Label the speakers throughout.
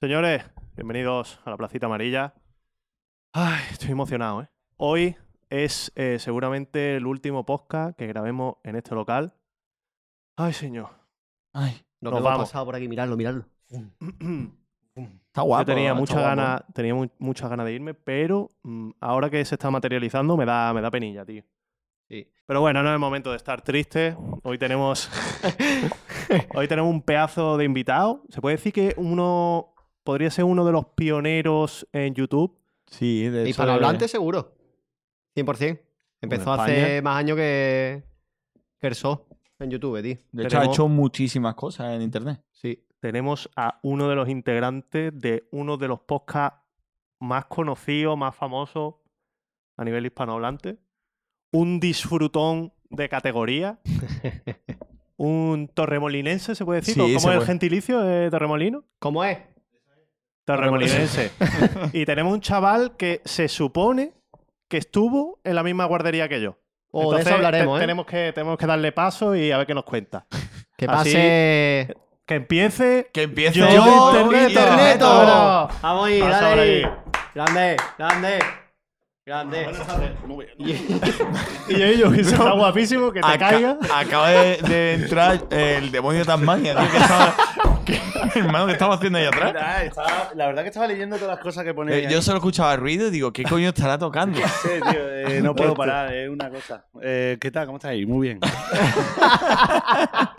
Speaker 1: Señores, bienvenidos a la Placita Amarilla. Ay, estoy emocionado, ¿eh? Hoy es eh, seguramente el último podcast que grabemos en este local. Ay, señor.
Speaker 2: Ay,
Speaker 1: Nos
Speaker 2: lo que hemos
Speaker 1: vamos.
Speaker 2: pasado por aquí, miradlo, miradlo. Está
Speaker 1: Yo tenía
Speaker 2: está
Speaker 1: muchas
Speaker 2: guapo.
Speaker 1: ganas, tenía mu- muchas ganas de irme, pero mm, ahora que se está materializando me da, me da penilla, tío.
Speaker 2: Sí.
Speaker 1: Pero bueno, no es momento de estar triste. Hoy tenemos, hoy tenemos un pedazo de invitado. Se puede decir que uno podría ser uno de los pioneros en YouTube.
Speaker 3: Sí, de hecho.
Speaker 2: Hispanohablante seguro. 100%. Empezó
Speaker 1: Bueno,
Speaker 2: hace
Speaker 1: España.
Speaker 2: más años que que el SO en YouTube, tío.
Speaker 3: De hecho, ha
Speaker 1: tenemos-
Speaker 3: hecho muchísimas cosas en internet.
Speaker 2: Sí.
Speaker 1: Tenemos a uno de los integrantes de uno de los podcasts más conocidos, más famosos a nivel hispanohablante. Un disfrutón de categoría. un torremolinense, se puede decir.
Speaker 3: Sí,
Speaker 1: ¿Cómo
Speaker 3: se
Speaker 1: es el
Speaker 3: puede.
Speaker 1: gentilicio de torremolino?
Speaker 2: ¿Cómo es?
Speaker 1: Torremolinense. y tenemos un chaval que se supone que estuvo en la misma guardería que yo.
Speaker 2: O de eso hablaremos,
Speaker 1: te-
Speaker 2: ¿eh?
Speaker 1: tenemos, que, tenemos que darle paso y a ver qué nos cuenta.
Speaker 2: Que
Speaker 1: Así-
Speaker 2: pase.
Speaker 1: Que empiece.
Speaker 3: Que empiece
Speaker 1: Yo de internet, internet, ahora.
Speaker 2: Vamos ahí,
Speaker 1: Pasa
Speaker 2: dale. ahí.
Speaker 1: ahora
Speaker 2: Grande, grande. Grande.
Speaker 1: Y yo, y yo, que está guapísimo, que te
Speaker 3: Aca-
Speaker 1: caiga.
Speaker 3: Acaba de, de entrar el demonio de Tasmania, tío, que estaba- que- hermano, ¿qué estamos haciendo ahí atrás?
Speaker 4: Verdad, estaba- la verdad que estaba leyendo todas las cosas que ponía.
Speaker 3: Eh,
Speaker 4: ahí.
Speaker 3: yo solo escuchaba ruido y digo, ¿qué coño estará tocando?
Speaker 4: Sí, tío, eh, no puedo parar, es una cosa. Eh, ¿Qué tal? ¿Cómo estás ahí? Muy bien.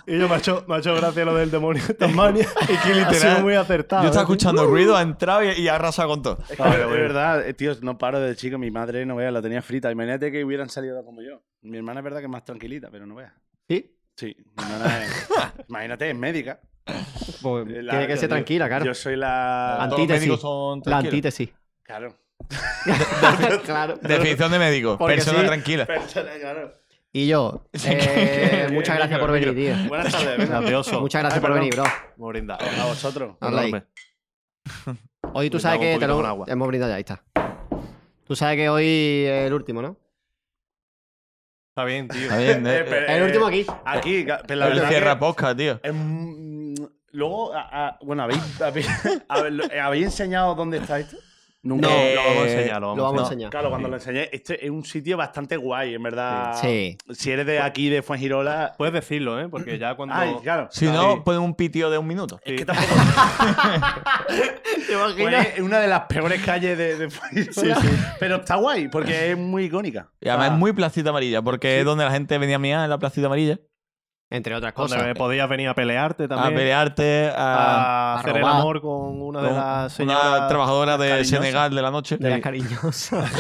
Speaker 1: Y yo, macho, macho, gracias lo del demonio de Tasmania.
Speaker 3: Es que
Speaker 1: Ha sido
Speaker 3: literal.
Speaker 1: muy acertado.
Speaker 3: yo estaba
Speaker 1: ¿eh?
Speaker 3: escuchando ruido, ha entrado y, y ha arrasado con todo.
Speaker 4: Es que, de verdad, eh, tío, no paro de chico. Mi madre, no veas, la tenía frita. Imagínate que hubieran salido como yo. Mi hermana es verdad que es más tranquilita, pero no veas.
Speaker 2: ¿Sí?
Speaker 4: Sí, mi hermana es- imagínate, es médica.
Speaker 2: Pues
Speaker 4: Eh, la-
Speaker 2: tiene que
Speaker 4: yo-
Speaker 2: ser tranquila, claro.
Speaker 4: Yo soy la...
Speaker 3: Todos
Speaker 2: Ant-
Speaker 3: los
Speaker 2: Antítesis.
Speaker 3: médicos son
Speaker 2: La
Speaker 3: tranquilos.
Speaker 2: antítesis.
Speaker 4: Claro.
Speaker 2: claro.
Speaker 3: Definición de médico,
Speaker 2: Porque
Speaker 3: persona
Speaker 2: sí.
Speaker 3: tranquila.
Speaker 4: Persona, claro.
Speaker 2: Y yo,
Speaker 3: Sí,
Speaker 2: eh,
Speaker 3: que-
Speaker 2: muchas
Speaker 3: que-
Speaker 2: gracias por
Speaker 3: que-
Speaker 2: venir, tío.
Speaker 4: Buenas tardes, venga.
Speaker 1: Nervioso.
Speaker 2: Muchas
Speaker 4: Ay,
Speaker 2: gracias por
Speaker 4: perdón.
Speaker 2: venir, bro.
Speaker 1: Hemos brindado.
Speaker 4: A vosotros.
Speaker 2: Hazla ahí.
Speaker 1: Enorme.
Speaker 2: Hoy tú
Speaker 1: Brindamos
Speaker 2: sabes
Speaker 1: un
Speaker 2: que te
Speaker 1: poquito
Speaker 2: lo
Speaker 1: con agua.
Speaker 2: hemos brindado ya, ahí está. Tú sabes que hoy es el último, ¿no?
Speaker 1: Está bien, tío.
Speaker 3: Está bien,
Speaker 4: Eh,
Speaker 3: eh,
Speaker 4: pero-
Speaker 2: El último aquí.
Speaker 4: Aquí, ca- pero la
Speaker 3: el
Speaker 4: verdad
Speaker 3: cierra
Speaker 4: que-
Speaker 3: podcast, tío.
Speaker 4: Em, luego, a- a- bueno, ¿habéis, habéis, habe- lo- eh, ¿habéis enseñado dónde está esto? Nunca.
Speaker 1: No,
Speaker 3: Eh,
Speaker 1: lo vamos a enseñar, lo
Speaker 2: Lo
Speaker 1: vamos
Speaker 2: vamos
Speaker 1: a
Speaker 2: a
Speaker 3: no.
Speaker 2: enseñar.
Speaker 4: Claro, cuando lo enseñé, este es un sitio bastante guay, en verdad.
Speaker 2: Sí.
Speaker 4: Si eres de aquí, de Fuengirola.
Speaker 1: Puedes decirlo, ¿eh? Porque ya
Speaker 2: Pues,
Speaker 1: cuando.
Speaker 4: Ay, claro.
Speaker 3: Si no, ponen un pitido de un minuto.
Speaker 4: Es que tampoco. Pues es una de las peores calles de, de Fuengirola. Pero está guay, porque es muy icónica.
Speaker 3: Y además
Speaker 4: Ah,
Speaker 3: es muy placita amarilla, porque es donde la gente venía a mirar en la placita amarilla.
Speaker 2: Entre otras
Speaker 1: Donde
Speaker 2: cosas.
Speaker 1: me podías venir a pelearte también.
Speaker 3: A pelearte, a,
Speaker 1: a hacer el
Speaker 2: robar.
Speaker 1: amor con una de
Speaker 3: con
Speaker 1: las
Speaker 3: una
Speaker 1: señoras.
Speaker 3: trabajadora de
Speaker 1: cariñosas.
Speaker 3: Senegal de la noche.
Speaker 2: De las cariñosas.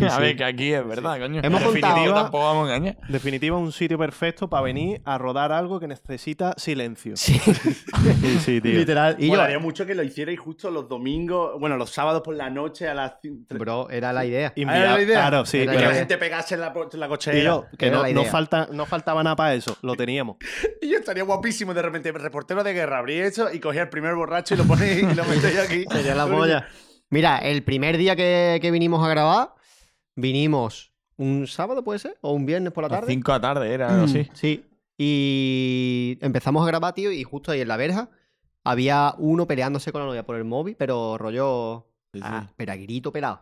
Speaker 3: a ver, que aquí es verdad, coño.
Speaker 2: Hemos
Speaker 3: En definitiva,
Speaker 1: juntado-
Speaker 3: tampoco vamos a engañar.
Speaker 1: Definitiva, un sitio perfecto para venir a rodar algo que necesita silencio.
Speaker 2: Sí,
Speaker 1: sí, sí,
Speaker 2: literal. Y yo,
Speaker 4: Molaría mucho que lo hicierais justo los domingos, bueno, los sábados por la noche a las. cin- tre-
Speaker 2: bro, era la idea.
Speaker 1: Invi-
Speaker 4: ¿Era la idea?
Speaker 1: Claro, sí.
Speaker 4: Y
Speaker 2: Era
Speaker 4: que la
Speaker 1: pero-
Speaker 4: gente pegase en la, po- en la cochera.
Speaker 1: Y yo, que
Speaker 2: Era
Speaker 1: no,
Speaker 2: la
Speaker 1: no
Speaker 2: idea.
Speaker 1: falta, no faltaba nada para eso, lo teníamos.
Speaker 4: Y yo estaría guapísimo de repente, reportero de guerra, abrí eso y cogía el primer borracho y lo ponéis y lo metéis aquí.
Speaker 2: Sería la polla. Mira, el primer día que, que vinimos a grabar, vinimos un sábado, puede ser, o un viernes por la
Speaker 3: A las
Speaker 2: tarde.
Speaker 3: 5 de la tarde era algo así.
Speaker 2: Sí. Y empezamos a grabar, tío, y justo ahí en la verja había uno peleándose con la novia por el móvil, pero rollo.
Speaker 3: Sí, sí.
Speaker 2: Ah, pero a grito pelado.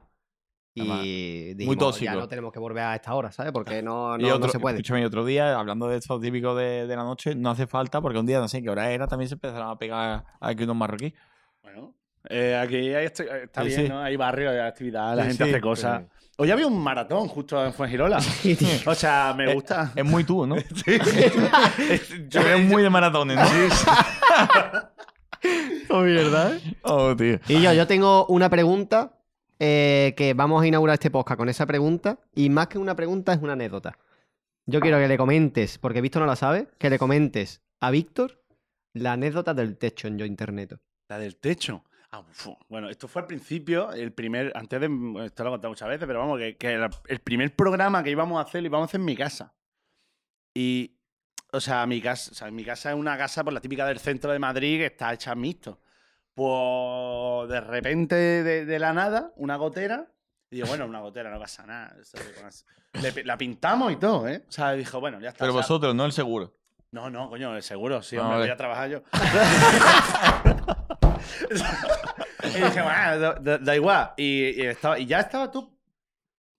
Speaker 3: Además,
Speaker 2: Y dijimos, "Oh,
Speaker 3: muy tóxico.
Speaker 2: ya no tenemos que volver a esta hora, ¿sabes? Porque no,
Speaker 3: Y
Speaker 2: no, no
Speaker 3: otro-
Speaker 2: se puede.
Speaker 3: Escúchame, y otro día, hablando de estos típicos de, de la noche, no hace falta, porque un día, no sé qué hora era, también se empezaron a pegar aquí unos marroquíes.
Speaker 4: Bueno, eh, aquí hay esto- está
Speaker 3: Sí,
Speaker 4: bien,
Speaker 3: sí.
Speaker 4: ¿no? Hay barrio, hay actividad, la
Speaker 3: Sí,
Speaker 4: gente
Speaker 3: sí,
Speaker 4: hace cosas. Hoy había un maratón justo en Fuengirola. o sea, me gusta.
Speaker 3: Es muy tú, ¿no?
Speaker 4: Sí.
Speaker 3: Yo eres muy de maratones, ¿no?
Speaker 2: ¿verdad?
Speaker 3: Oh, tío.
Speaker 2: Y yo, yo tengo una pregunta eh, que vamos a inaugurar este podcast con esa pregunta. Y más que una pregunta, es una anécdota. Yo quiero que le comentes, porque visto no la sabe, que le comentes a Víctor la anécdota del techo en yo internet.
Speaker 4: La del techo. Ah, fu- bueno, esto fue al principio, el primer, antes de, mm, bueno, esto lo he contado muchas veces, pero vamos, que, que era el primer programa que íbamos a hacer lo íbamos a hacer en mi casa. Y, o sea, mi casa, o sea, mi casa es una casa, por la típica del centro de Madrid, que está hecha mixto. Pues de repente, de, de la nada, una gotera. Y digo, bueno, una gotera, no pasa nada. eso le pones- le pi- la pintamos y todo, ¿eh? O sea, dijo, bueno, ya está.
Speaker 3: Pero
Speaker 4: o sea,
Speaker 3: vosotros, no el seguro.
Speaker 4: no, no, coño, el seguro, sí,
Speaker 3: Ah,
Speaker 4: hombre,
Speaker 3: vale.
Speaker 4: voy a trabajar yo. y dije, bueno, da, da- da igual. Y, y estaba, y ya estaba tú.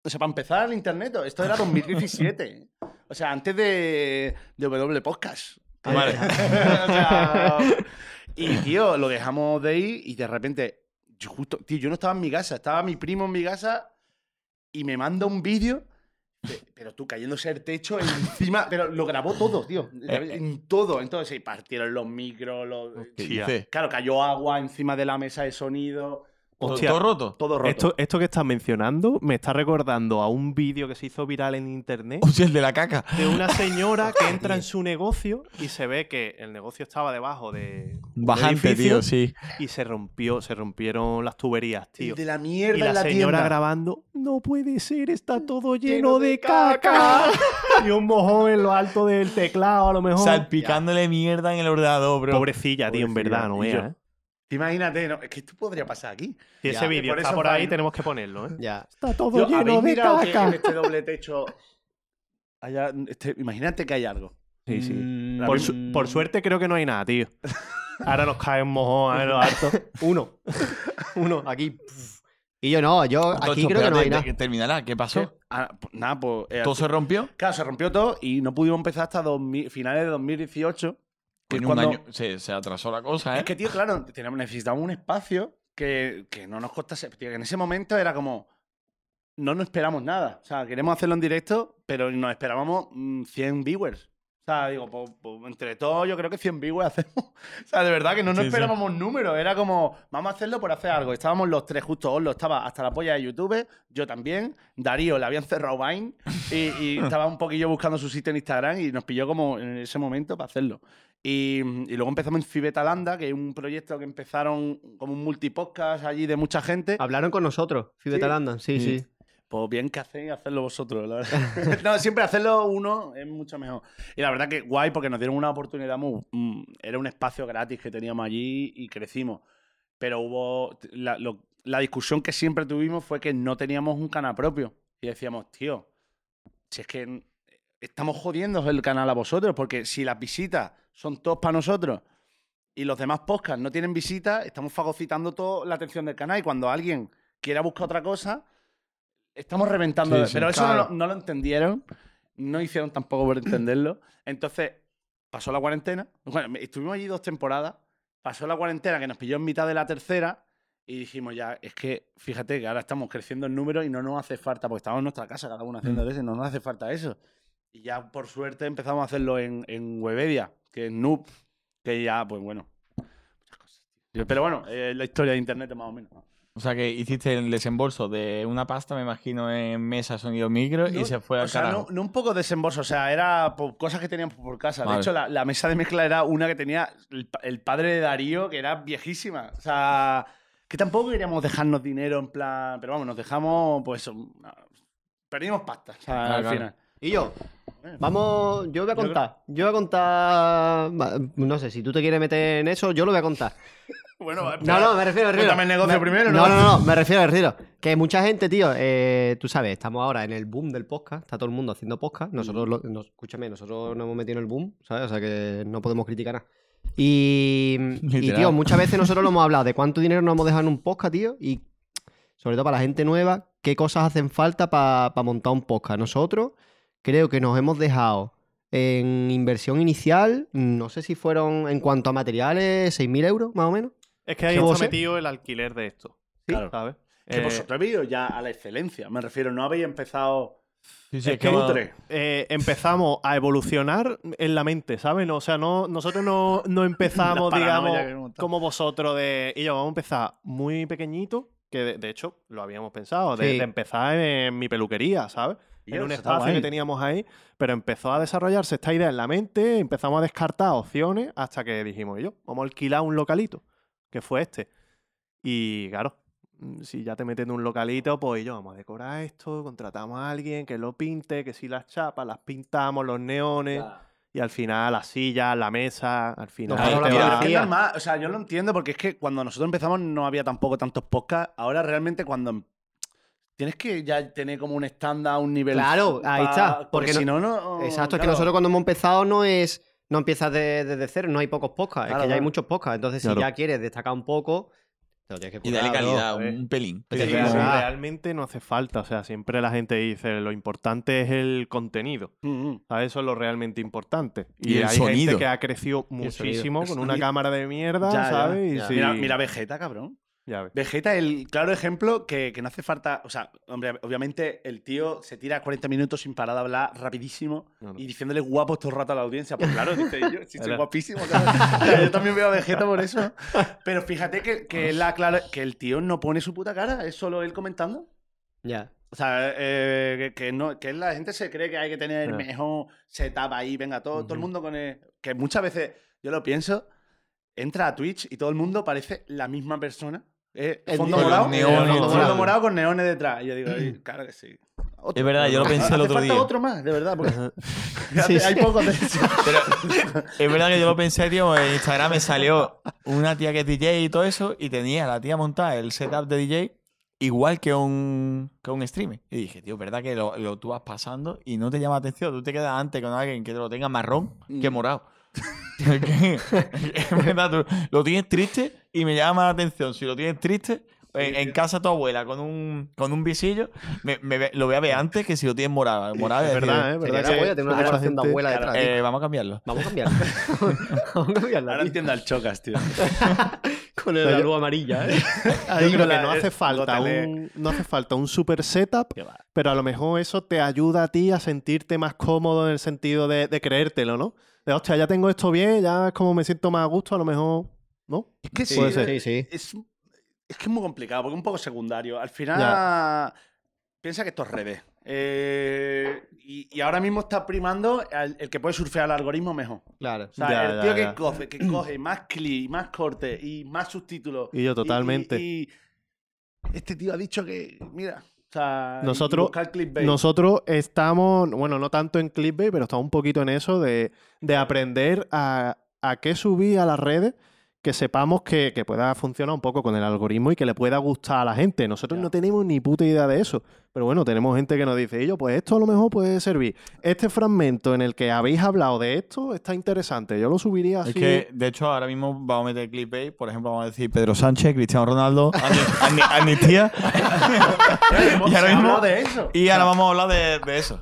Speaker 4: O sea, para empezar el internet, esto era 2017. O sea, antes de, de W Podcast.
Speaker 3: Vale.
Speaker 4: O sea, y tío, lo dejamos de ir y de repente, yo justo, tío, yo no estaba en mi casa, estaba mi primo en mi casa y me manda un vídeo, de- pero tú cayéndose el techo encima, pero lo grabó todo, tío,
Speaker 1: Eh,
Speaker 4: en todo, entonces y partieron los micros, los... eh,
Speaker 3: ¿Qué
Speaker 1: Hostia.
Speaker 3: dice?
Speaker 4: Claro, cayó agua encima de la mesa de sonido,
Speaker 3: ¿Todo,
Speaker 1: Hostia.
Speaker 3: todo roto?
Speaker 4: todo roto.
Speaker 1: Esto, esto que estás mencionando me está recordando a un vídeo que se hizo viral en internet
Speaker 3: Hostia, el de la caca.
Speaker 1: de una señora que entra en su negocio y se ve que el negocio estaba debajo de un
Speaker 3: Bajante,
Speaker 1: edificio
Speaker 3: tío, sí.
Speaker 1: y se rompió, se rompieron las tuberías, tío.
Speaker 4: El de la
Speaker 1: y
Speaker 4: mierda
Speaker 1: la,
Speaker 4: en la
Speaker 1: señora
Speaker 4: tienda.
Speaker 1: grabando, no puede ser, está todo
Speaker 4: Lleno
Speaker 1: lleno
Speaker 4: de
Speaker 1: de caca. y un mojón en lo alto del teclado, a lo mejor.
Speaker 3: Salpicándole mierda en el ordenador, bro.
Speaker 1: Pobrecilla, tío, en
Speaker 4: Pobrecilla.
Speaker 1: verdad, no
Speaker 4: Y yo-
Speaker 1: vea. ¿eh?
Speaker 4: Imagínate, ¿no? es que esto podría pasar aquí.
Speaker 1: Si
Speaker 2: Ya.
Speaker 1: ese vídeo
Speaker 4: Por
Speaker 1: está
Speaker 4: eso
Speaker 1: por ahí,
Speaker 4: van-
Speaker 1: tenemos que ponerlo, ¿eh?
Speaker 2: Ya.
Speaker 1: Está
Speaker 4: Tío,
Speaker 1: todo
Speaker 4: ¿habéis
Speaker 1: lleno de
Speaker 4: mirado que en
Speaker 1: caca.
Speaker 4: este doble techo haya- este- imagínate que hay algo.
Speaker 1: Sí, sí.
Speaker 2: Mm,
Speaker 1: Por, su- por suerte creo que no hay nada, tío. Ahora nos cae un mojón a lo alto.
Speaker 2: Uno. Uno, aquí. puf. Y yo no, yo aquí
Speaker 3: Tocho,
Speaker 2: creo que no
Speaker 3: espérate,
Speaker 2: hay nada.
Speaker 3: que Terminará, ¿qué pasó?
Speaker 4: Ah, pues, nada, pues. eh,
Speaker 3: ¿Todo se rompió?
Speaker 4: Claro, se rompió todo y no pudimos empezar hasta 2000 finales de 2018. Que
Speaker 3: Coño,
Speaker 4: es
Speaker 3: un
Speaker 4: cuando-
Speaker 3: año- ¿Eh? se, se atrasó la cosa, ¿eh?
Speaker 4: Es que, tío, claro, teníamos, necesitábamos un espacio que, que no nos costase. Tío, que en ese momento era como. No nos esperamos nada. O sea, queremos hacerlo en directo, pero nos esperábamos mm, 100 viewers. O sea, digo, pues, pues, entre todos yo creo que 100 viewers hacemos. O sea, de verdad que no nos
Speaker 3: Sí, sí.
Speaker 4: esperábamos números. Era como, vamos a hacerlo por hacer algo. Estábamos los tres justo. Oslo estaba hasta la polla de YouTube, yo también. Darío le habían cerrado Vine y, y estaba un poquillo buscando su sitio en Instagram y nos pilló como en ese momento para hacerlo. Y, y luego empezamos en Fibetalanda, que es un proyecto que empezaron como un multipodcast allí de mucha gente.
Speaker 2: Hablaron con nosotros, Fibetalanda. Sí,
Speaker 4: Sí.
Speaker 2: sí.
Speaker 4: Pues bien que hacéis hacerlo vosotros, la verdad. no, siempre hacerlo uno es mucho mejor. Y la verdad que guay, porque nos dieron una oportunidad muy. mm, era un espacio gratis que teníamos allí y crecimos. Pero hubo. La, lo- la discusión que siempre tuvimos fue que no teníamos un canal propio. Y decíamos, tío, si es que mm, estamos jodiendo el canal a vosotros, porque si las visitas son todos para nosotros y los demás podcasts no tienen visitas, estamos fagocitando toda la atención del canal. Y cuando alguien quiera buscar otra cosa, estamos reventando.
Speaker 3: Sí, sí,
Speaker 4: Pero eso
Speaker 2: claro.
Speaker 4: no, lo, no lo entendieron, no hicieron tampoco por entenderlo. Entonces, pasó la cuarentena. Bueno, me- estuvimos allí dos temporadas. Pasó la cuarentena que nos pilló en mitad de la tercera. Y dijimos ya, es que fíjate que ahora estamos creciendo en número y no nos hace falta, porque estamos en nuestra casa cada uno haciendo eso, y no nos hace falta eso. Y ya por suerte empezamos a hacerlo en, en Webedia, que es Noob, que ya, pues bueno. muchas cosas. Pero bueno, eh, la historia de internet más o menos.
Speaker 3: O sea, que hiciste el desembolso de una pasta, me imagino, en mesa, sonido micro
Speaker 4: No,
Speaker 3: y se fue
Speaker 4: o
Speaker 3: al
Speaker 4: sea,
Speaker 3: carajo.
Speaker 4: No, no un poco desembolso, o sea, era por cosas que teníamos por casa. De
Speaker 3: Vale.
Speaker 4: hecho, la, la mesa de mezcla era una que tenía el, pa- el padre de Darío, que era viejísima. O sea, que tampoco queríamos dejarnos dinero en plan. Pero vamos, nos dejamos, pues. un- una- perdimos pasta, o sea,
Speaker 3: Claro,
Speaker 4: al
Speaker 3: claro.
Speaker 4: final.
Speaker 2: Y yo, vamos, yo voy a contar. Yo voy a contar. va, No sé, si tú te quieres meter en eso, yo lo voy a contar.
Speaker 4: Bueno,
Speaker 2: No,
Speaker 4: espera,
Speaker 2: no, me refiero, me refiero.
Speaker 4: Cuéntame el negocio
Speaker 2: Me-
Speaker 4: primero, ¿no?
Speaker 2: No, no, no, me refiero, me refiero. Que mucha gente, tío, eh, tú sabes, estamos ahora en el boom del podcast, está todo el mundo haciendo podcast. Nosotros, lo- nos- escúchame, nosotros nos hemos metido en el boom, ¿sabes? O sea que no podemos criticar nada. Y, y,
Speaker 3: Literal.
Speaker 2: tío, muchas veces nosotros lo hemos hablado de cuánto dinero nos hemos dejado en un podcast, tío, y sobre todo para la gente nueva, qué cosas hacen falta para montar un podcast. Nosotros creo que nos hemos dejado en inversión inicial, no sé si fueron en cuanto a materiales, 6.000 euros más o menos.
Speaker 1: Es que ahí
Speaker 2: ¿Qué
Speaker 1: está
Speaker 2: vos, eh?
Speaker 1: metido el alquiler de esto.
Speaker 4: Claro.
Speaker 1: ¿Sabes?
Speaker 4: Que
Speaker 1: Eh,
Speaker 4: vosotros habéis ido ya a la excelencia. Me refiero, no habéis empezado.
Speaker 3: Sí, sí,
Speaker 1: es
Speaker 3: es que
Speaker 1: que-
Speaker 3: bueno,
Speaker 4: cutre.
Speaker 1: eh, empezamos a evolucionar en la mente, ¿sabes? No, O sea, no, nosotros no, no empezamos,
Speaker 4: La paranoia
Speaker 1: digamos,
Speaker 4: que hemos montado.
Speaker 1: como vosotros de... Y yo, vamos a empezar muy pequeñito, que de, de hecho lo habíamos pensado, de,
Speaker 2: Sí.
Speaker 1: de empezar en mi peluquería, ¿sabes?
Speaker 4: Y
Speaker 1: en un
Speaker 4: eso está
Speaker 1: espacio que
Speaker 4: guay.
Speaker 1: teníamos ahí, pero empezó a desarrollarse esta idea en la mente, empezamos a descartar opciones hasta que dijimos, yo, vamos a alquilar un localito, que fue este. Y claro, mm, si ya te metes en un localito, pues yo, vamos a decorar esto, contratamos a alguien que lo pinte, que si las chapas, las pintamos, los neones, y al final las sillas, la mesa, al final...
Speaker 2: Ahí
Speaker 4: Claro,
Speaker 1: te
Speaker 2: te
Speaker 4: pero
Speaker 1: va-
Speaker 4: es que es normal, o sea, yo lo entiendo porque es que cuando nosotros empezamos no había tampoco tantos podcasts. Ahora realmente cuando em- tienes que ya tener como un estándar, un nivel.
Speaker 2: Claro, ahí
Speaker 4: pa-
Speaker 2: está,
Speaker 4: Porque,
Speaker 2: porque
Speaker 4: si no, no.
Speaker 2: Exacto, es que
Speaker 4: claro.
Speaker 2: nosotros cuando hemos empezado no es. No empiezas de- desde cero, no hay pocos podcasts, es que
Speaker 4: Claro,
Speaker 2: ya hay
Speaker 4: claro.
Speaker 2: muchos podcasts. Entonces,
Speaker 1: Claro.
Speaker 2: si ya quieres destacar un poco, te lo tienes que
Speaker 3: Y dale
Speaker 2: currar, bro.
Speaker 3: calidad,
Speaker 1: joder.
Speaker 3: un pelín.
Speaker 1: Sí,
Speaker 3: Pero
Speaker 1: sí,
Speaker 3: como-
Speaker 1: sí,
Speaker 4: verdad.
Speaker 1: realmente no hace falta. O sea, siempre la gente dice lo importante es el contenido.
Speaker 4: Mm, mm.
Speaker 1: ¿sabes? Eso es lo realmente importante.
Speaker 3: Y
Speaker 1: Y,
Speaker 3: el
Speaker 1: hay
Speaker 3: sonido.
Speaker 1: gente que ha crecido
Speaker 2: el sonido.
Speaker 1: muchísimo
Speaker 4: El
Speaker 1: con
Speaker 4: sonido.
Speaker 1: una cámara de mierda,
Speaker 4: Ya, ya,
Speaker 1: ¿sabes? Y
Speaker 2: ya.
Speaker 1: sí,
Speaker 4: Mira, mira Vegeta, cabrón.
Speaker 1: ya ves.
Speaker 4: Vegeta es el claro ejemplo que, que no hace falta. O sea, hombre, obviamente el tío se tira 40 minutos sin parar de hablar rapidísimo
Speaker 1: No, no.
Speaker 4: y diciéndole guapos todo el rato a la audiencia. Pues claro, dice yo, si soy
Speaker 1: Era.
Speaker 4: guapísimo. claro. O sea, yo también veo a Vegeta por eso. Pero fíjate que, que, es la clara- que el tío no pone su puta cara, es solo él comentando.
Speaker 2: Ya.
Speaker 4: O sea, eh, que, que no, que la gente se cree que hay que tener el
Speaker 1: Ya.
Speaker 4: mejor setup ahí, venga, todo, todo el
Speaker 2: Ujú.
Speaker 4: mundo con el- Que muchas veces, yo lo pienso, entra a Twitch y todo el mundo parece la misma persona. Eh,
Speaker 2: El
Speaker 4: fondo
Speaker 2: mismo-
Speaker 4: morado,
Speaker 3: Con los neones
Speaker 4: fondo
Speaker 3: detrás.
Speaker 4: morado, morado con neones detrás. Y yo digo, "Ay, claro que sí. Otro.
Speaker 3: Es verdad, yo lo pensé el
Speaker 4: Hace
Speaker 3: otro
Speaker 4: falta
Speaker 3: día.
Speaker 4: otro más, de verdad, porque
Speaker 2: Sí,
Speaker 4: hay
Speaker 2: sí.
Speaker 4: pocos de esos.
Speaker 3: Es verdad que yo lo pensé, tío. En Instagram me salió una tía que es DJ y todo eso. Y tenía la tía montada el setup de DJ igual que un, que un streamer. Y dije, tío, ¿verdad que lo, lo tú vas pasando y no te llama atención? Tú te quedas antes con alguien que te lo tenga marrón que
Speaker 1: Mm.
Speaker 3: morado. Tío, es que- es verdad, tú lo tienes triste y me llama la atención. Si lo tienes triste, en, en casa de tu abuela con un, con un visillo, me, me ve- lo voy a ver antes que si lo tienes morado. Morado
Speaker 1: Es
Speaker 3: decir,
Speaker 1: verdad, ¿eh?
Speaker 2: Sería
Speaker 1: ¿Verdad
Speaker 2: la
Speaker 1: que
Speaker 2: abuela, tiene una
Speaker 1: mucha
Speaker 2: decoración de
Speaker 1: gente-
Speaker 2: abuela detrás. tío.
Speaker 3: eh, vamos a cambiarlo.
Speaker 2: Vamos a cambiarla. Vamos a cambiarla.
Speaker 4: Ahora
Speaker 2: tío.
Speaker 4: entiendo al chocas, tío.
Speaker 2: Con el- la luz amarilla, ¿eh?
Speaker 1: Yo
Speaker 4: Ahí
Speaker 1: creo
Speaker 4: con
Speaker 1: que
Speaker 4: la-
Speaker 1: no hace
Speaker 4: el
Speaker 1: falta
Speaker 4: gotelé.
Speaker 1: un, no hace falta un super setup, pero a lo mejor eso te ayuda a ti a sentirte más cómodo en el sentido de, de creértelo, ¿no? De hostia, ya tengo esto bien, ya es como me siento más a gusto, a lo mejor, ¿no?
Speaker 4: Es que sí,
Speaker 1: Puede ser.
Speaker 2: sí, sí.
Speaker 4: es, es que es muy complicado, porque es un poco secundario. Al final, piensa que esto es redes. Eh, y, y ahora mismo está primando al- el que puede surfear el algoritmo mejor.
Speaker 2: Claro.
Speaker 4: O sea,
Speaker 1: Ya,
Speaker 4: el
Speaker 1: ya, ya.
Speaker 4: tío que coge, que coge más clics, más cortes y más subtítulos.
Speaker 1: Y yo totalmente.
Speaker 4: y- y este tío ha dicho que, mira, o sea, y- y
Speaker 1: Nosotros-
Speaker 4: buscar clickbait.
Speaker 1: Nosotros estamos, bueno, no tanto en clickbait, pero estamos un poquito en eso de, de aprender a, a qué subir a las redes que sepamos que, que pueda funcionar un poco con el algoritmo y que le pueda gustar a la gente. Nosotros
Speaker 4: Ya.
Speaker 1: no tenemos ni puta idea de eso. Pero bueno, tenemos gente que nos dice, yo, pues esto a lo mejor puede servir. Este fragmento en el que habéis hablado de esto está interesante. Yo lo subiría así.
Speaker 3: Es que, de hecho, ahora mismo vamos a meter clickbait. Por ejemplo, vamos a decir Pedro Sánchez, Cristiano Ronaldo, amni- amni- amnistía.
Speaker 4: Eh, hemos
Speaker 3: y ahora mismo-
Speaker 4: hablado de eso.
Speaker 3: Y ahora vamos a hablar de, de eso.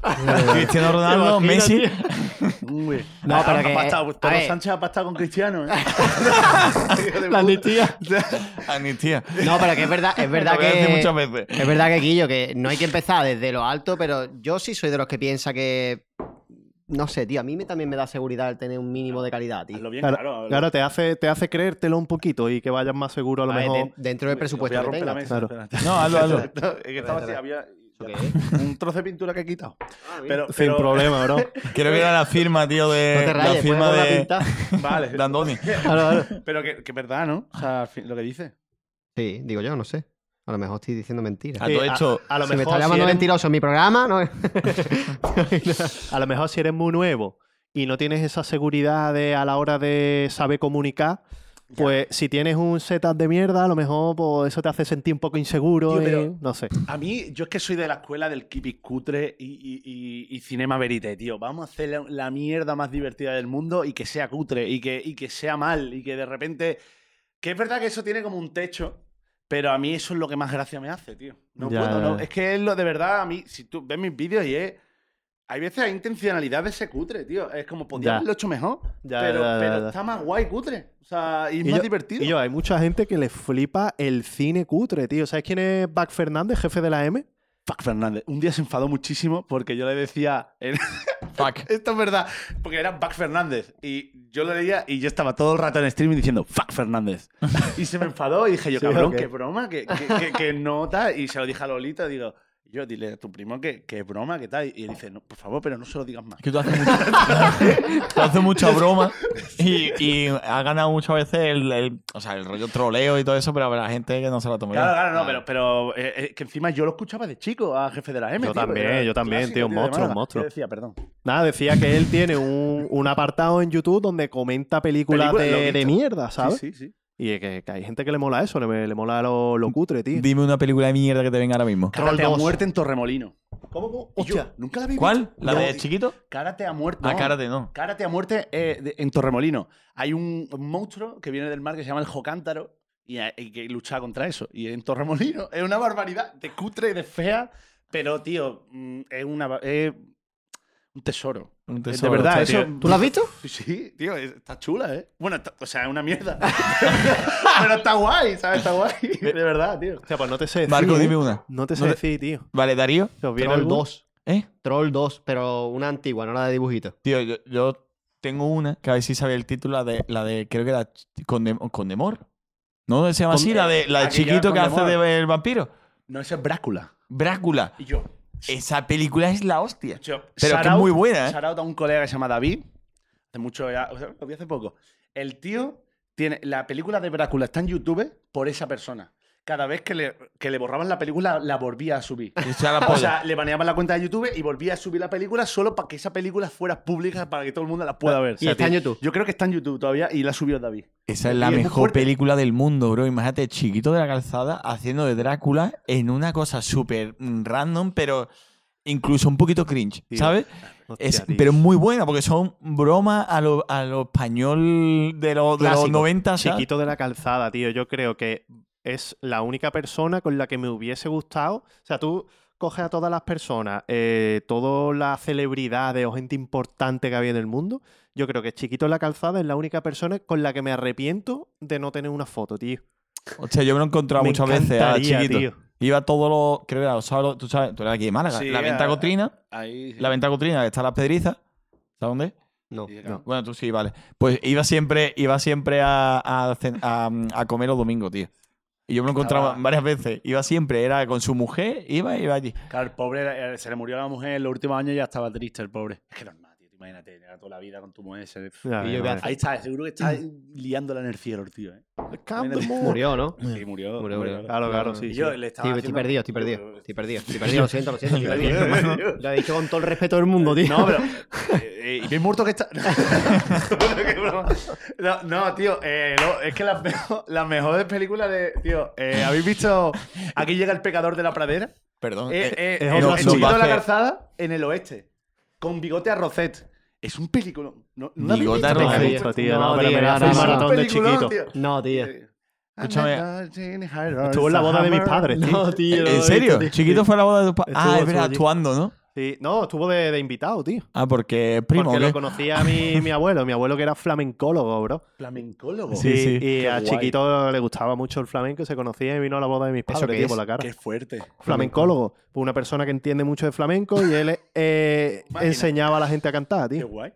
Speaker 3: Cristiano Ronaldo,
Speaker 1: Imagina,
Speaker 3: Messi.
Speaker 1: tío.
Speaker 4: Uy.
Speaker 2: No,
Speaker 4: Ah,
Speaker 2: pero
Speaker 4: ha
Speaker 2: que-
Speaker 4: pastado-
Speaker 2: a
Speaker 4: Pedro
Speaker 2: ver.
Speaker 4: Sánchez ha pastado con Cristiano, ¿eh? Hijo de
Speaker 1: La
Speaker 4: puta.
Speaker 1: amnistía.
Speaker 3: Amnistía.
Speaker 2: No, pero que es verdad, es verdad
Speaker 3: Lo voy a decir
Speaker 2: que.
Speaker 3: muchas veces.
Speaker 2: Es verdad que, Guillo, que no hay que empezar desde lo alto, pero yo sí soy de los que piensa que. No sé, tío, a mí me, también me da seguridad el tener un mínimo de calidad, tío.
Speaker 4: Hazlo bien,
Speaker 1: Claro,
Speaker 4: claro.
Speaker 1: claro, te hace, te hace creértelo un poquito y que vayas más seguro a lo
Speaker 2: A ver,
Speaker 1: mejor.
Speaker 2: de- dentro del presupuesto
Speaker 4: Voy a
Speaker 2: que
Speaker 4: romper la
Speaker 2: tengas.
Speaker 4: mesa,
Speaker 1: Claro.
Speaker 4: espérate.
Speaker 3: No, hazlo, hazlo.
Speaker 4: No, es que estaba así, había un trozo de pintura que he quitado. Pero,
Speaker 1: Sin
Speaker 4: pero-
Speaker 1: problema, bro.
Speaker 3: Quiero que era la firma, tío, de.
Speaker 2: No te
Speaker 3: la
Speaker 2: rayes, puedes
Speaker 3: firma
Speaker 2: volver a
Speaker 3: de.
Speaker 2: pintar.
Speaker 4: Vale.
Speaker 3: de Andoni.
Speaker 4: Pero que que es verdad, ¿no? O sea, al fin- lo que dice.
Speaker 2: Sí, digo yo, no sé. A lo mejor estoy diciendo mentiras.
Speaker 3: A
Speaker 1: Eh,
Speaker 3: todo esto.
Speaker 1: a lo
Speaker 2: si me
Speaker 1: mejor
Speaker 2: está
Speaker 1: si
Speaker 2: llamando
Speaker 1: eres-
Speaker 2: mentiroso en mi programa, no.
Speaker 1: A lo mejor si eres muy nuevo y no tienes esa seguridad de- a la hora de saber comunicar, pues si tienes un setup de mierda, a lo mejor pues, eso te hace sentir un poco inseguro.
Speaker 4: Tío,
Speaker 1: y-
Speaker 4: pero-
Speaker 1: No sé.
Speaker 4: A mí, yo es que soy de la escuela del kipi cutre y, y- y- y cinema verité, tío. Vamos a hacer la, la mierda más divertida del mundo y que sea cutre y que, y que sea mal y que de repente... Que es verdad que eso tiene como un techo, pero a mí eso es lo que más gracia me hace, tío. No
Speaker 1: Ya,
Speaker 4: puedo,
Speaker 1: ya,
Speaker 4: no.
Speaker 1: ya.
Speaker 4: Es que es lo de verdad, a mí, si tú ves mis vídeos y es... Hay veces hay intencionalidad de ese cutre, tío. Es como, pues, podría
Speaker 1: Ya.
Speaker 4: haberlo hecho mejor,
Speaker 1: Ya,
Speaker 4: pero,
Speaker 1: ya, ya,
Speaker 4: pero
Speaker 1: ya.
Speaker 4: está más guay cutre. O sea, y es
Speaker 1: Y
Speaker 4: más
Speaker 1: yo-
Speaker 4: divertido.
Speaker 1: Y yo, hay mucha gente que le flipa el cine cutre, tío. ¿Sabes quién es Bac Fernández, jefe de la M?
Speaker 4: Fuck Fernández. Un día se enfadó muchísimo porque yo le decía... en-
Speaker 3: Fuck.
Speaker 4: Esto es verdad, porque era Buck Fernández. Y yo lo leía y yo estaba todo el rato en streaming diciendo, fuck Fernández. Y se me enfadó y dije yo,
Speaker 1: Sí,
Speaker 4: cabrón,
Speaker 1: ok.
Speaker 4: qué broma, qué, qué- qué- qué nota. Y se lo dije a Lolita, digo, Y yo, dile a tu primo que, que es broma, que tal. Y él dice, no, por favor, pero no se lo digas más.
Speaker 3: Es que tú haces mucha, tú haces mucha broma y, y has ganado muchas veces el, el- o sea, el rollo troleo y todo eso, pero habrá gente que no se lo toma
Speaker 4: Claro,
Speaker 3: bien.
Speaker 4: claro, no, pero, pero eh, eh, que encima yo lo escuchaba de chico a jefe de la M.
Speaker 1: Yo
Speaker 4: tío,
Speaker 1: también,
Speaker 4: era
Speaker 1: yo también,
Speaker 4: clásico,
Speaker 1: tío, un
Speaker 4: de
Speaker 1: monstruo, un
Speaker 4: Málaga.
Speaker 1: monstruo.
Speaker 4: Yo decía, perdón.
Speaker 1: Nada, decía que él tiene un, un apartado en YouTube donde comenta películas
Speaker 4: Películas, lo he
Speaker 1: de, de
Speaker 4: visto.
Speaker 1: mierda, ¿sabes?
Speaker 4: Sí, sí, sí.
Speaker 1: Y es que, que hay gente que le mola eso, le, le mola lo, lo cutre, tío.
Speaker 3: Dime una película de mierda que te venga ahora mismo.
Speaker 1: Troll
Speaker 4: Cárate a
Speaker 1: dos.
Speaker 4: muerte en Torremolino.
Speaker 1: ¿Cómo? cómo?
Speaker 4: Y yo,
Speaker 1: Hostia.
Speaker 4: ¿Nunca la habéis
Speaker 3: ¿Cuál?
Speaker 4: visto?
Speaker 3: ¿La
Speaker 4: Yo-
Speaker 3: de chiquito?
Speaker 4: Cárate a muerte.
Speaker 3: Ah,
Speaker 4: no.
Speaker 3: cárate, no.
Speaker 4: Cárate a muerte eh, de- en Torremolino. Hay un un monstruo que viene del mar que se llama el Jocántaro y, eh, y que lucha contra eso. Y en Torremolino es una barbaridad de cutre, de fea, pero, tío, mm, es una ba- es un tesoro.
Speaker 3: Un
Speaker 4: Eh,
Speaker 3: tesoro,
Speaker 4: de verdad,
Speaker 3: hostia,
Speaker 4: eso.
Speaker 3: tío.
Speaker 2: ¿Tú lo has visto?
Speaker 4: Sí, Sí, tío, es- está chula, ¿eh? Bueno, está- o sea, es una mierda. pero está guay, ¿sabes? Está guay.
Speaker 3: Eh,
Speaker 4: De verdad, tío.
Speaker 1: Hostia, pues no te sé decir.
Speaker 3: Marco,
Speaker 1: ¿eh?
Speaker 3: dime una.
Speaker 1: No te sé
Speaker 3: No te-
Speaker 1: decir, tío.
Speaker 3: Vale, Darío.
Speaker 1: Se os viene
Speaker 2: Troll
Speaker 1: alguna?
Speaker 2: 2.
Speaker 3: ¿Eh?
Speaker 2: Troll 2, pero una antigua, no la de dibujito.
Speaker 3: Tío, yo, yo tengo una que a ver si sabía el título, la de, la de creo que era Condemor. ¿No se llama así? La de, la de
Speaker 4: Ah, que lleva
Speaker 3: chiquito que hace
Speaker 4: Condemor.
Speaker 3: de el vampiro.
Speaker 4: No, esa es Brácula.
Speaker 3: Brácula.
Speaker 4: Y yo.
Speaker 3: Esa película es la hostia.
Speaker 4: Pero
Speaker 3: Pero que es muy buena, ¿eh?
Speaker 4: Shout out a un colega que se llama David. Hace mucho ya. o sea, lo vi hace poco. El tío tiene. La película de Brácula está en YouTube por esa persona. Cada vez que le, que le borraban la película, la volvía a subir.
Speaker 3: Esa la
Speaker 4: O
Speaker 3: polla.
Speaker 4: sea, le baneaban la cuenta de YouTube y volvía a subir la película solo para que esa película fuera pública para que todo el mundo la
Speaker 3: Ah,
Speaker 4: pueda ver.
Speaker 2: Y está en YouTube.
Speaker 4: Yo creo que está en YouTube todavía y la subió David.
Speaker 3: Esa
Speaker 4: Y
Speaker 3: es la
Speaker 4: es muy
Speaker 3: mejor
Speaker 4: fuerte.
Speaker 3: película del mundo, bro. Imagínate, chiquito de la calzada haciendo de Drácula en una cosa súper mm, random, pero incluso un poquito cringe,
Speaker 1: Tío,
Speaker 3: ¿sabes?
Speaker 1: Hostia,
Speaker 3: Es,
Speaker 1: tío.
Speaker 3: pero es muy buena, porque son bromas a lo, a lo español de, lo- de los
Speaker 1: Clásico.
Speaker 3: 90. ¿sabes?
Speaker 1: Chiquito de la calzada, tío. Yo creo que es la única persona con la que me hubiese gustado. O sea, tú coges a todas las personas, eh, todas las celebridades o gente importante que había en el mundo. Yo creo que Chiquito de la calzada es la única persona con la que me arrepiento de no tener una foto, tío.
Speaker 3: Hostia, yo me lo he encontrado
Speaker 1: Me
Speaker 3: muchas veces a
Speaker 1: encantaría,
Speaker 3: chiquito.
Speaker 1: tío.
Speaker 3: Iba todos los, creo que era los sábados, tú sabes, tú eras aquí de Málaga.
Speaker 4: Sí,
Speaker 3: la
Speaker 4: a-
Speaker 3: venta cotrina,
Speaker 4: Ahí.
Speaker 3: la venta cotrina, que está en las pedrizas. ¿Sabes dónde?
Speaker 2: No.
Speaker 4: Sí,
Speaker 1: no.
Speaker 3: Bueno, tú sí, vale. Pues iba siempre, iba siempre a, a cen- a- a comer los domingos, tío. Y yo me lo encontraba
Speaker 4: Estaba-
Speaker 3: varias veces. Iba siempre, era con su mujer, iba iba allí.
Speaker 4: Claro, el pobre eh, se le murió a la mujer en los últimos años y ya estaba triste el pobre. Es que normal, tío. Imagínate, llegar toda la vida con tu mujer. se-
Speaker 1: Ya
Speaker 2: Y yo
Speaker 1: ves,
Speaker 2: voy a
Speaker 1: ya
Speaker 4: Ahí está, seguro que está liándola en el cielo el tío, ¿eh?
Speaker 1: ves. Cambio.
Speaker 2: Murió, ¿no?
Speaker 4: Sí, murió.
Speaker 2: Murió, murió.
Speaker 1: Claro, claro, sí.
Speaker 4: Y
Speaker 1: sí.
Speaker 4: yo le estaba
Speaker 2: Tío, estoy
Speaker 4: haciendo-
Speaker 2: perdido, estoy perdido. Estoy perdido, estoy perdido. Lo siento, lo siento. estoy
Speaker 4: Yo-
Speaker 2: perdido.
Speaker 4: yo-
Speaker 2: Lo he dicho con todo el respeto del mundo, tío.
Speaker 4: No, pero. eh, eh, ¿Y bien muerto que está? Qué broma. no, no, tío. eh, no, es que las, meo- las mejores películas de. Tío, eh, ¿habéis visto. Aquí llega el pecador de la pradera?
Speaker 3: Perdón.
Speaker 4: Eh, eh,
Speaker 1: es
Speaker 4: el,
Speaker 1: otro
Speaker 4: el
Speaker 1: asunto.
Speaker 4: chiquito de la
Speaker 3: Hace-
Speaker 4: calzada en el oeste. Con bigote a Rosette. Es un película. No, no habéis
Speaker 3: Bigote a
Speaker 4: visto
Speaker 1: No me gusta,
Speaker 3: Rosette.
Speaker 4: película?
Speaker 1: tío. No, pero me
Speaker 2: No, tío,
Speaker 1: voy a
Speaker 2: no,
Speaker 1: hacer un
Speaker 2: no, no.
Speaker 1: maratón de
Speaker 4: Peliculón,
Speaker 1: chiquito.
Speaker 4: tío.
Speaker 2: No, tío.
Speaker 3: Escúchame.
Speaker 1: Estuvo
Speaker 4: Estuvo
Speaker 1: en la boda de mis padres, tío.
Speaker 2: No, tío.
Speaker 3: ¿En serio? Chiquito fue a la boda de tu padre.
Speaker 1: Estuvo-
Speaker 3: Ah, es
Speaker 1: estuvo
Speaker 3: verdad,
Speaker 1: allí.
Speaker 3: actuando, ¿no?
Speaker 1: Sí, no, estuvo de, de invitado, tío.
Speaker 3: Ah, porque es primo.
Speaker 1: porque
Speaker 3: ¿o
Speaker 1: lo
Speaker 3: qué?
Speaker 1: conocía mi, mi abuelo, mi abuelo que era flamencólogo, bro.
Speaker 4: Flamencólogo.
Speaker 3: Sí, sí.
Speaker 1: Y
Speaker 4: Qué
Speaker 1: a
Speaker 4: guay.
Speaker 1: chiquito le gustaba mucho el flamenco, se conocía y vino a la boda de mis
Speaker 2: ¿Eso
Speaker 1: padres,
Speaker 2: qué
Speaker 1: tío,
Speaker 2: es?
Speaker 1: por la cara.
Speaker 4: Qué fuerte.
Speaker 1: Flamencólogo, pues una persona que entiende mucho de flamenco y él eh,
Speaker 4: Máquina.
Speaker 1: enseñaba a la gente a cantar,
Speaker 4: Qué
Speaker 1: tío.
Speaker 4: guay.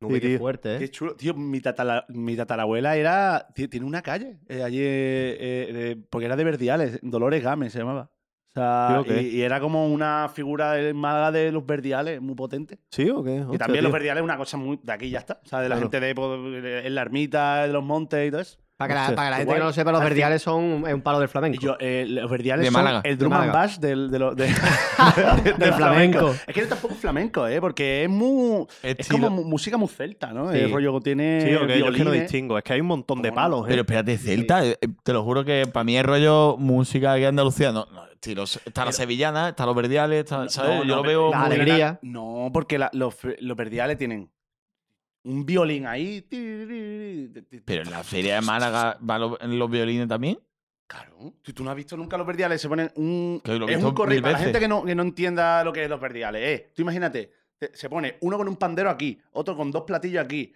Speaker 2: Uy, qué
Speaker 1: tío.
Speaker 2: fuerte,
Speaker 4: Qué
Speaker 2: ¿eh?
Speaker 4: chulo. Tío, mi, tatala- mi tatarabuela era. ti- Tiene una calle. eh, allí. eh, eh, de- porque era de Verdiales. Dolores Gámez se llamaba. O sea,
Speaker 1: Tío, ¿qué?
Speaker 4: y, y era como una figura de- Málaga de los Verdiales muy potente.
Speaker 1: ¿Sí o qué?
Speaker 4: y
Speaker 1: Hostia,
Speaker 4: también los
Speaker 1: tío.
Speaker 4: Verdiales es una cosa muy. De aquí ya está. O sea, de la
Speaker 1: Claro.
Speaker 4: gente de, po- de- en la ermita, de los montes y todo eso.
Speaker 2: Para que la,
Speaker 1: Hostia,
Speaker 2: para que la gente
Speaker 4: igual.
Speaker 2: que no lo sepa, los
Speaker 4: Al
Speaker 2: verdiales son un, es un palo del
Speaker 4: Y
Speaker 2: flamenco.
Speaker 4: yo, eh, los Verdiales
Speaker 3: De
Speaker 4: son
Speaker 3: Málaga.
Speaker 4: el drum
Speaker 2: De
Speaker 4: and
Speaker 2: Málaga.
Speaker 4: bass del, de lo- de- del
Speaker 2: Del flamenco.
Speaker 4: Es que no tampoco es flamenco, ¿eh? Porque es muy. Es
Speaker 3: Estilo-
Speaker 4: como mu- música muy celta, ¿no?
Speaker 2: Sí.
Speaker 4: El rollo que tiene.
Speaker 1: Sí, o qué, yo es que no
Speaker 4: violines.
Speaker 1: distingo, es que hay un montón de
Speaker 4: ¿Cómo no?
Speaker 1: palos,
Speaker 3: Pero
Speaker 1: ¿eh?
Speaker 3: espérate, Celta, eh, eh, te lo juro que para mí es rollo música aquí en Andalucía. No, no, estilo- está la sevillana, está los verdiales, está- ¿sabes?
Speaker 4: no,
Speaker 3: Yo lo
Speaker 4: no,
Speaker 3: veo.
Speaker 2: la
Speaker 3: muy-
Speaker 2: alegría.
Speaker 4: No, porque la- los, los verdiales tienen un violín ahí.
Speaker 3: Pero en la feria de Málaga van los, los violines también.
Speaker 4: Claro. Si tú no has visto nunca los verdiales, se ponen un.
Speaker 3: Que lo he
Speaker 4: es
Speaker 3: visto
Speaker 4: un corri-
Speaker 3: mil
Speaker 4: Para la
Speaker 3: veces.
Speaker 4: gente que no, que no entienda lo que es los verdiales. eh, tú imagínate, te- se pone uno con un pandero aquí, otro con dos platillos aquí,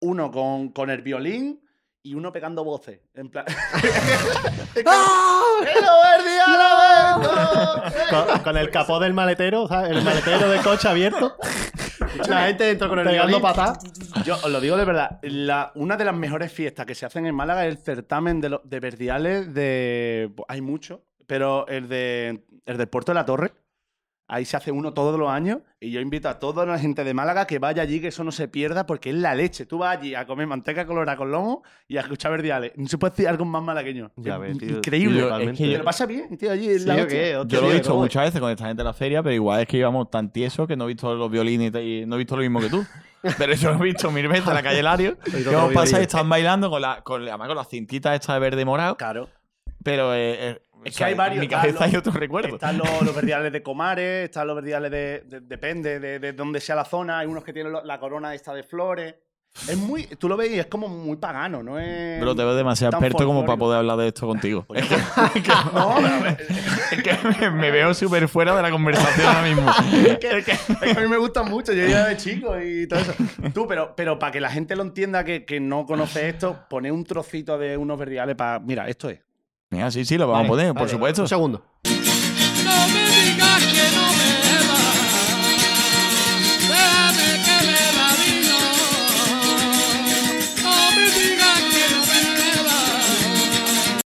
Speaker 4: uno con, con el violín y uno pegando voces. En plan. ¡Ah! ¡Los verdiales! esto!
Speaker 1: Con, con el capó del maletero, ¿sabes? El maletero de coche abierto. la gente dentro con el
Speaker 4: Pegando
Speaker 1: violín.
Speaker 4: patas. Yo os lo digo de verdad. la- una de las mejores fiestas que se hacen en Málaga es el certamen de, los de pues, verdiales de. Hay mucho, pero el de el del Puerto de la Torre. Ahí se hace uno todos los años y yo invito a toda la gente de Málaga que vaya allí, que eso no se pierda porque es la leche. Tú vas allí a comer manteca colorada con lomo y a escuchar verdiales. No se puede decir algo más malagueño.
Speaker 1: Ya
Speaker 4: Es
Speaker 1: ves, tío.
Speaker 4: Increíble.
Speaker 3: Yo- es
Speaker 1: Totalmente.
Speaker 3: que
Speaker 4: Te lo pasa bien, tío, allí en la
Speaker 2: Sí, ¿o
Speaker 4: hostia.
Speaker 2: qué? Hostia,
Speaker 3: Yo lo he
Speaker 2: tío,
Speaker 3: visto
Speaker 2: ¿cómo?
Speaker 3: muchas veces con esta gente de la feria, pero igual es que íbamos tan tiesos que no he visto los violines y no he visto lo mismo que tú. Pero yo lo he visto mil veces en la calle Lario.
Speaker 2: Soy
Speaker 3: Que
Speaker 2: otro
Speaker 3: hemos pasado y
Speaker 2: violín.
Speaker 3: están bailando con, la, con, además con las cintitas estas de verde y morado.
Speaker 4: Claro.
Speaker 3: Pero eh, eh,
Speaker 4: Es
Speaker 3: o
Speaker 4: que hay
Speaker 3: en
Speaker 4: varios,
Speaker 3: mi cabeza
Speaker 4: están
Speaker 3: hay
Speaker 4: los-
Speaker 3: otros recuerdos.
Speaker 4: Están los, los verdiales de Comares, están los verdiales de. de- depende de, de dónde sea la zona. Hay unos que tienen lo- la corona esta de flores. Es muy. Tú lo veis, es como muy pagano, ¿no es.
Speaker 3: Bro, te veo demasiado
Speaker 4: tan
Speaker 3: experto como para
Speaker 4: folclórico.
Speaker 3: poder hablar de esto contigo. Es que,
Speaker 4: No, pero a ver,
Speaker 3: es que me, me veo súper fuera de la conversación ahora mismo.
Speaker 4: es que, es que a mí me gustan mucho, yo ya de chico y todo eso. Tú, pero, pero para que la gente lo entienda que, que no conoce esto, poner un trocito de unos verdiales para. Mira, esto es.
Speaker 3: Mira, sí, sí, lo vamos a
Speaker 2: Vale,
Speaker 3: poner, por
Speaker 2: vale,
Speaker 3: supuesto.
Speaker 2: Un segundo.
Speaker 5: No me digas que no me va, déjame que me la vino. No me digas que no me va.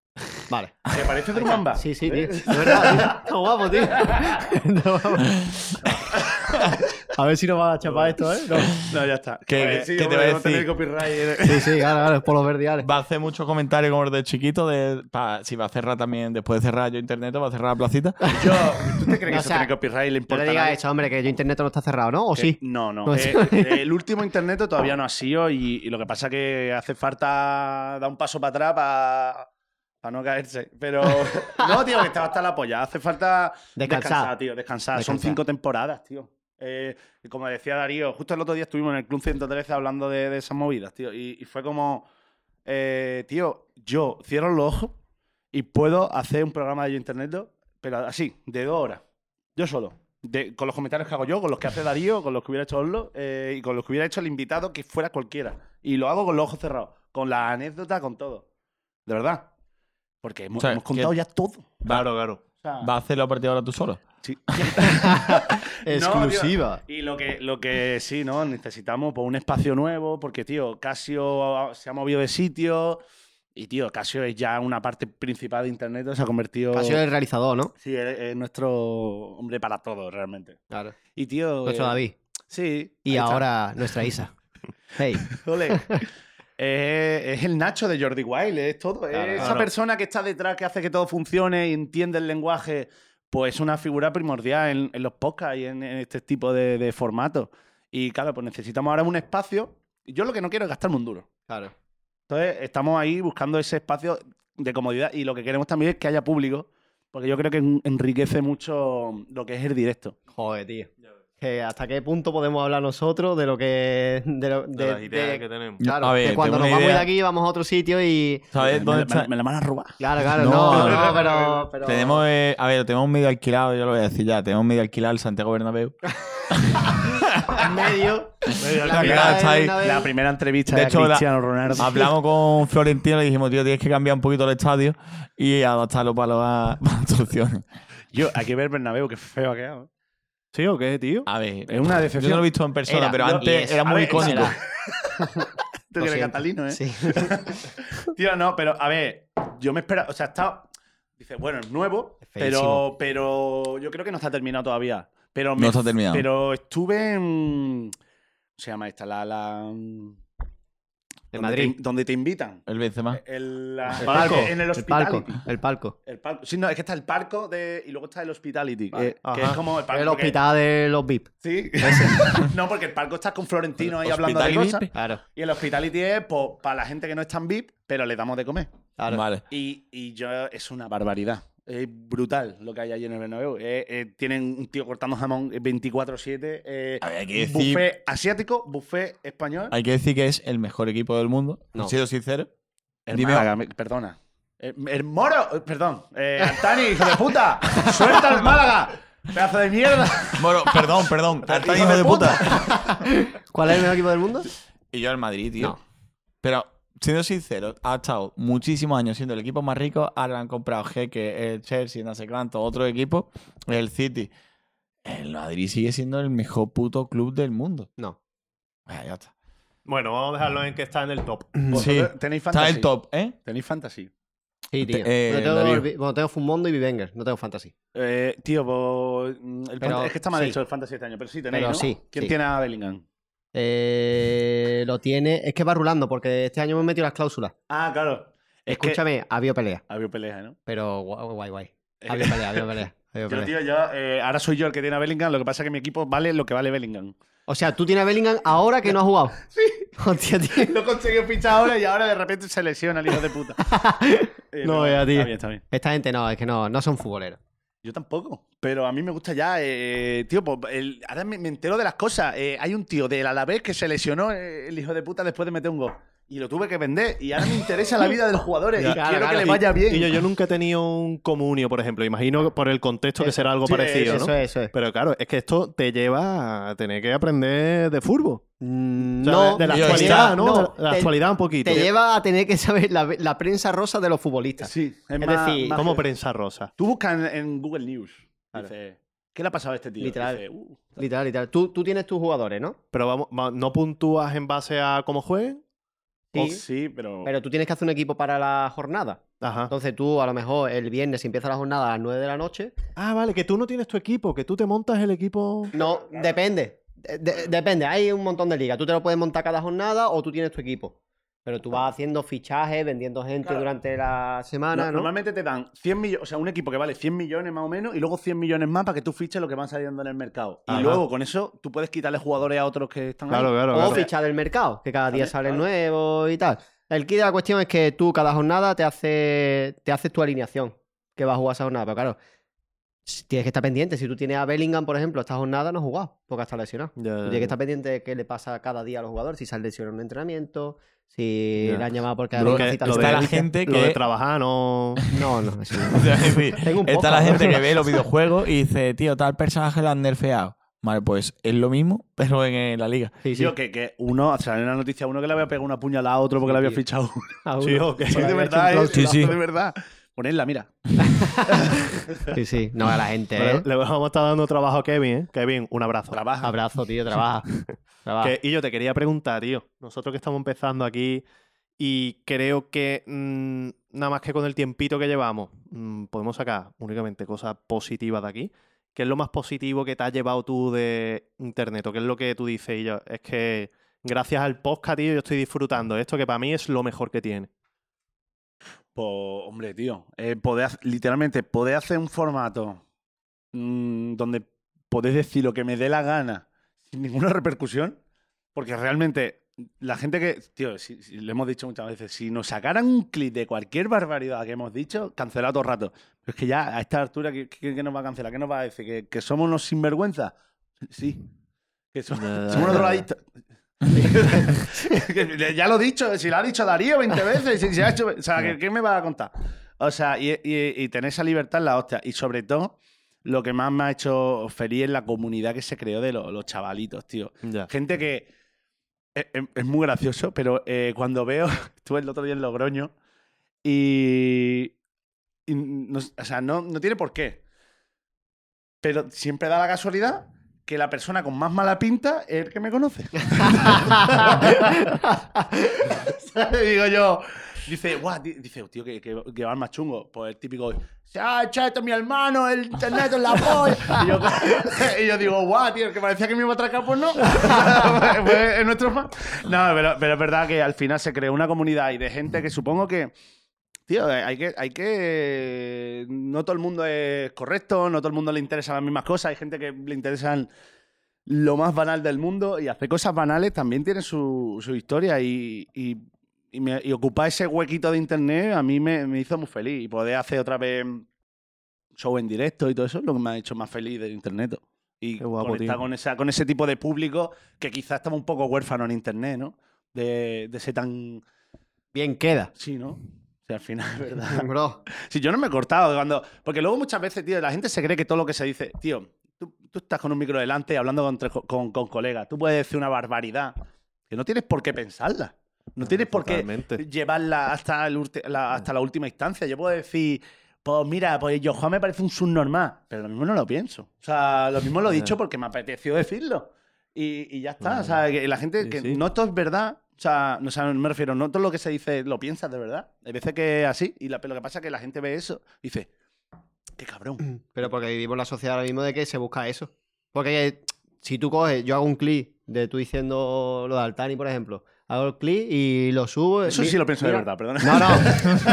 Speaker 2: Vale.
Speaker 4: ¿Te parece Drumamba?
Speaker 2: Sí, sí, tío. De verdad, tío. Está guapo, tío. Está guapo. A ver si nos va a chapar esto, ¿eh? No.
Speaker 4: No, ya está.
Speaker 3: Que-
Speaker 4: Pues sí,
Speaker 3: que te
Speaker 4: hombre,
Speaker 3: voy a
Speaker 4: no tener
Speaker 3: decir.
Speaker 4: copyright.
Speaker 2: Sí, sí, claro, claro, es por los verdiales.
Speaker 3: Va a hacer muchos comentarios como el de chiquito. De, pa- si va a cerrar también, después de cerrar yo internet, va a cerrar la placita.
Speaker 4: Yo, ¿Tú
Speaker 2: No,
Speaker 4: te crees que
Speaker 2: o
Speaker 4: eso
Speaker 2: sea,
Speaker 4: tiene copyright? ¿Le
Speaker 2: No
Speaker 4: importa
Speaker 2: le
Speaker 4: a
Speaker 2: digas
Speaker 4: nadie?
Speaker 2: eso, hombre, que yo internet no está cerrado, ¿no? ¿O
Speaker 4: Que-
Speaker 2: sí?
Speaker 4: No, no.
Speaker 2: No,
Speaker 4: Eh,
Speaker 2: sí.
Speaker 4: eh, el último internet todavía no ha sido y, y lo que pasa que hace falta dar un paso para atrás para no caerse. Pero no, tío, que estaba hasta la polla. Hace falta
Speaker 2: Descansar.
Speaker 4: tío, descansar.
Speaker 2: Descansar.
Speaker 4: Son cinco temporadas, tío. Eh, y como decía Darío, justo el otro día estuvimos en el Club 113 hablando de, de esas movidas, tío. Y, y fue como, eh, tío, yo cierro los ojos y puedo hacer un programa de yo internet, pero así, de dos horas. Yo solo. De- con los comentarios que hago yo, con los que hace Darío, con los que hubiera hecho Oslo eh, y con los que hubiera hecho el invitado, que fuera cualquiera. Y lo hago con los ojos cerrados, con la anécdota, con todo. De verdad. Porque hemos,
Speaker 3: O sea,
Speaker 4: hemos contado
Speaker 3: que-
Speaker 4: ya todo. O
Speaker 3: Claro, claro.
Speaker 4: sea,
Speaker 3: Va a hacerlo a partir de ahora tú solo.
Speaker 4: sí.
Speaker 2: Exclusiva.
Speaker 4: No, tío, y lo que, lo que sí, ¿no? Necesitamos pues, un espacio nuevo, porque, tío, Casio se ha movido de sitio. Y, tío, Casio es ya una parte principal de Internet, se ha convertido.
Speaker 2: Ha sido el realizador, ¿no?
Speaker 4: Sí, es, es nuestro hombre para todo, realmente.
Speaker 2: Claro.
Speaker 4: Y, tío.
Speaker 3: Pues
Speaker 2: Nuestro
Speaker 4: eh,
Speaker 2: David.
Speaker 4: Sí.
Speaker 2: Y
Speaker 4: ahí está.
Speaker 2: ahora nuestra Isa. Hey.
Speaker 4: Ole. Eh, es el Nacho de Jordi Wild, es todo. Es
Speaker 2: Claro,
Speaker 4: esa
Speaker 2: claro.
Speaker 4: persona que está detrás, que hace que todo funcione y entiende el lenguaje, pues es una figura primordial en, en los podcasts y en, en este tipo de, de formatos. Y claro, pues necesitamos ahora un espacio. Yo lo que no quiero es gastarme un duro.
Speaker 2: Claro.
Speaker 4: Entonces, estamos ahí buscando ese espacio de comodidad y lo que queremos también es que haya público, porque yo creo que en- enriquece mucho lo que es el directo.
Speaker 2: Joder, tío. Que hasta qué punto podemos hablar nosotros de lo que. De lo, de,
Speaker 1: de las ideas
Speaker 2: de-
Speaker 1: que tenemos.
Speaker 2: Claro,
Speaker 3: A ver,
Speaker 2: que cuando
Speaker 3: tengo
Speaker 2: nos
Speaker 3: una
Speaker 2: vamos
Speaker 3: idea.
Speaker 2: de aquí vamos a otro sitio y.
Speaker 3: ¿Sabes
Speaker 4: me,
Speaker 3: dónde
Speaker 4: me-
Speaker 3: está?
Speaker 4: me- me la van a robar.
Speaker 2: Claro, claro,
Speaker 3: No,
Speaker 2: no, no,
Speaker 3: no, no,
Speaker 2: pero, pero-
Speaker 3: Tenemos, eh, a ver, tenemos medio alquilado, yo lo voy a decir ya. Tenemos medio alquilado el Santiago Bernabéu.
Speaker 2: en medio.
Speaker 3: alquilado,
Speaker 2: mitad
Speaker 3: está ahí.
Speaker 2: de Bernabéu.
Speaker 4: La primera entrevista
Speaker 3: De
Speaker 4: de,
Speaker 3: hecho, la-
Speaker 4: Cristiano Ronaldo.
Speaker 3: Hablamos con Florentino y dijimos, tío, tienes que cambiar un poquito el estadio y adaptarlo para las, para las soluciones.
Speaker 4: Yo, hay que ver Bernabéu, qué feo ha quedado. ¿eh?
Speaker 1: ¿Sí o qué, tío?
Speaker 3: A ver,
Speaker 4: Es una
Speaker 3: yo no
Speaker 4: decepción.
Speaker 3: lo he visto en persona,
Speaker 2: Era,
Speaker 3: pero
Speaker 2: no,
Speaker 3: antes
Speaker 2: y es-
Speaker 3: era
Speaker 2: a
Speaker 3: muy
Speaker 2: ver,
Speaker 3: icónico.
Speaker 2: era-
Speaker 4: Tú
Speaker 2: Lo
Speaker 4: que eres
Speaker 2: siento.
Speaker 4: catalino, ¿eh?
Speaker 2: Sí.
Speaker 4: Tío, no, pero a ver, yo me esperaba. O sea, está. Dice, bueno, es nuevo,
Speaker 2: Es feísimo.
Speaker 4: pero, pero yo creo que no está terminado todavía. Pero me-
Speaker 3: No está terminado.
Speaker 4: Pero estuve en. ¿Cómo se llama esta? La. la donde
Speaker 2: En Madrid.
Speaker 4: te- donde te invitan.
Speaker 3: El Benzema.
Speaker 4: El, la-
Speaker 2: El palco.
Speaker 4: En el
Speaker 2: El palco.
Speaker 4: hospitality.
Speaker 2: El palco.
Speaker 4: El palco. Sí, no, es que está el palco de, y luego está el hospitality.
Speaker 2: Vale.
Speaker 4: que- que es
Speaker 1: Ajá.
Speaker 4: como el palco.
Speaker 2: El
Speaker 4: porque-
Speaker 2: hospital de los VIP.
Speaker 4: Sí. no, porque el palco está con Florentino ahí
Speaker 3: Hospital
Speaker 4: hablando de
Speaker 3: y
Speaker 4: cosas.
Speaker 3: VIP.
Speaker 2: Claro.
Speaker 4: Y el hospitality es pues, para la gente que no es tan VIP, pero le damos de comer.
Speaker 2: Claro.
Speaker 3: Vale.
Speaker 4: Y, y yo, es una barbaridad. Es brutal lo que hay allí en el Bernabéu. Eh, eh, tienen un tío cortando jamón 24-7. eh,
Speaker 3: A ver, hay que decir-
Speaker 4: Buffet asiático, buffet español.
Speaker 3: Hay que decir que es el mejor equipo del mundo.
Speaker 2: No.
Speaker 3: He sido sincero.
Speaker 4: El
Speaker 3: Dime-
Speaker 4: Málaga, me- perdona. El, el Moro, eh, perdón. Eh, Altani, hijo de puta. Suelta el Málaga. Pedazo de mierda.
Speaker 3: Bueno, perdón, perdón. Tartán,
Speaker 4: hijo
Speaker 3: hijo de
Speaker 4: de
Speaker 3: puta.
Speaker 2: ¿Cuál es el mejor equipo del mundo?
Speaker 3: Y yo al Madrid, tío.
Speaker 2: No.
Speaker 3: Pero, siendo sincero, ha estado muchísimos años siendo el equipo más rico. Ahora han comprado Jeque, el Chelsea, no sé cuánto, otro equipo, el City. El Madrid sigue siendo el mejor puto club del mundo.
Speaker 2: No.
Speaker 3: Ah, ya está.
Speaker 1: Bueno, vamos a dejarlo en que está en el top.
Speaker 3: Sí.
Speaker 4: Tenéis
Speaker 3: Está
Speaker 4: fantasy.
Speaker 3: el top, ¿eh?
Speaker 4: Tenéis fantasy.
Speaker 2: Sí, tío.
Speaker 3: Te- eh,
Speaker 2: Bueno, tengo,
Speaker 3: Darío.
Speaker 2: vi- bueno, tengo Fumondo y Vivenger, no tengo Fantasy.
Speaker 4: Eh, tío, pues, mm, el
Speaker 2: Pero
Speaker 4: fant- es que está mal
Speaker 2: sí.
Speaker 4: hecho el Fantasy este año, pero sí tenéis,
Speaker 2: Pero
Speaker 4: ¿no?
Speaker 2: sí,
Speaker 4: ¿Quién
Speaker 2: sí.
Speaker 4: tiene a Bellingham?
Speaker 2: Eh, lo tiene. Es que va rulando, porque este año me he metido las cláusulas.
Speaker 4: Ah, claro. Es que-
Speaker 2: Escúchame, había pelea.
Speaker 4: Había pelea, ¿no?
Speaker 2: Pero guay, guay, guay.
Speaker 4: Eh,
Speaker 2: Había pelea, había pelea. había
Speaker 4: Yo,
Speaker 2: pelea.
Speaker 4: tío, yo, eh, ahora soy yo el que tiene a Bellingham, lo que pasa es que mi equipo vale lo que vale Bellingham.
Speaker 2: O sea, tú tienes a Bellingham ahora que no ha jugado. Sí. Hostia, tío.
Speaker 4: Lo consiguió fichar ahora y ahora de repente se lesiona el hijo de puta. Eh,
Speaker 2: No, ya, tío.
Speaker 4: Está bien, está bien.
Speaker 2: Esta gente no, es que no, no son futboleros.
Speaker 4: Yo tampoco. Pero a mí me gusta ya, eh, tío, pues, el- ahora me, me entero de las cosas. Eh, hay un tío del Alavés que se lesionó eh, el hijo de puta después de meter un gol. Y lo tuve que vender. Y ahora me interesa la vida de los jugadores.
Speaker 2: Ya,
Speaker 4: y
Speaker 2: claro,
Speaker 4: quiero
Speaker 2: claro.
Speaker 4: que le vaya bien.
Speaker 1: Y yo, yo nunca he tenido un comunio, por ejemplo. Imagino que por el contexto que será algo
Speaker 4: sí,
Speaker 1: parecido,
Speaker 2: eso
Speaker 1: ¿no?
Speaker 2: es, eso es.
Speaker 1: Pero claro, es que esto te lleva a tener que aprender de furbo.
Speaker 2: Mm,
Speaker 1: O sea,
Speaker 2: no,
Speaker 1: de, de la
Speaker 3: yo-
Speaker 1: actualidad, ¿no?
Speaker 2: no,
Speaker 1: De la
Speaker 2: te-
Speaker 1: actualidad un poquito.
Speaker 2: te lleva a tener que saber la, la prensa rosa de los futbolistas.
Speaker 4: Sí, es,
Speaker 2: Es
Speaker 4: más-
Speaker 2: decir,
Speaker 4: más-
Speaker 1: Como prensa rosa.
Speaker 4: Tú buscas en, en Google News.
Speaker 2: Claro.
Speaker 4: dices, ¿qué le ha pasado a este tío?
Speaker 2: Literal.
Speaker 4: Dices, "Uh,
Speaker 2: Literal, literal. Tú, tú tienes tus jugadores, ¿no?
Speaker 1: Pero vamos, va- no puntúas en base a cómo jueguen.
Speaker 4: oh,
Speaker 2: Sí.
Speaker 4: sí, pero.
Speaker 2: Pero tú tienes que hacer un equipo para la jornada.
Speaker 1: Ajá.
Speaker 2: Entonces tú, a lo mejor, el viernes, si empieza la jornada a las 9 de la noche.
Speaker 1: Ah, vale, que tú no tienes tu equipo, que tú te montas el equipo.
Speaker 2: No, depende. De- de- depende. Hay un montón de ligas. Tú te lo puedes montar cada jornada o tú tienes tu equipo. Pero tú vas haciendo fichajes, vendiendo gente
Speaker 4: Claro.
Speaker 2: durante la semana, ¿no?
Speaker 4: No- Normalmente te dan 100 millones, o sea, un equipo que vale 100 millones más o menos y luego 100 millones más para que tú fiches lo que van saliendo en el mercado. Y
Speaker 1: Ajá.
Speaker 4: luego con eso tú puedes quitarle jugadores a otros que están
Speaker 1: Claro,
Speaker 4: ahí.
Speaker 1: claro,
Speaker 2: o
Speaker 1: claro.
Speaker 2: fichar del mercado, que cada día
Speaker 4: También,
Speaker 2: sale
Speaker 4: claro.
Speaker 2: nuevo y tal. El kit de la cuestión es que tú cada jornada te haces te haces tu alineación que vas a jugar esa jornada. Pero claro, si- tienes que estar pendiente. Si tú tienes a Bellingham, por ejemplo, esta jornada no ha jugado porque está lesionado.
Speaker 1: Ya,
Speaker 2: Tú
Speaker 1: ya,
Speaker 2: tienes que
Speaker 1: ya.
Speaker 2: estar pendiente de qué le pasa cada día a los jugadores, si se han lesionado en un entrenamiento, si
Speaker 1: Ya.
Speaker 2: le han llamado porque
Speaker 3: Lo
Speaker 2: había
Speaker 3: que-
Speaker 2: una cita
Speaker 3: lo
Speaker 2: de
Speaker 3: de- está la
Speaker 2: urgencia.
Speaker 3: gente
Speaker 1: Lo de
Speaker 3: que-
Speaker 1: trabajar no.
Speaker 2: No, no, eso
Speaker 3: O
Speaker 2: no.
Speaker 3: sea, es decir,
Speaker 2: Tengo un
Speaker 3: está la
Speaker 2: podcast,
Speaker 3: gente
Speaker 2: ¿no?
Speaker 3: que ve los videojuegos y dice, tío, tal personaje lo han nerfeado. Vale, pues es lo mismo, pero en, eh, la liga.
Speaker 2: Sí, sí.
Speaker 4: Yo, que, que uno, o sea, en la noticia, uno que le había pegado una puñalada a otro porque le había fichado uno.
Speaker 2: A uno.
Speaker 1: Sí, o que-
Speaker 4: Sí,
Speaker 2: había
Speaker 4: de
Speaker 2: hecho
Speaker 4: verdad,
Speaker 2: un
Speaker 4: eh,
Speaker 3: Sí, sí.
Speaker 4: de verdad. Ponerla, mira.
Speaker 2: Sí, sí. No, a la gente,
Speaker 1: Pero
Speaker 2: ¿eh?
Speaker 1: Le vamos a estar dando trabajo a Kevin, ¿eh? Kevin, un abrazo.
Speaker 4: Trabaja.
Speaker 2: Abrazo, tío, trabaja. Trabaja.
Speaker 1: Que- y yo te quería preguntar, tío. Nosotros que estamos empezando aquí y creo que mm, nada más que con el tiempito que llevamos, mm, podemos sacar únicamente cosas positivas de aquí. ¿Qué es lo más positivo que te has llevado tú de internet? ¿O qué es lo que tú dices? Y yo, es que gracias al podcast, tío, yo estoy disfrutando esto que para mí es lo mejor que tiene.
Speaker 4: Pues, hombre, tío. eh, poder, hac- literalmente, poder hacer un formato mm, donde podés decir lo que me dé la gana sin ninguna repercusión. Porque realmente, la gente que. Tío, si, si- lo hemos dicho muchas veces. Si nos sacaran un clip de cualquier barbaridad que hemos dicho, cancelado todo el rato. Pero es que ya a esta altura, ¿qué, qué- qué nos va a cancelar? ¿Qué nos va a decir? ¿Que, que somos unos sinvergüenza? Sí. Que somos,
Speaker 1: Ya, ya,
Speaker 4: somos unos
Speaker 1: ya, ya.
Speaker 4: drogadictos. Que ya lo he dicho, si lo ha dicho Darío 20 veces, si se ha hecho, o sea, ¿qué, qué me vas a contar? O sea, y, y- y tener esa libertad en la hostia. Y sobre todo, lo que más me ha hecho feliz es la comunidad que se creó de lo- los chavalitos, tío.
Speaker 1: Ya.
Speaker 4: Gente que es, es- es muy gracioso, pero eh, cuando veo, estuve el otro día en Logroño y, y no, o sea, no, no tiene por qué. Pero siempre da la casualidad que la persona con más mala pinta es el que me conoce. ¿Sabes? Digo yo, dice, guau, di- dice, tío, que, que, que va el más chungo. Pues el típico, ¡Ah, chato, mi hermano! ¡El internet es la polla! Y yo, y yo digo, guau, tío, el que parecía que me iba a atracar, pues no. Pues es nuestro fan. No, pero, pero es verdad que al final se creó una comunidad y de gente que supongo que. Tío, eh, hay que, hay que. No todo el mundo es correcto, no todo el mundo le interesan las mismas cosas. Hay gente que le interesan lo más banal del mundo y hacer cosas banales también tiene su, su historia y, y, y me- y ocupar ese huequito de internet a mí me, me hizo muy feliz y poder hacer otra vez show en directo y todo eso es lo que me ha hecho más feliz del internet y
Speaker 1: Qué guapo,
Speaker 4: conectar
Speaker 1: tío.
Speaker 4: con, esa, con ese tipo de público que quizás estamos un poco huérfanos en internet, ¿no? De, de ese tan...
Speaker 2: Bien queda.
Speaker 4: Sí, ¿no? O sea, al final, ¿verdad?
Speaker 2: Bro.
Speaker 4: Si yo no me he cortado cuando. Porque luego muchas veces, tío, la gente se cree que todo lo que se dice. Tío, tú, tú estás con un micro delante y hablando con, tres- con, con colegas. Tú puedes decir una barbaridad que no tienes por qué pensarla. No tienes por qué
Speaker 1: Totalmente.
Speaker 4: llevarla hasta, el ulti- la, hasta la última instancia. Yo puedo decir, pues mira, pues yo Juan me parece un subnormal, pero lo mismo no lo pienso. O sea, lo mismo lo he dicho porque me apeteció decirlo. Y, y ya está. O sea, que la gente,
Speaker 1: Sí,
Speaker 4: que
Speaker 1: sí.
Speaker 4: no todo es verdad. O sea, no, o sea, me refiero, no todo lo que se dice lo piensas de verdad. Hay veces que es así, y la- pero lo que pasa es que la gente ve eso y dice, qué cabrón.
Speaker 2: Pero porque vivimos la sociedad ahora mismo de que se busca eso. Porque eh, si tú coges, yo hago un clip de tú diciendo lo de Altani, por ejemplo. Hago el clip y lo subo.
Speaker 4: Eso
Speaker 2: mi-
Speaker 4: sí lo pienso de
Speaker 2: mira.
Speaker 4: verdad, perdón.
Speaker 2: No, no.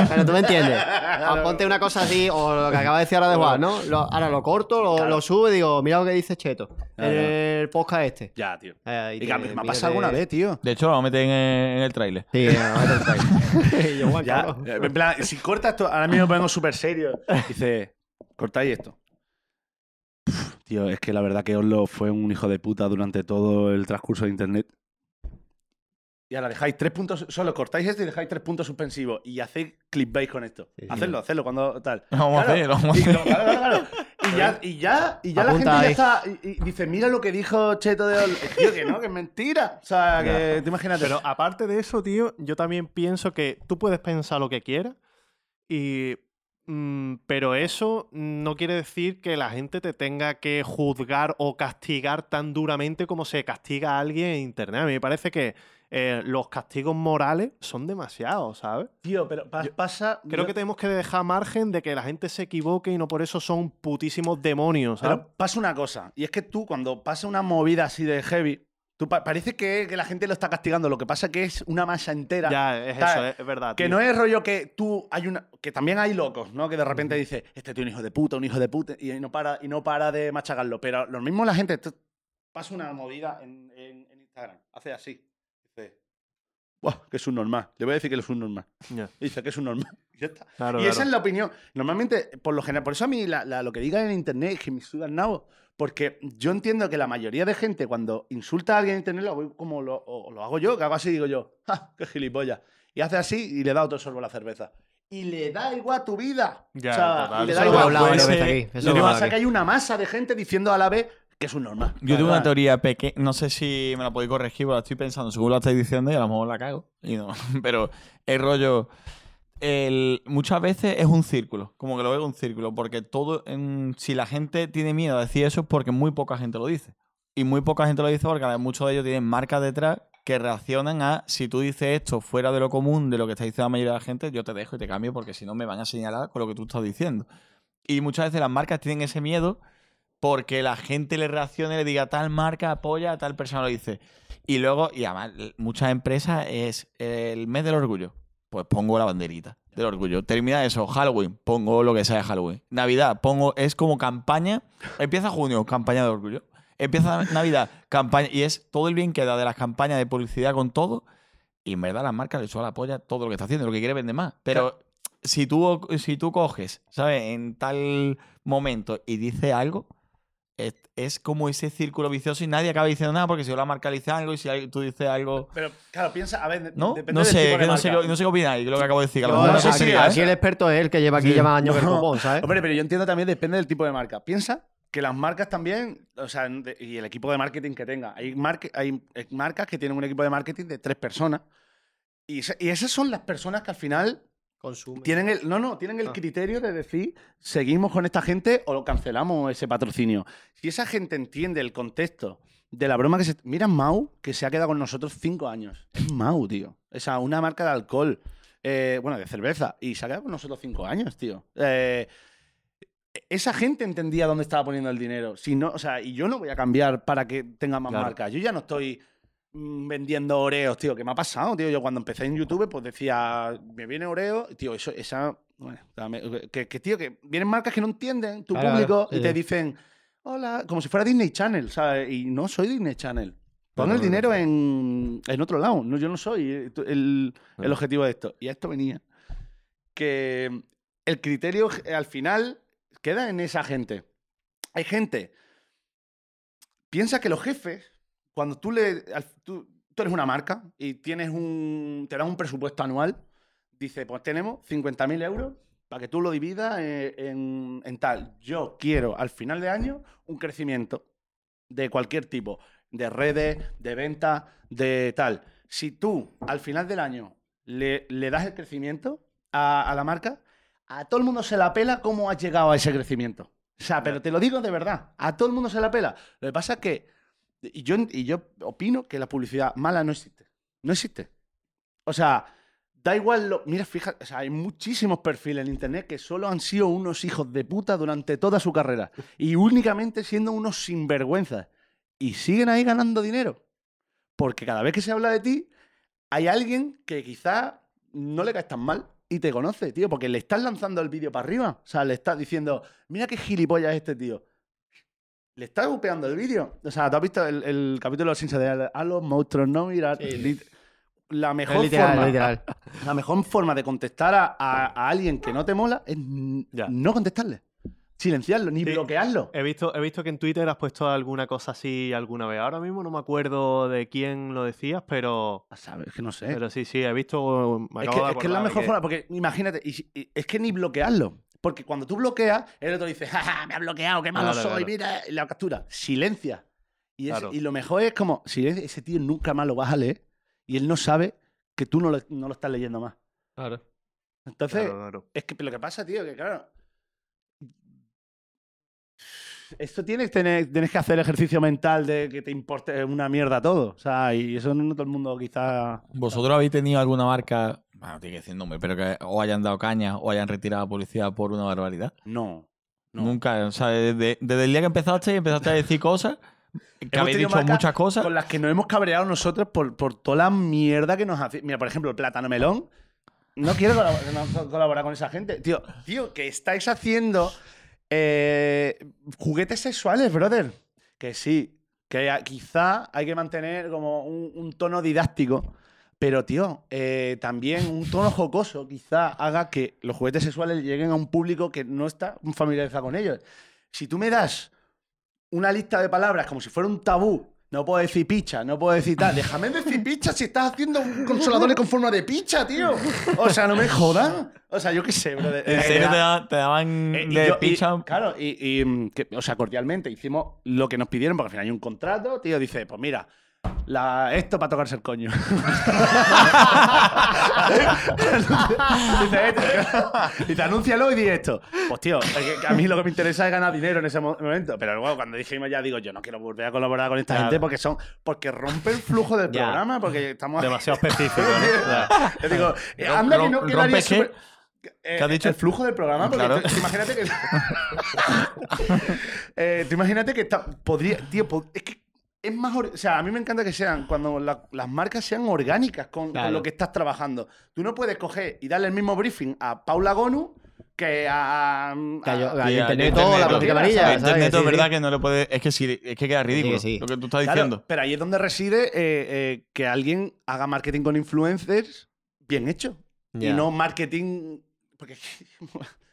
Speaker 2: Pero tú me entiendes. O ponte una cosa así, o lo que acaba de decir ahora de Juan, ¿no? Lo- ahora lo corto, lo,
Speaker 4: Claro.
Speaker 2: lo subo y digo, mira lo que dice Cheto.
Speaker 4: Claro.
Speaker 2: En el podcast este.
Speaker 4: Ya, tío.
Speaker 2: Eh,
Speaker 4: Y
Speaker 2: te-
Speaker 4: que a mí me ha
Speaker 2: mírate-
Speaker 4: pasado alguna vez, tío.
Speaker 3: De hecho, lo meten en, en el tráiler.
Speaker 2: Sí, eh, ahora te lo traigo. Y yo, Juan,
Speaker 4: Ya, eh,
Speaker 2: cabrón.
Speaker 4: en plan, si cortas esto, ahora mismo me vengo súper serio. Dice, cortáis esto. Pff, Tío, es que la verdad que Oslo fue un hijo de puta durante todo el transcurso de internet. Y ahora dejáis tres puntos, solo cortáis esto y dejáis tres puntos suspensivos y hacéis clickbait con esto.
Speaker 2: Sí, sí.
Speaker 4: hacedlo, hacedlo cuando tal.
Speaker 3: Lo vamos a hacer, lo vamos a
Speaker 4: y,
Speaker 3: hacer.
Speaker 4: no, claro, claro, claro. Y ya, y ya, y ya la gente
Speaker 2: Apunta
Speaker 4: ya
Speaker 2: ahí.
Speaker 4: está. Y, y dice, mira lo que dijo Cheto de Oslo. Eh, Tío, que no, que es mentira. O sea, que te imagínate.
Speaker 1: Pero
Speaker 2: ah,
Speaker 1: aparte de eso, tío, yo también pienso que tú puedes pensar lo que quieras, y, mm, pero eso no quiere decir que la gente te tenga que juzgar o castigar tan duramente como se castiga a alguien en Internet. A mí me parece que eh, los castigos morales son demasiados, ¿sabes?
Speaker 4: tío, pero pa- pasa.
Speaker 1: Creo que tenemos que dejar margen de que la gente se equivoque y no por eso son putísimos demonios, ¿sabes?
Speaker 4: Pero pasa una cosa, y es que tú cuando pasa una movida así de heavy, tú pa- parece que, que la gente lo está castigando, lo que pasa que es una masa entera.
Speaker 1: ya, es
Speaker 4: tal,
Speaker 1: eso, es, es verdad.
Speaker 4: Que
Speaker 1: tío.
Speaker 4: no es rollo que tú hay una que también hay locos, ¿no? Que de repente dice, este tío es un hijo de puta, un hijo de puta y no para y no para de machacarlo, pero lo mismo la gente tú- pasa una movida en, en- en Instagram, hace así. Dice, "Buah, que es un normal. Le voy a decir que él es un normal.
Speaker 1: Ya,
Speaker 4: Dice que es un normal. Y ya está.
Speaker 1: claro,
Speaker 4: Y esa es
Speaker 1: claro.
Speaker 4: la opinión. Normalmente, por lo general, por eso a mí la- la- lo que digan en internet es que me sudan nabo. Porque yo entiendo que la mayoría de gente, cuando insulta a alguien en internet, lo hago como lo, o lo hago yo, que hago así y digo yo, ¡ja! ¡Qué gilipollas! Y hace así y le da otro sorbo a la cerveza. Y le da igual tu vida.
Speaker 1: Ya,
Speaker 4: o sea,
Speaker 1: total.
Speaker 4: y le
Speaker 2: Eso
Speaker 4: da
Speaker 2: lo hemos
Speaker 4: igual.
Speaker 2: hablado
Speaker 3: puede
Speaker 4: Pues,
Speaker 3: ser-
Speaker 2: varias veces aquí. Eso
Speaker 4: lo
Speaker 3: yo
Speaker 2: lo
Speaker 4: que
Speaker 2: hemos
Speaker 4: pasa es
Speaker 2: hablado
Speaker 4: que
Speaker 2: aquí.
Speaker 4: hay una masa de gente diciendo a la vez que es un normal.
Speaker 3: Yo tengo una teoría pequeña, no sé si me la podéis corregir, pero la estoy pensando, según la estáis diciendo, y a lo mejor la cago. Y no, pero el rollo. el- muchas veces es un círculo, como que lo veo un círculo, porque todo. en- si la gente tiene miedo a decir eso es porque muy poca gente lo dice. Y muy poca gente lo dice porque además muchos de ellos tienen marcas detrás que reaccionan a si tú dices esto fuera de lo común, de lo que está diciendo la mayoría de la gente, yo te dejo y te cambio porque si no me van a señalar con lo que tú estás diciendo. Y muchas veces las marcas tienen ese miedo porque la gente le reaccione y le diga tal marca apoya a tal persona lo dice. Y luego, y además, l- muchas empresas es el mes del orgullo. Pues pongo la banderita del orgullo. Termina eso, Halloween, pongo lo que sea de Halloween. Navidad, pongo, es como campaña. Empieza junio, campaña de orgullo. Empieza Navidad, campaña. Y es todo el bien que da de las campañas de publicidad con todo. Y en verdad las marcas le suelen apoyar todo lo que está haciendo, lo que quiere vender más. Pero si tú, si tú coges, ¿sabes? En tal momento y dice algo, es, es como ese círculo vicioso y nadie acaba diciendo nada porque si la marca le dice algo y si alguien- tú dices algo...
Speaker 4: Pero claro, piensa, a ver, de-
Speaker 3: No,
Speaker 4: depende
Speaker 3: no
Speaker 4: del
Speaker 3: sé,
Speaker 4: tipo de
Speaker 3: que no, sé
Speaker 4: marca.
Speaker 3: qué- no sé qué opináis, lo que acabo de decir. que a lo
Speaker 2: No,
Speaker 3: mejor
Speaker 4: no
Speaker 3: la
Speaker 4: sé
Speaker 2: aquí-
Speaker 4: si-
Speaker 3: marca-
Speaker 2: Aquí el experto es el que lleva aquí ya más años que el
Speaker 4: No.
Speaker 2: copón, ¿sabes?
Speaker 4: Hombre, pero yo entiendo también, depende del tipo de marca. Piensa que las marcas también, o sea, de- y el equipo de marketing que tenga. Hay, marque- hay eh, marcas que tienen un equipo de marketing de tres personas. Y, esa- y esas son las personas que al final
Speaker 2: Consume.
Speaker 4: tienen el, no, no, tienen el
Speaker 2: Ah.
Speaker 4: criterio de decir, seguimos con esta gente o lo cancelamos ese patrocinio. Si esa gente entiende el contexto de la broma que se... Mira Mau, que se ha quedado con nosotros cinco años. Es Mau, tío. O sea, una marca de alcohol, eh, bueno, de cerveza, y se ha quedado con nosotros cinco años, tío. Eh, esa gente entendía dónde estaba poniendo el dinero. Si no, o sea, y yo no voy a cambiar para que tenga más
Speaker 1: Claro.
Speaker 4: marcas. Yo ya no estoy mm, vendiendo Oreos, tío. ¿Qué me ha pasado, tío? Yo cuando empecé en YouTube, pues decía, me viene Oreo, tío, eso, esa. Bueno, dame- que, que, tío, que vienen marcas que no entienden tu
Speaker 2: Claro, eh. claro,
Speaker 4: público
Speaker 2: sí,
Speaker 4: y te
Speaker 2: sí.
Speaker 4: dicen, hola, como si fuera Disney Channel, ¿sabes? Y no soy Disney Channel. Pon
Speaker 2: Claro,
Speaker 4: el
Speaker 2: claro.
Speaker 4: dinero en, en otro lado. No, yo no soy eh, tú- el, el
Speaker 3: Claro.
Speaker 4: objetivo de esto. Y a esto venía. Que mm, el criterio eh, al final queda en esa gente. Hay gente. Piensa que los jefes, cuando tú le. al- tú, tú eres una marca y tienes un. te dan un presupuesto anual. Dice, pues tenemos 50.000 euros para que tú lo dividas eh, en, en tal. Yo quiero al final de año un crecimiento de cualquier tipo, de redes, de ventas, de tal. Si tú al final del año le, le das el crecimiento a, a la marca, a todo el mundo se la pela cómo has llegado a ese crecimiento. O sea, pero te lo digo de verdad, a todo el mundo se la pela. Lo que pasa es que y yo, y yo opino que la publicidad mala no existe. No existe. O sea, da igual. Lo, mira, fíjate, o sea, hay muchísimos perfiles en internet que solo han sido unos hijos de puta durante toda su carrera y únicamente siendo unos sinvergüenzas y siguen ahí ganando dinero. Porque cada vez que se habla de ti, hay alguien que quizá no le caes tan mal y te conoce, tío, porque le estás lanzando el vídeo para arriba. O sea, le estás diciendo, mira qué gilipollas es este tío. Le estás upeando el vídeo. O sea, ¿tú has visto el, el capítulo de Sin de a los monstruos no mirar? Lit- La
Speaker 2: No,
Speaker 4: mejor
Speaker 2: literal,
Speaker 4: forma
Speaker 2: literal.
Speaker 4: la mejor forma de contestar a, a- a alguien que no te mola es n-
Speaker 1: Ya.
Speaker 4: no contestarle. Silenciarlo, ni
Speaker 1: Sí. Eh.
Speaker 4: bloquearlo.
Speaker 1: He visto, he visto que en Twitter has puesto alguna cosa así alguna vez. Ahora mismo no me acuerdo de quién lo decías, pero,
Speaker 4: A saber, Es que no sé.
Speaker 1: pero sí, sí, he visto. me
Speaker 4: Eh. es,
Speaker 1: acabo
Speaker 4: que,
Speaker 1: de
Speaker 4: es que es la
Speaker 1: acordar de
Speaker 4: mejor
Speaker 1: que-
Speaker 4: forma, porque imagínate, y si- y- es que ni bloquearlo. Porque cuando tú bloqueas, el otro dice, jaja, me ha bloqueado, qué malo
Speaker 1: Claro, claro.
Speaker 4: soy, mira, y la captura. Silencia. Y, es-
Speaker 1: Claro.
Speaker 4: y lo mejor es como, silencia, ese tío nunca más lo vas a leer y él no sabe que tú no lo, no lo estás leyendo más.
Speaker 2: Claro.
Speaker 4: Entonces,
Speaker 1: Claro, claro.
Speaker 4: Es que lo que pasa, tío, que claro. Esto tienes, tener- tienes que hacer ejercicio mental de que te importe una mierda todo. O sea, y eso no todo el mundo quizá.
Speaker 3: ¿Vosotros habéis tenido alguna marca, bueno, tiene que decir nombre, pero que o hayan dado caña o hayan retirado publicidad por una barbaridad?
Speaker 4: No. No.
Speaker 3: Nunca, o sea, desde, desde el día que empezaste, empezaste a decir cosas, que
Speaker 4: Hemos
Speaker 3: habéis
Speaker 4: tenido
Speaker 3: dicho
Speaker 4: marcas
Speaker 3: muchas cosas.
Speaker 4: Con las que nos hemos cabreado nosotros por, por toda la mierda que nos hace. Mira, por ejemplo, el plátano melón. No quiero colab- no co- colaborar con esa gente. Tío, tío, que estáis haciendo eh, juguetes sexuales, brother. Que sí, que a- quizá hay que mantener como un, un tono didáctico. Pero, tío, eh, también un tono jocoso quizá haga que los juguetes sexuales lleguen a un público que no está familiarizado con ellos. Si tú me das una lista de palabras como si fuera un tabú. No puedo decir picha, no puedo decir tal. Déjame decir picha si estás haciendo consoladores con forma de picha, tío. O sea, no me jodas. O sea, yo qué sé, bro.
Speaker 3: ¿En serio te, da- te daban
Speaker 4: Eh, y
Speaker 3: de
Speaker 4: yo- y-
Speaker 3: picha?
Speaker 4: claro, y, y, mm, que- o sea, cordialmente hicimos lo que nos pidieron, porque al final hay un contrato, tío, dice, pues mira, la- esto para tocarse el coño. dice, "Esto", dice, anúncialo y di esto. Pues tío, es que- que a mí lo que me interesa es ganar dinero en ese mo- momento. Pero luego cuando dijimos ya digo, yo no quiero volver a colaborar con esta
Speaker 1: Claro.
Speaker 4: gente porque son, porque rompe el flujo del
Speaker 1: Ya.
Speaker 4: programa, porque estamos
Speaker 1: Demasiado específico, ¿no? Ya.
Speaker 4: yo digo, eh,
Speaker 3: Rom-
Speaker 4: anda que
Speaker 3: rom-
Speaker 4: no que
Speaker 3: rompe
Speaker 4: nadie
Speaker 3: qué?
Speaker 4: super- Eh,
Speaker 3: ¿Qué has dicho?
Speaker 4: El flujo del programa, porque
Speaker 3: Claro.
Speaker 4: tú- tú imagínate que. Eh, tú imagínate que está, podría. Tío, po- es que es más. or- O sea, a mí me encanta que sean. Cuando la- las marcas sean orgánicas con, con
Speaker 2: Claro.
Speaker 4: lo que estás trabajando. Tú no puedes coger y darle el mismo briefing a Paula Gonu que a. a-
Speaker 2: Cayó,
Speaker 4: a-
Speaker 3: Y a-
Speaker 2: internet,
Speaker 3: internet,
Speaker 2: todo, la
Speaker 3: ¿no?
Speaker 2: plática amarilla.
Speaker 3: En
Speaker 2: ¿sabes?
Speaker 3: internet
Speaker 2: Sí,
Speaker 3: es
Speaker 2: sí.
Speaker 3: verdad que no le puedes. Es que sí, es que queda ridículo
Speaker 2: sí.
Speaker 3: lo que tú estás
Speaker 4: Claro,
Speaker 3: diciendo.
Speaker 4: Pero ahí es donde reside eh, eh, que alguien haga marketing con influencers bien hecho.
Speaker 2: Ya.
Speaker 4: Y no marketing. Porque.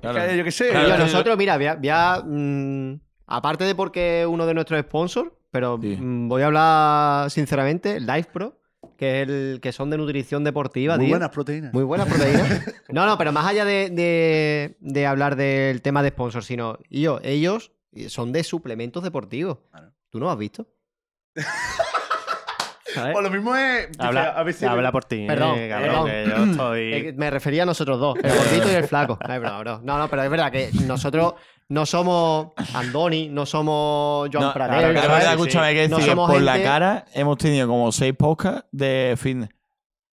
Speaker 3: Claro.
Speaker 4: Es que yo qué sé.
Speaker 3: Claro,
Speaker 2: Yo,
Speaker 3: sí, lo-
Speaker 2: nosotros, mira, voy a. voy a, mm, aparte de porque es uno de nuestros sponsors, pero
Speaker 3: Sí.
Speaker 2: mm, voy a hablar sinceramente, Life Pro, que es el que son de nutrición deportiva,
Speaker 4: Muy
Speaker 2: tío.
Speaker 4: buenas proteínas.
Speaker 2: Muy buenas proteínas. No, no, pero más allá de, de- de hablar del tema de sponsors, sino yo, ellos son de suplementos deportivos.
Speaker 4: Claro.
Speaker 2: ¿Tú no lo has visto? ¿Sabes?
Speaker 4: O lo mismo es. dice, a
Speaker 1: Habla,
Speaker 4: ver si-
Speaker 1: habla por ti,
Speaker 2: Perdón,
Speaker 1: eh, cabrón,
Speaker 2: perdón.
Speaker 1: que yo estoy...
Speaker 2: Eh, Me refería a nosotros dos, el gordito y el flaco. No, es broma, bro. no, no, pero es verdad que nosotros no somos Andoni, no somos Joan
Speaker 3: No,
Speaker 2: Pradel,
Speaker 3: claro, que es verdad,
Speaker 2: ¿sabes? Sí, sí.
Speaker 3: escúchame, hay que
Speaker 2: No
Speaker 3: decir que
Speaker 2: somos
Speaker 3: por la
Speaker 2: gente-
Speaker 3: cara hemos tenido como seis podcasts de fitness.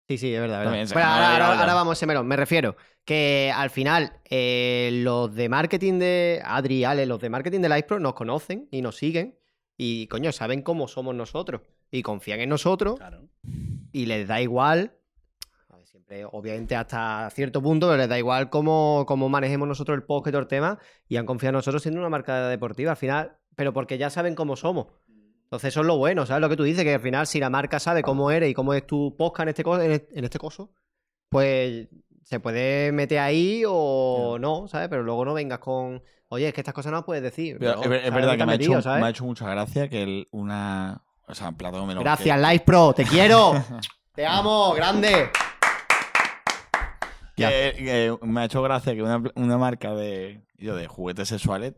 Speaker 2: Sí, sí, es verdad. es verdad.
Speaker 3: También se-
Speaker 2: Bueno,
Speaker 3: no
Speaker 2: ahora,
Speaker 3: lo digo,
Speaker 2: ahora-
Speaker 3: ya.
Speaker 2: ahora vamos a ese melón. Me refiero que al final eh, los de marketing de Adri, Ale, los de marketing de Livepro nos conocen y nos siguen y, coño, saben cómo somos nosotros y confían en nosotros
Speaker 4: Claro.
Speaker 2: y les da igual. a ver, Siempre, obviamente, hasta cierto punto, pero les da igual cómo, cómo manejemos nosotros el podcast y todo el tema. Y han confiado en nosotros siendo una marca deportiva al final, pero porque ya saben cómo somos. Entonces, eso es lo bueno, ¿sabes? Lo que tú dices, que al final, si la marca sabe cómo eres y cómo es tu podcast en este, co- en este, en este coso, pues se puede meter ahí o no, ¿sabes? Pero luego no vengas con, oye, es que estas cosas no las puedes decir.
Speaker 3: Pero
Speaker 2: No,
Speaker 3: es, ver- es
Speaker 2: ¿sabes
Speaker 3: verdad
Speaker 2: dónde
Speaker 3: que me ha,
Speaker 2: te has
Speaker 3: hecho,
Speaker 2: metido, ¿sabes?
Speaker 3: me ha hecho mucha gracia que el- una. O sea, en plato de melón.
Speaker 2: Gracias, Live Pro, te quiero. te amo, grande.
Speaker 3: que- que- que me ha hecho gracia que una, una marca de, yo, de juguetes sexuales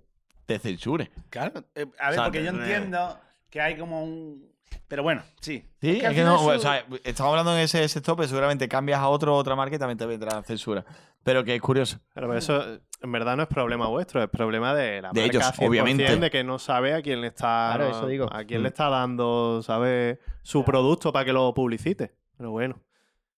Speaker 3: te censure.
Speaker 4: Claro. Eh, a ver,
Speaker 3: O sea,
Speaker 4: porque yo
Speaker 3: eh,
Speaker 4: entiendo que hay como un. Pero bueno, sí.
Speaker 3: Sí,
Speaker 4: Porque al
Speaker 3: es que
Speaker 4: final
Speaker 3: no,
Speaker 4: eso-
Speaker 3: o sea, estamos hablando en ese sector, pero seguramente cambias a otro otra marca y también te vendrá censura. Pero que es curioso.
Speaker 1: Pero eso en verdad no es problema vuestro, es problema de la
Speaker 3: De
Speaker 1: marca
Speaker 3: ellos,
Speaker 1: 100%,
Speaker 3: obviamente.
Speaker 1: de que no sabe a quién le está
Speaker 2: Claro, eso digo.
Speaker 4: Mm.
Speaker 1: a quién le está dando, sabe su producto para que lo publicite. Pero bueno,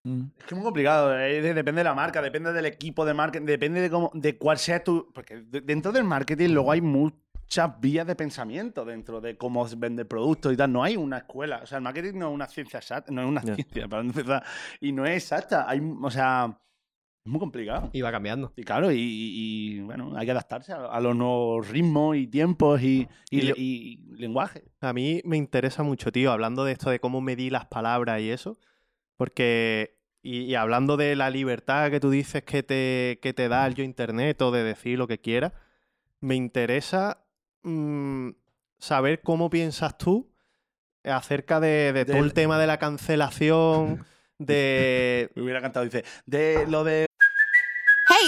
Speaker 3: Mm.
Speaker 4: Es que es muy complicado. eh, de- depende de la marca, depende del equipo de marketing, depende de cómo, de cuál sea tu. Porque de- dentro del marketing luego hay muchas vías de pensamiento dentro de cómo se vende productos y tal. No hay una escuela. O sea, el marketing no es una ciencia exacta. No es una
Speaker 1: Ya.
Speaker 4: ciencia, para empezar. Y no es exacta. Hay, o sea, es muy complicado.
Speaker 2: Y va cambiando.
Speaker 4: Y claro, y, y- y, bueno, hay que adaptarse a, a los nuevos ritmos y tiempos y, y,
Speaker 1: Y lo-
Speaker 4: y lenguaje.
Speaker 1: A mí me interesa mucho, tío, hablando de esto de cómo medí las palabras y eso, porque, y, y hablando de la libertad que tú dices que te, que te da el yo internet o de decir lo que quieras, me interesa mm, saber cómo piensas tú acerca de, de todo
Speaker 4: Del-
Speaker 1: el tema de la cancelación, de...
Speaker 4: Me hubiera cantado, dice, de lo de
Speaker 6: Hey,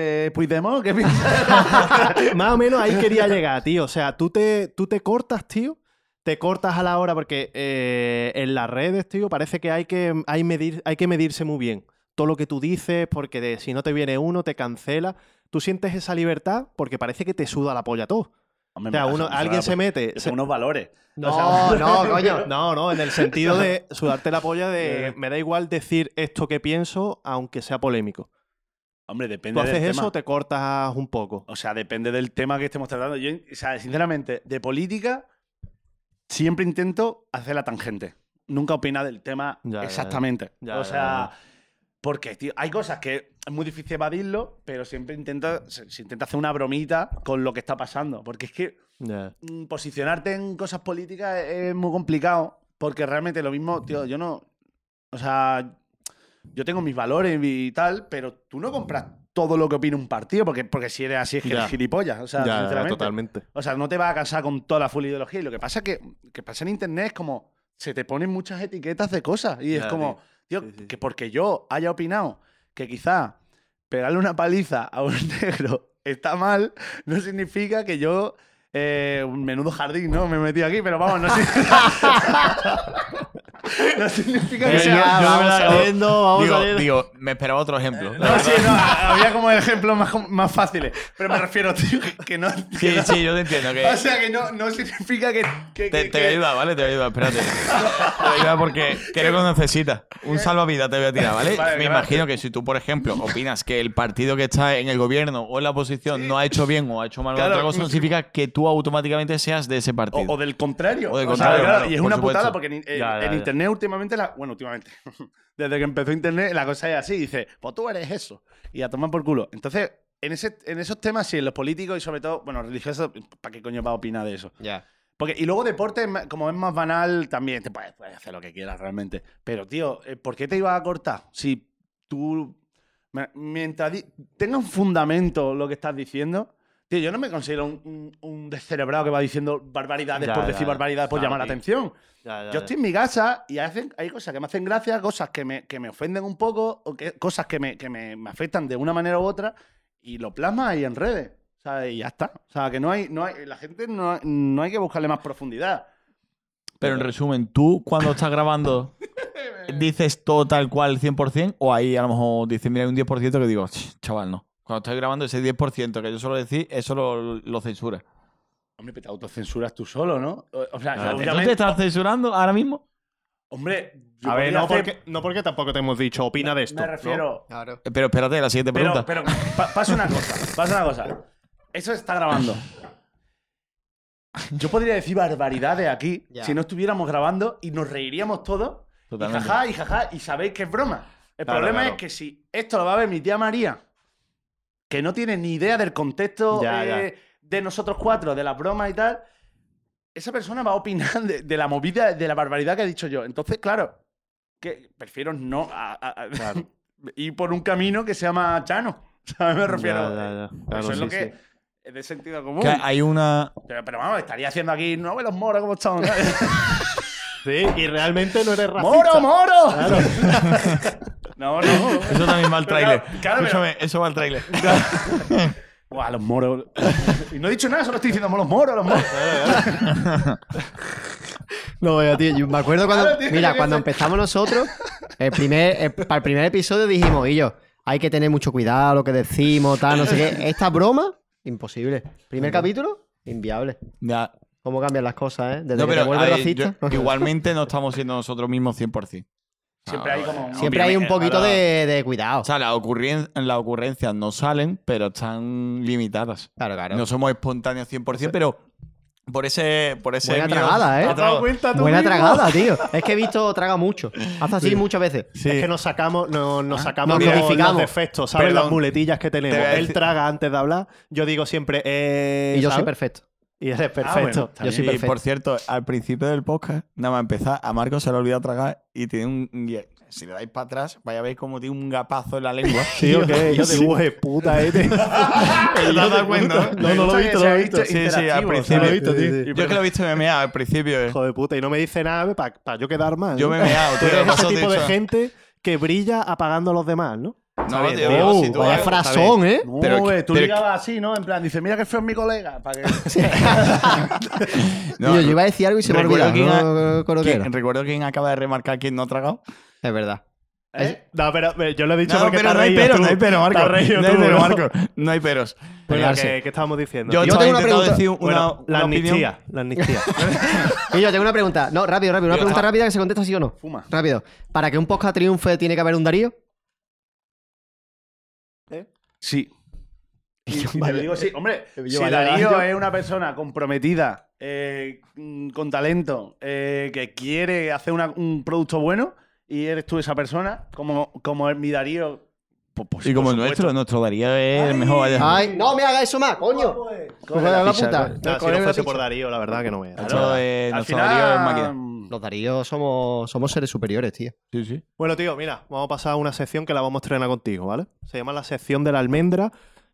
Speaker 4: eh,
Speaker 1: pues
Speaker 4: Puigdemont, ¿qué piensas?
Speaker 1: Más o menos ahí quería llegar, tío. O sea, tú te, tú te cortas, tío. Te cortas a la hora porque eh, en las redes, tío, parece que hay que, hay, medir, hay que medirse muy bien. Todo lo que tú dices, porque de- si no te viene uno, te cancela. Tú sientes esa libertad porque parece que te suda la polla todo.
Speaker 4: Hombre,
Speaker 1: O sea,
Speaker 4: me-
Speaker 1: uno,
Speaker 4: me- me-
Speaker 1: alguien se mete.
Speaker 4: Son
Speaker 1: se-
Speaker 4: unos valores.
Speaker 2: No,
Speaker 4: O sea,
Speaker 2: no, coño.
Speaker 1: No, no, en el sentido de sudarte la polla de me da igual decir esto que pienso, aunque sea polémico.
Speaker 4: Hombre, depende
Speaker 1: Tú haces
Speaker 4: del
Speaker 1: eso,
Speaker 4: tema.
Speaker 1: te cortas un poco.
Speaker 4: O sea, depende del tema que estemos tratando. Yo, o sea, sinceramente, de política siempre intento hacer la tangente. Nunca opinar del tema
Speaker 1: Ya, ya, ya.
Speaker 4: exactamente.
Speaker 1: Ya, ya,
Speaker 4: o sea, porque tío, hay cosas que es muy difícil evadirlo, pero siempre intenta, se, se intenta hacer una bromita con lo que está pasando. Porque es que
Speaker 1: Ya.
Speaker 4: mm, posicionarte en cosas políticas es, es muy complicado. Porque realmente lo mismo, tío, yo no. O sea, yo tengo mis valores y tal, pero tú no compras todo lo que opina un partido, porque, porque si eres así es que
Speaker 1: Ya.
Speaker 4: eres gilipollas. O sea,
Speaker 1: Ya, ya,
Speaker 4: Ah, sinceramente.
Speaker 1: totalmente.
Speaker 4: O sea, no te vas a cansar con toda la full ideología. Y lo que pasa es que, que pasa en internet es como se te ponen muchas etiquetas de cosas. Y es
Speaker 1: Ya,
Speaker 4: como, tío,
Speaker 1: Sí, sí.
Speaker 4: que porque yo haya opinado que quizá pegarle una paliza a un negro está mal, no significa que yo. eh, un menudo jardín, ¿no? Me he metido aquí, pero vamos, no significa. no significa que
Speaker 3: Venga,
Speaker 4: sea.
Speaker 3: yo de
Speaker 2: vamos
Speaker 3: verdad-
Speaker 2: saliendo, vamos
Speaker 3: digo,
Speaker 2: saliendo.
Speaker 3: digo, me esperaba otro ejemplo. la
Speaker 4: No, sí,
Speaker 3: verdad.
Speaker 4: no, ha- había como ejemplos más, com- más fáciles. Pero me refiero, tío, que- que no. que
Speaker 3: Sí,
Speaker 4: no-
Speaker 3: sí, yo te entiendo. Que
Speaker 4: O sea, que no, no significa que. que-
Speaker 3: te,
Speaker 4: que-
Speaker 3: te voy a
Speaker 4: que-
Speaker 3: ayudar, ¿vale? Te voy a ayudar, espérate. Te voy a ayudar porque creo que lo necesitas. Un salvavidas te voy a tirar, ¿vale?
Speaker 4: Vale,
Speaker 3: Me
Speaker 4: gracias.
Speaker 3: imagino que si tú, por ejemplo, opinas que el partido que está en el gobierno o en la oposición no ha hecho bien o ha hecho mal
Speaker 4: Claro,
Speaker 3: otra cosa,
Speaker 4: sí.
Speaker 3: no significa que tú automáticamente seas de ese partido.
Speaker 4: O, o del contrario.
Speaker 3: O del
Speaker 4: sea,
Speaker 3: contrario,
Speaker 4: claro,
Speaker 3: claro,
Speaker 4: y es
Speaker 3: por
Speaker 4: una
Speaker 3: supuesto.
Speaker 4: putada porque en, en-
Speaker 1: Ya, ya,
Speaker 4: en
Speaker 1: ya.
Speaker 4: internet últimamente, la, bueno, últimamente, desde que empezó internet, la cosa es así. Dice, pues tú eres eso. Y a tomar por culo. Entonces, en, ese, en esos temas, sí, en los políticos y sobre todo, bueno, religiosos, ¿para qué coño va a opinar de eso?
Speaker 2: Ya.
Speaker 4: Porque, y luego deporte, es más- como es más banal, también te puedes, puedes hacer lo que quieras realmente. Pero, tío, eh, ¿por qué te ibas a cortar? Si tú. me- Mientras di- tenga un fundamento lo que estás diciendo. Tío, yo no me considero un, un- un descerebrado que va diciendo barbaridades
Speaker 1: Ya,
Speaker 4: por
Speaker 1: ya,
Speaker 4: decir
Speaker 1: ya.
Speaker 4: barbaridades por
Speaker 1: Claro,
Speaker 4: llamar la
Speaker 1: tío.
Speaker 4: atención.
Speaker 1: Ya, ya,
Speaker 4: Yo
Speaker 1: ya.
Speaker 4: estoy en mi casa y hacen, hay cosas que me hacen gracia, cosas que me, que me ofenden un poco, o que- cosas que, me, que me, me afectan de una manera u otra, y lo plasma ahí en redes. O sea, y ya está. O sea, que no hay, no hay, la gente no, hay- no hay que buscarle más profundidad.
Speaker 3: Pero en resumen, tú cuando estás grabando dices todo tal cual 100% o ahí a lo mejor dices, mira, hay un 10% que digo, "Ch, chaval, no. Cuando estoy grabando ese 10% que yo suelo decir, eso lo, lo censura.
Speaker 4: Hombre, pero te autocensuras tú solo, ¿no? O, o sea,
Speaker 3: ¿No te
Speaker 4: obviamente-
Speaker 3: estás censurando ahora mismo?
Speaker 4: Hombre, yo
Speaker 1: A ver,
Speaker 4: podría
Speaker 1: no
Speaker 4: hacer-
Speaker 1: porque, no porque tampoco te hemos dicho, opina de esto.
Speaker 4: Me
Speaker 1: ¿no?
Speaker 4: refiero.
Speaker 2: Claro.
Speaker 3: Eh, Pero espérate, la siguiente pregunta.
Speaker 4: Pero, pero pa- pasa una cosa, pasa una cosa. Eso está grabando. Yo podría decir barbaridades aquí
Speaker 2: Ya.
Speaker 4: si no estuviéramos grabando y nos reiríamos todos.
Speaker 3: Totalmente.
Speaker 4: Y jajá, y jajá, y sabéis que es broma. El
Speaker 1: Claro,
Speaker 4: problema
Speaker 1: claro.
Speaker 4: es que si esto lo va a ver mi tía María, que no tiene ni idea del contexto
Speaker 1: Ya, ya.
Speaker 4: eh, de nosotros cuatro, de las bromas y tal, esa persona va a opinar de, de la movida, de la barbaridad que he dicho yo. Entonces, claro, que prefiero no a- a- a- ir por un camino que sea más llano. ¿Sabes? Me refiero.
Speaker 1: Ya,
Speaker 4: eh,
Speaker 3: eh,
Speaker 1: ya, ya. Claro,
Speaker 4: Eso es
Speaker 1: sí,
Speaker 4: lo que
Speaker 1: sí.
Speaker 4: es de sentido común.
Speaker 3: Que hay una...
Speaker 4: Pero, pero vamos, estaría haciendo aquí, no ve los moros como están.
Speaker 1: Sí, y realmente no eres racista.
Speaker 4: ¡Moro, moro! No, no.
Speaker 3: Eso también va al
Speaker 4: Pero
Speaker 3: tráiler.
Speaker 4: claro, pero-
Speaker 3: Escúchame, eso va al tráiler.
Speaker 4: Buah, los moros. y no he dicho nada, solo estoy diciendo los moros, los moros.
Speaker 2: No, veo, tío. Yo me acuerdo cuando.
Speaker 4: Claro, tío,
Speaker 2: mira,
Speaker 4: yo
Speaker 2: cuando
Speaker 4: sé.
Speaker 2: empezamos nosotros, el primer, el- para el primer episodio dijimos, y yo, hay que tener mucho cuidado lo que decimos, tal, no sé qué. Esta broma, imposible. Primer capítulo, inviable.
Speaker 3: Ya.
Speaker 2: ¿Cómo cambian las cosas, eh? Desde
Speaker 3: No,
Speaker 2: que te
Speaker 3: pero
Speaker 2: vuelves
Speaker 3: a ver,
Speaker 2: racista.
Speaker 3: yo- igualmente no estamos siendo nosotros mismos 100%.
Speaker 4: Siempre hay como.
Speaker 2: Siempre hay un poquito de, de cuidado.
Speaker 3: O sea, las ocurrien- las ocurrencias no salen, pero están limitadas.
Speaker 2: Claro, claro.
Speaker 3: No somos espontáneos 100%, pero por ese. Por ese
Speaker 2: Buena
Speaker 3: miedo-
Speaker 2: tragada, ¿eh?
Speaker 3: Ah,
Speaker 4: ¿Te has dado
Speaker 3: trago.
Speaker 4: cuenta tú
Speaker 2: Buena
Speaker 4: mismo?
Speaker 2: tragada, tío. Es que he visto traga mucho. Hace así muchas veces.
Speaker 1: Es que nos sacamos, no- nos sacamos
Speaker 2: nos
Speaker 1: los-
Speaker 2: codificamos.
Speaker 1: los defectos, ¿sabes?
Speaker 3: Ah. Perdón.
Speaker 1: Las muletillas que tenemos.
Speaker 3: Te voy a
Speaker 1: Él
Speaker 3: decir-
Speaker 1: traga antes de hablar. Yo digo siempre, eh,
Speaker 2: Y yo soy
Speaker 1: ¿sabes?
Speaker 2: perfecto.
Speaker 1: Y
Speaker 3: Ah,
Speaker 1: eres
Speaker 4: bueno,
Speaker 1: perfecto.
Speaker 4: está
Speaker 2: Yo soy
Speaker 3: Y
Speaker 2: perfecto.
Speaker 3: por cierto, al principio del podcast, nada más empezar, a Marco se le olvidó tragar y tiene un. y- Si le dais para atrás, vaya a ver cómo tiene un gapazo en la lengua.
Speaker 1: Tío, que yo te buje puta, eh. tío.
Speaker 3: ¿Te has dado cuenta?
Speaker 1: No, no lo he visto, no lo he visto.
Speaker 3: Sí, sí, al principio.
Speaker 1: lo he visto, tío.
Speaker 3: Yo que lo he visto me mea al principio. eh.
Speaker 1: Hijo de puta. Y no me dice nada para yo quedar mal.
Speaker 3: Yo
Speaker 1: ¿no?
Speaker 3: me he meado,
Speaker 1: Tú
Speaker 3: tío.
Speaker 1: eres
Speaker 3: paso
Speaker 1: ese tipo de
Speaker 3: dicho.
Speaker 1: gente que brilla apagando a los demás, ¿no?
Speaker 3: No,
Speaker 1: Está
Speaker 3: tío,
Speaker 1: bien,
Speaker 3: digo,
Speaker 1: tío.
Speaker 3: si tú-
Speaker 2: Vaya frasón, ¿eh?
Speaker 4: No,
Speaker 3: Pero-
Speaker 4: güey, tú
Speaker 3: pero-
Speaker 4: ligabas así, ¿no? En plan, dice, mira que feo es mi colega. Para que...
Speaker 3: No,
Speaker 2: Tío, yo iba a decir algo y se me ha
Speaker 3: recuerdo
Speaker 2: olvidado.
Speaker 3: quién ha-
Speaker 2: No, creo que
Speaker 3: ¿Quién-
Speaker 2: era.
Speaker 3: Recuerdo quién acaba de remarcar quién no ha tragado.
Speaker 2: Es verdad.
Speaker 1: No, pero eh, yo lo he dicho
Speaker 3: No,
Speaker 1: porque te
Speaker 3: pero
Speaker 1: has
Speaker 3: no hay
Speaker 1: reído
Speaker 3: pero,
Speaker 1: tú.
Speaker 3: no hay pero, Marco.
Speaker 1: Te has reído
Speaker 3: no hay
Speaker 1: tú,
Speaker 3: pero,
Speaker 1: ¿no?
Speaker 3: Marco. No hay peros.
Speaker 1: Venga,
Speaker 2: Pelearse.
Speaker 1: ¿qué, qué estábamos diciendo?
Speaker 3: Yo,
Speaker 1: Tío,
Speaker 3: estaba
Speaker 2: tengo una
Speaker 3: intentando
Speaker 2: pregunta.
Speaker 3: decir una,
Speaker 1: bueno, la
Speaker 3: una opinión.
Speaker 1: amnistía. La amnistía.
Speaker 2: Y yo tengo una pregunta. No, rápido, rápido. Una
Speaker 3: Yo-
Speaker 2: pregunta
Speaker 3: ah.
Speaker 2: rápida que se contesta sí o no.
Speaker 4: Fuma.
Speaker 2: Rápido. ¿Para que un podcast triunfe tiene que haber un Darío?
Speaker 4: Sí. Y, y te lo digo, sí. Hombre, si
Speaker 2: vale,
Speaker 4: Darío
Speaker 2: gallo.
Speaker 4: es una persona comprometida, eh, mm, con talento, eh, que quiere hacer una- un producto bueno, y eres tú esa persona, como, como es mi Darío. pues, pues,
Speaker 3: Y como
Speaker 4: por
Speaker 3: el
Speaker 4: supuesto.
Speaker 3: nuestro, nuestro Darío es el mejor. vaya.
Speaker 2: Ay, no me haga eso más, coño. Coge la
Speaker 3: Pues la picha,
Speaker 2: puta.
Speaker 3: coge-
Speaker 1: Nah, si
Speaker 2: Coge
Speaker 1: eh, no
Speaker 2: la
Speaker 1: fuese
Speaker 2: picha.
Speaker 1: por Darío, la verdad que no veas.
Speaker 3: Nuestro, eh,
Speaker 4: Al
Speaker 3: nuestro
Speaker 4: final,
Speaker 3: Darío es máquina.
Speaker 2: Los Daríos somos, somos seres superiores, tío.
Speaker 3: Sí, sí.
Speaker 1: Bueno, tío, mira, vamos a pasar a una sección que la vamos a estrenar contigo, ¿vale? Se llama la sección de la almendra.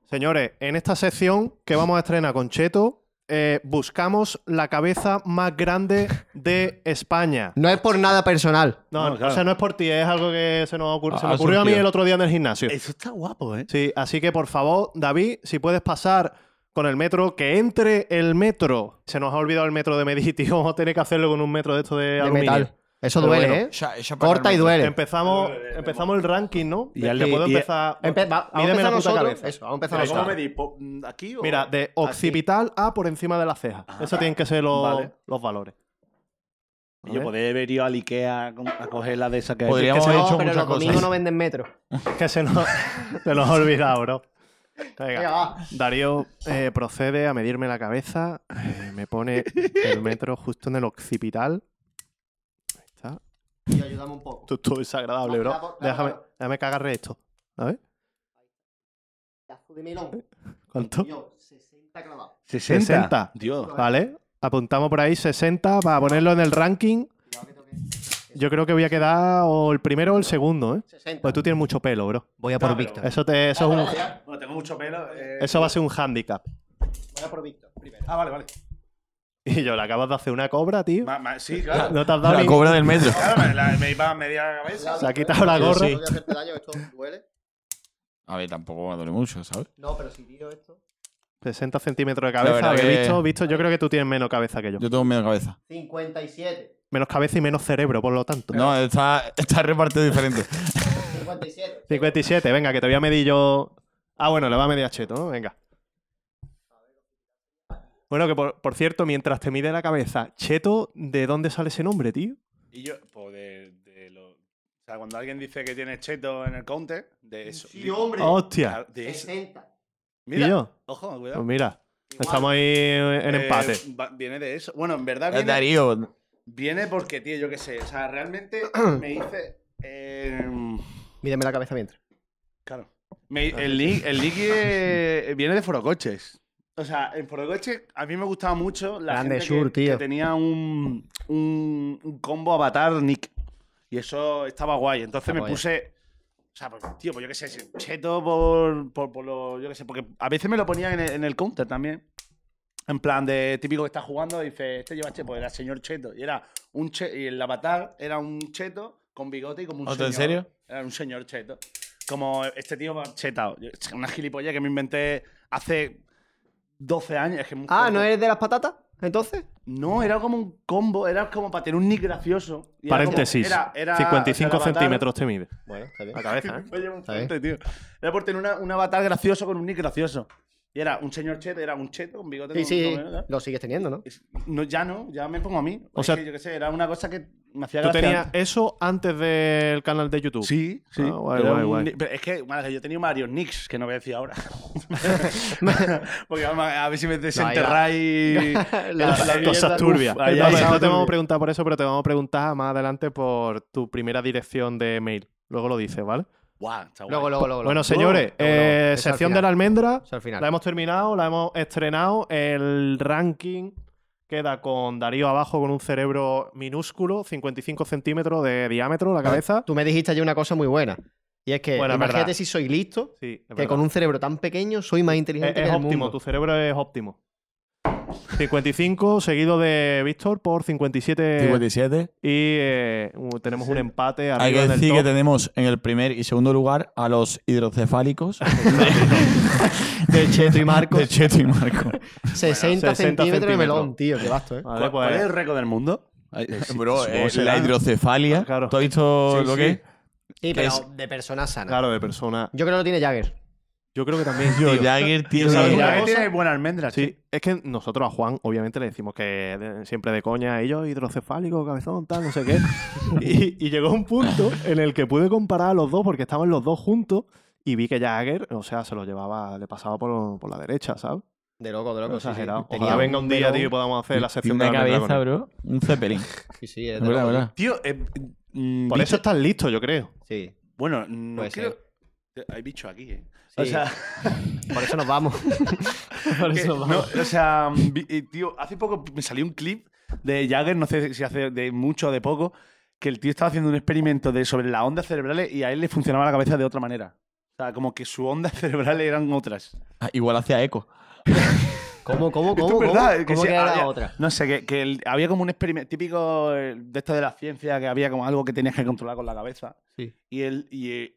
Speaker 1: Señores, en esta sección que vamos a estrenar con Cheto, eh, buscamos la cabeza más grande de España.
Speaker 2: No es por nada personal.
Speaker 1: No, Ah,
Speaker 4: No, claro.
Speaker 1: o sea, no es por ti, es algo que se nos ocurrió, se
Speaker 3: Ha-
Speaker 1: me
Speaker 3: ha
Speaker 1: ocurrió a mí
Speaker 3: surgido.
Speaker 1: el otro día en el gimnasio.
Speaker 4: Eso está guapo, ¿eh?
Speaker 1: Sí, así que por favor, David, si puedes pasar con el metro, que entre el metro. Se nos ha olvidado el metro de medir, tío, vamos a tener que hacerlo con un metro de esto de,
Speaker 2: De
Speaker 1: aluminio.
Speaker 2: metal. Eso
Speaker 1: Pero
Speaker 2: duele,
Speaker 1: bueno,
Speaker 2: ¿eh? Corta y duele.
Speaker 1: Empezamos, empezamos el ranking, ¿no?
Speaker 4: Y
Speaker 1: De-
Speaker 4: al-
Speaker 1: que puedo
Speaker 4: y-
Speaker 1: empezar.
Speaker 2: Empe- va- vamos a
Speaker 1: Mídeme
Speaker 2: empezar
Speaker 1: la puta
Speaker 2: nosotros.
Speaker 1: cabeza.
Speaker 2: Eso, vamos a empezar
Speaker 4: Pero ¿Cómo
Speaker 2: nosotros.
Speaker 4: me di? Po- ¿Aquí o...?
Speaker 1: Mira, de
Speaker 4: aquí?
Speaker 1: occipital a por encima de la ceja.
Speaker 2: Ah,
Speaker 1: Eso tienen que ser los,
Speaker 4: Vale.
Speaker 1: los valores.
Speaker 4: Yo podría haber ido al Ikea pues a co- a coger la de esa que hay.
Speaker 3: Podríamos
Speaker 1: se
Speaker 3: haber
Speaker 1: nos-
Speaker 3: hecho
Speaker 2: pero
Speaker 3: muchas
Speaker 2: los domingos
Speaker 3: cosas.
Speaker 2: no venden metro.
Speaker 1: Que se nos, se nos ha olvidado, bro.
Speaker 2: Venga,
Speaker 1: Venga.
Speaker 2: va.
Speaker 1: Darío eh, procede a medirme la cabeza. eh, me pone el metro justo en el occipital. Ahí está.
Speaker 2: Tío, ayúdame un poco.
Speaker 1: Esto es todo desagradable,
Speaker 2: No,
Speaker 1: bro.
Speaker 2: claro, claro,
Speaker 1: déjame,
Speaker 2: claro.
Speaker 1: déjame que agarre esto. A ver,
Speaker 2: Pedazo de melón.
Speaker 1: ¿cuánto?
Speaker 2: Yo, 60 clavados.
Speaker 1: 60.
Speaker 4: Dios.
Speaker 1: Vale, apuntamos por ahí 60 para ponerlo en el ranking.
Speaker 2: Cuidado que toque.
Speaker 1: Yo creo que voy a quedar o el primero o el segundo, ¿eh?
Speaker 2: 60.
Speaker 1: Pues tú tienes mucho pelo, bro.
Speaker 2: Voy a por Víctor.
Speaker 1: Eso, te, eso, es un-
Speaker 4: Bueno, tengo mucho pelo. eh.
Speaker 1: eso va a ser un hándicap.
Speaker 2: Voy a por Víctor primero.
Speaker 4: Ah, vale, vale.
Speaker 1: Y yo, le acabas de hacer una cobra, tío.
Speaker 4: Ma- ma- sí, claro.
Speaker 1: No te has dado
Speaker 3: La
Speaker 1: ni...
Speaker 3: cobra del metro.
Speaker 4: Claro, me, la- me iba a media cabeza.
Speaker 1: Se ha quitado la gorra.
Speaker 3: Sí.
Speaker 2: voy a hacerte daño, esto duele.
Speaker 3: A ver, tampoco me duele mucho, ¿sabes?
Speaker 2: No, pero si tiro esto.
Speaker 1: 60 centímetros de
Speaker 3: La
Speaker 1: cabeza.
Speaker 3: verdad
Speaker 1: He
Speaker 3: que-
Speaker 1: visto, visto, yo creo que tú tienes menos cabeza que yo.
Speaker 3: Yo tengo miedo de cabeza.
Speaker 2: 57.
Speaker 1: Menos cabeza y menos cerebro, por lo tanto.
Speaker 3: No, está, está repartido diferente.
Speaker 2: 57.
Speaker 1: 57, venga, que te voy a medir yo. Ah, bueno, le va a medir a Cheto, ¿no? Venga. Bueno, que por, por cierto, mientras te mide la cabeza, Cheto, ¿de dónde sale ese nombre, tío?
Speaker 4: Y yo, pues de, de lo. O sea, cuando alguien dice que tiene cheto en el counter, de eso.
Speaker 2: Mm, Sí,
Speaker 4: Digo,
Speaker 2: hombre.
Speaker 1: ¡Hostia!
Speaker 4: De eso.
Speaker 2: 60.
Speaker 4: Mira,
Speaker 1: ¿Y yo?
Speaker 4: ojo, cuidado.
Speaker 1: Pues mira, estamos ahí en
Speaker 4: Eh,
Speaker 1: empate.
Speaker 4: va- viene de eso. Bueno, en verdad
Speaker 3: Eh,
Speaker 4: viene,
Speaker 3: Darío.
Speaker 4: viene porque, tío, yo qué sé. O sea, realmente me hice. eh,
Speaker 2: Mídeme la cabeza mientras.
Speaker 4: Claro. Me- el link, el link eh, viene de Forocoches. O sea, en Forocoches a mí me gustaba mucho la
Speaker 2: Grande
Speaker 4: gente
Speaker 2: Sur,
Speaker 4: que,
Speaker 2: tío.
Speaker 4: que tenía un, un, un combo avatar Nick. Y eso estaba guay. Entonces
Speaker 2: Está
Speaker 4: me
Speaker 2: guay.
Speaker 4: puse. O sea, pues, tío, pues yo qué sé, si- cheto por, por, por lo. Yo qué sé, porque a veces me lo ponían en el, en el counter también. En plan de típico que está jugando, dice, este lleva cheto, pues era señor cheto. Y era un che- y el avatar era un cheto con bigote y como un
Speaker 3: ¿Otro en
Speaker 4: señor.
Speaker 3: serio?
Speaker 4: Era un señor cheto. Como este tío va chetado. Yo- Una gilipollas que me inventé hace 12 años. Es que es muy
Speaker 2: Ah,
Speaker 4: fuerte.
Speaker 2: ¿no eres de las patatas? Entonces.
Speaker 4: No, era como un combo, era como para tener un nick gracioso. Y era como-
Speaker 1: Paréntesis.
Speaker 4: era- era-
Speaker 1: 55
Speaker 4: o sea, el avatar-
Speaker 1: centímetros te mide.
Speaker 2: Bueno, está bien.
Speaker 1: La cabeza, ¿eh?
Speaker 4: Me llevo
Speaker 2: Está bien.
Speaker 4: enfrente, tío. Era por tener una, un avatar gracioso con un nick gracioso. Y era un señor cheto, era un cheto con bigote.
Speaker 2: Sí,
Speaker 4: con-
Speaker 2: sí,
Speaker 4: con-
Speaker 2: lo sigues teniendo, ¿no?
Speaker 4: No, ya no, ya me pongo a mí.
Speaker 1: O
Speaker 4: Es
Speaker 1: sea,
Speaker 4: que yo qué sé, era una cosa que me hacía
Speaker 1: Tú
Speaker 4: gracia.
Speaker 1: tenías
Speaker 4: antes.
Speaker 1: eso antes del canal de YouTube.
Speaker 4: Sí, sí.
Speaker 1: Ah, guay,
Speaker 4: Era
Speaker 1: guay,
Speaker 4: un
Speaker 1: guay.
Speaker 4: ni- pero es que, madre, yo tenía varios nicks que no voy a decir ahora. Porque vamos, a ver si me desenterráis.
Speaker 2: Las
Speaker 1: Cosas
Speaker 4: mierda.
Speaker 1: turbias.
Speaker 4: Uf, ahí,
Speaker 1: Entonces,
Speaker 4: ahí, ahí.
Speaker 1: no te vamos a preguntar por eso, pero te vamos a preguntar más adelante por tu primera dirección de mail. Luego lo dices, ¿vale?
Speaker 4: Guau, está guay.
Speaker 2: Luego, luego, luego.
Speaker 1: Bueno, señores, eh, sección de la almendra.
Speaker 2: al final.
Speaker 1: La hemos terminado, la hemos estrenado. El ranking queda con Darío abajo con un cerebro minúsculo, 55 centímetros de diámetro la cabeza.
Speaker 2: Tú me dijiste ayer una cosa muy buena. Y es que
Speaker 1: Bueno, es
Speaker 2: imagínate
Speaker 1: verdad.
Speaker 2: si soy listo,
Speaker 1: Sí, es
Speaker 2: que
Speaker 1: verdad.
Speaker 2: con un cerebro tan pequeño soy más
Speaker 1: es,
Speaker 2: inteligente
Speaker 1: es
Speaker 2: que el
Speaker 1: óptimo, tu
Speaker 2: mundo.
Speaker 1: cerebro es óptimo. 55 seguido de Víctor por 57
Speaker 3: 57.
Speaker 1: y eh, uh, tenemos un empate arriba
Speaker 3: Hay que
Speaker 1: en el
Speaker 3: decir
Speaker 1: top.
Speaker 3: que tenemos en el primer y segundo lugar a los hidrocefálicos.
Speaker 2: De Cheto y Marcos.
Speaker 3: De Cheto y Marco.
Speaker 1: 60
Speaker 2: 60, centímetros de
Speaker 1: centímetros.
Speaker 2: melón, tío. Qué vasto, ¿eh?
Speaker 1: Vale,
Speaker 4: ¿Cuál,
Speaker 1: pues,
Speaker 4: cuál es el récord del mundo?
Speaker 3: Bro,
Speaker 4: supongo
Speaker 3: eh,
Speaker 4: será,
Speaker 3: la
Speaker 4: ¿no?
Speaker 3: hidrocefalia.
Speaker 1: Ah, claro.
Speaker 3: ¿Tú has visto
Speaker 1: Sí,
Speaker 3: lo
Speaker 1: sí.
Speaker 3: que es?
Speaker 2: Sí,
Speaker 3: que
Speaker 2: pero
Speaker 3: es-
Speaker 2: de personas sanas.
Speaker 1: claro, de persona.
Speaker 2: Yo creo que lo tiene Jagger.
Speaker 1: Yo creo que también.
Speaker 3: Tío,
Speaker 1: tío.
Speaker 3: Jagger tiene
Speaker 1: ¿sabes
Speaker 3: una
Speaker 1: una
Speaker 4: Ya que
Speaker 1: cosa?
Speaker 4: tienes buena almendra,
Speaker 1: Sí, es que nosotros a Juan, obviamente, le decimos que de- siempre de coña, ellos hidrocefálico, cabezón, tal, no sé qué. y, y llegó un punto en el que pude comparar a los dos, porque estaban los dos juntos, y vi que Jagger, o sea, se lo llevaba, le pasaba por, por la derecha, ¿sabes?
Speaker 2: De loco, de loco. sí, sí.
Speaker 1: Exagerado.
Speaker 2: Tenía
Speaker 1: Ojalá venga un día,
Speaker 2: melón.
Speaker 1: tío, pues. y podamos hacer la sección de
Speaker 3: una
Speaker 1: la almendra
Speaker 3: cabeza,
Speaker 1: con él.
Speaker 3: bro. Un Ah, cepelín.
Speaker 2: Sí, sí, es de
Speaker 3: verdad,
Speaker 2: loco,
Speaker 3: verdad.
Speaker 4: Tío, eh, mm,
Speaker 1: Por
Speaker 4: bicho-
Speaker 1: eso estás listo, yo creo.
Speaker 2: Sí.
Speaker 4: Bueno, no
Speaker 2: Puede
Speaker 4: creo... Hay bicho aquí, ¿eh? O
Speaker 2: Sí.
Speaker 4: sea,
Speaker 2: Por eso nos vamos. Por
Speaker 4: que- no, o sea, vi- eh, tío, hace poco me salió un clip de Jagger, no sé si hace de mucho o de poco, que el tío estaba haciendo un experimento de, sobre las ondas cerebrales y a él le funcionaba la cabeza de otra manera. O sea, como que sus ondas cerebrales eran otras.
Speaker 3: Ah, igual hacía eco.
Speaker 2: ¿Cómo, cómo,
Speaker 4: Esto
Speaker 2: cómo?
Speaker 4: es verdad,
Speaker 2: Oh, ¿Cómo,
Speaker 4: que
Speaker 2: ¿Cómo
Speaker 4: sí,
Speaker 2: que era
Speaker 4: había-
Speaker 2: la otra?
Speaker 4: No sé, que, que el- había como un experimento típico eh, de esto de la ciencia, que había como algo que tenías que controlar con la cabeza.
Speaker 2: Sí.
Speaker 4: Y, él, y, eh,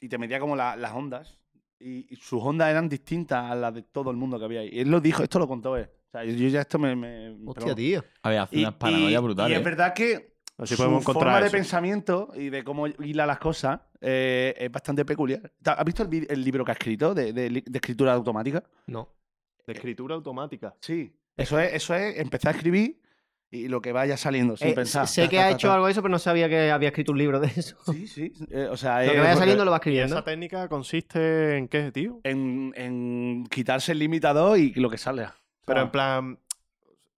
Speaker 4: y te metía como la- las ondas. Y, y sus ondas eran distintas a las de todo el mundo que había ahí. Y él lo dijo, esto lo contó él. O sea, yo yo ya esto me... me
Speaker 2: Hostia,
Speaker 4: pero-
Speaker 2: tío.
Speaker 3: A ver, hace
Speaker 4: Y,
Speaker 3: unas paranoias
Speaker 4: y-
Speaker 3: brutales.
Speaker 4: y
Speaker 3: ¿eh?
Speaker 4: es verdad que
Speaker 1: Así
Speaker 4: su
Speaker 1: Pues podemos encontrar
Speaker 4: forma de
Speaker 1: eso.
Speaker 4: pensamiento y de cómo hila las cosas eh, es bastante peculiar. Ta- ¿Has visto el, vi- el libro que ha escrito de, de li- de escritura automática?
Speaker 2: No.
Speaker 1: De escritura automática.
Speaker 4: Sí. Eso es, eso es empezar a escribir y lo que vaya saliendo, sin
Speaker 2: Eh,
Speaker 4: pensar.
Speaker 2: sé
Speaker 4: Ta,
Speaker 2: que
Speaker 4: ta,
Speaker 2: ha
Speaker 4: ta,
Speaker 2: hecho
Speaker 4: ta.
Speaker 2: algo de eso, pero no sabía que había escrito un libro de eso.
Speaker 4: Sí, sí. Eh, o sea,
Speaker 2: Lo que
Speaker 4: es-
Speaker 2: vaya saliendo lo va
Speaker 1: ¿Y
Speaker 2: escribiendo.
Speaker 1: esa técnica consiste en qué, tío?
Speaker 4: En, en quitarse el limitador y lo que salga.
Speaker 1: Pero
Speaker 4: Ah.
Speaker 1: en plan,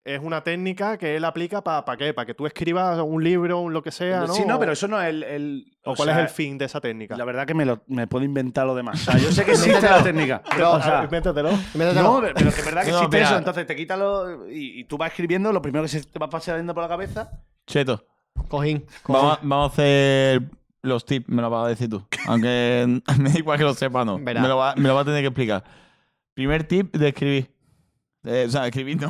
Speaker 1: es una técnica que él aplica para qué? Para que tú escribas un libro, un lo que sea, ¿no?
Speaker 4: Sí, no,
Speaker 1: O-
Speaker 4: pero eso no es el. el-
Speaker 1: ¿O
Speaker 4: o
Speaker 1: cuál
Speaker 4: sea,
Speaker 1: es el fin de esa técnica?
Speaker 4: La verdad que me, lo, me puedo inventar lo demás. O sea, yo sé que existe la técnica.
Speaker 1: No,
Speaker 4: O sea,
Speaker 1: invéntatelo.
Speaker 2: Métetelo.
Speaker 4: No, pero pero que es verdad que
Speaker 3: No,
Speaker 4: existe
Speaker 3: espera.
Speaker 4: eso. Entonces te quítalo y, y tú vas escribiendo lo primero que se te va pasando por la cabeza.
Speaker 3: Cheto,
Speaker 2: Cojín. cojín.
Speaker 3: vamos a, vamos a hacer los tips, me lo vas a decir tú. Aunque me da igual que lo sepa, no. Me
Speaker 2: Verá.
Speaker 3: lo, va, me lo va a tener que explicar. Primer tip de escribir. Eh, o sea, escribir no.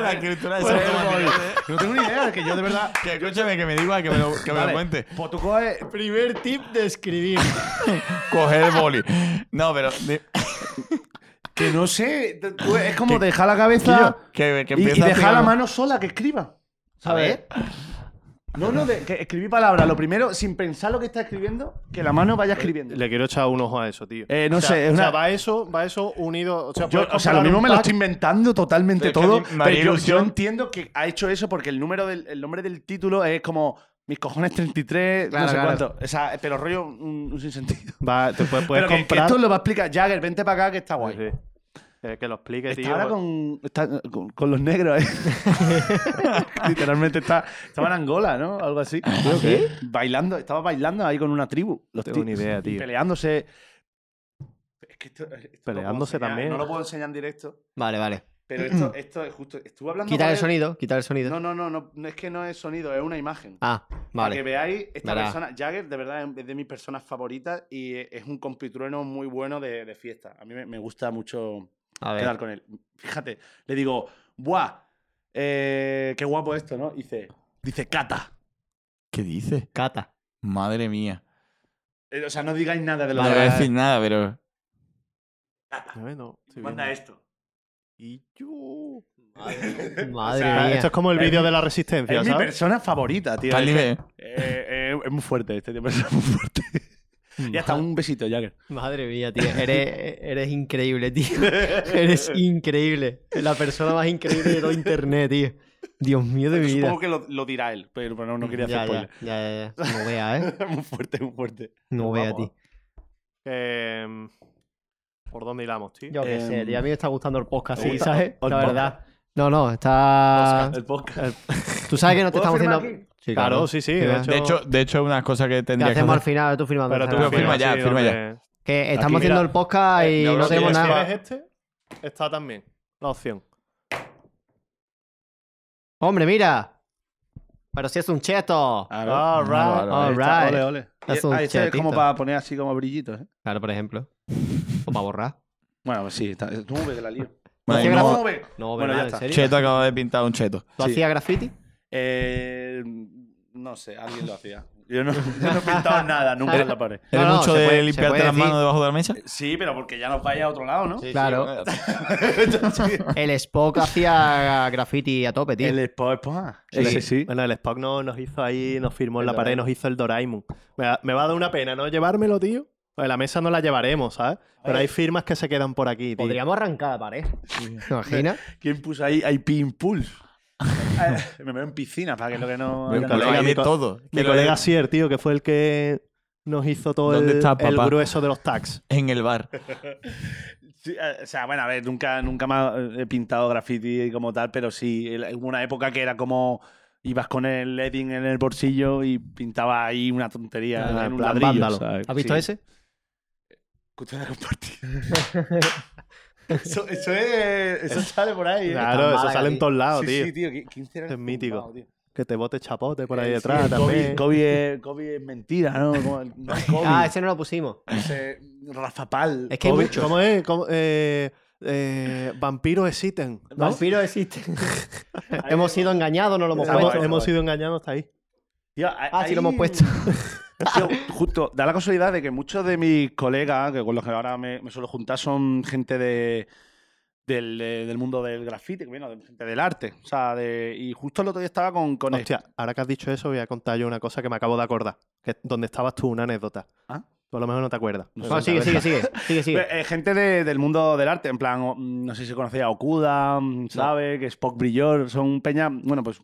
Speaker 3: la escritura es automática. ¿eh?
Speaker 4: No tengo ni idea, es que Pues yo de verdad.
Speaker 3: Que escúchame, que me diga, que me lo, que me lo
Speaker 4: Vale,
Speaker 3: cuente.
Speaker 4: Pues tú coges.
Speaker 3: Primer tip de escribir. Coger el boli. No, pero. de-
Speaker 4: Que no sé. t- tú- es como dejar la cabeza.
Speaker 3: que, que
Speaker 4: y,
Speaker 3: empieza
Speaker 4: y
Speaker 3: a
Speaker 4: dejar
Speaker 3: hacer
Speaker 4: la
Speaker 3: algo.
Speaker 4: mano sola que escriba. ¿Sabes? No, no, de, que escribí palabras. Lo primero, sin pensar lo que está escribiendo, que la mano vaya escribiendo.
Speaker 1: Le quiero echar un ojo a eso, tío.
Speaker 4: Eh, no
Speaker 1: O sea,
Speaker 4: sé, es una-
Speaker 1: o sea, va eso, va eso unido. O sea,
Speaker 4: Yo,
Speaker 1: puedes
Speaker 4: o sea, lo
Speaker 1: comprar
Speaker 4: mismo
Speaker 1: un
Speaker 4: me lo
Speaker 1: pack-
Speaker 4: estoy inventando totalmente
Speaker 3: Es que a
Speaker 4: todo.
Speaker 3: mí me haría
Speaker 4: Pero yo, yo
Speaker 3: ilusión.
Speaker 4: entiendo que ha hecho eso porque el número del el nombre del título es como mis cojones 33,
Speaker 2: Claro,
Speaker 4: no sé
Speaker 2: claro.
Speaker 4: cuánto. O sea, pero rollo un, un sinsentido.
Speaker 1: Va, te puedes, puedes
Speaker 4: pero que- que
Speaker 1: comprar.
Speaker 4: esto lo va a explicar Jagger, vente para acá que está guay.
Speaker 1: Sí, sí. Eh, que lo explique,
Speaker 4: Está
Speaker 1: tío.
Speaker 4: ahora con, está con, con los negros, ¿eh? Literalmente está, estaba en Angola, ¿no? Algo así.
Speaker 1: ¿Ah,
Speaker 4: Bailando, estaba bailando ahí con una tribu. Los
Speaker 1: No tengo
Speaker 4: tíos.
Speaker 1: ni idea,
Speaker 4: Y
Speaker 1: tío.
Speaker 4: peleándose. Es que esto- esto no lo puedo
Speaker 1: Peleándose
Speaker 4: enseñar,
Speaker 1: también.
Speaker 4: No lo puedo enseñar en directo.
Speaker 2: Vale, vale.
Speaker 4: Pero esto, esto es justo. Estuve hablando.
Speaker 2: Quitar
Speaker 4: con
Speaker 2: el
Speaker 4: él-
Speaker 2: sonido, quitar el sonido.
Speaker 4: No, no, no, no, no, Es que no es sonido, es una imagen.
Speaker 2: Ah,
Speaker 4: Para que
Speaker 2: vale.
Speaker 4: veáis, esta
Speaker 2: Verá.
Speaker 4: persona, Jagger, de verdad es de mis personas favoritas y es un compitrueno muy bueno de, de fiesta. A mí me, me gusta mucho
Speaker 2: A
Speaker 4: quedar
Speaker 2: ver.
Speaker 4: con él. Fíjate, le digo, ¡buah! eh, qué guapo esto, ¿no? Dice, dice, Cata.
Speaker 3: ¿Qué dices?
Speaker 2: Cata.
Speaker 3: Madre mía.
Speaker 4: Eh, O sea, no digáis nada de
Speaker 3: No
Speaker 4: lo
Speaker 3: voy
Speaker 4: de
Speaker 3: a decir nada, pero.
Speaker 1: A ver, no, estoy
Speaker 7: Manda
Speaker 1: viendo.
Speaker 4: este.
Speaker 7: esto.
Speaker 1: Y yo. Ah,
Speaker 2: Madre
Speaker 4: sea,
Speaker 2: mía.
Speaker 1: Esto es como el
Speaker 4: Es
Speaker 1: vídeo
Speaker 4: mi-
Speaker 1: de la resistencia,
Speaker 4: Es mi
Speaker 1: ¿sabes?
Speaker 4: persona favorita, tío.
Speaker 3: Está al
Speaker 4: Es que-
Speaker 3: nivel.
Speaker 4: Eh, eh, es muy fuerte, este tío es muy fuerte.
Speaker 2: Mm.
Speaker 4: ya está, un besito, Jagger.
Speaker 2: Madre mía, tío. Eres, eres increíble, tío. Eres increíble. La persona más increíble de todo internet, tío. Dios mío de mi vida.
Speaker 4: Supongo que lo, lo dirá él, pero, pero no, no quería hacer
Speaker 2: Ya, ya,
Speaker 4: spoiler.
Speaker 2: ya, ya, ya. No vea, ¿eh?
Speaker 4: muy fuerte, muy fuerte.
Speaker 2: No
Speaker 4: Pues
Speaker 2: vea,
Speaker 4: vamos.
Speaker 2: tío.
Speaker 1: Eh, ¿Por dónde hilamos, tío?
Speaker 2: Yo qué
Speaker 4: Em,
Speaker 2: sé, tío. A mí me está gustando el podcast,
Speaker 4: ¿te
Speaker 2: sí,
Speaker 4: gusta
Speaker 2: ¿sabes?
Speaker 4: el
Speaker 2: La
Speaker 4: podcast?
Speaker 2: verdad. No, no, está.
Speaker 4: El podcast.
Speaker 2: Tú sabes que no te
Speaker 4: ¿Puedo
Speaker 2: estamos
Speaker 4: firmar
Speaker 2: haciendo.
Speaker 4: aquí?
Speaker 2: Sí,
Speaker 1: Claro, sí, sí.
Speaker 2: Sí,
Speaker 1: De
Speaker 2: va.
Speaker 1: hecho,
Speaker 3: De hecho, de hecho, una cosa que
Speaker 2: ¿Qué
Speaker 3: tendría que
Speaker 2: hacemos al
Speaker 3: hacer-
Speaker 2: final? Tú firmando.
Speaker 1: pero tú
Speaker 2: Ferran.
Speaker 3: Pero firma
Speaker 1: firma
Speaker 3: ya, firma ya.
Speaker 2: Que estamos
Speaker 4: Aquí,
Speaker 2: haciendo
Speaker 4: mira.
Speaker 2: el podcast y
Speaker 3: Eh, no,
Speaker 2: no
Speaker 3: no,
Speaker 2: tenemos
Speaker 3: sí,
Speaker 2: nada.
Speaker 3: va.
Speaker 1: ¿Tienes este? Está también la opción.
Speaker 2: Hombre, mira. Pero si es un cheto.
Speaker 4: Claro.
Speaker 1: All right.
Speaker 3: vale.
Speaker 4: Ahí
Speaker 2: All
Speaker 4: está,
Speaker 2: Ah, right.
Speaker 4: Ole, ole.
Speaker 2: Es
Speaker 4: Y-
Speaker 2: un
Speaker 4: ah, esto es como
Speaker 2: chatito.
Speaker 4: para poner así como brillitos, ¿eh?
Speaker 2: Claro, por ejemplo. O para borrar.
Speaker 4: Bueno, pues sí, está, tú ves que la lío.
Speaker 3: Bueno,
Speaker 2: Hacía
Speaker 3: no,
Speaker 2: gracia-
Speaker 4: ¿Cómo ves?
Speaker 2: No,
Speaker 4: Bueno,
Speaker 2: ¿verdad?
Speaker 4: ya
Speaker 2: ¿En
Speaker 4: está.
Speaker 2: serio?
Speaker 3: Cheto acaba de pintar un cheto.
Speaker 2: ¿Lo
Speaker 4: Sí.
Speaker 2: hacía graffiti?
Speaker 4: Eh, no sé, alguien lo hacía. Yo no, yo no he pintado nada nunca en la pared.
Speaker 2: No,
Speaker 3: ¿Eres
Speaker 2: no,
Speaker 3: mucho
Speaker 2: se
Speaker 3: de
Speaker 2: puede- se
Speaker 3: limpiarte
Speaker 2: puede
Speaker 3: las manos
Speaker 2: decir.
Speaker 3: debajo de la mesa?
Speaker 4: Sí, pero porque ya nos vaya a otro lado, ¿no?
Speaker 2: Claro. El Spock hacía graffiti a tope, tío.
Speaker 4: El Spock, pues, ah,
Speaker 2: Sí.
Speaker 4: ese sí.
Speaker 1: Bueno, el Spock no- nos hizo ahí, nos firmó en
Speaker 4: El
Speaker 1: la pared,
Speaker 4: Doraemon.
Speaker 1: nos hizo el Doraemon. Me va, me va a dar una pena no llevármelo, tío. Pues la mesa no la llevaremos, ¿sabes? Pero hay firmas que se quedan por aquí, tío.
Speaker 2: Podríamos arrancar la pared. ¿Te imaginas?
Speaker 4: ¿Quién puso ahí IP Impulse? Eh, me veo en piscina para que lo que no.
Speaker 3: Mi
Speaker 4: haya-
Speaker 3: colega
Speaker 1: mi
Speaker 3: de
Speaker 1: co-
Speaker 3: todo.
Speaker 1: Mi colega Sier, tío, que fue el que nos hizo todo el,
Speaker 3: ¿Dónde está,
Speaker 1: el
Speaker 3: papá?
Speaker 1: grueso de los tags.
Speaker 3: En el bar.
Speaker 4: Sí, eh, o sea, bueno, a ver, nunca, nunca más eh, he pintado graffiti como tal, pero sí, el- en una época que era como ibas con el leading en el bolsillo y pintaba ahí una tontería
Speaker 1: Ah,
Speaker 4: en un
Speaker 1: plan
Speaker 4: ladrillo.
Speaker 1: vándalo.
Speaker 4: ¿sabes?
Speaker 2: ¿Has visto
Speaker 4: Sí.
Speaker 2: ese?
Speaker 4: Escucha de compartir. eso, eso, es, eso sale por ahí. ¿eh?
Speaker 1: Claro, eso
Speaker 2: Málaga,
Speaker 1: sale en
Speaker 2: tío.
Speaker 1: todos lados,
Speaker 4: sí,
Speaker 1: tío.
Speaker 4: sí, tío. qui- 15 era
Speaker 1: Es mítico.
Speaker 4: flipado, tío.
Speaker 1: Que te bote chapote por ahí
Speaker 4: Eh, sí,
Speaker 1: detrás
Speaker 4: el
Speaker 1: también.
Speaker 4: COVID, COVID es, COVID es mentira, ¿no? Como el- no es COVID,
Speaker 2: Ah, ese no lo pusimos.
Speaker 4: Eh, ese Rafa Pal.
Speaker 2: Es que hay
Speaker 1: COVID,
Speaker 2: muchos.
Speaker 1: ¿Cómo es? ¿Cómo- eh, eh, vampiros existen. ¿no?
Speaker 2: Vampiros existen. hemos sido engañados, no lo hemos
Speaker 4: Ahí
Speaker 1: Hemos,
Speaker 4: va,
Speaker 2: puesto.
Speaker 4: ahí va.
Speaker 1: hemos sido engañados hasta ahí.
Speaker 4: Tío, a-
Speaker 2: Ah, sí lo
Speaker 4: ahí-
Speaker 2: hemos puesto.
Speaker 4: Tío, justo, da la casualidad de que muchos de mis colegas, que con los que ahora me, me suelo juntar, son gente de, del, de- del mundo del grafite, bueno, de- gente del arte. O sea, de, y justo el otro día estaba con... con
Speaker 1: Hostia, ahora que has dicho eso, voy a contar yo una cosa que me acabo de acordar. Que es donde estabas tú, una anécdota.
Speaker 4: ¿Ah?
Speaker 1: Tú a lo mejor no te acuerdas.
Speaker 2: No, sigue, sigue, sigue. Sigue, sigue.
Speaker 4: Eh, gente de- del mundo del arte, en plan, o- mm, no sé si conocía a Okuda, mm, ¿sabe? Que Spock Brillor, son peña, bueno, pues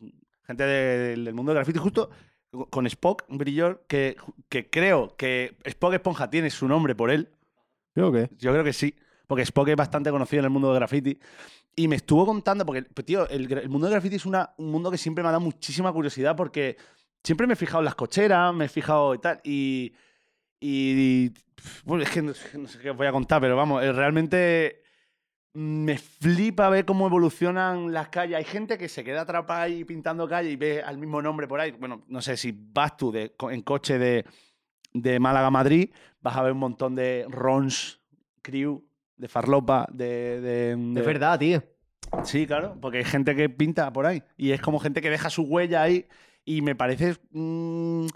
Speaker 4: gente de- del- del mundo del graffiti, justo con Spock Brillor, que, que creo que Spock Esponja tiene su nombre por él.
Speaker 1: Creo que.
Speaker 4: Yo creo que sí, porque Spock es bastante conocido en el mundo de graffiti. Y me estuvo contando, porque, pues, tío, el, gra- el mundo de graffiti es una- un mundo que siempre me ha dado muchísima curiosidad porque siempre me he fijado en las cocheras, me he fijado y tal. Y. y- y, pf, bueno, es que no, sé- no sé qué os voy a contar, pero vamos, eh, realmente me flipa ver cómo evolucionan las calles. Hay gente que se queda atrapada ahí pintando calle y ve al mismo nombre por ahí. Bueno, no sé si vas tú de- co- en coche de, de Málaga a Madrid, vas a ver un montón de Rons, Crew, de Farlopa, de. de-
Speaker 2: Es
Speaker 4: de-
Speaker 2: verdad, tío.
Speaker 4: Sí, claro, porque hay gente que pinta por ahí. Y es como gente que deja su huella ahí. Y me parece. mm,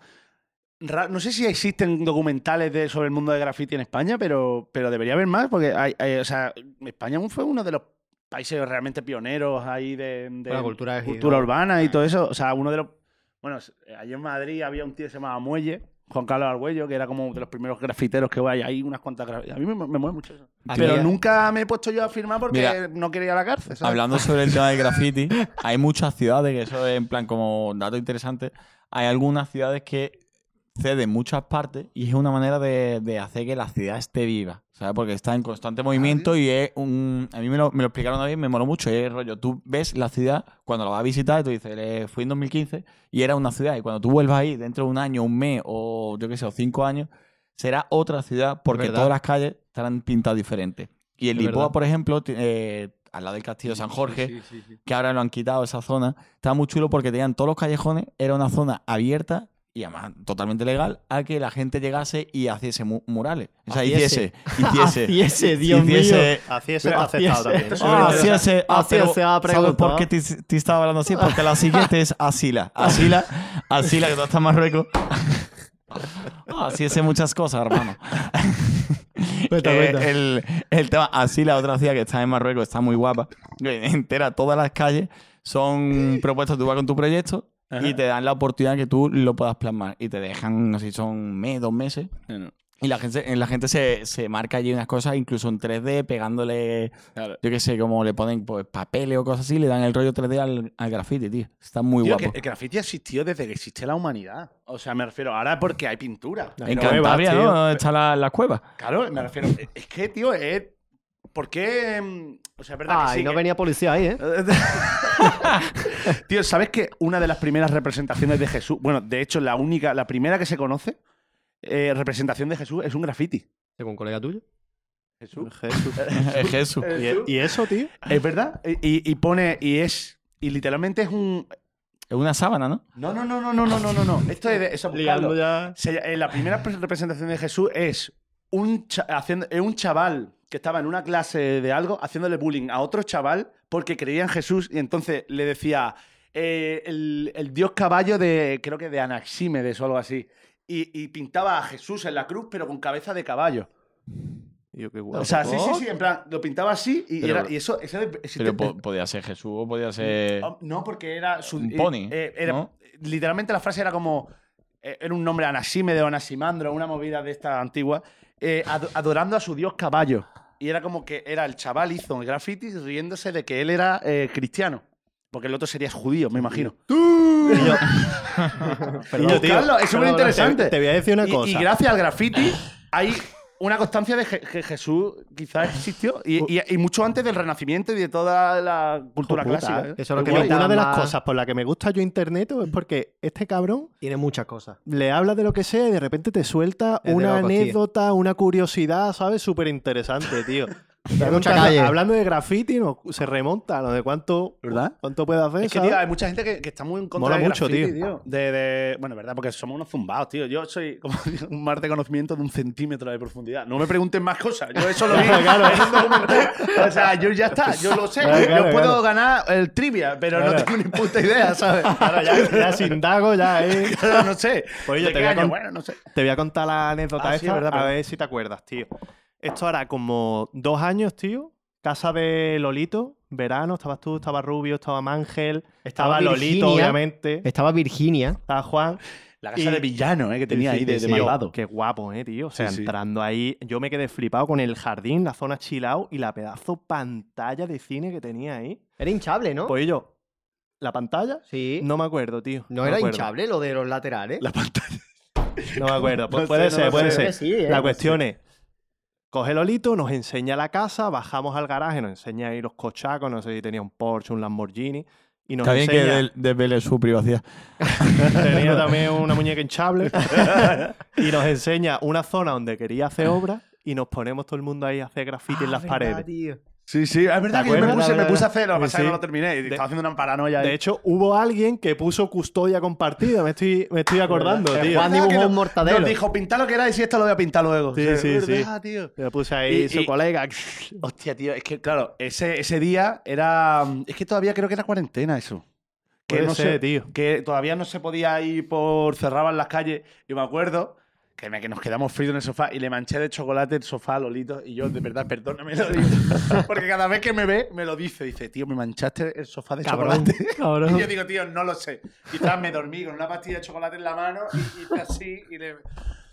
Speaker 4: ra- no sé si existen documentales de, sobre el mundo de graffiti en España, pero, pero debería haber más, porque hay- hay- o sea, España fue uno de los países realmente pioneros ahí de, de
Speaker 2: Bueno, cultura hip hop.
Speaker 4: cultura urbana y todo eso. O sea, uno de los. Bueno, allí en Madrid había un tío que se llamaba Muelle. Juan Carlos Argüello, que era como de los primeros grafiteros que hay, hay unas cuantas graf- A mí me, me mueve mucho eso.
Speaker 2: Aquí
Speaker 4: Pero
Speaker 2: ya-
Speaker 4: nunca me he puesto yo a firmar porque
Speaker 3: Mira,
Speaker 4: no quería la cárcel. ¿sabes?
Speaker 3: Hablando sobre el tema del graffiti, hay muchas ciudades, que eso es en plan como dato interesante, hay algunas ciudades que ceden muchas partes y es una manera de, de hacer que la ciudad esté viva, ¿sabes? Porque está en constante movimiento y es un... A mí me lo, me lo explicaron una vez y me moló mucho, es rollo, tú ves la ciudad cuando la vas a visitar y tú dices, "Eh, fui en 2015 y era una ciudad y cuando tú vuelvas ahí dentro de un año, un mes o yo qué sé, o cinco años, será otra ciudad porque
Speaker 2: verdad.
Speaker 3: todas las calles estarán pintadas diferentes. Y el
Speaker 2: Es
Speaker 3: Lipoa,
Speaker 2: verdad.
Speaker 3: por ejemplo, ti- eh, al lado del Castillo de San Jorge, que ahora lo han quitado esa zona, estaba muy chulo porque tenían todos los callejones, era una zona abierta y además totalmente legal, a que la gente llegase y hiciese mu- murales. O sea,
Speaker 2: Haciese.
Speaker 3: hiciese. Hiciese.
Speaker 2: Haciese, Dios
Speaker 3: hiciese-
Speaker 1: Así es, está aceptado también.
Speaker 2: Haciese.
Speaker 3: Ah,
Speaker 2: Haciese.
Speaker 3: así hace- ah,
Speaker 2: Así
Speaker 3: pero
Speaker 2: hace, ah,
Speaker 3: ¿Sabes
Speaker 2: pregunta,
Speaker 3: por
Speaker 2: ah?
Speaker 3: qué te, te estaba hablando así? Porque la siguiente es Asila. Asila, Asila, que tú estás en Marruecos. Ah, Así hace muchas cosas, hermano.
Speaker 2: Cuenta,
Speaker 3: Eh,
Speaker 2: cuenta.
Speaker 3: el, el tema, Asila, otra ciudad que está en Marruecos, está muy guapa. Entera, todas las calles son propuestas, tú vas con tu proyecto y te dan la oportunidad que tú lo puedas plasmar. Y te dejan, no sé si son mes, dos meses.
Speaker 4: Bueno,
Speaker 3: Y la gente, la gente se, se marca allí unas cosas, incluso en 3D, pegándole
Speaker 4: claro.
Speaker 3: yo qué sé, como le ponen pues, papeles o cosas así, le dan el rollo 3D al, al graffiti, tío. Está muy
Speaker 4: Tío, que
Speaker 3: guapo.
Speaker 4: el graffiti ha existido desde que existe la humanidad. O sea, me refiero, ahora porque hay pintura.
Speaker 3: en
Speaker 4: Pero,
Speaker 3: Cantabria,
Speaker 4: tío,
Speaker 3: ¿no? Está la, la cueva.
Speaker 4: Claro, me refiero. Es que, tío, es. ¿Por qué? mm, O sea, es verdad que
Speaker 2: Ay,
Speaker 4: sí,
Speaker 2: no
Speaker 4: que-
Speaker 2: venía policía ahí, ¿eh?
Speaker 4: Tío, ¿sabes que una de las primeras representaciones de Jesús, bueno, de hecho, la única, la primera que se conoce, eh, representación de Jesús, es un graffiti?
Speaker 2: Según un colega tuyo.
Speaker 4: Jesús.
Speaker 3: Es Jesús.
Speaker 4: Jesús.
Speaker 1: ¿Y, y eso, tío?
Speaker 4: Es verdad. Y, y- y pone, y es, y literalmente es un.
Speaker 3: Es una sábana, ¿no?
Speaker 4: No, no, no, no, no, no, no, no. no. Esto es de. Eso, buscarlo.
Speaker 1: ya.
Speaker 4: Se- eh, la primera pre- representación de Jesús es un, cha- haciendo, es un chaval que estaba en una clase de algo haciéndole bullying a otro chaval porque creía en Jesús y entonces le decía eh, el, el dios caballo de, creo que de Anaxímedes o algo así. Y, y pintaba a Jesús en la cruz, pero con cabeza de caballo.
Speaker 1: Yo qué guapo.
Speaker 4: O sea, sí, sí, sí, en plan, lo pintaba así y,
Speaker 3: Pero-
Speaker 4: era- y eso, eso existe-
Speaker 3: Pero po- podía ser Jesús o podía ser.
Speaker 4: Oh, No, porque era su.
Speaker 3: Un
Speaker 4: eh,
Speaker 3: pony,
Speaker 4: eh, era-
Speaker 3: ¿no?
Speaker 4: Literalmente la frase era como. eh, Era un nombre Anasímede o Anasimandro, una movida de esta antigua. eh, ad- adorando a su dios caballo. Y era como que era el chaval hizo el graffiti riéndose de que él era eh, cristiano. Porque el otro sería judío, me imagino.
Speaker 1: Perdón,
Speaker 4: Tío,
Speaker 1: tío.
Speaker 4: Carlos, es
Speaker 1: Perdón,
Speaker 4: súper interesante.
Speaker 1: Te, te voy a decir una
Speaker 4: y,
Speaker 1: cosa.
Speaker 4: y gracias al graffiti hay una constancia de Je- que Jesús quizás existió. Y, y- y mucho antes del Renacimiento y de toda la cultura
Speaker 1: Hijo de puta,
Speaker 4: clásica.
Speaker 1: ¿eh?
Speaker 4: ¿eh?
Speaker 2: Eso es lo que
Speaker 1: Una-
Speaker 2: pintaban
Speaker 1: una de las
Speaker 2: más.
Speaker 1: cosas por las que me gusta yo internet es porque este cabrón
Speaker 2: Tiene muchas cosas.
Speaker 1: le habla de lo que sea y de repente te suelta
Speaker 2: Es de
Speaker 1: una
Speaker 2: locos, tío.
Speaker 1: anécdota, una curiosidad, ¿sabes? Súper interesante, tío.
Speaker 2: Hay mucha
Speaker 1: Hablando-
Speaker 2: calle.
Speaker 1: Hablando de graffiti, no, se remonta a lo de cuánto,
Speaker 4: ¿Verdad?
Speaker 1: cuánto puede hacer.
Speaker 4: Es que,
Speaker 1: ¿sabes?
Speaker 4: tío, hay mucha gente que, que está muy en contra
Speaker 1: Mola
Speaker 4: del
Speaker 1: mucho,
Speaker 4: graffiti,
Speaker 1: tío.
Speaker 4: De, de- bueno, verdad, porque somos unos zumbados, tío. Yo soy como un mar de conocimiento de un centímetro de profundidad. No me pregunten más cosas. Yo eso lo vi en un documental. O sea, yo ya está, yo lo sé.
Speaker 1: Claro, claro,
Speaker 4: yo puedo ganar el trivia, pero no
Speaker 1: Claro.
Speaker 4: tengo ni puta idea, ¿sabes? Ahora
Speaker 1: ya, ya sin dago, ya, ¿eh?
Speaker 4: no sé.
Speaker 1: Pues yo
Speaker 4: ¿De
Speaker 1: te
Speaker 4: qué
Speaker 1: voy a
Speaker 4: año?
Speaker 1: con-
Speaker 4: Bueno, no sé.
Speaker 1: Te voy a contar la anécdota
Speaker 4: Ah, sí,
Speaker 1: esta,
Speaker 4: verdad,
Speaker 1: a
Speaker 4: perdón.
Speaker 1: ver si te acuerdas, tío. Esto era como dos años, tío. Casa de Lolito, verano, estabas tú, estaba Rubio, estaba Mangel, estaba,
Speaker 2: Estaba
Speaker 1: Lolito,
Speaker 2: Virginia.
Speaker 1: obviamente,
Speaker 2: Estaba Virginia.
Speaker 1: estaba Juan.
Speaker 4: La casa
Speaker 1: Y-
Speaker 4: de villano, ¿eh? Que tenía ahí de, de
Speaker 1: Tío,
Speaker 4: malvado.
Speaker 1: Qué guapo, eh, tío. O sea,
Speaker 4: Sí, sí.
Speaker 1: entrando ahí, yo me quedé flipado con el jardín, la zona chilao y la pedazo pantalla de cine que tenía ahí.
Speaker 2: Era hinchable, ¿no?
Speaker 1: Pues yo, la pantalla,
Speaker 2: sí. No,
Speaker 1: no me acuerdo, tío. me
Speaker 2: era
Speaker 1: acuerdo.
Speaker 2: hinchable lo de los laterales.
Speaker 4: La pantalla.
Speaker 1: No me acuerdo. Pues
Speaker 4: No
Speaker 1: puede
Speaker 4: sé,
Speaker 1: ser,
Speaker 4: no
Speaker 1: puede
Speaker 4: sé.
Speaker 1: ser.
Speaker 2: Creo que sí, ¿eh?
Speaker 1: La cuestión es, coge Lolito, nos enseña la casa, bajamos al garaje, nos enseña ahí los cochacos, no sé si tenía un Porsche, un Lamborghini, y nos
Speaker 3: Está bien que
Speaker 1: enseña...
Speaker 3: de- desvele su privacidad.
Speaker 1: Tenía también una muñeca hinchable. y nos enseña una zona donde quería hacer obra y nos ponemos todo el mundo ahí a hacer graffiti
Speaker 2: Ah,
Speaker 1: en las paredes.
Speaker 4: Sí, sí, es verdad
Speaker 1: ¿Te
Speaker 4: que yo me
Speaker 1: acuerdas?
Speaker 4: puse, me
Speaker 1: ¿Verdad?
Speaker 4: puse a hacer, lo que
Speaker 1: Sí,
Speaker 4: pasa es que
Speaker 1: sí.
Speaker 4: no lo terminé. y
Speaker 1: De-
Speaker 4: Estaba haciendo una paranoia. ahí.
Speaker 1: De hecho, hubo alguien que puso custodia compartida, me estoy, me estoy acordando,
Speaker 2: El
Speaker 1: tío.
Speaker 2: Juan
Speaker 4: ¿Verdad que
Speaker 2: dibujó
Speaker 4: no-
Speaker 2: un mortadelo.
Speaker 4: Nos dijo, pinta lo que era y si esto lo voy a pintar luego.
Speaker 1: Sí,
Speaker 4: O sea,
Speaker 1: sí, sí.
Speaker 4: ¿verdad, tío?
Speaker 1: Me puse ahí
Speaker 4: Y-
Speaker 1: su
Speaker 4: y-
Speaker 1: colega.
Speaker 4: Hostia, tío, es que claro, ese, ese día era. mm, Es que todavía creo que era cuarentena eso. Que
Speaker 1: Puede
Speaker 4: no sé,
Speaker 1: ser, tío.
Speaker 4: Que todavía no se podía ir por. cerraban las calles. Yo me acuerdo que, me- que nos quedamos fríos en el sofá y le manché de chocolate el sofá a Lolito. Y yo, de verdad, perdóname, Lolito. Porque cada vez que me ve, me lo dice. Dice, tío, me manchaste el sofá de chocolate. Y yo digo, tío, no lo sé. Quizás me dormí con una pastilla de chocolate en la mano y hice así y le.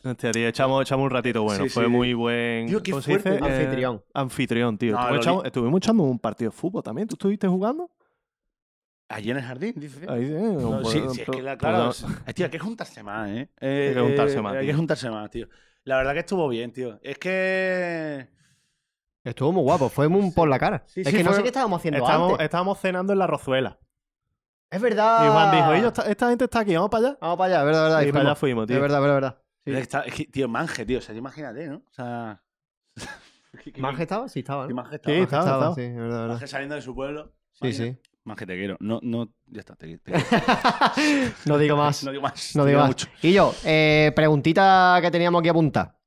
Speaker 1: Hostia, tío, echamos, echamos un ratito bueno.
Speaker 4: Sí,
Speaker 1: Fue
Speaker 4: sí.
Speaker 1: muy buen.
Speaker 4: Tío, qué
Speaker 1: ¿cómo se dice? Eh,
Speaker 4: fuerte,
Speaker 2: tío. Anfitrión.
Speaker 1: anfitrión, tío.
Speaker 4: No,
Speaker 1: Estuvimos
Speaker 4: lo
Speaker 1: echando-
Speaker 4: li-
Speaker 1: estuvimos echando un partido de fútbol también. ¿Tú estuviste jugando?
Speaker 4: Allí en el jardín, dice.
Speaker 1: Ahí, eh,
Speaker 4: No,
Speaker 1: bueno,
Speaker 4: sí, sí, es
Speaker 1: pero-
Speaker 4: que la, claro,
Speaker 1: perdón.
Speaker 4: es- eh, tío, hay que juntarse más, ¿eh?
Speaker 1: Hay que juntarse más,
Speaker 4: Hay
Speaker 1: tío.
Speaker 4: que juntarse más, tío. La verdad que estuvo bien, tío. Es que...
Speaker 2: Estuvo muy guapo. Fue muy por la cara.
Speaker 4: Sí,
Speaker 2: es
Speaker 4: sí,
Speaker 2: que no
Speaker 4: fue-
Speaker 2: sé qué estábamos haciendo
Speaker 1: Estábamos,
Speaker 2: antes.
Speaker 1: estábamos cenando en la Rozuela.
Speaker 2: Es verdad.
Speaker 1: Y Juan dijo, "Ellos
Speaker 4: Ah.
Speaker 1: esta, esta gente está aquí, vamos para allá.
Speaker 2: Vamos para allá, es verdad, verdad.
Speaker 1: y para allá fuimos, tío.
Speaker 2: Es verdad, verdad, verdad.
Speaker 4: es que
Speaker 2: Sí.
Speaker 4: está- es que, tío, manje, tío. O sea, imagínate, ¿no? O sea...
Speaker 2: ¿Manje estaba? Sí, estaba. ¿no?
Speaker 4: Manje
Speaker 1: Sí,
Speaker 4: estaba.
Speaker 1: estaba, estaba.
Speaker 2: sí, es verdad, verdad.
Speaker 4: Manje saliendo de su pueblo.
Speaker 2: Sí, sí.
Speaker 4: Más que te quiero. No, no, ya está, te, te quiero.
Speaker 2: no digo más.
Speaker 4: No digo más.
Speaker 2: No
Speaker 4: te
Speaker 2: digo
Speaker 4: quiero
Speaker 2: más.
Speaker 4: mucho.
Speaker 2: Y yo, eh, preguntita que teníamos aquí apuntada.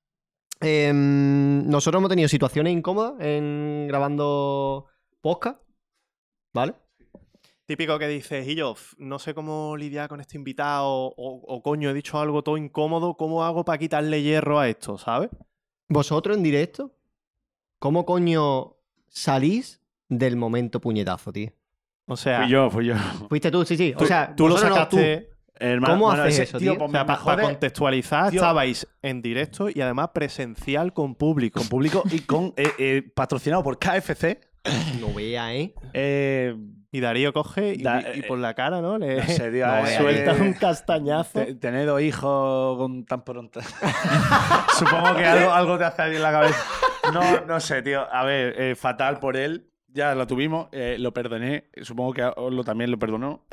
Speaker 2: Em, nosotros hemos tenido situaciones incómodas en grabando podcast, ¿vale?
Speaker 1: Típico que dices, y yo, f- no sé cómo lidiar con este invitado, o, o coño, he dicho algo todo incómodo, ¿cómo hago para quitarle hierro a esto, sabes?
Speaker 2: Vosotros en directo, ¿cómo coño salís del momento puñetazo, tío?
Speaker 1: O sea,
Speaker 4: Fui yo, fui yo.
Speaker 2: Fuiste tú, sí, sí. O
Speaker 1: tú-
Speaker 2: sea,
Speaker 1: tú lo
Speaker 2: vosotros no,
Speaker 1: sacaste.
Speaker 4: Hermano,
Speaker 2: ¿Cómo
Speaker 4: bueno,
Speaker 2: haces
Speaker 4: ese-
Speaker 2: eso, tío?
Speaker 4: pues
Speaker 1: O sea,
Speaker 4: me-
Speaker 1: pa-
Speaker 4: me
Speaker 1: para
Speaker 4: jode-
Speaker 1: contextualizar,
Speaker 4: Tío.
Speaker 1: estabais en directo y además presencial con público.
Speaker 4: Con público y con eh, eh, patrocinado por KFC.
Speaker 2: No vea, ¿eh?
Speaker 4: Eh,
Speaker 1: Y Darío coge y,
Speaker 4: Da- eh,
Speaker 1: y por la cara, ¿no? Le
Speaker 4: no sé, tío,
Speaker 2: No,
Speaker 4: eh,
Speaker 2: vea,
Speaker 1: suelta
Speaker 4: eh,
Speaker 1: un castañazo.
Speaker 4: te- Tener dos hijos con tan pronto. Supongo que algo, algo te hace ahí en la cabeza. No, no sé, tío. A ver, eh, fatal por él. Ya lo tuvimos, eh, lo perdoné. Supongo que a Oslo también lo perdonó.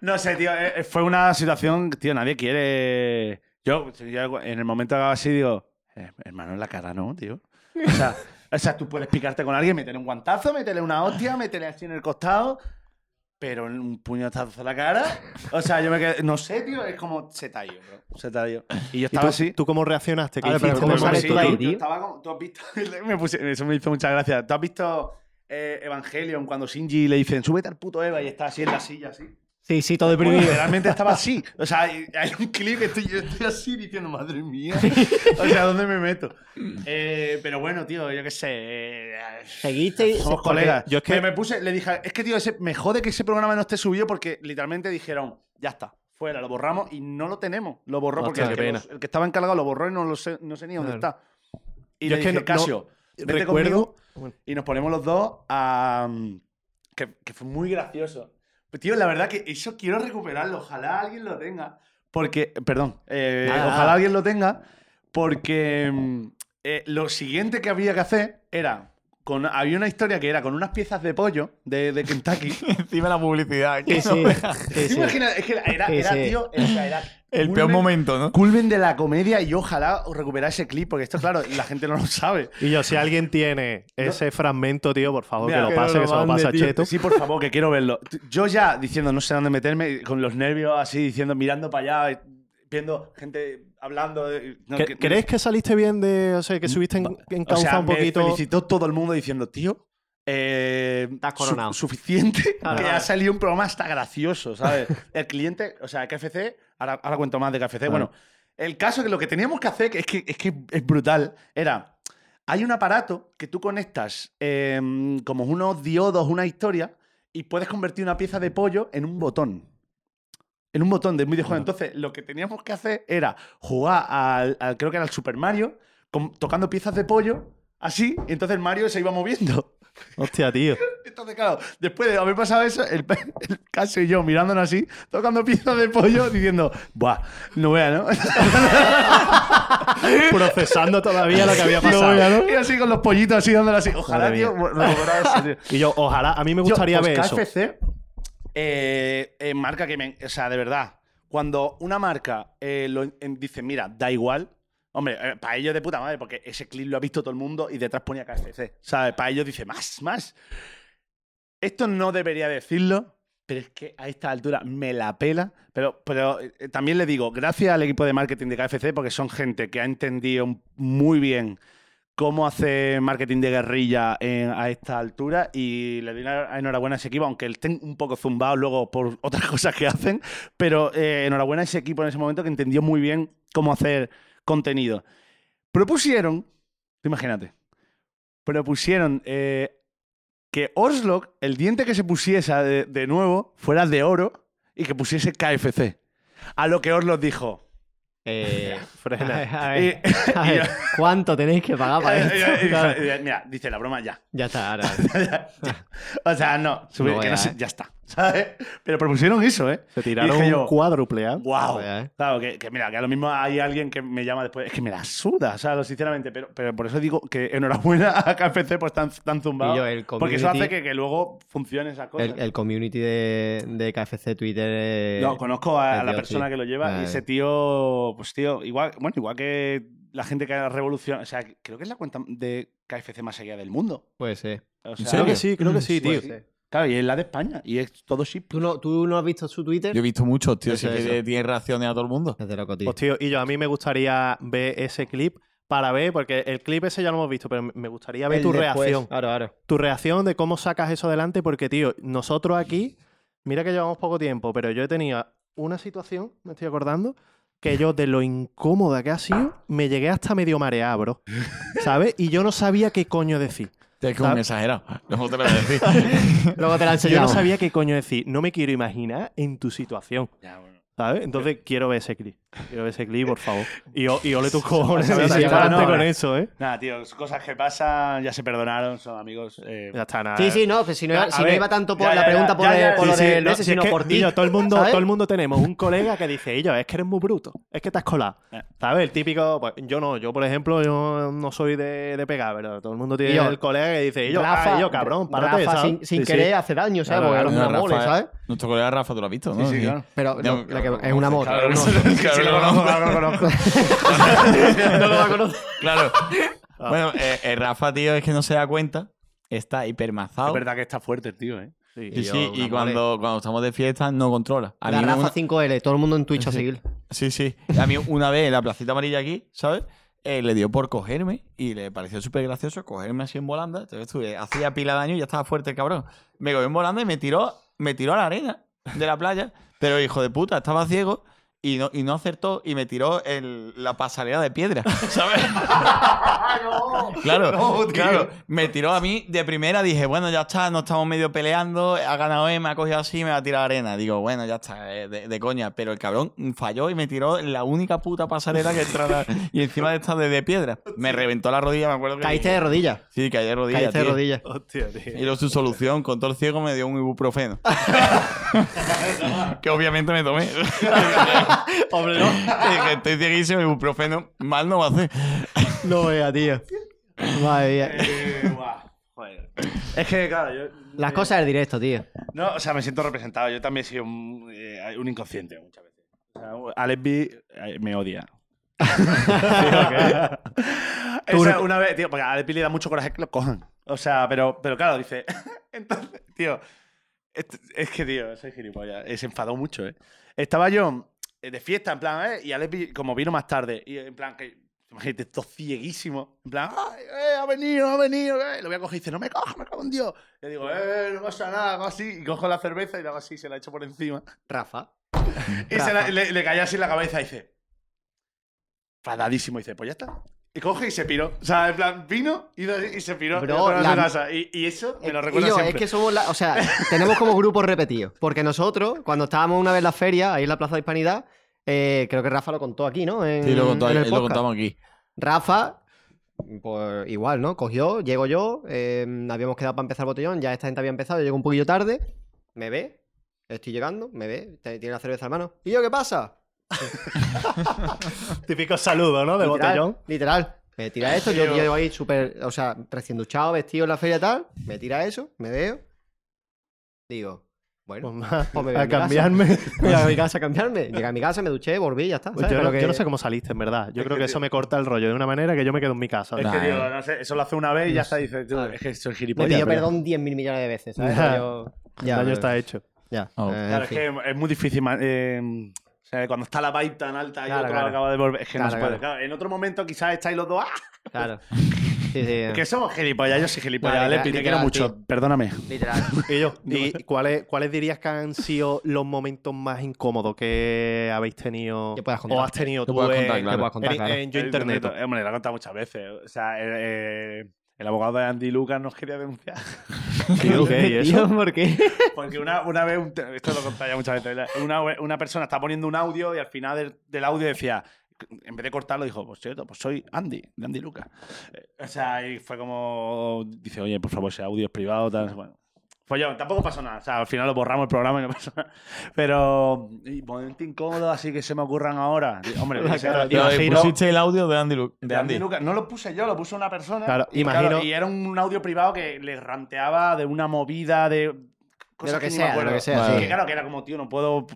Speaker 4: no sé, tío. eh, eh, fue una situación, tío, nadie quiere. Yo, yo en el momento que hago así digo, eh, hermano, en la cara no, tío. O sea, o sea, tú puedes picarte con alguien, meterle un guantazo, meterle una hostia, meterle así en el costado, pero en un puñetazo a la cara. O sea, yo me quedé, no sé, tío, es como se talló, bro. Se talló. Y yo
Speaker 1: ¿Y
Speaker 4: estaba
Speaker 1: tú,
Speaker 4: así.
Speaker 1: tú cómo reaccionaste? ¿Qué
Speaker 2: A ver, pero
Speaker 1: hiciste?
Speaker 2: ¿cómo
Speaker 1: ¿Te
Speaker 4: Como
Speaker 1: pones
Speaker 2: sales
Speaker 4: si
Speaker 2: tú
Speaker 1: tú
Speaker 2: de ahí,
Speaker 4: yo
Speaker 2: tío?
Speaker 4: estaba como- tú has visto, me puse- eso me hizo mucha gracia. ¿Tú has visto eh, Evangelion cuando Shinji le dicen, súbete al puto Eva y está así en la silla, así?
Speaker 2: Sí, sí, todo
Speaker 4: Bueno,
Speaker 2: deprimido.
Speaker 4: literalmente estaba así. O sea, hay, hay un clip que estoy, yo estoy así diciendo, madre mía. O sea, ¿dónde me meto? Eh, pero bueno, tío, yo qué sé. eh,
Speaker 2: Seguiste y-
Speaker 4: Somos
Speaker 2: porque-
Speaker 4: colegas.
Speaker 1: yo es que-
Speaker 4: me, me puse, le dije, es que, tío, ese- me jode que ese programa no esté subido porque literalmente dijeron, ya está, fuera, lo borramos y no lo tenemos. Lo borró porque
Speaker 1: Hostia,
Speaker 4: el
Speaker 1: qué
Speaker 4: que,
Speaker 1: pena.
Speaker 4: los- el que estaba encargado lo borró y no, lo sé, no sé ni dónde
Speaker 1: Claro.
Speaker 4: está. Y
Speaker 1: Yo
Speaker 4: le
Speaker 1: es que
Speaker 4: dije,
Speaker 1: no-
Speaker 4: Casio, vete conmigo
Speaker 1: Recuerdo. Bueno,
Speaker 4: y nos ponemos los dos a. mm, Que, que fue muy gracioso. Pero, tío, la verdad que eso quiero recuperarlo. Ojalá alguien lo tenga. Porque. Perdón. eh,
Speaker 1: Nada,
Speaker 4: ojalá
Speaker 1: nada.
Speaker 4: alguien lo tenga. Porque mm, eh, lo siguiente que había que hacer era. Con, había una historia que era con unas piezas de pollo de, de Kentucky.
Speaker 3: Encima la publicidad. que
Speaker 2: Sí,
Speaker 3: no
Speaker 2: sí,
Speaker 3: vea.
Speaker 2: sí,
Speaker 4: ¿Te
Speaker 2: sí.
Speaker 4: imaginas? Es que era,
Speaker 2: Sí,
Speaker 4: era,
Speaker 2: sí.
Speaker 4: tío. o sea, era
Speaker 3: El
Speaker 4: culmen-
Speaker 3: peor momento, ¿no?
Speaker 4: Culmen de la comedia y ojalá os recuperar ese clip, porque esto, claro, la gente no lo sabe.
Speaker 1: Y yo, si alguien tiene ese fragmento, tío, por favor,
Speaker 4: Mira,
Speaker 1: que
Speaker 4: que
Speaker 1: lo pase, que,
Speaker 4: no
Speaker 1: se lo pase a Cheto.
Speaker 4: Sí, por favor, que quiero verlo. T- Yo ya diciendo, no sé dónde meterme, y con los nervios así, diciendo, mirando para allá, y viendo gente hablando. eh, no,
Speaker 1: ¿Cre- ¿Crees que saliste bien de. O sea, que subiste en, en
Speaker 4: o
Speaker 1: causa
Speaker 4: sea,
Speaker 1: un
Speaker 4: me
Speaker 1: poquito?
Speaker 4: felicitó todo el mundo diciendo, tío, eh,
Speaker 2: Estás coronado.
Speaker 4: suficiente
Speaker 2: Claro.
Speaker 4: que ha salido un programa hasta gracioso, ¿sabes? el cliente, o sea, KFC, ahora, ahora cuento más de KFC. Bueno, el caso que lo que teníamos que hacer, que es que es, que es brutal, era, hay un aparato que tú conectas eh, como unos diodos, una historia, y puedes convertir una pieza de pollo en un botón. En un botón de videojuego. Entonces, lo que teníamos que hacer era jugar al, al- creo que era al Super Mario, con- tocando piezas de pollo, así, y entonces el Mario se iba moviendo.
Speaker 1: Hostia, tío.
Speaker 4: Entonces, claro, después de haber pasado eso, el, el Casio y yo mirándonos así, tocando piezas de pollo, diciendo, buah, no vea, ¿no?
Speaker 1: Procesando todavía lo que había pasado.
Speaker 4: Y así con los pollitos así dándole así. Ojalá,
Speaker 1: Madre
Speaker 4: tío,
Speaker 1: mía.
Speaker 4: recuperar eso, tío.
Speaker 1: Y yo, ojalá, a mí me gustaría
Speaker 4: Yo, pues,
Speaker 1: ver eso.
Speaker 4: KFC, eh, eh, marca que me. O sea, de verdad. Cuando una marca eh, lo en- dice, mira, da igual. Hombre, para ellos de puta madre, porque ese clip lo ha visto todo el mundo y detrás ponía KFC. ¿Sabes? Para ellos dice, más, más. Esto no debería decirlo, pero es que a esta altura me la pela. Pero, pero eh, también le digo, gracias al equipo de marketing de KFC, porque son gente que ha entendido muy bien cómo hace marketing de guerrilla en- a esta altura y le doy la- enhorabuena a ese equipo, aunque estén un poco zumbados luego por otras cosas que hacen, pero eh, enhorabuena a ese equipo en ese momento que entendió muy bien cómo hacer contenido. Propusieron, tú imagínate, propusieron eh, que Orslock, el diente que se pusiese de, de nuevo, fuera de oro y que pusiese KFC. A lo que Orslock dijo.
Speaker 2: Eh,
Speaker 1: Frena.
Speaker 2: a
Speaker 4: Y-
Speaker 2: ver, a ver, ¿cuánto tenéis que pagar para
Speaker 4: y- y-
Speaker 2: esto?
Speaker 4: y-
Speaker 2: Claro.
Speaker 4: Mira, dice la broma ya.
Speaker 2: Ya está, ahora.
Speaker 4: O sea, no, subir,
Speaker 2: No
Speaker 4: que
Speaker 2: vea,
Speaker 4: no sé,
Speaker 2: ¿eh?
Speaker 4: ya está, ¿sabes? Pero propusieron eso, ¿eh?
Speaker 1: Se tiraron
Speaker 4: Dije
Speaker 1: un
Speaker 4: yo,
Speaker 1: cuádruple ¿ah?
Speaker 4: ¡Wow!
Speaker 2: No vea, ¿eh?
Speaker 4: Claro, que, que mira, que a lo mismo hay alguien que me llama después. Es que me la suda, o sea, lo- sinceramente. Pero, pero por eso digo que enhorabuena a KFC por estar tan zumbado.
Speaker 2: Y yo, el
Speaker 4: porque eso hace
Speaker 2: community-
Speaker 4: que, que luego funcione esa cosa.
Speaker 2: El, el community de, de KFC Twitter. eh,
Speaker 4: No, conozco a,
Speaker 2: el
Speaker 4: la
Speaker 2: tío,
Speaker 4: persona
Speaker 2: sí.
Speaker 4: que lo lleva
Speaker 2: Ah,
Speaker 4: y ese tío, pues tío, igual, bueno, igual que la gente que ha revolucionado, o sea, creo que es la cuenta de KFC más seguida del mundo.
Speaker 2: Puede ser.
Speaker 4: O sea,
Speaker 1: Creo que sí, creo que sí, tío.
Speaker 4: Mm, pues Claro, y es la de España. Y es todo ship.
Speaker 2: ¿Tú no, tú no has visto su Twitter?
Speaker 3: Yo he visto muchos, tío.
Speaker 2: Eso,
Speaker 3: sí que
Speaker 2: eso.
Speaker 3: tiene reacciones a todo el mundo.
Speaker 2: Desde loco, tío.
Speaker 1: Pues tío, y yo a mí me gustaría ver ese clip para ver, porque el clip ese ya lo hemos visto, pero me- me gustaría ver
Speaker 2: El
Speaker 1: tu
Speaker 2: después.
Speaker 1: reacción.
Speaker 2: Claro, claro.
Speaker 1: Tu reacción de cómo sacas eso adelante, porque tío, nosotros aquí, mira que llevamos poco tiempo, pero yo he tenido una situación, me estoy acordando, que yo de lo incómoda que ha sido, me llegué hasta medio mareado, bro. ¿Sabes? Y yo no sabía qué coño decir.
Speaker 3: Es que es un
Speaker 1: ¿Sabes?
Speaker 3: exagerado. No te lo voy a decir.
Speaker 2: Luego te la
Speaker 1: Yo no
Speaker 2: enseñamos.
Speaker 1: sabía qué coño decir. No me quiero imaginar en tu situación.
Speaker 4: Ya, bueno.
Speaker 1: ¿Sabes? Entonces quiero ver ese clip. Quiero ver ese clip, por favor. Y, o- y ole tus cojones.
Speaker 4: Sí, sí,
Speaker 1: adelante
Speaker 4: claro, no,
Speaker 1: con
Speaker 4: no.
Speaker 1: eso, ¿eh?
Speaker 4: Nada, tío, cosas que pasan, ya se perdonaron, son amigos. eh,
Speaker 1: Ya está, nada.
Speaker 2: Sí, sí, no, que si no,
Speaker 4: Ya,
Speaker 2: era-
Speaker 4: a
Speaker 2: si no
Speaker 4: ver.
Speaker 2: iba tanto por
Speaker 4: Ya,
Speaker 2: la
Speaker 4: ya,
Speaker 2: pregunta
Speaker 4: ya,
Speaker 2: por,
Speaker 4: ya,
Speaker 2: el-
Speaker 4: ya,
Speaker 2: por
Speaker 4: sí,
Speaker 2: lo
Speaker 4: sí,
Speaker 2: de
Speaker 4: no,
Speaker 2: ese,
Speaker 1: si es
Speaker 2: sino
Speaker 1: que,
Speaker 2: por ti.
Speaker 1: Illo, todo el mundo,
Speaker 2: ¿sabes?
Speaker 1: todo el mundo tenemos un colega que dice, Illo, es que eres muy bruto, es que te has colado.
Speaker 2: Eh.
Speaker 1: ¿Sabes? El típico, pues, yo no, yo por ejemplo, yo no soy de, de pegar, pero todo el mundo tiene
Speaker 2: Illo,
Speaker 1: el colega que dice, Illo, ah, Illo, cabrón, párate,
Speaker 2: Rafa,
Speaker 1: ¿sabes?
Speaker 2: sin, sin
Speaker 1: Sí, sí.
Speaker 2: querer hace daño, ¿sabes?
Speaker 1: Claro,
Speaker 2: Porque
Speaker 1: claro,
Speaker 2: era un
Speaker 3: Rafa,
Speaker 2: mole, ¿sabes?
Speaker 3: Nuestro colega Rafa, tú lo has visto, ¿no?
Speaker 4: sí, claro.
Speaker 2: Pero
Speaker 3: Ya,
Speaker 2: no, la que-
Speaker 3: claro,
Speaker 2: es una moto.
Speaker 3: Claro, no, claro, no, no, no, no, no, no. Claro.
Speaker 4: Ah.
Speaker 3: Bueno, eh, eh, Rafa, tío, es que no se da cuenta. Está
Speaker 4: Es
Speaker 3: hipermazado.
Speaker 4: verdad que está fuerte el tío, ¿eh?
Speaker 1: Sí,
Speaker 3: Y
Speaker 1: Illo,
Speaker 3: sí,
Speaker 1: una
Speaker 3: y
Speaker 1: mole.
Speaker 3: cuando, cuando estamos de fiesta no controla. A
Speaker 2: La
Speaker 3: mí me-
Speaker 2: Rafa 5L, todo el mundo en Twitch a seguir.
Speaker 3: Sí, sí. A mí una vez en la placita amarilla aquí, ¿sabes? Eh, le dio por cogerme y le pareció súper gracioso cogerme así en volanda. Entonces estuve, hacía pila de años y ya estaba fuerte el cabrón. Me cogió en volanda y me tiró, me tiró a la arena de la playa. Pero hijo de puta, estaba ciego y no, y no acertó y me tiró el- la pasarela de piedra, ¿sabes? Claro, claro. Me tiró a mí de primera, dije, bueno, ya está, no estamos medio peleando, ha ganado él, me ha cogido así, me va a tirar arena. Digo, bueno, ya está, eh, de, de coña. Pero el cabrón falló y me tiró la única puta pasarela que entraba y encima de esta de, de piedra. Me reventó la rodilla, me acuerdo que.
Speaker 2: Caíste de rodillas.
Speaker 3: Sí, caí de rodilla.
Speaker 2: Caíste de
Speaker 3: tío.
Speaker 2: rodillas.
Speaker 1: Hostia, tío.
Speaker 3: Y luego su solución, con todo el ciego, me dio un ibuprofeno. que obviamente me tomé. Hombre, no. Dije, estoy cieguísimo, ibuprofeno, mal no va a hacer.
Speaker 2: No vea, tío. Madre mía.
Speaker 4: Joder. Es que, claro, yo.
Speaker 2: Las cosas del directo, tío.
Speaker 4: No, o sea, me siento representado. Yo también he sido un, eh, un inconsciente muchas veces. O sea, Alex B eh, me odia. Esa, una vez, tío, porque a Alex B le da mucho coraje que lo cojan. O sea, pero, pero claro, dice. Entonces, tío. est- Es que, tío, soy gilipollas. Eh, Se enfadó mucho, ¿eh? Estaba yo eh, de fiesta, en plan, ¿eh? Y Alex, vi- como vino más tarde, y en plan, que. Imagínate, todo cieguísimo. En plan, ¡ay, eh, ha venido, ha venido! eh". Lo voy a coger y dice, ¡no me cojas, me cago en Dios! Le digo, ¡eh, no pasa nada! Hago así, y cojo la cerveza y la hago así, se la echo por encima.
Speaker 2: Rafa.
Speaker 4: Y se la- le, le cayó así en la cabeza y dice, enfadadísimo, dice, pues ya está. Y coge y se piró. O sea, en plan, vino y, y se piró.
Speaker 2: Bro,
Speaker 4: y lo trajo a su
Speaker 2: la-
Speaker 4: casa. Y, y eso me lo
Speaker 2: Eh,
Speaker 4: recuerdo
Speaker 2: y yo,
Speaker 4: siempre.
Speaker 2: es que somos la, o sea, tenemos como grupos repetidos, porque nosotros cuando estábamos una vez en la feria, ahí en la Plaza de Hispanidad, eh, creo que Rafa lo contó aquí, ¿no? En,
Speaker 3: Sí, lo, contó-
Speaker 2: Mm, en el
Speaker 3: lo
Speaker 2: podcast.
Speaker 3: contamos aquí.
Speaker 2: Rafa, pues igual, ¿no? Cogió, llego yo, eh, habíamos quedado para empezar el botellón, ya esta gente había empezado, yo llego un poquillo tarde, me ve, estoy llegando, me ve, te- tiene la cerveza en mano. ¿Y yo qué pasa?
Speaker 1: Típico saludo, ¿no? De Pues botellón.
Speaker 2: Literal. Me tira esto, yo, yo ahí súper, o sea, recién duchado, vestido en la feria y tal, me tira eso, me veo, digo, bueno,
Speaker 1: Pues nada,
Speaker 2: Pues me
Speaker 1: a
Speaker 2: voy a mi casa.
Speaker 1: cambiarme.
Speaker 2: Me iba a mi casa a cambiarme. Llegué a mi casa, me duché, volví y ya está.
Speaker 1: Pues
Speaker 2: ¿sabes?
Speaker 1: yo,
Speaker 2: Pero
Speaker 1: no,
Speaker 2: que-
Speaker 1: yo no sé cómo saliste, en verdad. Yo creo que eso me corta el rollo de una manera que yo me quedo en mi casa.
Speaker 4: Es
Speaker 1: ¿no?
Speaker 4: que,
Speaker 3: Nah,
Speaker 4: tío,
Speaker 3: eh.
Speaker 4: no sé, eso lo hace una vez y ya está, dice, tú,
Speaker 2: Claro.
Speaker 4: es que soy
Speaker 2: Me
Speaker 4: gilipollas.
Speaker 2: pidió
Speaker 4: pero-
Speaker 2: perdón 10.000 millones de veces, ¿sabes?
Speaker 1: Ya.
Speaker 2: Yo-
Speaker 1: El
Speaker 2: ya,
Speaker 1: daño
Speaker 2: pero-
Speaker 1: está hecho.
Speaker 2: Ya.
Speaker 3: Oh.
Speaker 2: eh, en
Speaker 4: Claro, es
Speaker 2: fin.
Speaker 4: que es muy difícil. man- eh, o sea, cuando está la vibe tan alta y
Speaker 2: Claro,
Speaker 4: otro
Speaker 2: claro.
Speaker 4: acaba de volver. Es que no
Speaker 2: Claro,
Speaker 4: se puede. Claro, En otro momento quizás estáis los dos. ¡Ah!
Speaker 2: Claro. Sí, sí.
Speaker 4: Que somos gilipollas, yo soy gilipollas.
Speaker 2: Claro,
Speaker 4: Lepi, te
Speaker 2: literal,
Speaker 4: quiero mucho.
Speaker 2: tío.
Speaker 4: Perdóname.
Speaker 2: Literal.
Speaker 1: Y yo, ¿y cuáles, cuáles dirías que han sido los momentos más incómodos que habéis tenido
Speaker 2: Que puedas contar.
Speaker 1: o has tenido tú
Speaker 3: puedas
Speaker 1: en,
Speaker 3: contar, claro.
Speaker 2: Que puedas contar,
Speaker 1: en-
Speaker 2: claro.
Speaker 1: en Yo Internet?
Speaker 4: Eh, hombre, lo he contado muchas veces. O sea, eh, eh, el abogado de Andy Lucas nos quería denunciar.
Speaker 1: Tío, ¿qué? ¿Y eso?
Speaker 2: Tío, ¿por qué?
Speaker 4: Porque una, una vez, un te- esto lo contaba ya muchas veces, ¿verdad? una, ve- una persona está poniendo un audio y al final del, del audio decía, en vez de cortarlo, dijo, pues cierto, pues soy Andy, de Andy Lucas. Eh, o sea, y fue como, dice, oye, por favor, ese audio es privado, tal, bueno. Pues yo, tampoco pasó nada. O sea, al final lo borramos el programa y no pasó nada. Pero, y momento incómodo, así que se me ocurran ahora. Hombre, yo qué sé,
Speaker 1: cara, tío.
Speaker 4: imagino-
Speaker 3: Pero pusiste el audio de Andy, Lu-
Speaker 4: de Andy Lucas. No lo puse yo, lo puso una persona.
Speaker 1: Claro,
Speaker 4: y,
Speaker 1: imagino-
Speaker 4: y era un audio privado que le ranteaba de una movida, de.
Speaker 2: De lo que
Speaker 4: ni
Speaker 2: sea,
Speaker 4: me
Speaker 2: de lo
Speaker 4: acuerdo.
Speaker 2: que sea,
Speaker 4: Y
Speaker 2: sí.
Speaker 4: que claro, que era como, tío, no puedo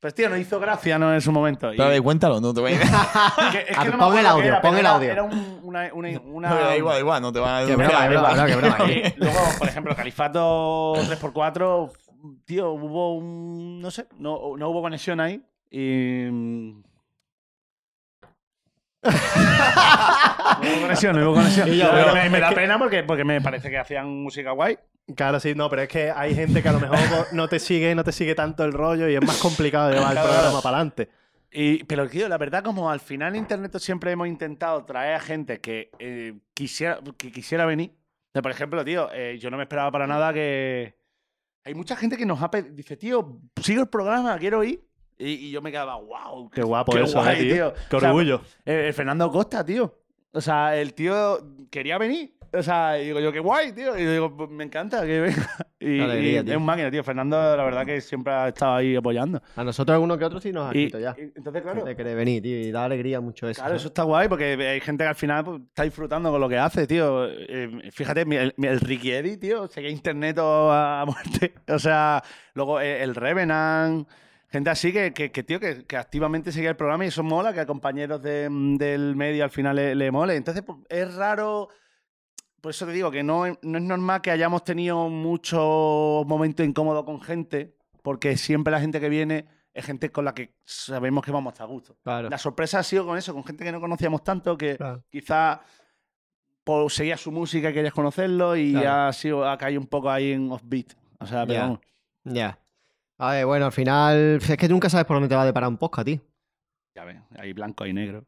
Speaker 4: Pues tío, no hizo gracia no en su momento. Y-
Speaker 3: Pero de cuéntalo, no te voy a
Speaker 4: que- es
Speaker 2: A
Speaker 4: que
Speaker 2: ver,
Speaker 4: no me
Speaker 2: pon Ah, el
Speaker 4: acuerdo
Speaker 2: audio,
Speaker 4: qué era,
Speaker 2: pon
Speaker 4: pero
Speaker 2: el
Speaker 4: era-
Speaker 2: audio.
Speaker 4: Era un- una... una, una-
Speaker 3: No, da igual, da igual, no te van a
Speaker 2: Que broma, que broma, que broma.
Speaker 4: Eh, luego, por ejemplo, Califato 3x4, tío, hubo un. No sé, no, no hubo conexión ahí. Y. mm, no hubo conexión, no hubo conexión.
Speaker 1: Y yo,
Speaker 4: Pero
Speaker 1: pero
Speaker 4: me, me
Speaker 1: es
Speaker 4: da
Speaker 1: que-
Speaker 4: pena porque, porque me parece que hacían música guay.
Speaker 1: Claro, sí, no, pero es que hay gente que a lo mejor no te sigue, no te sigue tanto el rollo y es más complicado llevar el
Speaker 4: Claro.
Speaker 1: programa para adelante.
Speaker 4: Y, pero, tío, la verdad, como al final en Internet siempre hemos intentado traer a gente que, eh, quisiera, que quisiera venir. O sea, por ejemplo, tío, eh, yo no me esperaba para nada que. Hay mucha gente que nos ha pedido, dice, tío, sigo el programa, quiero ir. Y, y yo me quedaba, wow,
Speaker 1: Qué guapo
Speaker 4: Qué
Speaker 1: eso,
Speaker 4: guay,
Speaker 1: eh, tío.
Speaker 4: tío.
Speaker 1: Qué
Speaker 4: O sea,
Speaker 1: orgullo.
Speaker 4: Eh, el Fernando Costa, tío. O sea, el tío quería venir. O sea, y digo yo, qué guay, tío. Y yo digo, "Pues me encanta que venga. Y,
Speaker 2: Qué alegría,
Speaker 4: y
Speaker 2: tío.
Speaker 4: es un máquina, tío. Fernando, la verdad que siempre ha estado ahí apoyando.
Speaker 2: A nosotros alguno que otro sí nos ha
Speaker 4: Y-
Speaker 2: escrito ya.
Speaker 4: y entonces, claro,
Speaker 2: De querer venir, tío, y da alegría mucho eso.
Speaker 4: claro,
Speaker 2: ¿no?
Speaker 4: eso está guay porque hay gente que al final pues, está disfrutando con lo que hace, tío. Eh, fíjate, mi- el, mi- el Ricky Eddy, tío, seguía internet a muerte. O sea, luego eh, el Revenant. Gente así que, que, que, tío, que, que activamente seguía el programa y eso mola, que a compañeros de- mm, del medio al final le, le mole. Entonces, pues, es raro. Por eso te digo que no, es- no es normal que hayamos tenido muchos momentos incómodos con gente, porque siempre la gente que viene es gente con la que sabemos que vamos a estar a gusto.
Speaker 2: Claro.
Speaker 4: La sorpresa ha sido con eso, con gente que no conocíamos tanto, que
Speaker 2: Claro.
Speaker 4: quizá por, seguía su música y querías conocerlo y
Speaker 2: Claro.
Speaker 4: ha sido ha caído un poco ahí en offbeat. O sea, pero
Speaker 2: Ya.
Speaker 4: vamos.
Speaker 2: Ya. A ver, bueno, al final. Es que tú nunca sabes por dónde te va a deparar un podcast, tío.
Speaker 4: Ya ves, hay blanco, hay negro.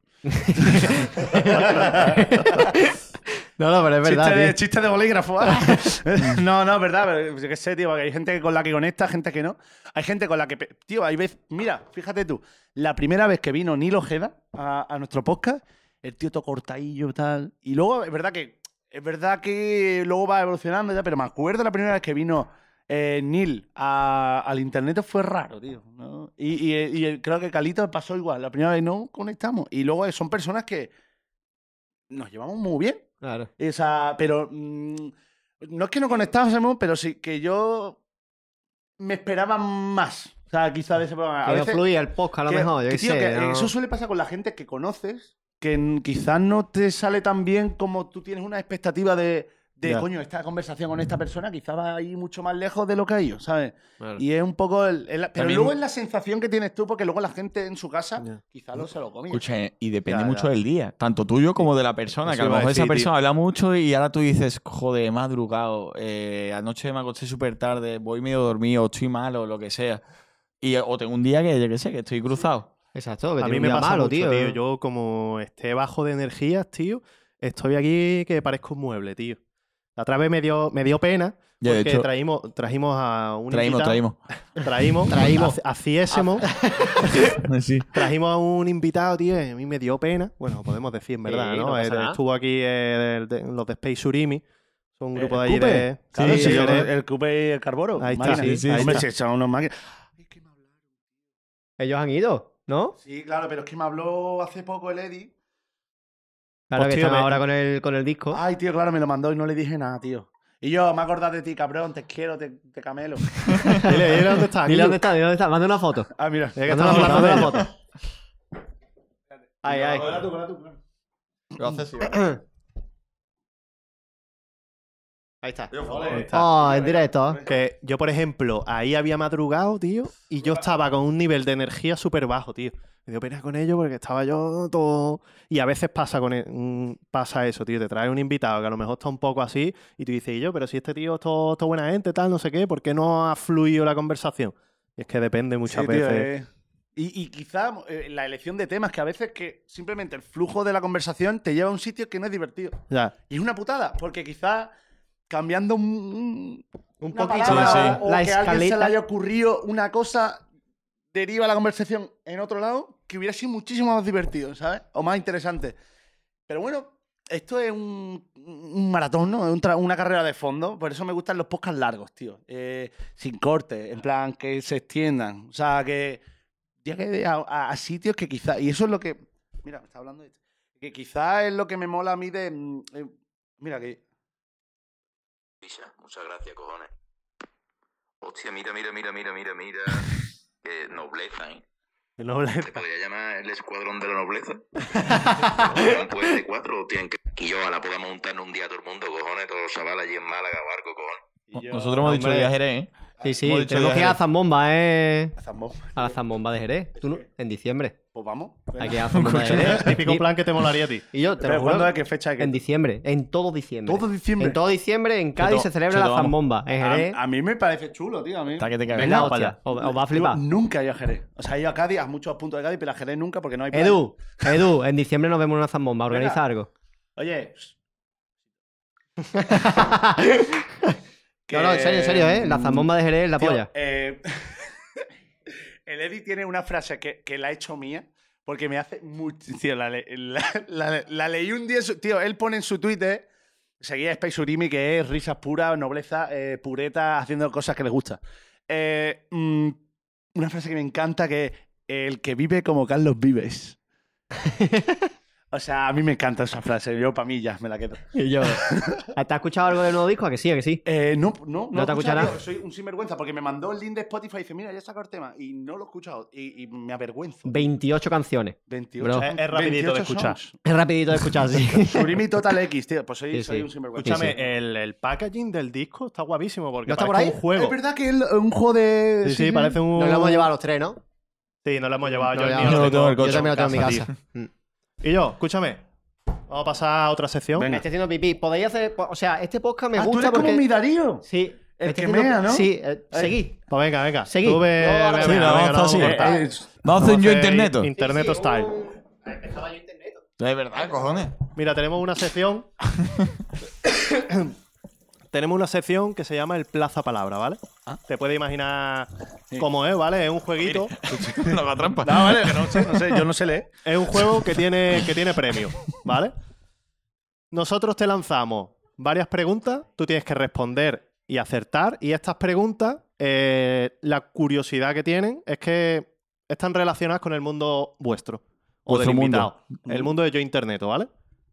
Speaker 2: No, no, pero es verdad.
Speaker 4: chiste, de,
Speaker 2: tío.
Speaker 4: chiste de bolígrafo. ¿eh? no, no, es verdad. Pero yo qué sé, tío. porque Hay gente con la que conecta, gente que no. Hay gente con la que. pe- Tío, hay veces. Mira, fíjate tú. La primera vez que vino Nilo Ojeda a, a nuestro podcast, el tío todo cortadillo y tal. Y luego, es verdad que. Es verdad que luego va evolucionando ya, pero me acuerdo la primera vez que vino eh, Neil a- al internet fue raro, tío. ¿no? Y, y- y el- creo que Calito pasó igual. La primera vez no conectamos. Y luego eh, son personas que nos llevamos muy bien.
Speaker 2: Claro.
Speaker 4: O sea, pero. mm, no es que no conectásemos, pero sí que yo. Me esperaba más. O sea, quizá de ese programa.
Speaker 2: Que no fluía el podcast, a lo
Speaker 4: que-
Speaker 2: mejor. Yo
Speaker 4: que,
Speaker 2: qué
Speaker 4: tío,
Speaker 2: sé.
Speaker 4: que
Speaker 2: ¿no?
Speaker 4: Eso suele pasar con la gente que conoces, que n- quizás no te sale tan bien como tú tienes una expectativa de. de,
Speaker 2: Ya.
Speaker 4: coño, esta conversación con esta persona quizás va a ir mucho más lejos de lo que ha ido, ¿sabes?
Speaker 2: Claro.
Speaker 4: Y es un poco el. el- pero
Speaker 3: También-
Speaker 4: luego es la sensación que tienes tú, porque luego la gente en su casa
Speaker 2: Ya.
Speaker 4: quizás lo se lo comía.
Speaker 3: Escucha, eh, y depende
Speaker 4: Ya,
Speaker 3: mucho
Speaker 4: ya.
Speaker 3: del día, tanto tuyo como de la persona,
Speaker 1: Eso
Speaker 3: que a lo
Speaker 1: iba a
Speaker 3: mejor esa
Speaker 1: decir, tío.
Speaker 3: persona habla mucho y ahora tú dices, joder, he madrugado, eh, anoche me acosté súper tarde, voy medio dormido, estoy malo, lo que sea. Y, o tengo un día que, yo qué sé, que estoy cruzado.
Speaker 2: Exacto, que
Speaker 1: A
Speaker 2: tiene
Speaker 1: mí
Speaker 2: un
Speaker 1: me
Speaker 2: día
Speaker 1: pasa
Speaker 2: malo,
Speaker 1: mucho,
Speaker 2: tío.
Speaker 1: tío. Yo como esté bajo de energías, tío, estoy aquí que parezco un mueble, tío. La otra vez me dio, me dio pena
Speaker 3: Ya, de
Speaker 1: porque
Speaker 3: hecho-
Speaker 1: traímos, trajimos a un
Speaker 3: Traímos,
Speaker 1: invitado.
Speaker 3: traímos.
Speaker 1: Traímos, traímos. Haciésemos,
Speaker 3: Sí.
Speaker 1: trajimos a un invitado, tío, y a mí me dio pena. Bueno, podemos decir, en verdad,
Speaker 2: Sí,
Speaker 1: ¿no?
Speaker 2: no pasa
Speaker 1: Eh,
Speaker 2: nada.
Speaker 1: Estuvo aquí eh, el de- los de Space Surimi, son un
Speaker 2: Eh,
Speaker 1: grupo de allí
Speaker 4: Cupe.
Speaker 1: de...
Speaker 4: Claro,
Speaker 1: Sí,
Speaker 4: sí,
Speaker 1: de-
Speaker 4: el, el Coupe y el Carboro.
Speaker 1: Ahí está,
Speaker 4: máquinas.
Speaker 1: sí, sí, ahí
Speaker 4: Hombre,
Speaker 1: está.
Speaker 4: sí, son unos máquinas.
Speaker 2: Ellos han ido, ¿no?
Speaker 4: Sí, claro, pero es que me habló hace poco el Eddie.
Speaker 2: Claro
Speaker 1: Pues,
Speaker 2: que
Speaker 1: tío,
Speaker 2: están
Speaker 1: me-
Speaker 2: ahora con el, con el disco.
Speaker 4: Ay, tío, claro, me lo mandó y no le dije nada, tío. Y yo, me acordás de ti, cabrón, te quiero, te, te camelo.
Speaker 1: Dile, dile dónde está.
Speaker 2: Dile
Speaker 1: Guillo.
Speaker 2: dónde está, dile dónde está. Manda una foto.
Speaker 4: Ah, mira.
Speaker 1: Es que
Speaker 2: Manda
Speaker 1: estamos
Speaker 2: una,
Speaker 1: hablando de
Speaker 2: manda
Speaker 1: ellos.
Speaker 2: una foto. Ay, ay.
Speaker 4: Hola, tú, hola, tú, hola.
Speaker 2: Ahí está.
Speaker 1: Ahí está.
Speaker 2: Oh, en directo.
Speaker 1: Que yo, por ejemplo, ahí había madrugado, tío, y yo estaba con un nivel de energía súper bajo, tío. Me dio pena con ello porque estaba yo todo. Y a veces pasa con e- mm, pasa eso, tío. Te trae un invitado que a lo mejor está un poco así y tú dices, y yo, pero si este tío es todo, todo buena gente, tal, no sé qué, ¿por qué no ha fluido la conversación? Y es que depende muchas
Speaker 4: Sí, tío,
Speaker 1: veces.
Speaker 4: eh. Y, y quizá eh, la elección de temas, que a veces que simplemente el flujo de la conversación te lleva a un sitio que no es divertido.
Speaker 1: Ya.
Speaker 4: Y es una putada, porque quizá cambiando un, un,
Speaker 2: Un
Speaker 4: una
Speaker 2: poquito
Speaker 4: palabra
Speaker 3: Sí, sí.
Speaker 4: o
Speaker 2: la
Speaker 4: que a alguien se le
Speaker 2: escaleta.
Speaker 4: haya ocurrido una cosa deriva la conversación en otro lado que hubiera sido muchísimo más divertido, ¿sabes? O más interesante. Pero bueno, esto es un, un maratón, ¿no? Es un tra- una carrera de fondo. Por eso me gustan los podcasts largos, tío. Eh, sin corte, en plan que se extiendan. O sea, que llegue a, a- a sitios que quizá... Y eso es lo que... Mira, me está hablando de esto. Que quizá es lo que me mola a mí de... mm, eh, mira, que...
Speaker 7: Pisa, muchas gracias, cojones. Hostia, mira, mira, mira, mira, mira, mira. eh, nobleza, ¿eh?
Speaker 1: El noble-
Speaker 7: Se podría llamar el escuadrón de la nobleza. Un pueblo de cuatro tienen que. Y yo, a la pueda montar un día todo el mundo, cojones, todos los chavales allí en Málaga o algo, cojones.
Speaker 4: Y yo-
Speaker 3: Nosotros hemos dicho
Speaker 2: hombre.
Speaker 3: de Jerez, ¿eh?
Speaker 2: Sí, sí,
Speaker 3: Hemos dicho
Speaker 2: tenemos
Speaker 3: ya
Speaker 2: que ir a
Speaker 3: Jerez.
Speaker 2: Zambomba, ¿eh?
Speaker 4: Zambomba.
Speaker 2: A la Zambomba de Jerez. Tú no- En diciembre.
Speaker 4: Pues vamos.
Speaker 2: Hay que ir a Zambomba de Jerez.
Speaker 1: Típico
Speaker 2: Y-
Speaker 1: plan que te molaría a ti.
Speaker 2: Y yo, te
Speaker 4: Pero
Speaker 2: lo juro,
Speaker 4: Eh, ¿cuándo es? ¿Qué fecha es?
Speaker 2: en diciembre. En todo diciembre.
Speaker 4: Todo diciembre.
Speaker 2: En todo diciembre, en
Speaker 3: Cheto-
Speaker 2: Cádiz se celebra
Speaker 3: cheto,
Speaker 2: la
Speaker 3: vamos.
Speaker 2: Zambomba. En Jerez.
Speaker 4: A, a mí me parece chulo, tío. A mí.
Speaker 3: Está que te cagas.
Speaker 2: Es la
Speaker 3: Vamos para
Speaker 2: hostia.
Speaker 3: allá.
Speaker 2: Os, os va a
Speaker 4: Yo
Speaker 2: flipar.
Speaker 4: nunca he ido a Jerez. O sea, he ido a Cádiz, a muchos puntos de Cádiz, pero a Jerez nunca porque no hay playa.
Speaker 2: Edu, Edu, en diciembre nos vemos en una Zambomba. Organiza
Speaker 4: Venga.
Speaker 2: algo.
Speaker 4: Oye. que- mm,
Speaker 2: No, no, en serio, en serio, ¿eh? La Zambomba de Jerez es la
Speaker 4: Tío,
Speaker 2: polla.
Speaker 4: eh, el Eddie tiene una frase que, que la he hecho mía porque me hace mucho. Tío, la, le- la- la- la leí un día. en su- Tío, él pone en su Twitter. Seguía a Space Urimi, que es risas puras, nobleza, eh, pureta, haciendo cosas que le gusta. Eh, mm, una frase que me encanta que es, el que vive como Carlos Vives. o sea, a mí me encanta esa frase. Yo para mí ya me la quedo.
Speaker 2: Y yo, ¿te has escuchado algo del nuevo disco? ¿A que sí, a que sí?
Speaker 4: Eh, no, no, no,
Speaker 2: ¿No te
Speaker 4: he
Speaker 2: has
Speaker 4: escuchado,
Speaker 2: escuchado?
Speaker 4: tío. Soy un sinvergüenza porque me mandó el link de Spotify y dice, mira, ya he sacado el tema. Y no lo he escuchado. Y, y me avergüenzo.
Speaker 2: 28 canciones.
Speaker 4: 28.
Speaker 2: Bro.
Speaker 1: Es- es rapidito de escuchar.
Speaker 2: Es rapidito de escuchar, sí.
Speaker 4: Surimi Total X, tío. Pues soy,
Speaker 2: Sí,
Speaker 4: soy
Speaker 2: sí.
Speaker 4: un sinvergüenza.
Speaker 1: Escúchame,
Speaker 2: Sí, sí.
Speaker 1: El, el packaging del disco está guapísimo porque
Speaker 2: ¿No está por
Speaker 1: parece
Speaker 2: ahí?
Speaker 1: un juego.
Speaker 4: Es verdad que es un juego de.
Speaker 1: Sí, sí, parece un.
Speaker 2: Nos lo hemos llevado los tres, ¿no?
Speaker 1: Sí, nos lo hemos llevado.
Speaker 2: Nos
Speaker 1: yo,
Speaker 2: lo
Speaker 1: el
Speaker 2: llevamos.
Speaker 1: mío
Speaker 3: Yo tengo el
Speaker 2: Yo
Speaker 3: coche
Speaker 2: también lo tengo en mi
Speaker 1: tío.
Speaker 2: casa. Mm.
Speaker 1: Y yo, escúchame. Vamos a pasar a otra sección.
Speaker 4: Venga.
Speaker 2: Me estoy haciendo pipí. Podéis hacer. O sea, este podcast me
Speaker 4: Ah, tú
Speaker 2: gusta
Speaker 4: eres
Speaker 2: porque.
Speaker 4: como mi Darío.
Speaker 2: Sí.
Speaker 4: El
Speaker 2: Me estoy
Speaker 4: que
Speaker 2: haciendo-
Speaker 4: mea, ¿no?
Speaker 2: Sí, eh, seguí.
Speaker 1: Pues venga, venga.
Speaker 2: Seguí.
Speaker 1: Tú ve-
Speaker 2: No, ahora
Speaker 1: ve-
Speaker 2: sí.
Speaker 1: ve-
Speaker 2: Sí,
Speaker 1: venga,
Speaker 3: la
Speaker 1: venga,
Speaker 3: vamos a
Speaker 1: no
Speaker 3: hacer
Speaker 1: vamos a
Speaker 3: así.
Speaker 1: cortar.
Speaker 4: Eh,
Speaker 3: Vamos a hacer un yo internet.
Speaker 1: Internet style.
Speaker 2: Empezaba yo internet.
Speaker 3: De verdad, cojones.
Speaker 1: Mira, tenemos una sección. tenemos una sección que se llama el Plaza Palabra, ¿vale?
Speaker 2: Ah.
Speaker 1: Te puedes imaginar cómo es, ¿vale? Es un jueguito.
Speaker 3: No haga trampa.
Speaker 4: No, vale, que no sé, no sé, yo no sé leer.
Speaker 1: Es un juego que tiene, que tiene premio, ¿vale? Nosotros te lanzamos varias preguntas, tú tienes que responder y acertar. Y estas preguntas, eh, la curiosidad que tienen es que están relacionadas con el mundo vuestro. O
Speaker 3: Vuestro
Speaker 1: del
Speaker 3: mundo.
Speaker 1: invitado. El mundo de Yo Internet, ¿vale?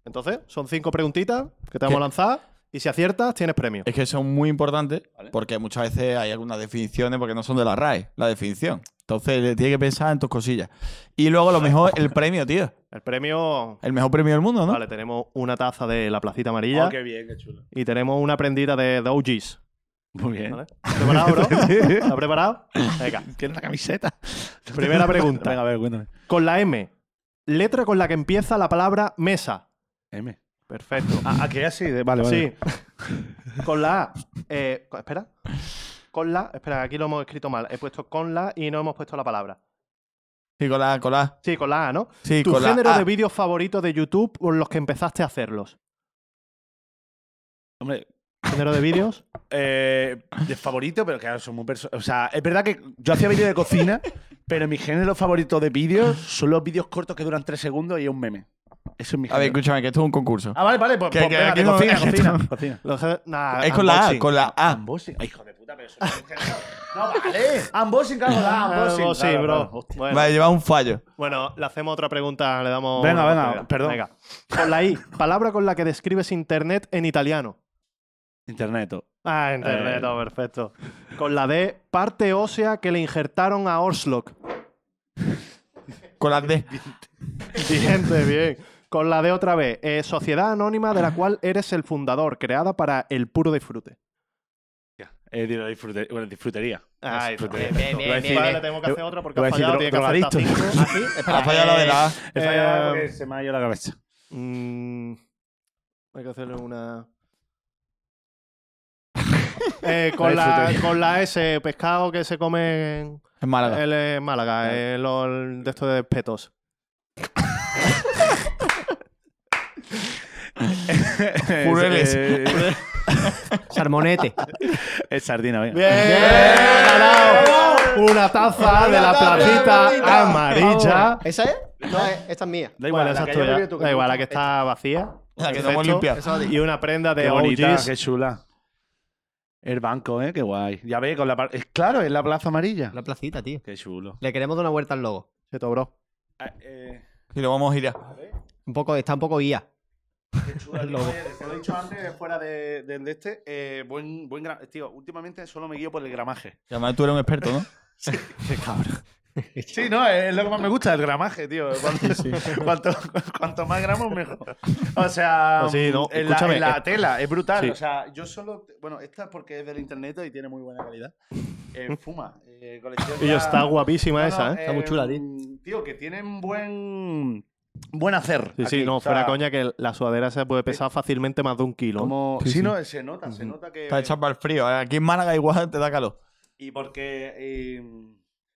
Speaker 1: Entonces, son cinco preguntitas que te vamos a
Speaker 3: ¿Qué?
Speaker 1: lanzar. Y si aciertas, tienes premio.
Speaker 3: Es que son muy importantes porque muchas veces hay algunas definiciones porque no son de la RAE, la definición. Entonces le tiene que pensar en tus cosillas. Y luego a lo mejor el premio, tío.
Speaker 1: El premio.
Speaker 3: El mejor premio del mundo, ¿no?
Speaker 1: Vale, tenemos una taza de la placita amarilla
Speaker 4: Oh, qué bien, qué chulo.
Speaker 1: y tenemos una prendita de, de OGs.
Speaker 4: Muy bien.
Speaker 1: ¿Vale? ¿Estás preparado, bro? ¿Estás preparado? Venga.
Speaker 4: ¿Quieres la camiseta?
Speaker 1: Primera pregunta.
Speaker 4: Venga, a ver, cuéntame.
Speaker 1: Con la M. Letra con la que empieza la palabra mesa.
Speaker 4: M.
Speaker 1: Perfecto.
Speaker 4: Ah, ah, que ya sí. de- Vale, vale.
Speaker 1: Sí. Con la A. eh, co- espera. Con la. Espera, aquí lo hemos escrito mal. He puesto con la y no hemos puesto la palabra.
Speaker 3: Sí, con la, con la-
Speaker 1: Sí, con la A, ¿no?
Speaker 3: Sí,
Speaker 1: tu
Speaker 3: con la
Speaker 1: género
Speaker 3: A.
Speaker 1: de vídeos favorito de YouTube por los que empezaste a hacerlos.
Speaker 4: Hombre,
Speaker 1: Género de vídeos.
Speaker 4: Eh, de favorito, pero claro, son muy personas. O sea, es verdad que yo hacía vídeos de cocina, pero mi género favorito de vídeos son los vídeos cortos que duran tres segundos y es un meme. Eso es mi
Speaker 3: A ver,
Speaker 4: género.
Speaker 3: escúchame, que esto es un concurso.
Speaker 4: Ah, vale, vale, pues,
Speaker 3: Que-
Speaker 4: pues
Speaker 3: que
Speaker 4: venga,
Speaker 3: aquí
Speaker 4: de
Speaker 3: no-
Speaker 4: cocina,
Speaker 3: que
Speaker 4: cocina,
Speaker 3: esto-
Speaker 4: cocina.
Speaker 1: Los gen- nah,
Speaker 3: es con la A,
Speaker 1: ah, unboxing.
Speaker 3: con la A.
Speaker 4: Unboxing. Ay, hijo de puta, pero eso no es un género. No, vale. Unboxing, claro, da,
Speaker 1: Ah,
Speaker 4: unboxing.
Speaker 1: unboxing,
Speaker 4: claro,
Speaker 1: bro.
Speaker 4: claro. Hostia.
Speaker 1: Bueno,
Speaker 3: Vale, lleva un fallo.
Speaker 1: Bueno, le hacemos otra pregunta, le damos.
Speaker 4: Venga,
Speaker 1: una
Speaker 4: venga,
Speaker 1: oportunidad.
Speaker 4: perdón.
Speaker 1: Venga. Con la I, palabra con la que describes internet en italiano.
Speaker 4: Internet. oh.
Speaker 1: Ah, internet,
Speaker 4: Eh.
Speaker 1: oh, perfecto. Con la D, parte ósea que le injertaron a Orslock.
Speaker 3: Con la D.
Speaker 1: Siguiente, bien. Con la D otra vez, eh, sociedad anónima de la cual eres el fundador, creada para el puro disfrute.
Speaker 4: Eh, digo, disfrute- bueno, disfrutería.
Speaker 1: Ah,
Speaker 4: disfrutería.
Speaker 1: bien, bien,
Speaker 4: Iba a
Speaker 1: bien,
Speaker 4: decir-
Speaker 1: Vale, tenemos que hacer otra porque ha
Speaker 4: Iba a decir
Speaker 1: fallado,
Speaker 4: dro-
Speaker 1: tiene que aceptar
Speaker 4: drogadicto.
Speaker 1: cinco.
Speaker 2: Ah, sí, espera.
Speaker 3: Ha fallado la de la A.
Speaker 4: He fallado
Speaker 1: Eh,
Speaker 4: porque se me ha ido la cabeza.
Speaker 1: Mm, hay que hacerle una. Eh, con, la,
Speaker 4: disfrutería.
Speaker 1: con la S, pescado que se come en,
Speaker 3: En Málaga.
Speaker 1: el, eh, Málaga, eh, lo- el de estos de petos.
Speaker 3: Pureles.
Speaker 4: Eh,
Speaker 2: Sarmonete.
Speaker 4: es sardina, venga.
Speaker 1: ¡Bien! ganado! Una taza de la placita amarilla.
Speaker 2: ¿Esa es? No, es- esta es mía.
Speaker 4: Da
Speaker 1: Bueno,
Speaker 4: igual,
Speaker 1: esa
Speaker 4: la
Speaker 1: es
Speaker 4: que
Speaker 1: tuya.
Speaker 4: haya bebido tú, que
Speaker 1: Da igual,
Speaker 4: no-
Speaker 1: la que está vacía.
Speaker 3: La que no hemos
Speaker 1: Perfecto.
Speaker 3: limpiado.
Speaker 2: Eso lo digo.
Speaker 1: Y una prenda de
Speaker 4: Qué bonita,
Speaker 1: OGs.
Speaker 4: qué chula. El banco, ¿eh? Qué guay. Ya ve, con la par- es Claro, es la plaza amarilla.
Speaker 2: Una placita, tío.
Speaker 4: Qué chulo.
Speaker 2: Le queremos dar una vuelta al logo.
Speaker 1: Se tobró.
Speaker 4: Eh,
Speaker 3: Y lo vamos a girar.
Speaker 2: Un poco, está un poco guía.
Speaker 4: qué chulo. tío. Oye, te lo he dicho antes, fuera de, del de este. eh, buen, buen gra- Tío, últimamente solo me guío por el gramaje.
Speaker 3: Y además tú eres un experto, ¿no?
Speaker 2: Qué cabrón.
Speaker 4: Sí, no, es lo que más me gusta, el gramaje, tío. Cuanto, cuanto- cuanto más gramos, mejor. O sea,
Speaker 1: Pues sí, no,
Speaker 4: en, la,
Speaker 1: escúchame,
Speaker 4: en la
Speaker 1: eh,
Speaker 4: tela, es brutal.
Speaker 1: sí.
Speaker 4: O sea, yo solo. te- Bueno, esta porque es del internet y tiene muy buena calidad. Eh, fuma. eh, colección
Speaker 1: Mm. Y yo,
Speaker 4: ya-
Speaker 1: está guapísima
Speaker 4: No, no,
Speaker 1: esa, ¿eh?
Speaker 2: Está muy chula, tío.
Speaker 4: Tío, que tienen buen. Buen hacer.
Speaker 1: Sí, sí,
Speaker 4: aquí.
Speaker 1: no,
Speaker 4: O sea,
Speaker 1: fuera coña que la sudadera se puede pesar fácilmente más de un kilo.
Speaker 4: Como, sí,
Speaker 3: sí.
Speaker 4: no, se nota, se nota que.
Speaker 3: Está hecha para el frío. ¿eh? Aquí en Málaga igual te da calor.
Speaker 4: Y porque. eh,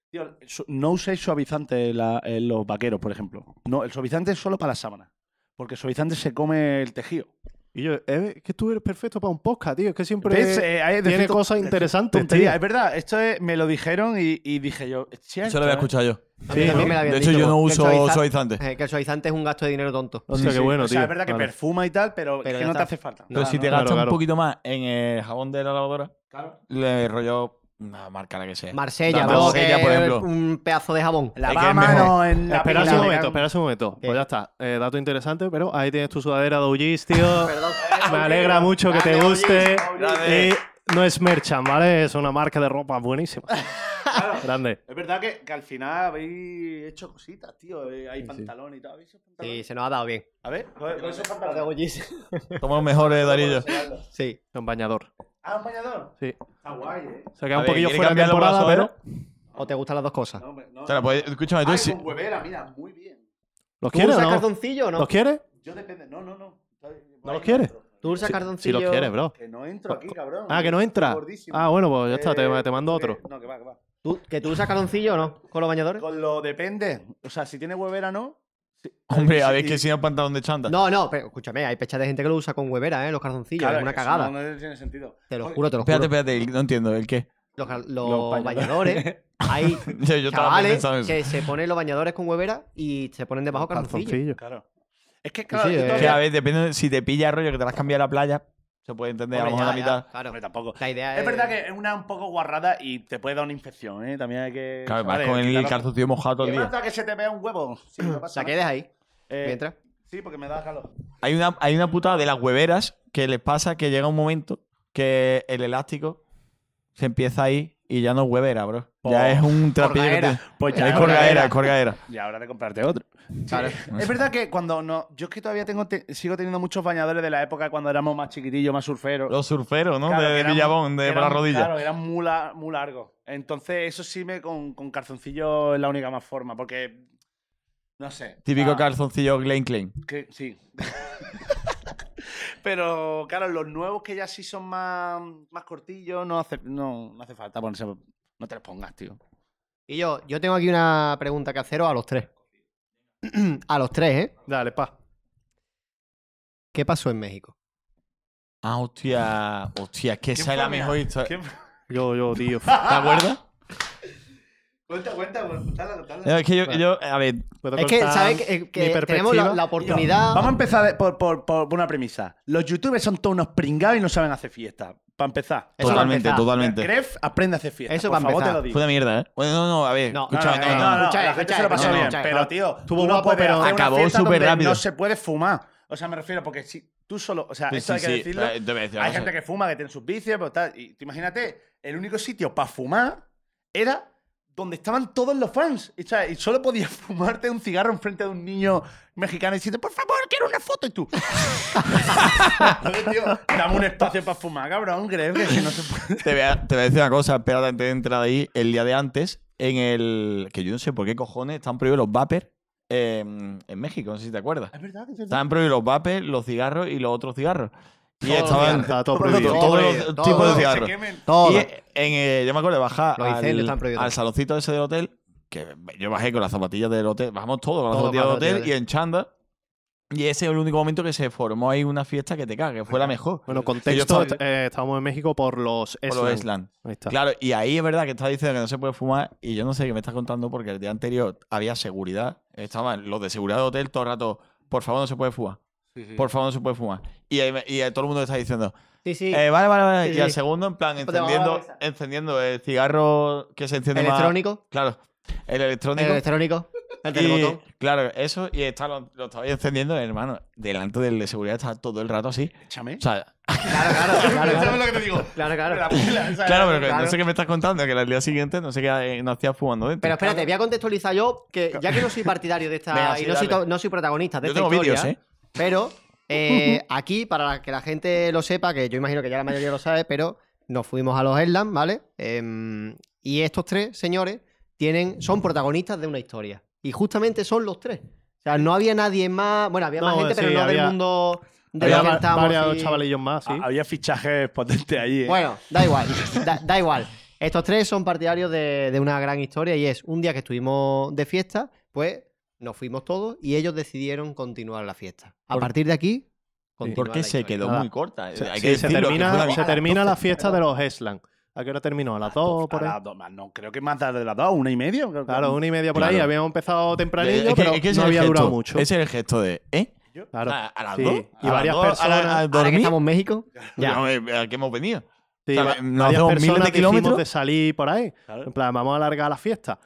Speaker 4: tío, su- no uséis suavizante en, la- en los vaqueros, por ejemplo. No, el suavizante es solo para la sábana. Porque el suavizante se come el tejido.
Speaker 1: Y yo, eh, que tú eres perfecto para un podcast, tío. Es que siempre
Speaker 4: ¿Ves? Eh, hay-
Speaker 1: tiene
Speaker 4: decir,
Speaker 1: cosas
Speaker 4: decir
Speaker 1: interesantes,
Speaker 4: tontería.
Speaker 1: tío.
Speaker 4: Es verdad, esto es- me lo dijeron y, y dije yo. es cierto,
Speaker 3: Eso lo había
Speaker 4: ¿eh?
Speaker 3: escuchado yo.
Speaker 2: A mí
Speaker 1: Sí,
Speaker 2: también
Speaker 1: ¿no?
Speaker 2: me la habían
Speaker 3: De hecho,
Speaker 2: dicho,
Speaker 3: yo no
Speaker 2: que el
Speaker 3: uso
Speaker 2: suaviza-
Speaker 3: suavizante.
Speaker 2: eh, que el suavizante es un gasto de dinero tonto.
Speaker 1: O sea,
Speaker 4: Sí,
Speaker 1: qué
Speaker 4: sí.
Speaker 1: bueno,
Speaker 4: o
Speaker 1: tío.
Speaker 4: sea, es verdad que
Speaker 1: Vale.
Speaker 4: perfuma y tal, pero,
Speaker 2: Pero
Speaker 4: que
Speaker 2: ya
Speaker 4: no te
Speaker 2: está.
Speaker 4: hace falta.
Speaker 3: Entonces,
Speaker 2: Ah,
Speaker 3: si te
Speaker 1: claro,
Speaker 3: gastas
Speaker 1: claro.
Speaker 3: un poquito más en el jabón de la lavadora, le rollo una marca la que sea.
Speaker 2: Marsella,
Speaker 3: La
Speaker 2: bro, que
Speaker 3: Marsella, por
Speaker 2: es
Speaker 3: ejemplo.
Speaker 2: un pedazo de jabón.
Speaker 4: La
Speaker 3: Es que es
Speaker 4: Bama
Speaker 3: mejor.
Speaker 4: no, en la
Speaker 1: Espera
Speaker 4: pila,
Speaker 1: un
Speaker 4: la
Speaker 1: momento,
Speaker 4: Bama-
Speaker 1: espera un momento.
Speaker 2: ¿Qué?
Speaker 1: Pues ya está. Eh, dato interesante, pero ahí tienes tu sudadera de Ugis, tío.
Speaker 4: eh,
Speaker 2: Perdón.
Speaker 1: Me alegra mucho que te
Speaker 2: Grande,
Speaker 1: guste.
Speaker 3: Grande.
Speaker 1: Y no es merchan, ¿vale? Es una marca de ropa buenísima. Grande.
Speaker 4: Es verdad que, que al final habéis hecho cositas, tío. eh, Hay pantalón y tal. ¿Habéis hecho pantalón?
Speaker 2: Sí, se nos ha dado bien.
Speaker 4: A ver, con con esos pantalones.
Speaker 3: Somos los mejores, Darillo.
Speaker 2: Sí.
Speaker 1: Un bañador.
Speaker 4: Ah, un bañador.
Speaker 1: Sí.
Speaker 4: Está guay, eh.
Speaker 1: Se queda
Speaker 3: A
Speaker 1: un
Speaker 3: ver,
Speaker 1: poquillo
Speaker 3: ¿quiere
Speaker 1: fuera de
Speaker 3: cambiarlo por la
Speaker 1: temporada, pero
Speaker 3: sudadera?
Speaker 2: ¿O te gustan las dos cosas?
Speaker 4: No, hombre, no.
Speaker 3: O sea, pues, escúchame, tú
Speaker 4: Ay,
Speaker 3: si-
Speaker 4: con huevera, mira, muy bien.
Speaker 1: ¿los
Speaker 2: ¿Tú
Speaker 1: quieres o
Speaker 2: usas
Speaker 1: no?
Speaker 2: cartoncillo o no?
Speaker 1: ¿Los quieres?
Speaker 4: Yo depende. No, no, no.
Speaker 1: ¿No los quieres?
Speaker 2: ¿Tú
Speaker 1: Sí,
Speaker 2: usas
Speaker 1: Sí,
Speaker 2: cartoncillo?
Speaker 1: los quieres, bro.
Speaker 4: Que no entro aquí, cabrón.
Speaker 1: Ah, que no entra.
Speaker 4: Estoy gordísimo.
Speaker 1: Ah, bueno, pues ya está,
Speaker 4: Eh,
Speaker 1: te, te mando otro.
Speaker 4: que- No, que va, que va.
Speaker 2: ¿Tú- ¿Que tú usas cartoncillo o no? ¿Con los bañadores?
Speaker 4: Con lo depende. O sea, si tiene huevera, no.
Speaker 3: Hombre, a ver
Speaker 4: Sí.
Speaker 3: que si no pantalón de chanta.
Speaker 2: No, no, pero escúchame, hay pecha de gente que lo usa con huevera, ¿eh? Los cartoncillos, es una
Speaker 4: que eso
Speaker 2: cagada.
Speaker 4: No, no tiene sentido.
Speaker 2: Te lo
Speaker 4: Oye,
Speaker 2: juro, te lo
Speaker 3: Espérate,
Speaker 2: juro.
Speaker 3: espérate, el- no entiendo. ¿El qué?
Speaker 2: Los, car-
Speaker 4: Los
Speaker 2: los
Speaker 4: bañadores.
Speaker 2: bañadores, hay
Speaker 3: Yo, yo estaba
Speaker 2: chavales
Speaker 3: pensando en eso.
Speaker 2: que se ponen los bañadores con huevera y se ponen debajo cartoncillo.
Speaker 1: Calzoncillo.
Speaker 4: Claro. Es que, claro,
Speaker 2: sí, eh.
Speaker 4: yo todavía-
Speaker 3: Que a ver, depende de- si te pilla rollo que te la has cambiado a la playa, se puede entender,
Speaker 2: Hombre,
Speaker 3: a lo
Speaker 2: ya,
Speaker 3: mejor
Speaker 2: ya,
Speaker 3: la mitad.
Speaker 2: Claro,
Speaker 4: Hombre, tampoco.
Speaker 2: La idea
Speaker 4: Es verdad que es una un poco guarrada y te puede dar una infección, ¿eh? También hay que.
Speaker 3: Claro,
Speaker 4: ¿sabes?
Speaker 3: vas con el
Speaker 4: Quitarlo.
Speaker 3: calzoncillo mojado todo
Speaker 4: ¿Qué
Speaker 3: el día.
Speaker 4: pasa que se te vea un huevo? Sí, no pasa
Speaker 2: La
Speaker 4: nada.
Speaker 2: quedes ahí,
Speaker 4: Eh,
Speaker 2: mientras.
Speaker 4: Sí, porque me da calor.
Speaker 3: Hay una, hay una putada de las hueveras que les pasa que llega un momento que el elástico se empieza ahí y ya no es huevera, bro.
Speaker 4: Oh.
Speaker 3: Ya es un trapillo. que
Speaker 2: corgaera.
Speaker 3: tiene-
Speaker 4: Pues ya
Speaker 3: es
Speaker 4: es
Speaker 3: corgaera,
Speaker 4: corgaera.
Speaker 3: es corgaera.
Speaker 4: Y ahora de comprarte otro.
Speaker 2: Claro.
Speaker 4: Es verdad que cuando no. Yo es que todavía tengo te- sigo teniendo muchos bañadores de la época cuando éramos más chiquitillos, más surferos.
Speaker 3: Los surferos, ¿no?
Speaker 4: Claro,
Speaker 3: de
Speaker 4: que eran-
Speaker 3: Villabón,
Speaker 4: que
Speaker 3: de por la
Speaker 4: eran-
Speaker 3: rodilla.
Speaker 4: Claro, eran muy, la- muy largos. Entonces, eso sí me con, con calzoncillo es la única más forma, porque. No sé.
Speaker 3: Típico
Speaker 4: Ah,
Speaker 3: calzoncillo Glen Klein.
Speaker 4: que- sí. Pero, claro, los nuevos que ya sí son más, más cortillos, no hace, no, no hace falta ponerse. No te los pongas, tío.
Speaker 2: Y yo, yo tengo aquí una pregunta que haceros a los tres. a los tres, ¿eh?
Speaker 1: Dale, pa.
Speaker 2: ¿Qué pasó en México?
Speaker 3: Ah, hostia. Hostia, es que esa
Speaker 4: fue
Speaker 3: es la
Speaker 4: la
Speaker 3: mejor historia.
Speaker 4: ¿Quién-
Speaker 1: Yo, yo, tío.
Speaker 3: ¿Te acuerdas?
Speaker 4: Cuenta, cuenta, contala, contala.
Speaker 3: No, es que yo, yo- a ver,
Speaker 1: ¿Puedo
Speaker 2: Es que,
Speaker 1: contar
Speaker 2: ¿sabes? Que, que
Speaker 1: mi
Speaker 2: tenemos la,
Speaker 1: perspectiva?
Speaker 2: la oportunidad.
Speaker 4: Vamos a empezar de- por, por- por una premisa. Los youtubers son todos unos pringados y no saben hacer fiesta. Para empezar.
Speaker 2: Eso
Speaker 3: totalmente,
Speaker 2: para empezar.
Speaker 3: totalmente.
Speaker 4: Gref aprende a hacer fiesta.
Speaker 2: Eso
Speaker 4: Eso
Speaker 2: para
Speaker 4: por favor, te
Speaker 2: empezar.
Speaker 3: Fue
Speaker 4: lo digo.
Speaker 3: una mierda, ¿eh? Bueno, no, no, a ver.
Speaker 2: No, no,
Speaker 3: escúchame,
Speaker 4: no, no, no,
Speaker 2: escucha,
Speaker 4: la gente
Speaker 2: escucha,
Speaker 4: se lo pasó
Speaker 2: no,
Speaker 4: bien,
Speaker 2: escucha.
Speaker 4: pero tío,
Speaker 1: Tuvo
Speaker 4: tú no
Speaker 1: guapo,
Speaker 4: puedes
Speaker 1: pero
Speaker 4: hacer una
Speaker 3: acabó
Speaker 4: fiesta
Speaker 3: súper
Speaker 4: donde
Speaker 3: rápido.
Speaker 4: No se puede fumar. O sea, me refiero porque si tú solo, o sea,
Speaker 3: Sí, sí,
Speaker 4: esto hay que
Speaker 3: sí,
Speaker 4: decirlo.
Speaker 3: eh, te voy a decir,
Speaker 4: hay
Speaker 3: vamos a
Speaker 4: gente
Speaker 3: ver.
Speaker 4: que fuma, que tiene sus vicios, pero tal. Y tú imagínate, el único sitio para fumar era donde estaban todos los fans. Y, ¿sabes? y solo podías fumarte un cigarro enfrente de un niño mexicano y decirte, por favor, quiero una foto. Y tú. Joder, tío, dame un espacio para fumar, cabrón, creo que si no se puede.
Speaker 3: Te voy, a, te voy a decir una cosa, espérate antes de entrar ahí. El día de antes, en el. Que yo no sé por qué cojones están prohibidos los vapers eh, en México, no sé si te acuerdas.
Speaker 4: Es verdad, es verdad.
Speaker 3: Estaban prohibidos los vapers, los cigarros y los otros cigarros. Y
Speaker 2: Todos los
Speaker 3: estaban
Speaker 1: Está todo
Speaker 3: todos
Speaker 1: prohibido.
Speaker 3: los
Speaker 2: prohibido,
Speaker 3: tipos
Speaker 2: todo.
Speaker 3: de
Speaker 4: Que se
Speaker 3: cigarros.
Speaker 4: quemen.
Speaker 2: Todo.
Speaker 3: Y en, eh, yo me acuerdo de bajar
Speaker 2: Los incendios están
Speaker 3: al,
Speaker 2: prohibidos.
Speaker 3: al saloncito ese del hotel, que yo bajé con las zapatillas del hotel, bajamos todos con las
Speaker 2: Todos
Speaker 3: zapatillas del
Speaker 2: con las
Speaker 3: hotel y
Speaker 2: zapatillas.
Speaker 3: en chanda. Y ese es el único momento que se formó ahí una fiesta que te cague, fue la mejor.
Speaker 1: Bueno,
Speaker 3: Ellos
Speaker 1: contexto,
Speaker 3: estaban-
Speaker 1: eh, estábamos en México por los
Speaker 3: Por
Speaker 1: Eslan.
Speaker 3: los Island.
Speaker 1: Ahí está.
Speaker 3: Claro, y ahí es verdad que estás diciendo que no se puede fumar y yo no sé qué me estás contando porque el día anterior había seguridad. Estaban los de seguridad del hotel todo el rato, por favor no se puede fumar. Por favor no se puede fumar. Y, ahí me- y ahí todo el mundo está diciendo,
Speaker 2: Sí, sí.
Speaker 3: "Eh, vale, vale, vale. Y al
Speaker 2: Sí, sí. Pues
Speaker 3: segundo, en plan,
Speaker 2: te vamos a la
Speaker 3: encendiendo,
Speaker 2: mesa.
Speaker 3: encendiendo el cigarro que se enciende más-
Speaker 2: electrónico.
Speaker 3: Claro, el
Speaker 2: El
Speaker 3: electrónico.
Speaker 2: electrónico. El
Speaker 3: y-
Speaker 2: telepotón.
Speaker 3: claro, eso, y está, lo, lo estaba encendiendo, hermano. Delante del de seguridad estaba todo el rato así.
Speaker 4: Échame.
Speaker 3: O sea,
Speaker 2: Claro, claro, claro,
Speaker 4: ¿Sabes
Speaker 2: claro.
Speaker 4: lo que te digo? digo.
Speaker 2: Claro, claro.
Speaker 4: me la pela, ¿sabes?
Speaker 3: Claro, pero que
Speaker 2: Claro.
Speaker 3: no sé qué me estás contando, que al día siguiente no sé qué eh, no hacías fumando dentro.
Speaker 2: Pero espérate, voy a contextualizar yo, que ya que no soy partidario de esta
Speaker 3: Venga, sí,
Speaker 2: y no soy,
Speaker 3: dale.
Speaker 2: to- no soy protagonista de
Speaker 3: Yo
Speaker 2: esta
Speaker 3: tengo
Speaker 2: historia,
Speaker 3: vídeos, ¿eh?
Speaker 2: pero eh, aquí, para que la gente lo sepa, que yo imagino que ya la mayoría lo sabe, pero nos fuimos a los Islands, ¿vale? Em, y estos tres señores tienen, son protagonistas de una historia. Y justamente son los tres. O sea, no había nadie más. Bueno, había más
Speaker 1: No,
Speaker 2: gente, pero
Speaker 1: sí,
Speaker 2: no
Speaker 1: había-
Speaker 2: del mundo de
Speaker 1: Había
Speaker 2: lo que
Speaker 1: va-
Speaker 2: estamos.
Speaker 1: varios
Speaker 2: y-
Speaker 1: chavalillos más, sí.
Speaker 4: Ah, Había fichajes potentes allí. ¿eh?
Speaker 2: bueno, da igual, da, da igual. Estos tres son partidarios de, de una gran historia y es un día que estuvimos de fiesta, pues nos fuimos todos y ellos decidieron continuar la fiesta. A partir de aquí, continuar
Speaker 3: Porque
Speaker 2: la
Speaker 3: se
Speaker 2: historia.
Speaker 3: quedó
Speaker 1: Nada.
Speaker 3: muy corta. eh,
Speaker 1: Se-
Speaker 3: hay
Speaker 1: sí,
Speaker 3: que
Speaker 1: se
Speaker 3: decirlo, que
Speaker 1: termina,
Speaker 3: fue una-
Speaker 1: se termina la fiesta de los Eslan. ¿A qué hora terminó? ¿A las
Speaker 3: Ah,
Speaker 1: dos?
Speaker 3: pues,
Speaker 4: A
Speaker 1: Por ahí?
Speaker 4: las dos, más, no, creo que más tarde de las dos, una y media. creo que-
Speaker 1: Claro, una y media por ahí.
Speaker 3: Claro.
Speaker 1: Habíamos empezado
Speaker 3: Es
Speaker 1: tempranillo,
Speaker 3: que-
Speaker 1: pero
Speaker 3: es que ese
Speaker 1: no
Speaker 3: es el
Speaker 1: había
Speaker 3: gesto,
Speaker 1: durado mucho.
Speaker 3: Ese es el gesto de. ¿Eh?
Speaker 1: Claro.
Speaker 3: A, a las
Speaker 1: Sí,
Speaker 3: dos.
Speaker 1: y
Speaker 3: a las
Speaker 1: varias
Speaker 3: dos,
Speaker 1: personas-
Speaker 3: A la- a
Speaker 2: Ahora que
Speaker 3: dormir.
Speaker 2: estamos en México,
Speaker 3: Ya.
Speaker 2: ya.
Speaker 3: ¿A qué hemos venido?
Speaker 1: Sí,
Speaker 3: O sea,
Speaker 1: va-
Speaker 3: eh, nos
Speaker 1: varias
Speaker 3: hacemos miles de
Speaker 1: personas decimos
Speaker 3: kilómetros.
Speaker 1: de salir por ahí.
Speaker 4: Claro.
Speaker 1: En plan, vamos a alargar la fiesta.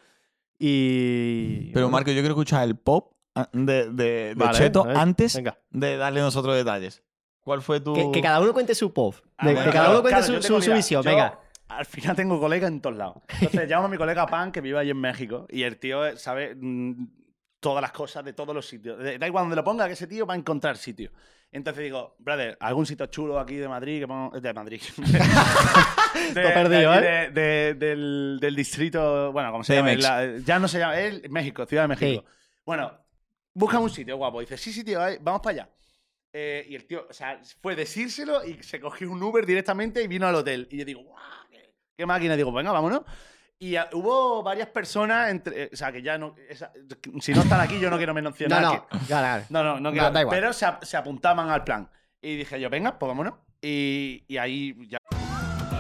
Speaker 1: Y.
Speaker 3: Pero
Speaker 1: bueno,
Speaker 3: Marco, yo quiero escuchar el pop ah, de, de, de
Speaker 1: vale,
Speaker 3: Cheto
Speaker 1: a ver,
Speaker 3: antes
Speaker 1: Venga.
Speaker 3: de darle nosotros detalles. ¿Cuál fue tu.
Speaker 2: Que, que cada uno cuente su pop.
Speaker 4: Ah,
Speaker 2: De-
Speaker 4: bueno,
Speaker 2: que cada uno
Speaker 4: claro,
Speaker 2: cuente
Speaker 4: claro, yo
Speaker 2: su,
Speaker 4: tengo,
Speaker 2: su- su
Speaker 4: mira,
Speaker 2: visión,
Speaker 4: yo
Speaker 2: venga.
Speaker 4: Al final tengo colegas en todos lados. Entonces llamo a mi colega Pan, que vive allí en México, y el tío eh, sabe mm, todas las cosas de todos los sitios. De- Da igual donde lo ponga, que ese tío va a encontrar sitio. Entonces digo, brother, algún sitio chulo aquí de Madrid, que pongo- de Madrid. de,
Speaker 1: Lo he perdido,
Speaker 4: de-
Speaker 2: ¿eh?
Speaker 4: de- de- del, del distrito, bueno, como se
Speaker 3: Pemex.
Speaker 4: llama? La- ya no se llama, es México, Ciudad de México. Bueno, busca un sitio guapo. Dice, sí, sí, tío, ahí, vamos para allá. Eh, y el tío, o sea, fue decírselo y se cogió un Uber directamente y vino al hotel. Y yo digo, guau, qué, qué máquina. Digo, venga, vámonos. Y ah, hubo varias personas, entre, eh, o sea, que ya no. esa- si no están aquí, yo no quiero
Speaker 2: No,
Speaker 4: mencionar.
Speaker 2: no,
Speaker 4: que-
Speaker 2: claro, claro.
Speaker 4: no, no, no quiero.
Speaker 2: da igual.
Speaker 4: pero se, ap- se apuntaban al plan. Y dije yo, venga, pues vámonos. Y, y ahí ya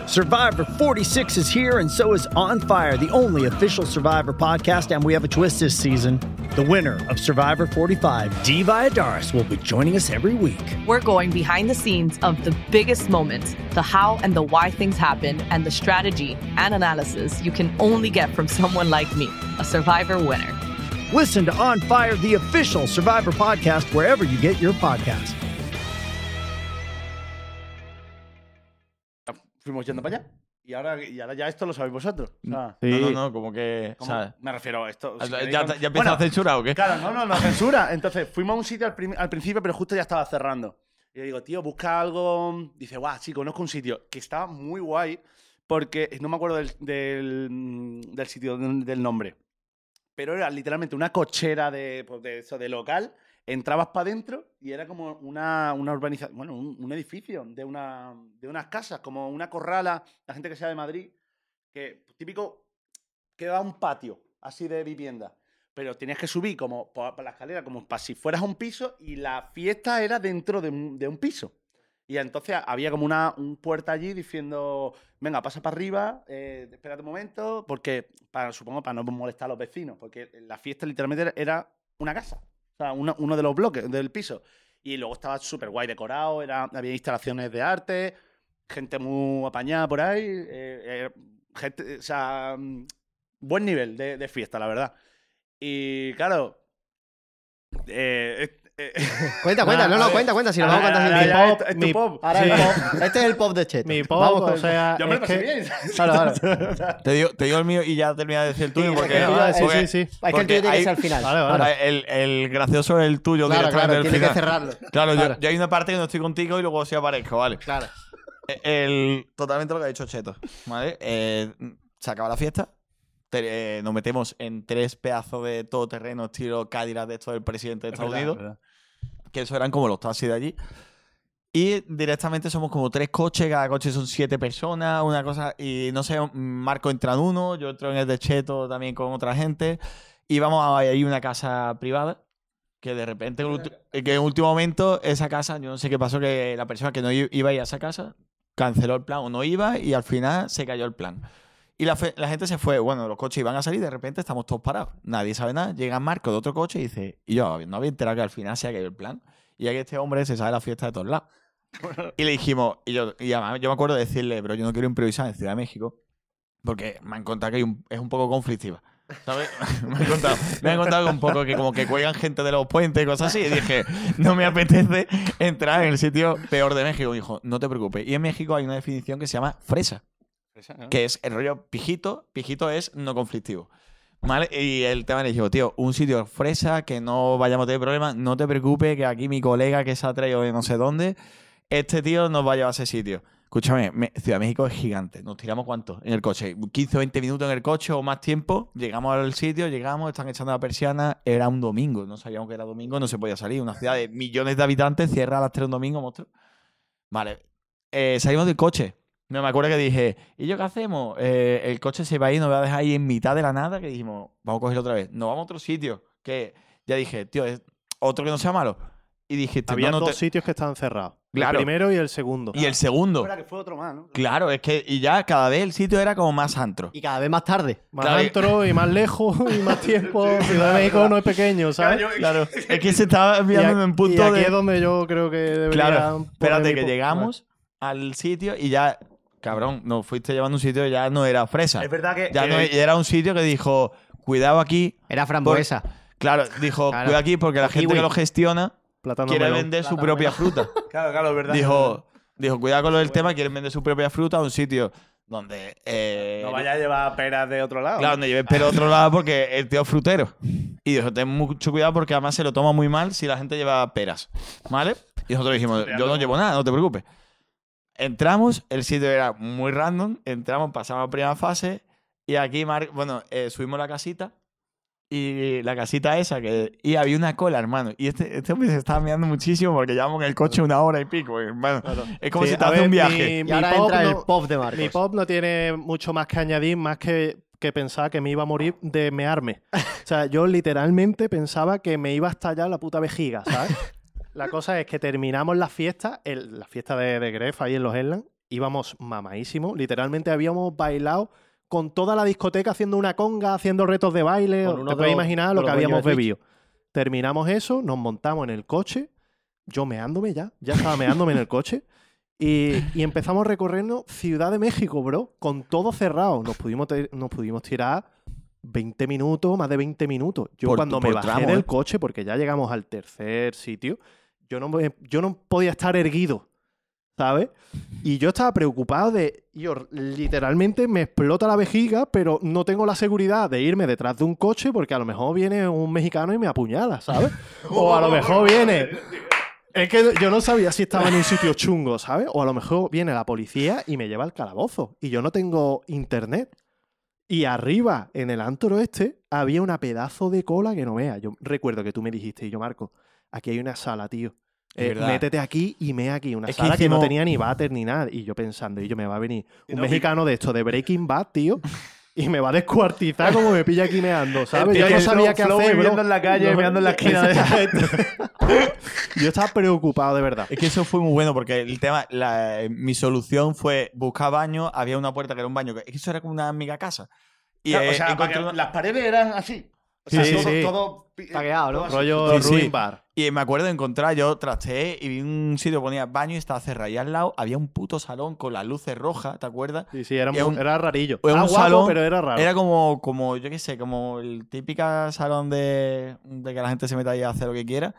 Speaker 8: Survivor 46 is here, and so is On Fire, the only official Survivor podcast. And we have a twist this season. The winner of Survivor 45, D. Vyadaris, will be joining us every week.
Speaker 9: We're going behind the scenes of the biggest moments, the how and the why things happen, and the strategy and analysis you can only get from someone like me, a survivor winner.
Speaker 8: Listen to On Fire, the official Survivor podcast, wherever you get your podcasts.
Speaker 4: fuimos yendo para allá. Y ahora, y ahora ya esto lo sabéis vosotros. O sea,
Speaker 3: No, no,
Speaker 1: Sí.
Speaker 3: no, como que.
Speaker 4: ¿cómo?
Speaker 3: ¿sabes?
Speaker 4: Me refiero a esto.
Speaker 3: Ah,
Speaker 4: si
Speaker 3: ¿Ya,
Speaker 4: queréis
Speaker 3: ya
Speaker 4: con-
Speaker 3: empieza
Speaker 4: Bueno,
Speaker 3: a censurar o qué?
Speaker 4: Claro, no, no, no censura. Entonces, fuimos a un sitio al, prim- al principio, pero justo ya estaba cerrando. Y yo digo, tío, busca algo. Dice, guau, sí, conozco un sitio que estaba muy guay, porque no me acuerdo del, del, mm, del sitio, del del nombre. Pero era literalmente una cochera de, pues, de eso, de local. Entrabas para adentro y era como una, una urbanización, bueno, un, un edificio de, una, de unas casas, como una corrala. La gente que sea de Madrid, que pues, típico, queda un patio así de vivienda pero tenías que subir como por, por la escalera, como para si fueras a un piso, y la fiesta era dentro de un, de un piso. Y entonces había como una un puerta allí diciendo, venga, pasa para arriba, eh, espérate un momento, porque para, supongo para no molestar a los vecinos, porque la fiesta literalmente era, era una casa, o sea, una- uno de los bloques del piso. Y luego estaba súper guay decorado, era, había instalaciones de arte, gente muy apañada por ahí, eh, eh, gente, o sea, mm, buen nivel de- de fiesta, la verdad. Y claro. eh, eh, eh,
Speaker 2: Cuenta, cuenta,
Speaker 1: Nah,
Speaker 2: no,
Speaker 1: a
Speaker 2: no,
Speaker 1: ver.
Speaker 2: cuenta, cuenta, si lo
Speaker 1: Ahora,
Speaker 2: vamos a contar sin
Speaker 4: ahora, ya,
Speaker 2: tiempo.
Speaker 4: es- es tu
Speaker 1: mi-
Speaker 4: pop.
Speaker 2: Ahora el
Speaker 1: Sí.
Speaker 2: pop. Este es el pop de Cheto.
Speaker 1: Mi
Speaker 2: Vamos
Speaker 1: pop,
Speaker 2: con-
Speaker 1: o sea.
Speaker 4: Yo me lo
Speaker 1: es
Speaker 4: pasé
Speaker 1: que-
Speaker 4: bien.
Speaker 2: Claro, claro.
Speaker 3: Te digo, te digo el mío y ya termina de decir el tuyo.
Speaker 2: Sí,
Speaker 3: porque,
Speaker 2: es que yo iba a decir,
Speaker 3: ah, porque-
Speaker 1: sí, sí.
Speaker 2: Es que el
Speaker 3: porque
Speaker 2: tuyo tiene que
Speaker 3: hay-
Speaker 2: ser al final.
Speaker 1: Vale, vale.
Speaker 3: Ahora, el, el gracioso es el tuyo
Speaker 2: Claro,
Speaker 3: directamente
Speaker 2: claro,
Speaker 3: al
Speaker 2: tiene que
Speaker 3: final.
Speaker 2: cerrarlo.
Speaker 3: Claro, yo-
Speaker 2: Claro.
Speaker 3: Yo, hay una parte que no estoy contigo y luego sí aparezco, vale.
Speaker 2: Claro.
Speaker 3: El, totalmente lo que ha dicho Cheto. ¿Vale? Eh, se acaba la fiesta. te- eh, nos metemos en tres pedazos de todoterreno, estilo Cadillac de esto del presidente de Estados Unidos. Que eso eran como los taxis de allí. Y directamente somos como tres coches, cada coche son siete personas, una cosa. Y no sé, Marco entra en uno, yo entro en el de Cheto también con otra gente. Y vamos a ir a una casa privada. Que de repente, en ulti- que en último momento, esa casa, yo no sé qué pasó, que la persona que no i- iba a ir a esa casa canceló el plan o no iba y al final se cayó el plan. Y la, fe- la gente se fue, bueno, los coches iban a salir, de repente estamos todos parados, nadie sabe nada. Llega Marco de otro coche y dice, y yo no había enterado que al final se ha caído el plan. Y aquí este hombre se sabe la fiesta de todos lados. y le dijimos, y yo, y además yo me acuerdo de decirle, pero yo no quiero improvisar en Ciudad de México, porque me han contado que hay un- es un poco conflictiva. ¿Sabes? Me han contado, me han contado un poco que como que cuelgan gente de los puentes y cosas así. Y dije, no me apetece entrar en el sitio peor de México. Y dijo, no te preocupes. Y en México hay una definición que se llama fresa. Que es el rollo pijito. Pijito es no conflictivo. ¿Vale? Y el tema le dijo, tío, un sitio fresa, que no vayamos a tener problemas. No te preocupes, que aquí mi colega que se ha traído de no sé dónde, este tío nos va a llevar a ese sitio. Escúchame, me- Ciudad de México es gigante. Nos tiramos cuánto en el coche. 15 o 20 minutos en el coche o más tiempo. Llegamos al sitio, llegamos, están echando la persiana. Era un domingo, no sabíamos que era domingo, no se podía salir. Una ciudad de millones de habitantes cierra a las 3 un domingo, monstruo. Vale, eh, salimos del coche. No me acuerdo que dije, ¿y yo qué hacemos? Eh, el coche se va a ir, nos va a dejar ahí en mitad de la nada. Que dijimos, vamos a cogerlo otra vez. Nos vamos a otro sitio. Que ya dije, tío, es otro que no sea malo. Y dije,
Speaker 1: Había dos sitios que estaban cerrados.
Speaker 3: Claro.
Speaker 1: El primero y el segundo.
Speaker 3: Y el segundo.
Speaker 4: Espera, que fue otro más, ¿no?
Speaker 3: Claro, es que y ya cada vez el sitio era como más antro.
Speaker 2: Y cada vez más tarde.
Speaker 1: Más
Speaker 3: Claro,
Speaker 1: antro y más lejos y más tiempo. Ciudad de México no es pequeño, ¿sabes?
Speaker 3: Claro, es que se estaba enviando en punto
Speaker 1: y aquí
Speaker 3: de.
Speaker 1: es donde yo creo que debería
Speaker 3: Claro,
Speaker 1: poner
Speaker 3: espérate
Speaker 1: mi
Speaker 3: que
Speaker 1: pu-
Speaker 3: llegamos al sitio y ya, cabrón, nos fuiste llevando un sitio que ya no era fresa.
Speaker 4: Es verdad que-
Speaker 3: ya
Speaker 4: que-
Speaker 3: no e- era un sitio que dijo, cuidado aquí.
Speaker 2: Era frambuesa.
Speaker 3: Claro, dijo,
Speaker 2: Claro.
Speaker 3: cuidado aquí porque la gente
Speaker 2: Kiwi.
Speaker 3: que lo gestiona
Speaker 1: Plátano
Speaker 3: quiere
Speaker 1: melón.
Speaker 3: vender su propia fruta.
Speaker 4: Claro, claro, es verdad.
Speaker 3: dijo, dijo, cuidado con lo del tema, quieren vender su propia fruta a un sitio donde eh,
Speaker 4: No vaya a llevar peras de otro lado.
Speaker 3: Claro, donde yo espero otro lado porque el tío es frutero. Y dijo, ten mucho cuidado porque además se lo toma muy mal si la gente lleva peras. ¿Vale? Y nosotros dijimos, yo no llevo nada, no te preocupes. Entramos, el sitio era muy random, entramos, pasamos a la primera fase y aquí, Mar- bueno, eh, subimos la casita y la casita esa que... Y había una cola, hermano. Y este, este hombre se estaba mirando muchísimo porque llevamos en el coche una hora y pico, hermano. Es como
Speaker 1: Sí,
Speaker 3: si te
Speaker 1: a
Speaker 3: hace
Speaker 1: ver,
Speaker 3: un
Speaker 1: mi-
Speaker 3: viaje.
Speaker 1: mi
Speaker 2: Y ahora
Speaker 1: pop
Speaker 2: entra el
Speaker 1: no-
Speaker 2: pop de Marcos.
Speaker 1: Mi pop no tiene mucho más que añadir, más que, que pensar que me iba a morir de mearme. O sea, yo literalmente pensaba que me iba a estallar la puta vejiga, ¿sabes? La cosa es que terminamos la fiesta, el- la fiesta de, de Gref ahí en los Headlands, íbamos mamadísimos. Literalmente habíamos bailado con toda la discoteca haciendo una conga, haciendo retos de baile.
Speaker 2: Con
Speaker 1: Te
Speaker 2: uno de
Speaker 1: puedes
Speaker 2: los-
Speaker 1: imaginar
Speaker 2: de
Speaker 1: lo
Speaker 2: los
Speaker 1: que
Speaker 2: dueños de
Speaker 1: habíamos
Speaker 2: Twitch.
Speaker 1: bebido. Terminamos eso, nos montamos en el coche, yo meándome ya, ya estaba meándome en el coche. Y, y empezamos recorriendo Ciudad de México, bro, con todo cerrado. Nos pudimos, te- nos pudimos tirar 20 minutos, más de 20 minutos. Yo
Speaker 3: Por-
Speaker 1: cuando
Speaker 3: por
Speaker 1: me bajé
Speaker 3: tramo,
Speaker 1: del
Speaker 3: ¿eh?
Speaker 1: coche, porque ya llegamos al tercer sitio, yo no, me- yo no podía estar erguido, ¿sabes? Y yo estaba preocupado de, yo literalmente me explota la vejiga, pero no tengo la seguridad de irme detrás de un coche porque a lo mejor viene un mexicano y me apuñala, ¿sabes? O a lo mejor viene... Es que yo no sabía si estaba en un sitio chungo, ¿sabes? O a lo mejor viene la policía y me lleva al calabozo y yo no tengo internet. Y arriba, en el antro este, había una pedazo de cola que no vea. Yo recuerdo que tú me dijiste, y yo, Marco, aquí hay una sala, tío.
Speaker 3: Es
Speaker 1: Eh,
Speaker 3: verdad.
Speaker 1: métete aquí y mea aquí. Una
Speaker 3: Es que
Speaker 1: sala que, no
Speaker 3: hicimos-
Speaker 1: tenía ni váter ni nada. Y yo pensando, y yo me va a venir un
Speaker 4: no,
Speaker 1: mexicano de esto, de Breaking Bad, tío. Y me va a descuartizar como me pilla aquí meando, ¿sabes? Yo no sabía qué hacer, bro.
Speaker 4: viviendo en la calle,
Speaker 1: No-
Speaker 4: meando en la esquina de
Speaker 1: Yo estaba preocupado, de verdad.
Speaker 3: Es que eso fue muy bueno porque el tema, la- mi solución fue buscar baño, había una puerta que era un baño, que es que eso era como una amiga casa. Y,
Speaker 4: Claro,
Speaker 3: eh,
Speaker 4: o sea,
Speaker 3: encontré
Speaker 4: para que
Speaker 3: una-
Speaker 4: las paredes eran así. O sea,
Speaker 1: Sí,
Speaker 4: todo,
Speaker 1: sí.
Speaker 4: todo- eh,
Speaker 2: Tagueado, ¿no?
Speaker 4: todo así.
Speaker 1: Rollo
Speaker 3: Sí, sí.
Speaker 1: Ruin Bar.
Speaker 3: y me acuerdo de encontrar, yo trasteé y vi un sitio que ponía baño y estaba cerrado. Y al lado había un puto salón con las luces rojas, ¿te acuerdas?
Speaker 1: Sí, sí, era,
Speaker 3: Era
Speaker 1: mu-
Speaker 3: un-
Speaker 1: era rarillo.
Speaker 3: Era
Speaker 1: Era
Speaker 3: un
Speaker 1: guapo,
Speaker 3: salón,
Speaker 1: pero era raro.
Speaker 3: Era como, como yo qué sé, como el típico salón de, de que la gente se meta ahí a hacer lo que quiera,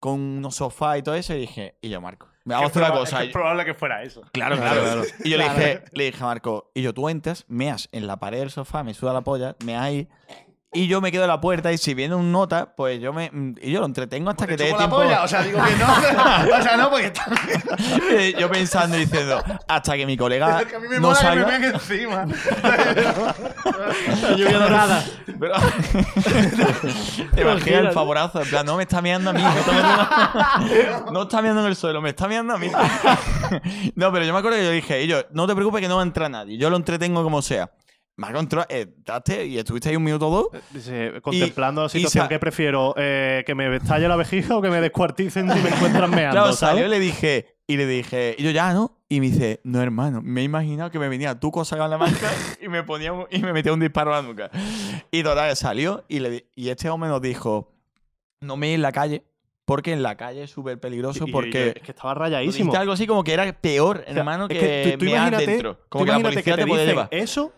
Speaker 3: con unos sofás y todo eso. Y dije, y yo, Marco, vamos a
Speaker 4: Es
Speaker 3: hacer una
Speaker 4: proba-
Speaker 3: cosa.
Speaker 4: Es que es probable que fuera eso.
Speaker 3: Claro, claro, Y yo le dije, le dije a Marco, y yo tú entras, meas en la pared del sofá, me suda la polla, meas ahí, y yo me quedo en la puerta, y si viene un nota, pues yo me y yo lo entretengo hasta que te dé
Speaker 4: Pues Chupo la
Speaker 3: tiempo.
Speaker 4: polla, o sea, digo que no. o sea, no, porque está-
Speaker 3: Eh, yo pensando y diciendo, hasta que mi colega
Speaker 4: es que a mí me
Speaker 3: no
Speaker 4: mola que me
Speaker 3: salga.
Speaker 4: vean encima.
Speaker 3: lluvia dorada. Pero te imaginas el favorazo, en plan, no me está mirando a mí, me está mirando- no está mirando en el suelo, me está mirando a mí. no, pero yo me acuerdo que yo dije, y yo, no te preocupes que no va a entrar nadie, yo lo entretengo como sea. Marco entró, eh, entraste y estuviste ahí un minuto o dos.
Speaker 1: Dice, contemplando la situación,
Speaker 3: sa-
Speaker 1: ¿qué prefiero? Eh, ¿Que me estalle la vejiga o que me descuarticen si me encuentran meando?
Speaker 3: Claro,
Speaker 1: ¿sabes?
Speaker 3: salió y le dije, y le dije, y yo ya, ¿no? Y me dice, no, hermano, me he imaginado que me venía tu cosa en la manga y me ponía un- y me metía un disparo a la nuca. Y total, salió y, le, di- y este hombre nos dijo, no me ir en la calle, porque en la calle es súper peligroso,
Speaker 1: Y- y-
Speaker 3: porque...
Speaker 1: es que estaba
Speaker 3: nos
Speaker 1: rayadísimo.
Speaker 3: dijiste algo así como que era peor,
Speaker 1: O sea,
Speaker 3: hermano,
Speaker 1: es
Speaker 3: que,
Speaker 1: tú- tú
Speaker 3: mear
Speaker 1: imagínate-
Speaker 3: dentro.
Speaker 1: tú
Speaker 3: Como que la
Speaker 1: imagínate
Speaker 3: policía te,
Speaker 1: te
Speaker 3: puede
Speaker 1: dicen
Speaker 3: llevar.
Speaker 1: Eso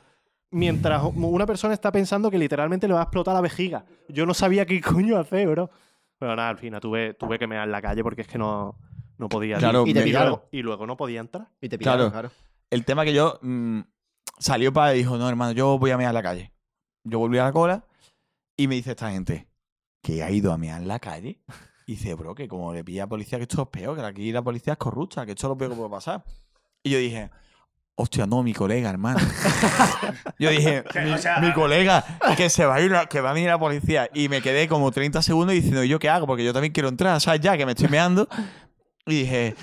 Speaker 1: mientras una persona está pensando que literalmente le va a explotar la vejiga. Yo no sabía qué coño hacer, bro. Pero nada, al final tuve, tuve que mear en la calle porque es que no, no podía.
Speaker 3: Claro,
Speaker 1: y,
Speaker 3: me-
Speaker 1: luego, y luego no podía entrar.
Speaker 2: Y te
Speaker 3: Claro. El tema que yo mm, salió para y dijo, no, hermano, yo voy a mear a la calle. Yo volví a la cola y me dice esta gente que ha ido a mear en la calle. Y dice, bro, que como le pilla a policía que esto es peor, que aquí la policía es corrupta, que esto es lo peor que puede pasar. Y yo dije, hostia, no, mi colega, hermano. yo dije,
Speaker 4: Que,
Speaker 3: mi,
Speaker 4: o sea,
Speaker 3: mi colega, que se va a ir, la- que va a venir la policía. Y me quedé como 30 segundos diciendo, ¿y yo qué hago? Porque yo también quiero entrar, ¿sabes? Ya que me estoy meando. Y dije,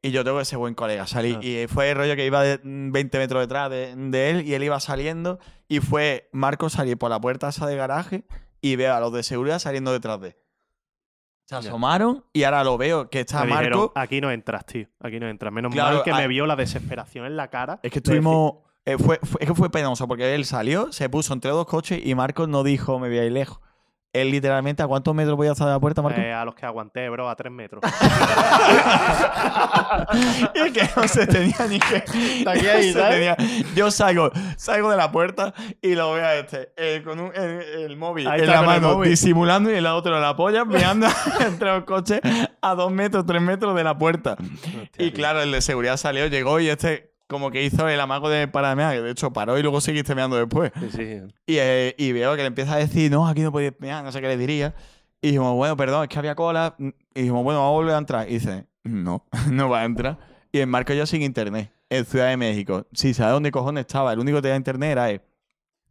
Speaker 3: y yo tengo ese buen colega, salí.
Speaker 1: Ah.
Speaker 3: Y fue el rollo que iba de- mm, 20 metros detrás de, de él y él iba saliendo. Y fue Marco salir por la puerta esa de garaje y veo a los de seguridad saliendo detrás de. él. Se asomaron y ahora lo veo que está
Speaker 1: Me
Speaker 3: Marco.
Speaker 1: dijeron, aquí no entras, tío. Aquí no entras. Menos
Speaker 3: Claro,
Speaker 1: mal que
Speaker 3: ah-
Speaker 1: me vio la desesperación en la cara.
Speaker 3: Es que estuvimos. eh, fue, fue- es que fue penoso porque él salió, se puso entre dos coches y Marco no dijo me voy a ir lejos. Él literalmente, ¿a cuántos metros voy a estar de la puerta, Marco?
Speaker 1: Eh, a los que aguanté, bro, a tres metros.
Speaker 3: Y es que no se tenía ni que.
Speaker 2: aquí
Speaker 3: no se
Speaker 2: ahí, ¿sabes?
Speaker 3: tenía. Yo salgo, salgo de la puerta y lo veo a este, eh, con un- el, el móvil
Speaker 1: Ahí
Speaker 3: en
Speaker 1: está
Speaker 3: la
Speaker 1: con el
Speaker 3: mano,
Speaker 1: móvil.
Speaker 3: disimulando y el otro la polla, mirando entre los coches a dos metros, tres metros de la puerta. y claro, el de seguridad salió, llegó y este. Como que hizo el amago de para mear, que de hecho paró y luego seguiste meando después. Y, eh, y veo que le empieza a decir, no, aquí no podéis mear, no sé qué le diría. Y dijimos, bueno, perdón, es que había cola. mm, Y dijimos, bueno, vamos a volver a entrar. Y dice, no, no va a entrar. Y enmarco yo sin internet, en Ciudad de México. Sí, ¿sabes dónde cojones estaba? El único que tenía internet era él.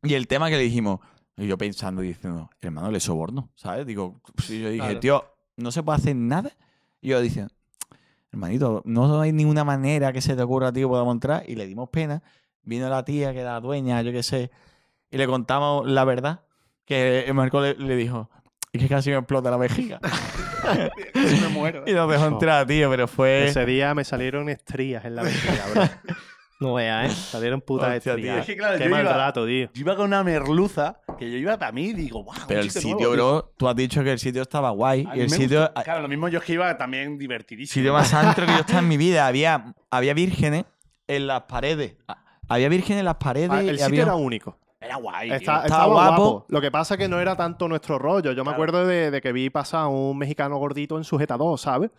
Speaker 3: Y el tema que le dijimos, y yo pensando, diciendo, hermano, le soborno, ¿sabes? Digo, sí, yo dije,
Speaker 1: Claro.
Speaker 3: tío, no se puede hacer nada. Y yo diciendo, hermanito, no hay ninguna manera que se te ocurra, tío, podamos entrar. Y le dimos pena. Vino la tía, que era dueña, yo qué sé, y le contamos la verdad. Que Marco le, le dijo, es que casi me explota la vejiga.
Speaker 4: me muero.
Speaker 3: y nos dejó entrar, tío, pero fue.
Speaker 1: Ese día me salieron estrías en la vejiga, bro.
Speaker 2: No veas, ¿eh?
Speaker 1: Salieron putas
Speaker 3: Hostia, tío.
Speaker 1: estrías.
Speaker 3: Es
Speaker 4: que, claro,
Speaker 1: Qué
Speaker 4: yo
Speaker 1: mal
Speaker 4: iba-
Speaker 1: rato, tío.
Speaker 4: Yo iba con una merluza que yo iba para mí y digo, wow.
Speaker 3: Pero el sitio, bro, tú has dicho que el sitio estaba guay. Y el sitio,
Speaker 4: sitio. Claro, lo mismo yo es que iba también divertidísimo.
Speaker 3: sitio más antro que yo estaba en mi vida. Había, había vírgenes en las paredes. Había vírgenes en las paredes.
Speaker 1: Ah,
Speaker 3: y
Speaker 1: El
Speaker 3: había-
Speaker 1: sitio era único.
Speaker 4: Era guay. tío.
Speaker 1: Está,
Speaker 3: Estaba
Speaker 1: estaba
Speaker 3: guapo.
Speaker 1: guapo. Lo que pasa es que no era tanto nuestro rollo. Yo me acuerdo de, de que vi pasar un mexicano gordito en sujetador, ¿sabes?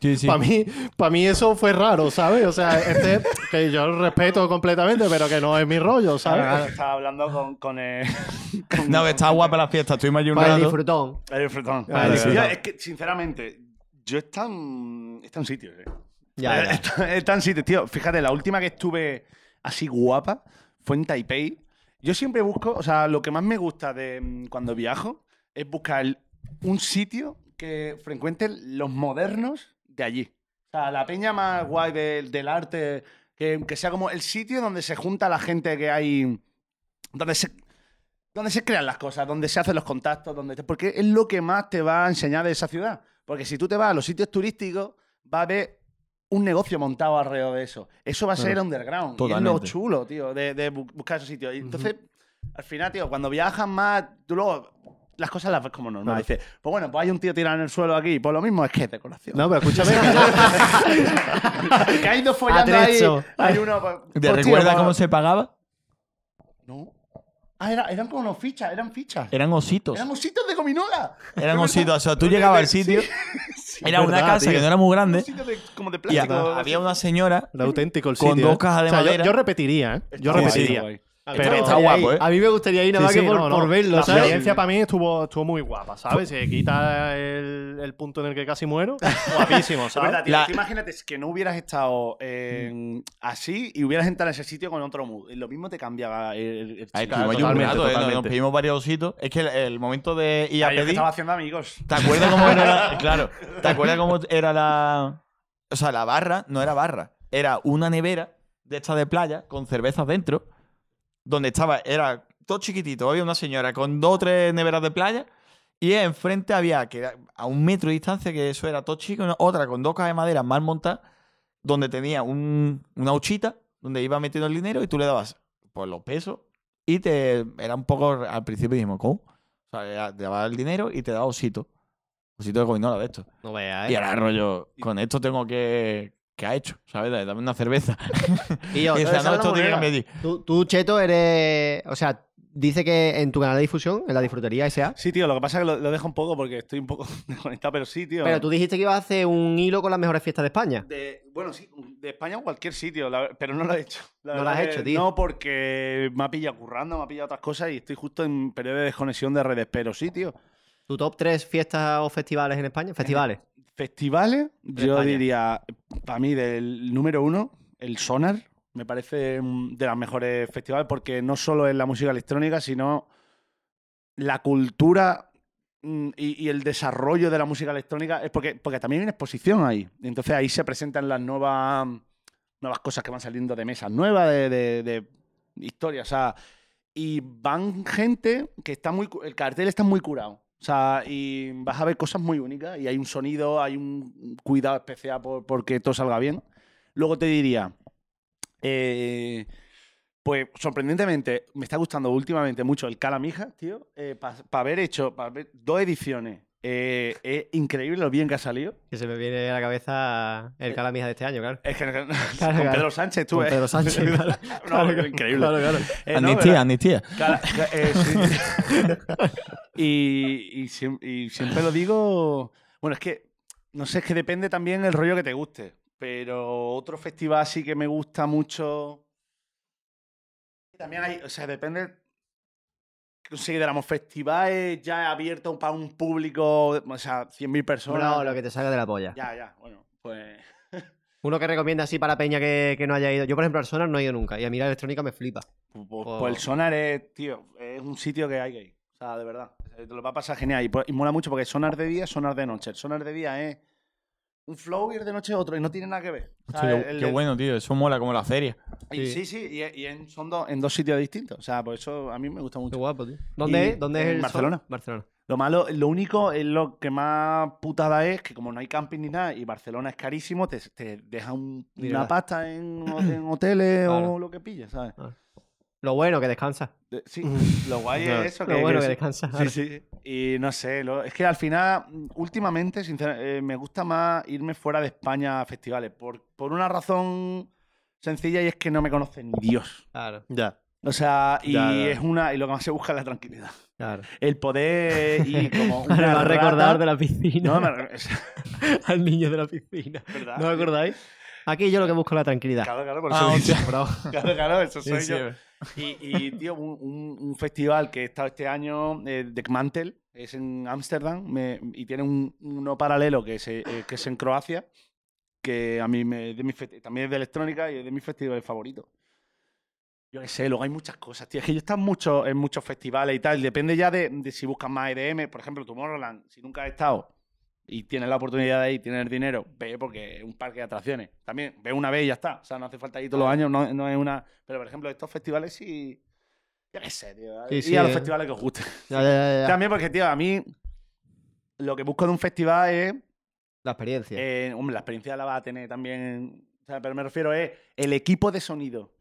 Speaker 3: Sí, sí.
Speaker 1: Para mí, pa' mí eso fue raro, ¿sabes? O sea, este que yo lo respeto completamente, pero que no es mi rollo,
Speaker 4: Claro,
Speaker 1: ¿sabes?
Speaker 4: Estaba hablando con, con el.
Speaker 3: No, que estaba guapa la fiesta. Estuvimos allí un
Speaker 2: Para el
Speaker 3: rato.
Speaker 2: disfrutón.
Speaker 4: el fretón.
Speaker 1: Ah, el
Speaker 4: Sí,
Speaker 1: fretón.
Speaker 4: Es que, sinceramente, yo he estado en, he estado en sitios, eh.
Speaker 2: Ya, ya.
Speaker 4: Está- está en sitio, tío. Fíjate, la última que estuve así guapa fue en Taipei. Yo siempre busco, o sea, lo que más me gusta de mm, cuando viajo es buscar el- un sitio que frecuenten los modernos de allí. O sea, la peña más guay del, del arte, que, que sea como el sitio donde se junta la gente que hay, donde se, donde se crean las cosas, donde se hacen los contactos, donde te- porque es lo que más te va a enseñar de esa ciudad. Porque si tú te vas a los sitios turísticos, va a haber un negocio montado alrededor de eso. Eso va a ser underground. Y es lo
Speaker 3: Totalmente.
Speaker 4: chulo, tío, de, de bu- buscar esos sitios. Y entonces, al final, tío, cuando viajas más, tú luego las cosas las ves como normal. Dices, pues bueno, pues hay un tío tirado en el suelo aquí. Pues lo mismo es que es decoración.
Speaker 1: No, pero escúchame.
Speaker 4: que hay dos follando ahí.
Speaker 2: Atrecho.
Speaker 4: Hay uno. pues,
Speaker 3: ¿Te
Speaker 4: pues, tío,
Speaker 3: recuerdas
Speaker 4: pues-
Speaker 3: cómo se pagaba?
Speaker 4: No. Ah, era- eran como unos fichas, eran fichas.
Speaker 3: Eran ositos.
Speaker 4: Eran ositos de gominola.
Speaker 3: Eran
Speaker 4: Es
Speaker 3: ositos.
Speaker 4: verdad.
Speaker 3: O sea, tú llegabas al sitio. era
Speaker 1: es
Speaker 3: una
Speaker 1: verdad,
Speaker 3: casa
Speaker 1: tío.
Speaker 3: que no era muy
Speaker 4: Un
Speaker 3: grande.
Speaker 4: osito de- como de
Speaker 3: Y
Speaker 4: plástico.
Speaker 3: a- había una señora.
Speaker 1: Era auténtico el
Speaker 3: Con
Speaker 1: sitio.
Speaker 3: dos
Speaker 1: ¿eh?
Speaker 3: cajas de
Speaker 1: O sea, yo-
Speaker 3: madera.
Speaker 1: Yo, repetiría, ¿eh? Yo
Speaker 3: Está guay,
Speaker 1: repetiría.
Speaker 4: guay.
Speaker 1: Pero
Speaker 3: Está guapo, ¿eh?
Speaker 2: A mí me gustaría ir
Speaker 1: Sí,
Speaker 2: nada más
Speaker 1: sí,
Speaker 2: que por,
Speaker 1: no, no.
Speaker 2: por verlo,
Speaker 1: La
Speaker 2: ¿sabes?
Speaker 1: experiencia para mí estuvo, estuvo muy guapa, ¿sabes? Se quita el, el punto en el que casi muero. Guapísimo,
Speaker 4: Es
Speaker 1: ¿sabes?
Speaker 4: verdad, tío.
Speaker 3: La-
Speaker 4: Tú Imagínate que no hubieras estado en- así y hubieras entrado en ese sitio con otro mood. Lo mismo te cambiaba el, el
Speaker 3: Ahí
Speaker 4: chip.
Speaker 3: estuvimos allí un
Speaker 1: totalmente,
Speaker 3: rato, eh, nos- Nos
Speaker 1: totalmente.
Speaker 3: pedimos varios ositos. Es que el, el momento de ir a
Speaker 4: Ah, yo que
Speaker 3: pedir.
Speaker 4: estaba haciendo amigos.
Speaker 3: ¿Te acuerdas cómo era la, Claro. ¿Te acuerdas cómo era la. O sea, la barra no era barra. Era una nevera de esta de playa con cervezas dentro. Donde estaba. Era todo chiquitito. Había una señora con dos o tres neveras de playa. Y enfrente había, que era a un metro de distancia, que eso era todo chico, una- otra con dos cajas de madera mal montadas, donde tenía un- una huchita, donde iba metiendo el dinero y tú le dabas pues, los pesos. Y te era un poco, al principio dijimos, ¿cómo? O sea, era- te daba el dinero y te daba osito. Osito de gominola de esto.
Speaker 2: No veas,
Speaker 3: Y
Speaker 2: ¿eh?
Speaker 3: ahora rollo, con esto tengo que ¿qué ha hecho? ¿Sabes? Dame dame una cerveza.
Speaker 2: Y yo,
Speaker 3: decía, no,
Speaker 2: esa es la
Speaker 3: esto tiene que
Speaker 2: moneda.
Speaker 3: medir.
Speaker 2: Tú, tú, Cheto, eres. O sea, dice que en tu canal de difusión, en la disfrutería S.A.
Speaker 4: Sí, tío, lo que pasa es que lo, lo dejo un poco porque estoy un poco desconectado, pero sí, tío.
Speaker 2: Pero tú dijiste que ibas a hacer un hilo con las mejores fiestas de España.
Speaker 4: De- bueno, sí, de España a cualquier sitio, la- pero no lo he hecho. La
Speaker 2: No lo
Speaker 4: verdad
Speaker 2: has
Speaker 4: que
Speaker 2: hecho, tío.
Speaker 4: No, porque me ha pillado currando, me ha pillado otras cosas y estoy justo en periodo de desconexión de redes, pero sí, tío.
Speaker 2: ¿Tu top 3 fiestas o festivales en España? Festivales.
Speaker 4: Festivales,
Speaker 2: De
Speaker 4: yo
Speaker 2: España.
Speaker 4: diría, para mí, del número uno, el Sonar, me parece un- de las mejores festivales, porque no solo es la música electrónica, sino la cultura mm, y, y el desarrollo de la música electrónica. Es porque, porque también hay una exposición ahí. Y Entonces ahí se presentan las nuevas, nuevas cosas que van saliendo de mesas nuevas, de, de- de historias. O sea, y van gente que está muy. cu- El cartel está muy curado. O sea, y vas a ver cosas muy únicas. Y hay un sonido, hay un cuidado especial por, porque todo salga bien. Luego te diría. eh, pues sorprendentemente, me está gustando últimamente mucho el Calamija, tío. Para haber hecho pa' haber- dos ediciones. eh, es increíble lo bien que ha salido.
Speaker 2: Que se me viene a la cabeza el calamija de este año, claro.
Speaker 4: Es que con
Speaker 2: claro.
Speaker 4: Pedro Sánchez, tú,
Speaker 2: Con
Speaker 4: eh.
Speaker 2: Pedro Sánchez, claro.
Speaker 4: No,
Speaker 2: Claro, claro.
Speaker 4: increíble.
Speaker 2: Claro, claro.
Speaker 4: Eh, no,
Speaker 3: Amnistía,
Speaker 4: pero-
Speaker 3: amnistía.
Speaker 4: Cala- ca- eh, sí. y, y siem- y siempre lo digo. Bueno, es que. No sé, es que depende también el rollo que te guste. Pero otro festival sí que me gusta mucho. También hay. O sea, depende. ¿Qué consideramos? Festivales ya abiertos para un público. O sea, 100.000 personas.
Speaker 2: Bueno, lo que te salga de la polla.
Speaker 4: Ya, ya. Bueno, pues.
Speaker 2: Uno que recomienda así para Peña que, que no haya ido. Yo, por ejemplo, al Sonar no he ido nunca. Y a mí la electrónica me flipa.
Speaker 4: Pues, pues el Sonar es, tío, es un sitio que hay que ir. O sea, de verdad. Eh, Te lo va a pasar genial. Y, pues- y mola mucho porque el Sonar de día, Sonar de noche. El Sonar de día es un flow y el de noche es otro. Y no tiene nada que ver. O sea,
Speaker 3: Hostia, qué-
Speaker 4: el-
Speaker 3: qué
Speaker 4: el-
Speaker 3: bueno, tío. Eso mola como la feria.
Speaker 4: y- sí, sí. Y, y en- son dos, en dos sitios distintos. O sea, por eso a mí me gusta mucho.
Speaker 2: guapo, tío. ¿Dónde es? ¿Dónde es el Sonar?
Speaker 4: Barcelona.
Speaker 2: Barcelona.
Speaker 4: Lo malo, lo único es lo que más putada es que como no hay camping ni nada y Barcelona es carísimo, te, te deja un-
Speaker 2: Mira.
Speaker 4: una pasta en, en hoteles
Speaker 2: Claro.
Speaker 4: o lo que pilles, ¿sabes?
Speaker 2: Lo bueno, que descansa.
Speaker 4: De- Sí, lo guay
Speaker 2: Claro.
Speaker 4: es eso.
Speaker 2: Lo bueno que
Speaker 4: sí.
Speaker 2: descansa,
Speaker 4: Sí,
Speaker 2: claro.
Speaker 4: sí. Y no sé, lo- es que al final, mm, últimamente, sinceramente, me gusta más irme fuera de España a festivales. Por, por una razón sencilla y es que no me conocen ni Dios.
Speaker 2: Claro.
Speaker 1: Ya.
Speaker 4: O sea, y
Speaker 1: Ya, ya.
Speaker 4: es una. Y lo que más se busca es la tranquilidad.
Speaker 2: Claro.
Speaker 4: El poder y como. Una
Speaker 2: Ahora me va a
Speaker 4: rata-
Speaker 2: recordar de la piscina.
Speaker 4: No, me- es-
Speaker 2: Al niño de la piscina.
Speaker 4: ¿Verdad?
Speaker 2: ¿No os acordáis? Aquí yo lo que busco es la tranquilidad.
Speaker 4: Claro, claro, por
Speaker 3: Ah,
Speaker 4: eso.
Speaker 3: hostia.
Speaker 4: Claro, claro, eso
Speaker 3: Sí,
Speaker 4: soy
Speaker 3: sí,
Speaker 4: yo.
Speaker 3: eh.
Speaker 4: Y, y, tío, un, un- un festival que he estado este año, eh, de Mantel, es en Ámsterdam, me- y tiene un, uno paralelo que es, eh, eh, que es en Croacia, que a mí me, de mi festi- también es de electrónica y es de mis festivales favoritos. Yo qué sé, luego hay muchas cosas, tío. Es que yo he estado en muchos, en muchos festivales y tal. Depende ya de, de si buscas más EDM. Por ejemplo, Tomorrowland, si nunca has estado y tienes la oportunidad de ir, tienes el dinero, ve porque es un parque de atracciones. También ve una vez y ya está. O sea, no hace falta ir todos los años, no, no es una. Pero por ejemplo, estos festivales sí. Yo qué sé, tío.
Speaker 2: Sí,
Speaker 4: ir
Speaker 2: sí,
Speaker 4: a los
Speaker 2: eh.
Speaker 4: festivales que os gusten.
Speaker 2: Ya, ya, ya, ya.
Speaker 4: También porque, tío, a mí lo que busco de un festival es.
Speaker 2: La experiencia.
Speaker 4: eh, hombre, la experiencia la va a tener también. o sea, pero me refiero es el equipo de sonido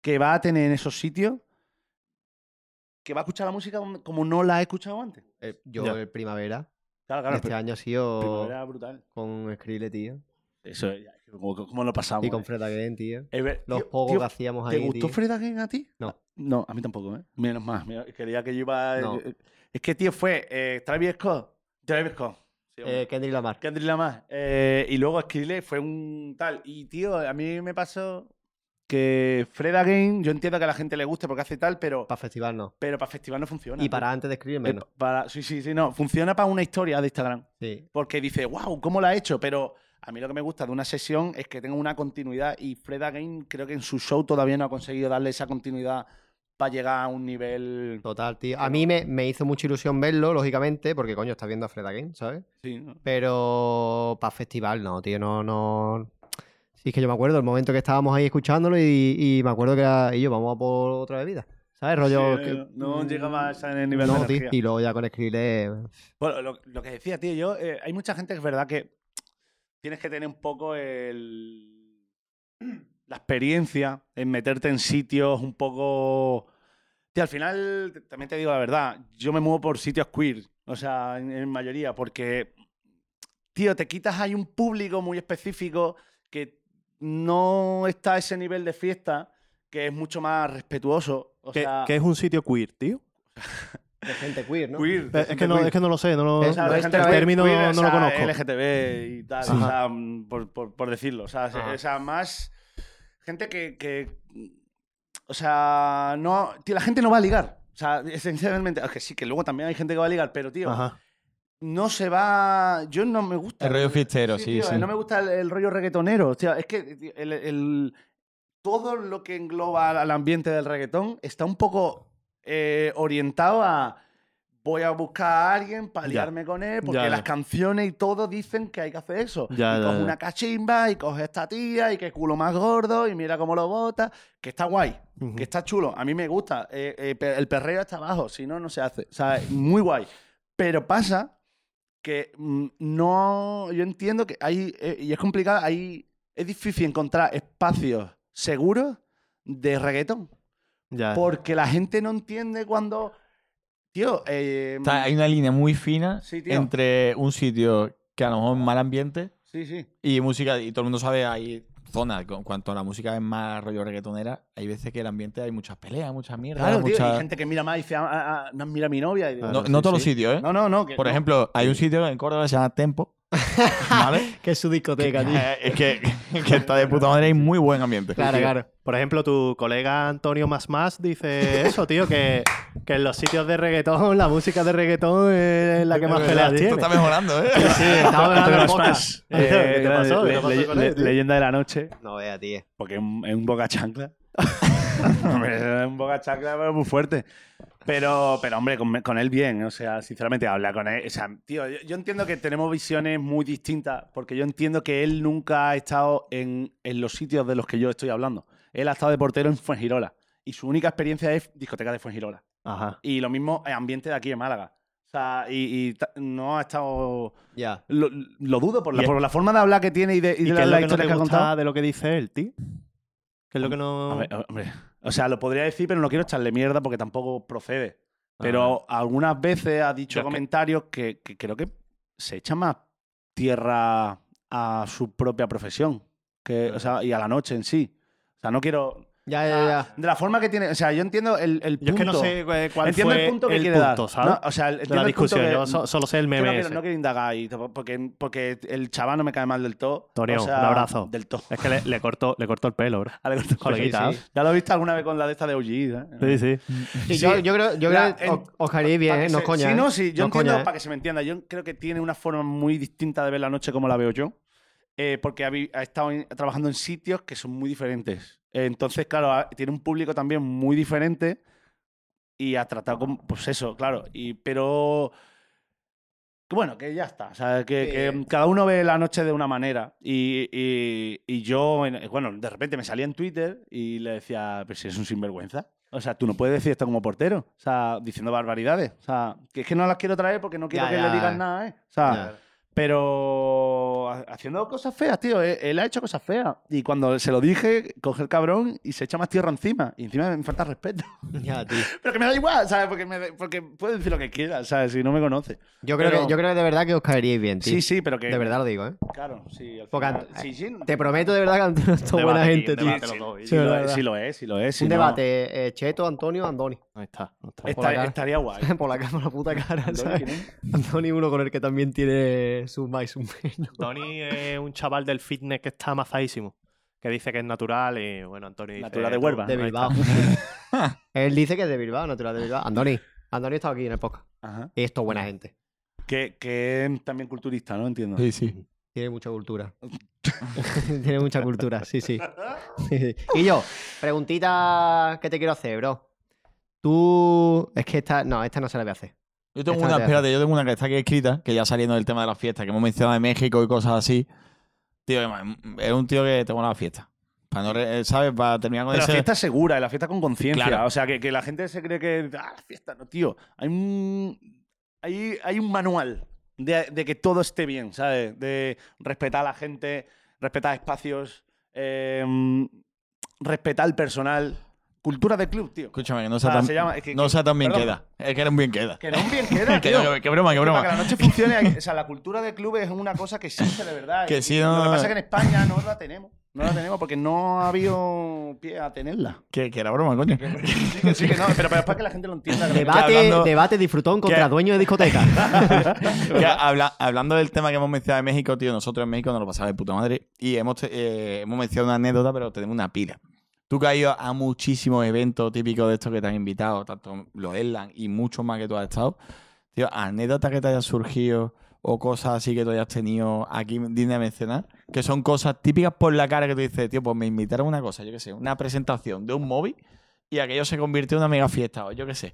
Speaker 4: que va a tener en esos sitios que va a escuchar la música como no la he escuchado antes.
Speaker 2: Eh, yo
Speaker 4: ya.
Speaker 2: el primavera
Speaker 4: Claro, claro.
Speaker 2: de este
Speaker 4: pero-
Speaker 2: año ha sido
Speaker 4: primavera brutal.
Speaker 2: con Skrille, tío.
Speaker 4: Eso es. ¿Cómo, cómo lo pasamos?
Speaker 2: y con
Speaker 4: eh?
Speaker 2: Fred Again, tío.
Speaker 4: Es ver-
Speaker 2: Los
Speaker 4: tío,
Speaker 2: pogos
Speaker 4: tío,
Speaker 2: que hacíamos
Speaker 4: ¿Te
Speaker 2: ahí.
Speaker 4: gustó
Speaker 2: tío.
Speaker 4: Fred Again a ti?
Speaker 2: No.
Speaker 4: No, a mí tampoco, ¿eh? Menos más. mira, Quería que yo iba. eh,
Speaker 2: No.
Speaker 4: Es que, tío, fue eh, Travis Scott. Travis Scott. Sí, hombre.
Speaker 2: Eh, Kendrick Lamar.
Speaker 4: Kendrick Lamar. Eh, y luego Skrillex fue un tal. Y, tío, a mí me pasó que Fred Again, yo entiendo que a la gente le guste porque hace tal, pero,
Speaker 2: Para festival no.
Speaker 4: pero para festival no funciona.
Speaker 2: Y
Speaker 4: tío.
Speaker 2: para antes de escribir
Speaker 4: Eh,
Speaker 2: menos.
Speaker 4: para- sí, sí, sí, no. Funciona para una historia de Instagram.
Speaker 2: Sí.
Speaker 4: Porque dice, wow, ¿cómo la ha hecho? Pero a mí lo que me gusta de una sesión es que tenga una continuidad y Fred Again creo que en su show todavía no ha conseguido darle esa continuidad para llegar a un nivel...
Speaker 2: Total, tío. A mí me, me hizo mucha ilusión verlo, lógicamente, porque coño, estás viendo a Fred Again, ¿sabes?
Speaker 4: Sí, ¿no?
Speaker 2: Pero para festival no, tío, no, no. Sí, es que yo me acuerdo el momento que estábamos ahí escuchándolo y, y me acuerdo que era, y yo, vamos a por otra bebida, ¿sabes? Rollo.
Speaker 4: Sí,
Speaker 2: que-
Speaker 4: no
Speaker 2: mm,
Speaker 4: llega más en el nivel de
Speaker 2: no, tío.
Speaker 4: energía.
Speaker 2: Y luego ya con Skrillex.
Speaker 4: Bueno, lo, lo que decía, tío, yo, eh, hay mucha gente que es verdad que tienes que tener un poco el, la experiencia en meterte en sitios un poco... Tío, al final, t- también te digo la verdad, yo me muevo por sitios queer, o sea, en, en mayoría, porque, tío, te quitas ahí un público muy específico que no está a ese nivel de fiesta que es mucho más respetuoso. O
Speaker 1: Que,
Speaker 4: sea,
Speaker 1: que es un sitio queer, tío.
Speaker 2: De gente queer, ¿no?
Speaker 4: Queer, de
Speaker 1: Es que
Speaker 4: gente
Speaker 1: no,
Speaker 4: queer.
Speaker 1: es que no lo sé, no lo,
Speaker 4: O sea, de
Speaker 1: el
Speaker 4: gente
Speaker 1: término
Speaker 4: queer,
Speaker 1: no,
Speaker 4: o
Speaker 1: lo
Speaker 4: sea,
Speaker 1: conozco.
Speaker 4: LGTB y tal,
Speaker 1: Sí.
Speaker 4: o sea, mm, por, por- por decirlo. O sea, se-
Speaker 1: Ajá.
Speaker 4: o sea, más gente que, que- O sea, no. tío, la gente no va a ligar. O sea, esencialmente. Es que sí, que luego también hay gente que va a ligar, pero tío.
Speaker 3: Ajá.
Speaker 4: No se va. Yo no me gusta.
Speaker 3: El rollo fiestero, sí,
Speaker 4: tío,
Speaker 3: sí.
Speaker 4: No me gusta el, el rollo reggaetonero. Tío, es que tío, el- el- todo lo que engloba al- al ambiente del reggaetón está un poco eh, orientado a voy a buscar a alguien para
Speaker 1: Ya.
Speaker 4: liarme con él, porque
Speaker 1: Ya, ya.
Speaker 4: las canciones y todo dicen que hay que hacer eso.
Speaker 1: Ya,
Speaker 4: y
Speaker 1: ya,
Speaker 4: coge
Speaker 1: ya.
Speaker 4: una cachimba, y coge esta tía, y que culo más gordo, y mira cómo lo bota, que está guay, que está chulo. A mí me gusta. Eh, eh, pe- el perreo está abajo, si no, no se hace. O sea, muy guay. Pero pasa que mm, no. Yo entiendo que hay. eh, y es complicado, hay. Es difícil encontrar espacios seguros de reggaetón.
Speaker 1: Ya.
Speaker 4: Porque la gente no entiende cuando. Tío, eh,
Speaker 3: O sea, hay una línea muy fina
Speaker 4: Sí, tío.
Speaker 3: entre un sitio que a lo mejor es mal ambiente
Speaker 4: Sí, sí.
Speaker 3: y música. Y todo el mundo sabe, hay zonas. Con cuanto a la música es más rollo reggaetonera, hay veces que el ambiente hay muchas peleas, muchas mierdas.
Speaker 4: Claro, tío,
Speaker 3: muchas-
Speaker 4: hay gente que mira más y dice, "Ah, ah, ah, no mira a mi novia. y digo,
Speaker 3: No,
Speaker 4: sí,
Speaker 3: no todos los
Speaker 4: sí.
Speaker 3: sitios, ¿eh?
Speaker 4: No, no, no. que
Speaker 3: Por
Speaker 4: no.
Speaker 3: ejemplo, hay un sitio en Córdoba que se llama Tempo. ¿Vale?
Speaker 2: que es su discoteca, tío.
Speaker 3: Eh, Es que, que está de puta madre y muy buen ambiente.
Speaker 1: Sí, tío. Por ejemplo, tu colega Antonio Más Más dice eso, tío, que, que en los sitios de reggaetón, la música de reggaetón es la que más
Speaker 3: Es verdad,
Speaker 1: peleas
Speaker 3: esto
Speaker 1: tiene.
Speaker 3: está mejorando, ¿eh?
Speaker 1: Sí,
Speaker 4: Ah,
Speaker 1: está mejorando el podcast.
Speaker 4: Eh,
Speaker 1: ¿Qué pasó? ¿Qué
Speaker 4: le-
Speaker 1: pasó
Speaker 4: le-
Speaker 1: con él,
Speaker 4: le-
Speaker 1: tío?
Speaker 4: Leyenda de la noche.
Speaker 2: No vea, tío.
Speaker 4: Porque es un, es un boca chancla. Hombre, es un boca chancla, pero muy fuerte. Pero, pero hombre, con, con él bien. O sea, sinceramente, habla con él. O sea, tío, yo, yo entiendo que tenemos visiones muy distintas. Porque yo entiendo que él nunca ha estado en, en los sitios de los que yo estoy hablando. Él ha estado de portero en Fuengirola. Y su única experiencia es discoteca de Fuengirola.
Speaker 1: Ajá.
Speaker 4: Y lo mismo eh, ambiente de aquí en Málaga. O sea, y, y ta- no ha estado.
Speaker 2: Ya.
Speaker 4: Lo, lo dudo por la,
Speaker 1: Y-
Speaker 4: por la forma de hablar que tiene y de, y
Speaker 1: ¿Y,
Speaker 4: de
Speaker 1: qué
Speaker 4: la,
Speaker 1: es
Speaker 4: la
Speaker 1: lo que no
Speaker 4: historia
Speaker 1: te
Speaker 4: que ha
Speaker 1: gusta
Speaker 4: contado.
Speaker 1: de lo que dice él, tío? ¿Qué es lo que no...?
Speaker 4: A ver, hombre. O sea, lo podría decir, pero no quiero echarle mierda porque tampoco procede. Pero algunas veces ha dicho
Speaker 1: Ya es que-
Speaker 4: comentarios que, que creo que se echa más tierra a su propia profesión que, o sea, y a la noche en sí. O sea, no quiero.
Speaker 2: Ya, ya, ya.
Speaker 4: De la forma que tiene. O sea, yo entiendo el, el punto.
Speaker 1: Ah, Yo es que no sé eh, cuál
Speaker 4: Entiendo
Speaker 1: fue
Speaker 4: el punto que quiere dar.
Speaker 1: ¿sabes?
Speaker 4: No, o sea, el-
Speaker 1: de
Speaker 4: entiendo
Speaker 1: la
Speaker 4: el punto
Speaker 1: discusión.
Speaker 4: que-
Speaker 1: Yo so- solo sé el
Speaker 4: Que
Speaker 1: meme
Speaker 4: no, quiero,
Speaker 1: ese.
Speaker 4: no quiero indagar y tampoco- porque, porque el chaval no me cae mal del todo.
Speaker 1: Antonio,
Speaker 4: O sea,
Speaker 1: un abrazo.
Speaker 4: Del todo.
Speaker 1: Es que le, le cortó, le cortó el pelo, bro.
Speaker 4: Ah, le cortó el pelo,
Speaker 1: Coleguita,
Speaker 2: sí,
Speaker 4: Ya lo he visto alguna vez con la de esta de OG. ¿eh?
Speaker 1: ¿eh? Sí, sí.
Speaker 2: Sí,
Speaker 4: Sí,
Speaker 2: yo, yo creo, yo creo
Speaker 4: la-
Speaker 2: que os-
Speaker 4: en-
Speaker 2: os caeréis bien,
Speaker 4: Pa' que
Speaker 2: ¿eh? No
Speaker 4: se-
Speaker 2: es coña.
Speaker 4: Sí,
Speaker 2: ¿eh?
Speaker 4: no, sí, yo
Speaker 2: No es
Speaker 4: entiendo,
Speaker 2: coña, ¿eh?
Speaker 4: para que se me entienda, yo creo que tiene una forma muy distinta de ver la noche como la veo yo, eh, porque ha, vi- ha estado en- trabajando en sitios que son muy diferentes. Eh, entonces, claro, ha- tiene un público también muy diferente y ha tratado con, pues eso, claro, y, pero... que Bueno, que ya está. O sea, que,
Speaker 2: Sí.
Speaker 4: que cada uno ve la noche de una manera. Y, y- y yo, en- bueno, de repente me salía en Twitter y le decía, pero si es un sinvergüenza. O sea, tú no puedes decir esto como portero. O sea, diciendo barbaridades. O sea, que es que no las quiero traer porque no quiero
Speaker 2: Ya,
Speaker 4: que
Speaker 2: ya.
Speaker 4: le digan nada, ¿eh? O sea,
Speaker 2: Ya.
Speaker 4: pero ha- haciendo cosas feas, tío. Él, él ha hecho cosas feas. Y cuando se lo dije, coge el cabrón y se echa más tierra encima. Y encima me falta respeto.
Speaker 2: ¿eh? Ya, tío.
Speaker 4: Pero que me da igual, ¿sabes? Porque, me, da- porque puede decir lo que quiera, ¿sabes? Si no me conoce.
Speaker 2: Yo creo,
Speaker 4: Pero-
Speaker 2: que, yo creo que de verdad que os caeríais bien, tío.
Speaker 4: Sí, sí, pero que.
Speaker 2: De verdad lo digo, ¿eh?
Speaker 4: Claro, sí. al
Speaker 2: Porque
Speaker 4: final-
Speaker 2: ant-
Speaker 4: sí, sí,
Speaker 2: Te prometo de verdad que Antonio es toda buena
Speaker 1: Debate, Pues
Speaker 2: gente,
Speaker 1: tío,
Speaker 2: tío.
Speaker 1: debate los dos,
Speaker 4: Sí,
Speaker 1: y-
Speaker 2: Sí,
Speaker 4: lo,
Speaker 2: la
Speaker 4: es,
Speaker 2: verdad.
Speaker 4: sí lo es, sí lo es. sí,
Speaker 2: Un
Speaker 4: no.
Speaker 2: debate, eh, Cheto, Antonio, Andoni.
Speaker 1: Ahí está. no está.
Speaker 4: Está-
Speaker 2: la cara.
Speaker 4: estaría guay.
Speaker 2: Por la, por la puta cara,
Speaker 4: Andoni,
Speaker 2: ¿sabes?
Speaker 4: ¿quién es?
Speaker 2: Andoni, uno con el que también tiene sus más y sus menos.
Speaker 1: Tony es un chaval del fitness que está amazadísimo. Que dice que es natural y bueno, Antonio dice.
Speaker 4: Natural de
Speaker 1: tú-
Speaker 4: Huelva.
Speaker 1: ahí
Speaker 2: De
Speaker 1: está.
Speaker 2: Bilbao. Él dice que es de Bilbao, natural de Bilbao. Andoni, Andoni está aquí en el podcast.
Speaker 4: Ajá.
Speaker 2: Y esto es buena gente.
Speaker 4: Que, que es también culturista, ¿no? Entiendo.
Speaker 3: Sí, sí.
Speaker 2: Tiene mucha cultura. Tiene mucha cultura, sí, sí. Sí, sí. y yo, preguntita que te quiero hacer, bro. Tú. Es que esta. No, esta no se la voy a hacer.
Speaker 3: Yo tengo
Speaker 2: Esta no
Speaker 3: una,
Speaker 2: te deja.
Speaker 3: espérate, yo tengo una que está aquí escrita, que ya saliendo del tema de la fiesta, que hemos mencionado de México y cosas así. Tío, es un tío que te mola la fiesta. Para no, re- eh, ¿sabes? Para terminar con
Speaker 4: Pero la
Speaker 3: ese...
Speaker 4: fiesta es segura, y la fiesta con conciencia.
Speaker 3: Claro.
Speaker 4: O sea, que, que la gente se cree que. Ah, la fiesta, no, tío. Hay un. Hay, hay un manual de, de que todo esté bien, ¿sabes? De respetar a la gente, respetar espacios, eh, respetar el personal. Cultura de club, tío.
Speaker 3: Escúchame, que no
Speaker 4: Ah,
Speaker 3: sea tan,
Speaker 4: se llama- es que-
Speaker 3: no sea tan bien
Speaker 4: perdón.
Speaker 3: queda. Es que era un bien queda.
Speaker 4: Que no un bien queda,
Speaker 3: Que-
Speaker 4: tío.
Speaker 3: que- que broma, que broma.
Speaker 4: Para que la noche funcione, hay- o sea, la cultura de club es una cosa que existe de verdad. eh,
Speaker 3: Que
Speaker 4: Y
Speaker 3: sí, no,
Speaker 4: Lo que
Speaker 3: no,
Speaker 4: pasa es
Speaker 3: no.
Speaker 4: que en España no la tenemos. No la tenemos porque no ha habido pie a tenerla.
Speaker 3: Que, que era broma, coño.
Speaker 4: Sí, que sí, que no, pero, pero es para que la gente lo entienda. que-
Speaker 2: Debate,
Speaker 3: Que hablando-
Speaker 2: debate disfrutón contra
Speaker 3: que-
Speaker 2: dueño de discoteca.
Speaker 3: Que habla- hablando del tema que hemos mencionado en México, tío, nosotros en México nos lo pasamos de puta madre y hemos, te- eh, hemos mencionado una anécdota, pero tenemos una pila. Tú que has ido a muchísimos eventos típicos de estos que te han invitado, tanto los Erlang y muchos más que tú has estado. Tío, anécdotas que te hayan surgido o cosas así que tú hayas tenido aquí, digna de mencionar, que son cosas típicas por la cara que tú dices, tío, pues me invitaron a una cosa, yo qué sé, una presentación de un móvil y aquello se convirtió en una mega fiesta, o yo qué sé.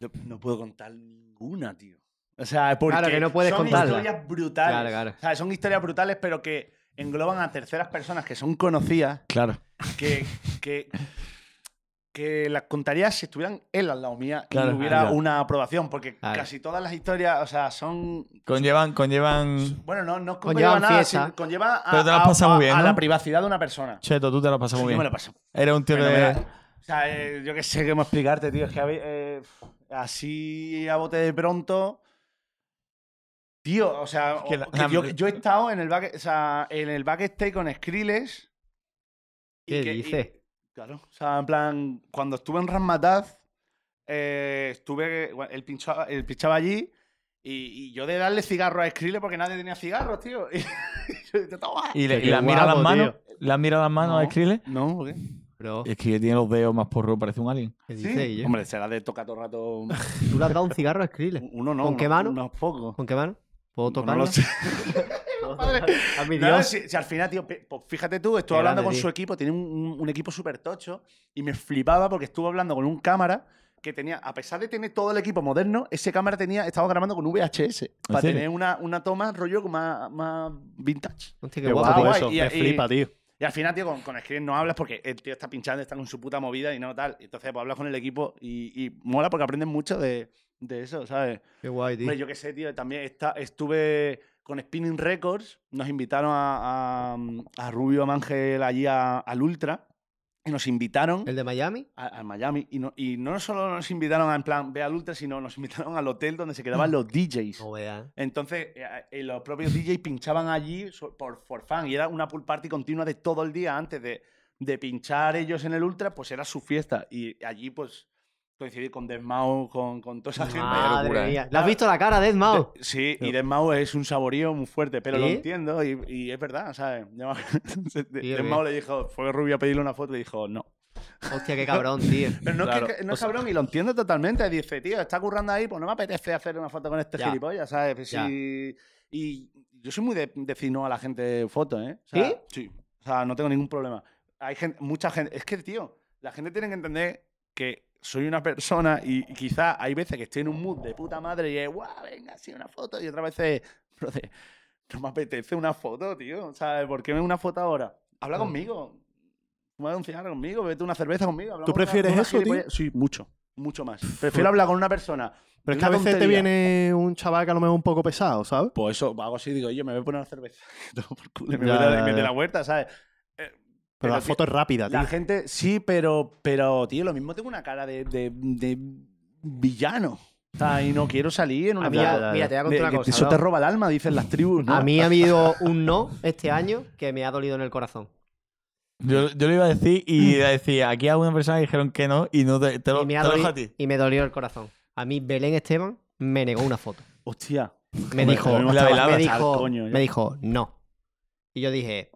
Speaker 4: Yo no puedo contar ninguna, tío. O sea, porque
Speaker 2: Claro que no puedes
Speaker 4: son
Speaker 2: contarla.
Speaker 4: historias brutales.
Speaker 2: Claro, claro.
Speaker 4: O sea, son historias brutales, pero que engloban a terceras personas que son conocidas,
Speaker 3: Claro.
Speaker 4: que, que, que las contaría si estuvieran él al lado mía
Speaker 3: Claro,
Speaker 4: y hubiera
Speaker 3: claro.
Speaker 4: una aprobación, porque
Speaker 2: Claro.
Speaker 4: casi todas las historias, o sea, son...
Speaker 3: Conllevan, conllevan...
Speaker 4: Bueno, no, no
Speaker 2: Conllevan
Speaker 4: conlleva nada,
Speaker 2: fiesta.
Speaker 4: sino conlleva a,
Speaker 3: Pero te lo has
Speaker 4: a-
Speaker 3: pasado
Speaker 4: a-
Speaker 3: bien,
Speaker 4: a
Speaker 3: ¿no?
Speaker 4: la privacidad de una persona.
Speaker 3: Cheto, tú te lo has pasado muy bien.
Speaker 4: Yo me lo paso
Speaker 3: Era un tío que.
Speaker 4: Fenomenal. O sea, eh, yo qué sé cómo explicarte, tío. Es que eh, así a bote de pronto. Tío, o sea,
Speaker 3: que
Speaker 4: o-
Speaker 3: la-
Speaker 4: que
Speaker 3: la-
Speaker 4: yo, yo he estado en el, back, o sea, en el backstage con Skrillex. y
Speaker 2: ¿Qué
Speaker 4: que- y-
Speaker 2: dices?
Speaker 4: claro. O sea, en plan, cuando estuve en Razzmatazz, eh, estuve. bueno, Él pinchaba, él pinchaba allí. Y, y yo de darle cigarro a Skrillex porque nadie tenía cigarros, tío. Y yo, toma.
Speaker 3: Y, le,
Speaker 2: Qué
Speaker 3: y le has mirado
Speaker 2: guapo,
Speaker 3: las manos.
Speaker 2: tío.
Speaker 3: Le has mirado las manos a
Speaker 4: No.
Speaker 3: Skrillex.
Speaker 4: No, ¿por qué?
Speaker 2: Bro,
Speaker 3: Es que tiene los dedos más porro, parece un alien.
Speaker 2: ¿qué
Speaker 4: Sí.
Speaker 2: dices, Guille?
Speaker 4: Hombre, será de tocar todo el rato.
Speaker 2: ¿Tú le has dado un cigarro a Skrillex?
Speaker 4: Uno no.
Speaker 2: ¿Con qué
Speaker 4: uno-
Speaker 2: mano?
Speaker 4: Unos pocos.
Speaker 2: ¿Con qué mano? ¿Puedo
Speaker 4: No, no
Speaker 2: tocarlo?
Speaker 4: lo sé.
Speaker 2: ¿Puedo tocarlo? A mi
Speaker 4: No,
Speaker 2: Dios.
Speaker 4: si, si al final, tío, pe- pues fíjate tú, estuve
Speaker 2: Qué
Speaker 4: hablando
Speaker 2: grande,
Speaker 4: con
Speaker 2: tío.
Speaker 4: su equipo, tiene un, un- un equipo súper tocho, y me flipaba porque estuvo hablando con un cámara que tenía, a pesar de tener todo el equipo moderno, ese cámara tenía, estaba grabando con VHS, para
Speaker 3: serio?
Speaker 4: tener una, una toma rollo más, más vintage.
Speaker 2: Hostia, qué
Speaker 1: Qué guapo
Speaker 2: guapo, tío.
Speaker 4: guay.
Speaker 1: eso.
Speaker 4: y-
Speaker 1: me
Speaker 4: y-
Speaker 1: flipa, tío.
Speaker 4: Y al final, tío, con, con Screen no hablas porque el tío está pinchando, está con su puta movida y no tal. Entonces, pues hablas con el equipo y, y mola porque aprendes mucho de, de eso, ¿sabes?
Speaker 2: Qué guay, tío.
Speaker 4: Hombre, yo qué sé, tío. También está, estuve con Spinning Records. Nos invitaron a, a- a Rubio Mangel allí a- al Ultra. Y nos invitaron
Speaker 2: ¿El de Miami?
Speaker 4: a, a Miami. Y no, y no solo nos invitaron a, en plan, ve al Ultra, sino nos invitaron al hotel donde se quedaban los DJs.
Speaker 2: No veas.
Speaker 4: Entonces, eh, eh, los propios DJs pinchaban allí so- por, por fan. Y era una pool party continua de todo el día antes de, de pinchar ellos en el Ultra, pues era su fiesta. Y allí, pues, coincidir con Desmau, con, con toda esa gente.
Speaker 3: Vaya locura,
Speaker 2: Madre
Speaker 3: ¿eh?
Speaker 2: mía. ¿Le has visto la cara, Dead Mao?
Speaker 4: De- sí, y Desmau es un saborío muy fuerte, pero lo
Speaker 2: ¿Sí?
Speaker 4: entiendo y, y es verdad, ¿sabes? Ya me- De-
Speaker 2: Tío,
Speaker 4: Desmau le dijo, fue Rubio a pedirle una foto y dijo, no.
Speaker 2: Hostia, qué cabrón, tío. Pues,
Speaker 4: Pero no
Speaker 3: Claro,
Speaker 4: es, que, no
Speaker 3: o
Speaker 4: es cabrón y lo entiendo totalmente. Dice, tío, está currando ahí, pues no me apetece hacer una foto con este
Speaker 2: Ya.
Speaker 4: gilipollas, ¿sabes? Pues
Speaker 2: Ya.
Speaker 4: sí, y yo soy muy de decir no a la gente foto, ¿eh? O sea,
Speaker 2: ¿Sí?
Speaker 4: O sea, no tengo ningún problema. Hay gente, mucha gente. Es que, tío, la gente tiene que entender que soy una persona y quizá hay veces que estoy en un mood de puta madre y es, guau, venga, sí, una foto. Y otras veces, brother, no me apetece una foto, tío. ¿Sabes? ¿Por qué me una foto ahora? Habla conmigo. Fuma un cigarro conmigo, bebete una cerveza conmigo. hablamos
Speaker 1: ¿Tú
Speaker 4: de una-
Speaker 1: prefieres
Speaker 4: de una
Speaker 1: eso, tío?
Speaker 4: gilipollez- Sí, mucho. Mucho más. Prefiero hablar con una persona. de
Speaker 1: Pero es que a
Speaker 4: una
Speaker 1: veces te
Speaker 4: tontería.
Speaker 1: viene un chaval que a lo mejor es un poco pesado, ¿sabes?
Speaker 4: Pues eso, hago así, digo, yo me voy a poner una cerveza. Todo por culo, y me
Speaker 1: Ya,
Speaker 4: voy a dar-
Speaker 1: ya,
Speaker 4: me doy
Speaker 1: ya.
Speaker 4: la vuelta, ¿sabes? Eh,
Speaker 1: Pero la
Speaker 4: tío,
Speaker 1: foto es rápida, tío.
Speaker 4: La gente, sí, pero, pero, tío, lo mismo tengo una cara de, de- de villano. O sea, y no quiero salir en una
Speaker 2: A mí,
Speaker 4: cara
Speaker 2: a- mira, te voy a
Speaker 4: de-
Speaker 2: contar una
Speaker 4: que
Speaker 2: cosa.
Speaker 4: Eso
Speaker 2: ¿no?
Speaker 4: te roba el alma, dicen las tribus, ¿no?
Speaker 2: A mí ha habido un no este año que me ha dolido en el corazón.
Speaker 3: Yo, yo lo iba a decir y iba a decir, aquí a una persona dijeron que no y no te, te lo,
Speaker 2: y, me
Speaker 3: te
Speaker 2: ha
Speaker 3: lo
Speaker 2: dolido,
Speaker 3: dejo a ti.
Speaker 2: y me dolió el corazón. A mí Belén Esteban me negó una foto.
Speaker 4: Hostia.
Speaker 2: Me
Speaker 4: Hombre,
Speaker 2: dijo,
Speaker 4: lo mismo
Speaker 3: la
Speaker 4: estaba-
Speaker 3: velada,
Speaker 2: me,
Speaker 4: estaba al
Speaker 2: dijo
Speaker 4: coño, ya.
Speaker 2: me dijo, no. Y yo dije,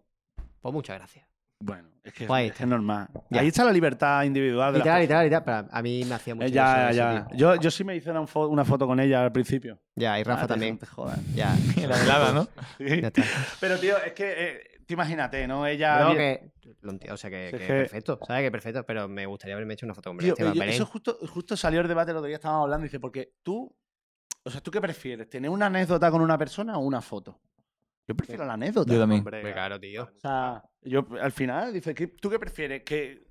Speaker 2: pues muchas gracias.
Speaker 4: Bueno, es que,
Speaker 2: Guay.
Speaker 4: es, que es normal.
Speaker 2: Ya.
Speaker 4: Ahí está la libertad individual. De las
Speaker 2: Literal,
Speaker 4: personas.
Speaker 2: literal, literal. Pero a mí me hacía mucho
Speaker 4: Eh, ya,
Speaker 2: ilusión eso,
Speaker 4: ya.
Speaker 2: tío.
Speaker 4: Yo, yo sí me hice una, fo- una foto con ella al principio.
Speaker 2: Ya, y Rafa
Speaker 4: Ah, te-
Speaker 2: también.
Speaker 4: te jodas.
Speaker 2: Ya,
Speaker 3: La velada, ¿no?
Speaker 2: ya está.
Speaker 4: Pero, tío, es que, eh, te imagínate, ¿no? Ella...
Speaker 2: Creo
Speaker 4: vi-
Speaker 2: que, lo entiendo, o sea, que,
Speaker 4: Sí,
Speaker 2: que
Speaker 4: que-
Speaker 2: perfecto, ¿sabes? Que perfecto, pero me gustaría haberme hecho una foto con Belén
Speaker 4: Tío, eh,
Speaker 2: Esteban.
Speaker 4: yo-
Speaker 2: Belén.
Speaker 4: eso justo, justo salió el debate el otro día, estábamos hablando, dice, porque tú, o sea, ¿tú qué prefieres? ¿Tener una anécdota con una persona o una foto? Yo prefiero la anécdota.
Speaker 3: Yo también.
Speaker 4: hombre.
Speaker 2: Hombre, claro, tío.
Speaker 4: O sea, yo pues, al final, dice, ¿qué- ¿tú qué prefieres? Que...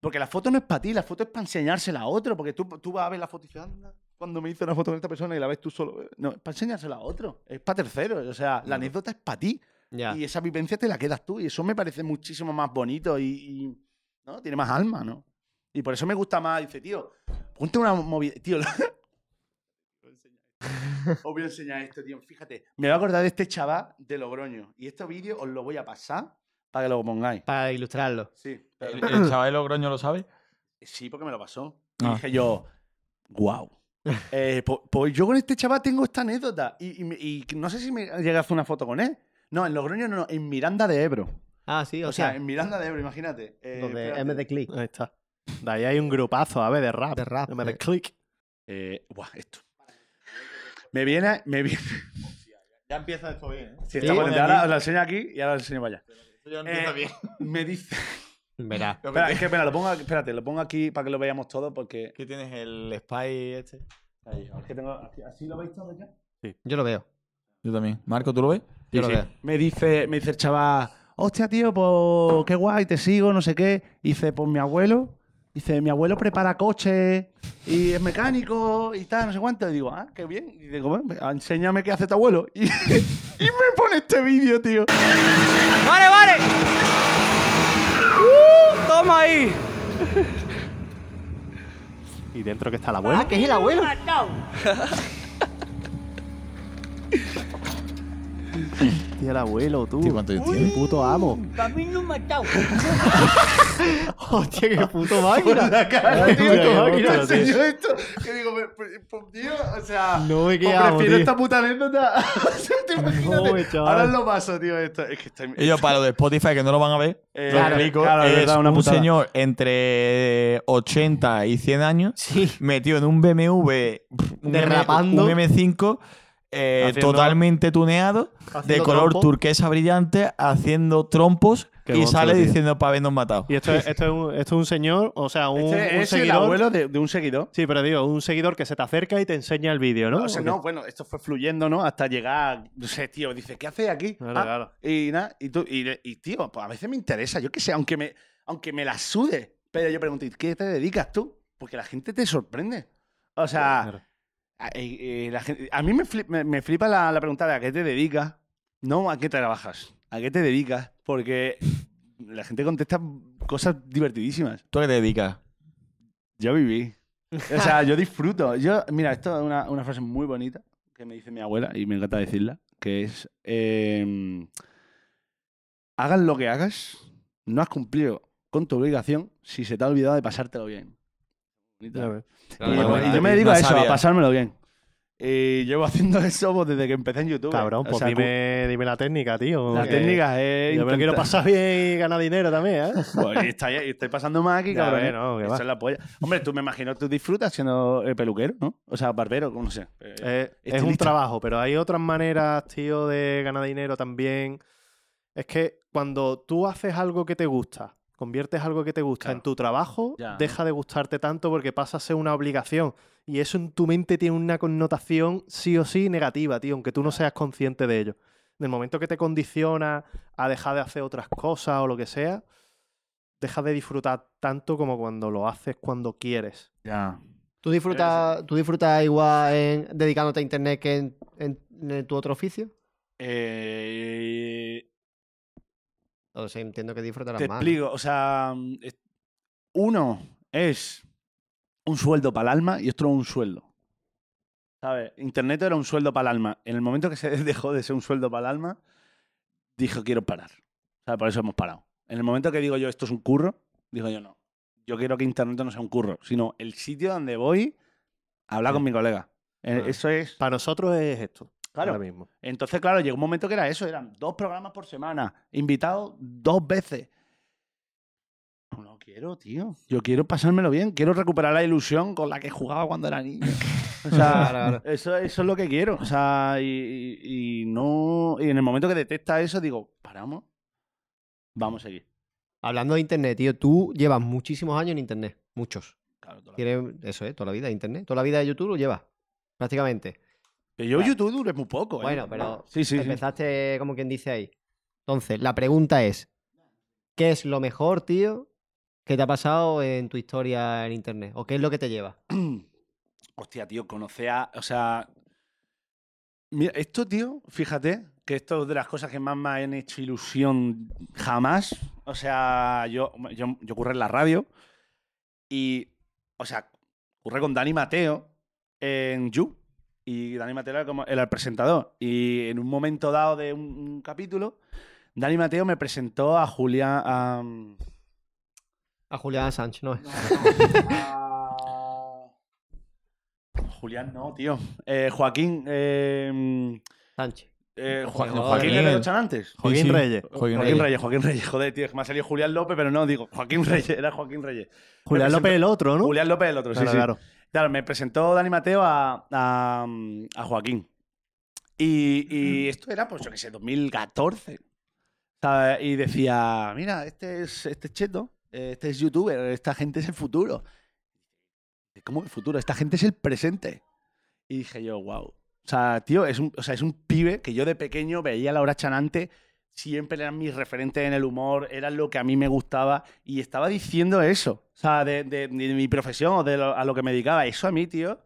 Speaker 4: Porque la foto no es para ti, la foto es para enseñársela a otro, porque tú, tú vas a ver la foto y dices, anda, cuando me hice una foto con esta persona y la ves tú solo. eh, No, es para enseñársela a otro, es para terceros, o sea, la anécdota es para ti.
Speaker 2: Ya.
Speaker 4: Y esa vivencia te la quedas tú. Y eso me parece muchísimo más bonito y, y, ¿no? tiene más alma, ¿no? Y por eso me gusta más. Dice, tío, ponte una movida. Tío, lo- Os voy a enseñar esto, tío. Fíjate, me voy a acordar de este chaval de Logroño. Y este vídeo os lo voy a pasar para que lo pongáis.
Speaker 2: Para ilustrarlo.
Speaker 4: Sí.
Speaker 3: ¿El, el chaval de Logroño lo sabe?
Speaker 4: Sí, porque me lo pasó.
Speaker 3: Ah.
Speaker 4: Y dije yo, wow. pues, yo con este chaval tengo esta anécdota. Y, y me- y no sé si me llegué a hacer una foto con él. No, en Logroño no, no, en Miranda de Ebro.
Speaker 2: Ah, sí,
Speaker 4: O
Speaker 2: o
Speaker 4: sea,
Speaker 2: sea,
Speaker 4: en Miranda de Ebro, imagínate. Eh,
Speaker 2: lo de
Speaker 4: espérate.
Speaker 2: M de Click.
Speaker 1: Ahí está. De ahí hay un grupazo, a ver, de rap.
Speaker 2: De rap.
Speaker 1: Me de
Speaker 2: eh.
Speaker 1: click.
Speaker 4: Eh, buah, esto. Me viene, me viene.
Speaker 3: Ya empieza esto bien, ¿eh?
Speaker 4: Si está por delante, ahora os la enseño aquí y ahora os la enseño para allá.
Speaker 3: Ya
Speaker 4: Eh, Me dice.
Speaker 2: Verá.
Speaker 4: Espera, es que espera, lo pongo, aquí- espérate, lo pongo aquí para que lo veamos todo porque.
Speaker 3: ¿Qué tienes? ¿El Spy este?
Speaker 4: Ahí, ahora es que tengo- aquí- ¿Así lo veis todo ya?
Speaker 2: Yo lo veo.
Speaker 3: Yo también. Marco, ¿tú lo ves?
Speaker 2: Yo
Speaker 4: Sí,
Speaker 2: lo
Speaker 4: sí.
Speaker 2: veo.
Speaker 4: Me dice, me dice el chaval, hostia, tío, pues qué guay, te sigo, no sé qué. Dice, pues mi abuelo, dice, mi abuelo prepara coches y es mecánico y tal, no sé cuánto. Y digo, ah, qué bien. Y digo, "Bueno, pues, enséñame qué hace tu abuelo. Y, y me pone este vídeo, tío.
Speaker 10: ¡Vale, vale! Uh, ¡Toma ahí!
Speaker 1: Y dentro que está la
Speaker 2: Ah,
Speaker 1: abuela.
Speaker 2: que es el abuelo.
Speaker 1: Tío, el abuelo, tú. eh.
Speaker 3: Tío, ¿cuánto
Speaker 1: Qué puto amo.
Speaker 10: Camino matado.
Speaker 2: Hostia, qué puto máquina. la cara,
Speaker 4: tío,
Speaker 1: tío, tío.
Speaker 4: Enseñó esto, que digo, me- pre- pues, tío, o sea,
Speaker 2: No me
Speaker 4: pues,
Speaker 2: quedamos,
Speaker 4: prefiero
Speaker 2: tío.
Speaker 4: esta puta anécdota. O sea, te imagínate.
Speaker 1: Joder, chaval.
Speaker 4: Ahora lo paso, tío, esto. Es que está...
Speaker 3: Y yo, para lo de Spotify, que no lo van a ver,
Speaker 4: Eh,
Speaker 3: lo
Speaker 4: claro,
Speaker 3: explico,
Speaker 4: claro, es
Speaker 3: es
Speaker 4: verdad, una
Speaker 3: un
Speaker 4: putada.
Speaker 3: señor entre 80 y 100 años metido en un BMW pff, un
Speaker 2: Derrapando.
Speaker 3: M, un M5 eh,
Speaker 1: Haciendo-
Speaker 3: totalmente tuneado, de
Speaker 2: Haciendo
Speaker 3: color
Speaker 2: trompo.
Speaker 3: turquesa brillante, haciendo trompos
Speaker 1: Qué
Speaker 3: y
Speaker 1: monstruo,
Speaker 3: sale
Speaker 1: tío.
Speaker 3: diciendo para habernos matado.
Speaker 1: Y esto es, esto, es un, esto es un señor, o sea, un,
Speaker 4: Este
Speaker 1: un
Speaker 4: es el
Speaker 1: seguidor.
Speaker 4: abuelo de, de un seguidor.
Speaker 1: Sí, pero digo, un seguidor que se te acerca y te enseña el vídeo, ¿no?
Speaker 4: O sea,
Speaker 1: Porque-
Speaker 4: no, bueno, esto fue fluyendo, ¿no? Hasta llegar, no sé, tío, dice, ¿qué haces aquí? Ah,
Speaker 1: Claro, claro.
Speaker 4: Y nada, y tú, y, de- y, tío, pues a veces me interesa, yo qué sé, aunque me, aunque me la sude, pero yo pregunto, ¿y qué te dedicas tú? Porque la gente te sorprende. O sea,
Speaker 1: Claro.
Speaker 4: a, eh, eh, la gente- a mí me, flip- me- me flipa la, la pregunta de a qué te dedicas, no a qué trabajas, a qué te dedicas, porque la gente contesta cosas divertidísimas.
Speaker 3: ¿Tú a qué te dedicas?
Speaker 4: Yo viví. O sea, yo disfruto. Yo, mira, esto es una, una frase muy bonita que me dice mi abuela y me encanta decirla, que es, em, hagas lo que hagas, no has cumplido con tu obligación si se te ha olvidado de pasártelo bien. Bonita.
Speaker 1: Ya ves.
Speaker 4: Y, yo- y yo me dedico a eso, a pasármelo bien. Y llevo haciendo eso pues, desde que empecé en YouTube.
Speaker 1: Cabrón,
Speaker 4: O
Speaker 1: pues
Speaker 4: sea,
Speaker 1: dime, dime la técnica, tío.
Speaker 4: La
Speaker 1: que
Speaker 4: técnica es...
Speaker 1: Yo me lo quiero
Speaker 4: intentar-
Speaker 1: pasar bien y ganar dinero también, ¿eh?
Speaker 4: Bueno, y, Pues está- y estoy pasando más aquí,
Speaker 1: Ya
Speaker 4: cabrón.
Speaker 1: ves,
Speaker 4: ¿eh?
Speaker 1: no, que
Speaker 4: Eso
Speaker 1: va.
Speaker 4: es la polla. Hombre, tú me imagino tú disfrutas siendo eh, peluquero, ¿no? O sea, barbero, como no sé. Eh,
Speaker 1: Eh, es un
Speaker 4: estilista.
Speaker 1: trabajo, pero hay otras maneras, tío, de ganar dinero también. Es que cuando tú haces algo que te gusta, conviertes algo que te gusta
Speaker 4: Claro.
Speaker 1: en tu trabajo,
Speaker 4: Ya.
Speaker 1: deja de gustarte tanto porque pasa a ser una obligación. Y eso en tu mente tiene una connotación sí o sí negativa, tío, aunque tú no seas consciente de ello. En el momento que te condiciona a dejar de hacer otras cosas o lo que sea, dejas de disfrutar tanto como cuando lo haces cuando quieres.
Speaker 4: Ya.
Speaker 2: ¿Tú disfrutas, ¿Tú disfrutas igual en- dedicándote a internet que en, en- en tu otro oficio?
Speaker 4: Eh,
Speaker 2: O sea, entiendo que disfrutarás
Speaker 4: te
Speaker 2: más.
Speaker 4: explico, o sea, mm, es- uno es un sueldo para el alma y otro un sueldo. ¿Sabes? Internet era un sueldo para el alma. En el momento que se dejó de ser un sueldo para el alma, dije, quiero parar. ¿Sabes? Por eso hemos parado. En el momento que digo yo, esto es un curro, digo yo, no. Yo quiero que Internet no sea un curro, sino el sitio donde voy a hablar con mi colega. Eh,
Speaker 1: Ah.
Speaker 4: Eso es.
Speaker 1: Para nosotros es esto,
Speaker 4: Claro.
Speaker 1: ahora mismo.
Speaker 4: Entonces, claro, llegó un momento que era eso, eran dos programas por semana, invitados dos veces. No lo quiero, tío. Yo quiero pasármelo bien, quiero recuperar la ilusión con la que jugaba cuando era niño. O sea, eso, eso es lo que quiero. O sea, y, y- y no. Y en el momento que detecta eso, digo, paramos, vamos a seguir.
Speaker 2: Hablando de internet, tío, tú llevas muchísimos años en internet. Muchos.
Speaker 4: Claro, toda la-
Speaker 2: Tienes, eso es, toda la vida internet. Toda la vida de YouTube lo llevas. Prácticamente.
Speaker 4: Pero yo YouTube duré muy poco. ¿eh?
Speaker 2: Bueno, pero
Speaker 4: Sí, sí. sí.
Speaker 2: empezaste como quien dice ahí. Entonces, la pregunta es: ¿qué es lo mejor, tío, que te ha pasado en tu historia en internet? ¿O qué es lo que te lleva?
Speaker 4: Hostia, tío, conoce a. O sea. Mira, esto, tío, fíjate, que esto es de las cosas que más me han hecho ilusión jamás. O sea, yo, yo, yo curré en la radio y. O sea, curré con Dani Mateo en You. y Dani Mateo era como era el presentador. Y en un momento dado de un, un capítulo, Dani Mateo me presentó a Julián. A,
Speaker 2: A Julián Sánchez, no es.
Speaker 4: Julián, no, tío. Eh, Joaquín. eh,
Speaker 2: Sánchez.
Speaker 4: eh, Jo-
Speaker 3: Joaquín.
Speaker 4: Joaquín de los antes.
Speaker 3: Joaquín Sí, sí.
Speaker 1: Eh,
Speaker 3: Reyes.
Speaker 4: Joaquín, Reyes. Joaquín Reyes. Joder, tío, que me ha salido Julián López, pero no, digo, Joaquín Reyes, era Joaquín Reyes. Me
Speaker 1: Julián
Speaker 4: presentó-
Speaker 1: López el otro, ¿no?
Speaker 4: Julián López el otro, sí,
Speaker 1: Claro,
Speaker 4: sí.
Speaker 1: claro.
Speaker 4: Claro, me presentó Dani Mateo a, a- a Joaquín. Y,
Speaker 1: Mm.
Speaker 4: y esto era, pues yo qué sé, 2014. ¿sabes? Y decía, mira, este es, este es cheto, eh, este es youtuber, esta gente es el futuro. ¿Cómo el futuro? Esta gente es el presente. Y dije yo, wow. O sea, tío, es un, o sea, es un pibe que yo de pequeño veía a Laura Chanante, siempre eran mis referentes en el humor, era lo que a mí me gustaba y estaba diciendo eso. O sea, de, de- de mi profesión o de lo- a lo que me dedicaba. Eso a mí, tío,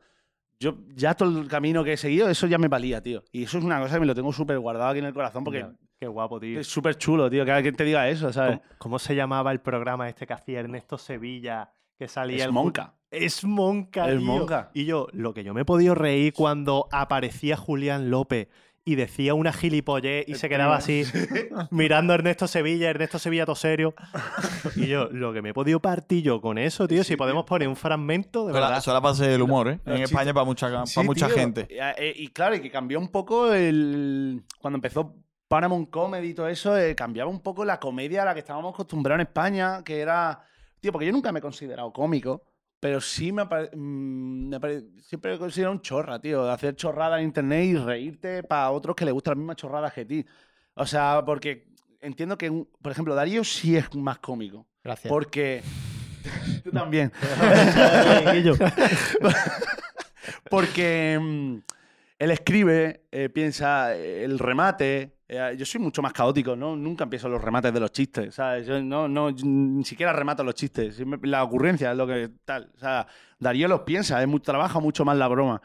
Speaker 4: yo ya todo el camino que he seguido, eso ya me valía, tío. Y eso es una cosa que me lo tengo súper guardado aquí en el corazón porque
Speaker 1: Qué guapo, tío.
Speaker 4: es súper chulo, tío, que alguien te diga eso, ¿sabes?
Speaker 1: ¿Cómo, cómo se llamaba el programa este que hacía Ernesto Sevilla? Que salía
Speaker 4: Es
Speaker 1: el-
Speaker 4: Monca.
Speaker 1: Es Monca,
Speaker 4: Es
Speaker 1: tío.
Speaker 4: Monca.
Speaker 1: Y yo, lo que yo me he podido reír cuando aparecía Julián López y decía una gilipollez y se quedaba así mirando a Ernesto Sevilla, Ernesto Sevilla todo serio. Y yo, lo que me he podido partir yo con eso, tío, si podemos poner un fragmento de
Speaker 3: Eso
Speaker 1: verdad.
Speaker 3: era la base del humor, ¿eh? En
Speaker 4: Sí,
Speaker 3: España para mucha, para
Speaker 4: Sí,
Speaker 3: mucha
Speaker 4: tío.
Speaker 3: gente.
Speaker 4: Y, eh, Y, claro, y que cambió un poco el. Cuando empezó Paramount Comedy y todo eso, eh, cambiaba un poco la comedia a la que estábamos acostumbrados en España, que era. Tío, porque yo nunca me he considerado cómico, pero sí me, apare- mm, me apare- siempre me he considerado un chorra, tío, de hacer chorrada en internet y reírte para otros que les gusta la misma chorrada que a ti. O sea, porque entiendo que, un- por ejemplo, Darío sí es más cómico.
Speaker 2: Gracias.
Speaker 4: Porque. Tú también. Porque mm, él escribe, eh, piensa eh, el remate. eh, yo soy mucho más caótico, ¿no? Nunca empiezo los remates de los chistes, ¿sabes? Yo no, no, yo ni siquiera remato los chistes. siempre- La ocurrencia es lo que tal. O sea, Darío los piensa, es muy, trabaja mucho más la broma.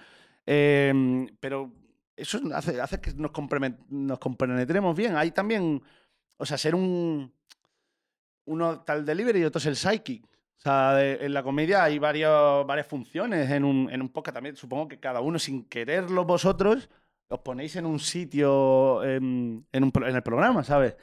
Speaker 4: Eh, pero eso hace, hace que nos, compremen- nos compenetremos bien. Hay también, o sea, ser un... Uno tal delivery y otro es el psychic. O sea, de- en la comedia hay varios, varias funciones en un, en un podcast también. Supongo que cada uno, sin quererlo vosotros, os ponéis en un sitio em, en, un pro- en el programa, ¿sabes?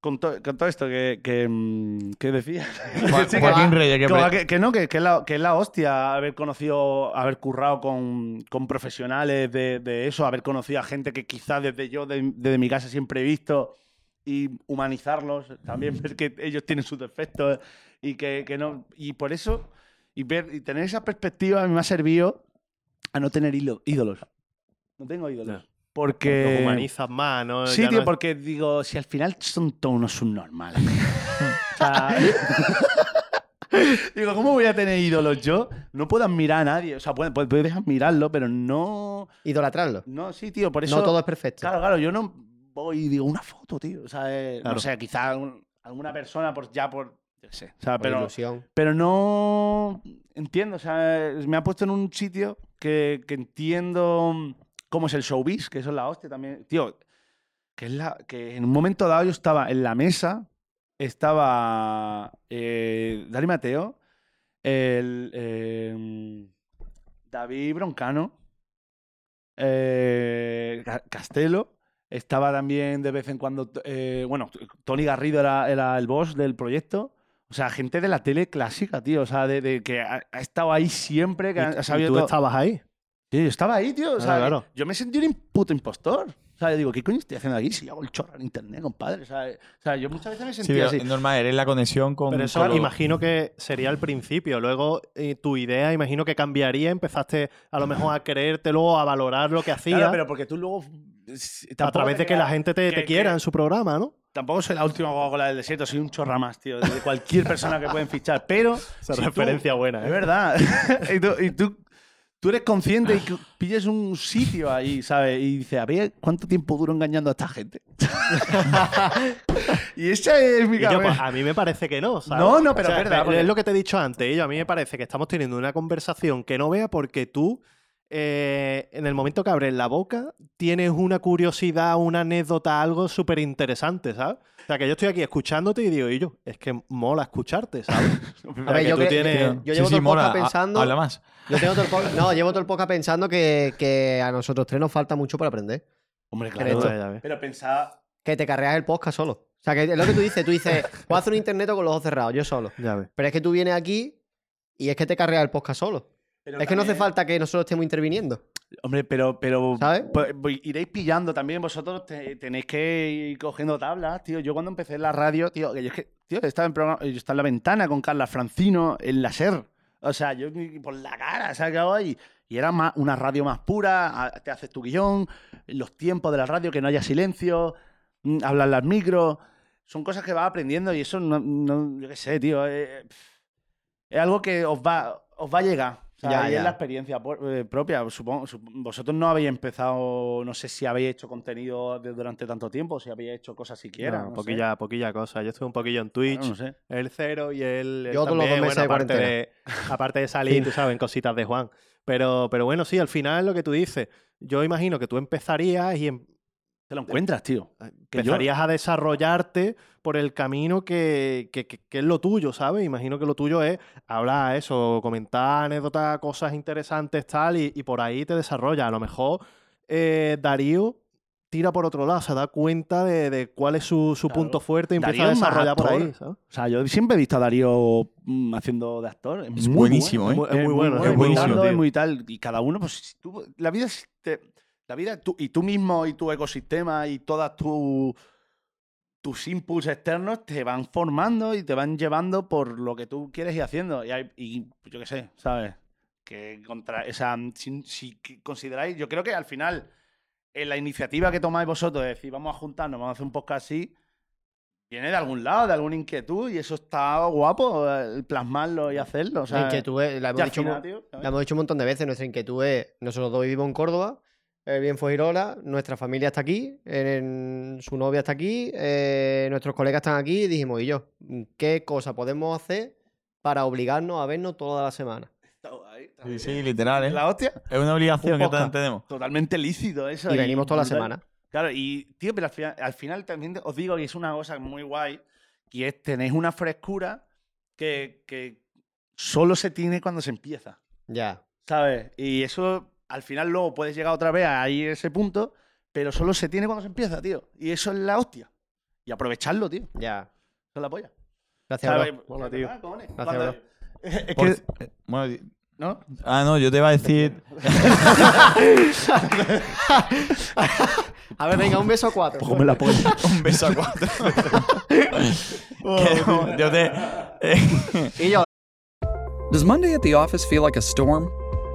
Speaker 4: Con, to- con todo esto que, que, mm, que decía.
Speaker 3: Joa-
Speaker 4: Sí, que-
Speaker 3: Joaquín Reyes, que-
Speaker 4: que, que- que no, que, que es la, que es la hostia haber conocido, haber currado con, con profesionales de, de eso, haber conocido a gente que quizás desde yo, de- desde mi casa, siempre he visto y humanizarlos
Speaker 1: Mm.
Speaker 4: también, ver que ellos tienen sus defectos y que, que no. Y por eso, y, ver, y tener esa perspectiva a mí me ha servido a no tener ílo- ídolos. No tengo ídolos. Porque.
Speaker 1: Los humanizas más, ¿no?
Speaker 4: Sí,
Speaker 1: Ya
Speaker 4: tío,
Speaker 1: no es-
Speaker 4: porque digo, si al final son todos unos subnormales. O sea, digo, ¿cómo voy a tener ídolos yo? No puedo admirar a nadie. O sea, puedes, puedes admirarlo, pero no.
Speaker 2: Idolatrarlo.
Speaker 4: No, sí, tío, por eso.
Speaker 2: No todo es perfecto.
Speaker 4: Claro, claro, yo no voy y digo una foto, tío. O sea, eh,
Speaker 2: Claro.
Speaker 4: no sé, quizá algún- alguna persona por, ya por. Yo qué sé. O sea,
Speaker 2: Por
Speaker 4: pero.
Speaker 2: ilusión.
Speaker 4: Pero no entiendo, o sea, me ha puesto en un sitio que, que entiendo cómo es el showbiz, que eso es la hostia también. Tío, que, es la, que en un momento dado yo estaba en la mesa, estaba eh, Dani Mateo, el, eh, David Broncano, eh, Ca- Castelo, estaba también de vez en cuando, eh, bueno, Tony Garrido era, era el boss del proyecto. O sea, gente de la tele clásica, tío. O sea, de, de que ha, ha estado ahí siempre, que ha, ha
Speaker 1: ¿Y
Speaker 4: sabido
Speaker 1: tú
Speaker 4: todo.
Speaker 1: estabas ahí?
Speaker 4: Sí, yo estaba ahí, tío. O
Speaker 1: Ah,
Speaker 4: sea,
Speaker 1: claro.
Speaker 4: yo me sentí un im- puto impostor. O sea, yo digo, ¿qué coño estoy haciendo aquí si yo hago el chorro en internet, compadre? O sea, eh, o sea, yo muchas veces me
Speaker 3: Sí,
Speaker 4: sentí
Speaker 3: pero
Speaker 4: así.
Speaker 3: es normal, eres la conexión con.
Speaker 1: Pero eso
Speaker 3: con lo-
Speaker 1: imagino que sería el principio. Luego eh, tu idea, imagino que cambiaría. Empezaste a lo mejor a creértelo, a valorar lo que hacías.
Speaker 4: Claro, pero porque tú luego.
Speaker 1: a través de que la gente te, te quiera en su programa, ¿no?
Speaker 4: Tampoco soy la última Coca-Cola del desierto, soy un chorra más, tío, de cualquier persona que pueden fichar. Pero.
Speaker 1: Esa referencia buena, ¿eh?
Speaker 4: Es verdad. y tú, y tú- tú eres consciente y que pilles un sitio ahí, ¿sabes? Y dices, a ver, ¿cuánto tiempo duro engañando a esta gente? y esa es mi
Speaker 1: Y yo, pues,
Speaker 4: cabeza.
Speaker 1: a mí me parece que no. ¿sabes?
Speaker 4: No, no, pero es verdad,
Speaker 1: Es
Speaker 4: porque-
Speaker 1: lo que te he dicho antes. Y yo, a mí me parece que estamos teniendo una conversación que no vea porque tú eh, en el momento que abres la boca, tienes una curiosidad, una anécdota, algo súper interesante, ¿sabes? O sea, que yo estoy aquí escuchándote y digo, y yo, es que mola escucharte, ¿sabes? O sea,
Speaker 2: A ver,
Speaker 1: que
Speaker 2: yo,
Speaker 1: tú
Speaker 2: cre-
Speaker 1: tienes-
Speaker 2: yo- yo llevo todo el podcast pensando.
Speaker 3: habla más.
Speaker 2: Yo tengo todo el podcast, no, llevo todo el podcast pensando que, que a nosotros tres nos falta mucho para aprender.
Speaker 4: Hombre,
Speaker 1: claro, ya, ya ves.
Speaker 4: Pero pensaba.
Speaker 2: Que te carreas el podcast solo. O sea, que es lo que tú dices. Tú dices, voy a hacer un internet con los ojos cerrados, yo solo.
Speaker 1: Ya ves.
Speaker 2: Pero es que tú vienes aquí y es que te carreas el podcast solo. es que no hace falta que nosotros estemos interviniendo.
Speaker 4: Hombre, pero. pero
Speaker 2: ¿Sabes?
Speaker 4: Pues, pues iréis pillando también, vosotros te- tenéis que ir cogiendo tablas, tío. Yo cuando empecé en la radio, tío, que yo es que, tío, estaba en, programa- yo estaba en la ventana con Carla Francino en la SER. O sea, yo ni por la cara, ¿sabes qué hago ahí? Y era más, una radio más pura, a- te haces tu guión, los tiempos de la radio, que no haya silencio, mm, hablar las micros. Son cosas que vas aprendiendo y eso no, no- yo qué sé, tío. eh, pff, es algo que os va, os va a llegar. O sea,
Speaker 2: Ya,
Speaker 4: y
Speaker 2: ya.
Speaker 4: es la experiencia por- eh, propia. Supongo, sup- vosotros no habéis empezado, no sé si habéis hecho contenido de- durante tanto tiempo, si habéis hecho cosas siquiera.
Speaker 1: No,
Speaker 4: no sé.
Speaker 1: poquilla, poquilla cosa. Yo estuve un poquillo en Twitch.
Speaker 4: Claro, no sé.
Speaker 1: El cero y el. el
Speaker 2: Yo todos los
Speaker 1: también,
Speaker 2: dos meses
Speaker 1: bueno,
Speaker 2: de
Speaker 1: aparte de, aparte de salir, tú sabes, en cositas de Juan. Pero, pero bueno, sí, al final lo que tú dices. Yo imagino que tú empezarías y em-
Speaker 4: Te lo encuentras, tío. Que yo-
Speaker 1: empezarías a desarrollarte por el camino que, que- que- que es lo tuyo, ¿sabes? Imagino que lo tuyo es hablar eso, comentar anécdotas, cosas interesantes, tal, y, y por ahí te desarrollas. A lo mejor eh, Darío tira por otro lado, se da cuenta de, de cuál es su, su punto fuerte y empieza
Speaker 4: Darío
Speaker 1: a
Speaker 4: es más
Speaker 1: desarrollar por
Speaker 4: actor.
Speaker 1: ahí, ¿sabes?
Speaker 4: O sea, yo siempre he visto a Darío mm, haciendo de actor. Es,
Speaker 3: Es
Speaker 4: muy
Speaker 3: buenísimo,
Speaker 4: bueno.
Speaker 3: ¿eh?
Speaker 4: Es muy bueno.
Speaker 3: Es
Speaker 4: Es muy
Speaker 3: buenísimo,
Speaker 4: tardo, es
Speaker 3: tío.
Speaker 4: muy tal. Y cada uno, pues, si tú- la vida es. te- la vida, tú- y tú mismo y tu ecosistema y todas tu- tus inputs externos te van formando y te van llevando por lo que tú quieres ir haciendo. Y, hay- y pues, yo qué sé, ¿sabes? Que contra. O sea, si, si consideráis. Yo creo que al final, en la iniciativa que tomáis vosotros, es decir, vamos a juntarnos, vamos a hacer un podcast así viene de algún lado, de alguna inquietud, y eso está guapo, eh, plasmarlo y hacerlo. O sea,
Speaker 2: la inquietud es- la
Speaker 4: y
Speaker 2: hemos,
Speaker 4: al
Speaker 2: dicho,
Speaker 4: final,
Speaker 2: mu-
Speaker 4: tío, ¿sabes?
Speaker 2: la hemos dicho un montón de veces. Nuestra inquietud es, nosotros dos vivimos en Córdoba, él vive en Fuengirola, nuestra familia está aquí, eh, en- su novia está aquí, eh, nuestros colegas están aquí, y dijimos, y yo, ¿qué cosa podemos hacer para obligarnos a vernos toda la semana?
Speaker 3: Sí, sí, literal, ¿eh?
Speaker 4: la hostia.
Speaker 3: Es una obligación
Speaker 2: Un
Speaker 3: que
Speaker 2: podcast.
Speaker 3: tenemos.
Speaker 4: Totalmente lícito eso.
Speaker 2: Y venimos toda la semana.
Speaker 4: Claro, y tío, pero al final, al final también os digo que es una cosa muy guay, y es tenéis una frescura que, que solo se tiene cuando se empieza.
Speaker 2: Ya.
Speaker 4: ¿Sabes? Y eso al final luego puedes llegar otra vez ahí a ese punto, pero solo se tiene cuando se empieza, tío. Y eso es la hostia. Y aprovecharlo, tío. Eso
Speaker 2: Ya.
Speaker 4: es la polla.
Speaker 2: Gracias,
Speaker 4: ¿Sabes?
Speaker 2: bro.
Speaker 4: Hola, tío. cojones.
Speaker 2: Gracias,
Speaker 4: Cuando-
Speaker 2: bro.
Speaker 4: Es que-
Speaker 3: Por- eh, bueno, di-
Speaker 4: ¿No?
Speaker 3: Ah, no, yo te iba a decir.
Speaker 2: A ver, venga, un beso a cuatro.
Speaker 3: Pues
Speaker 4: Póngame la polla.
Speaker 3: Un beso a cuatro.
Speaker 4: Oh,
Speaker 3: Que no, yo te. eh,
Speaker 2: Y yo,
Speaker 11: Does Monday at the office feel like a storm?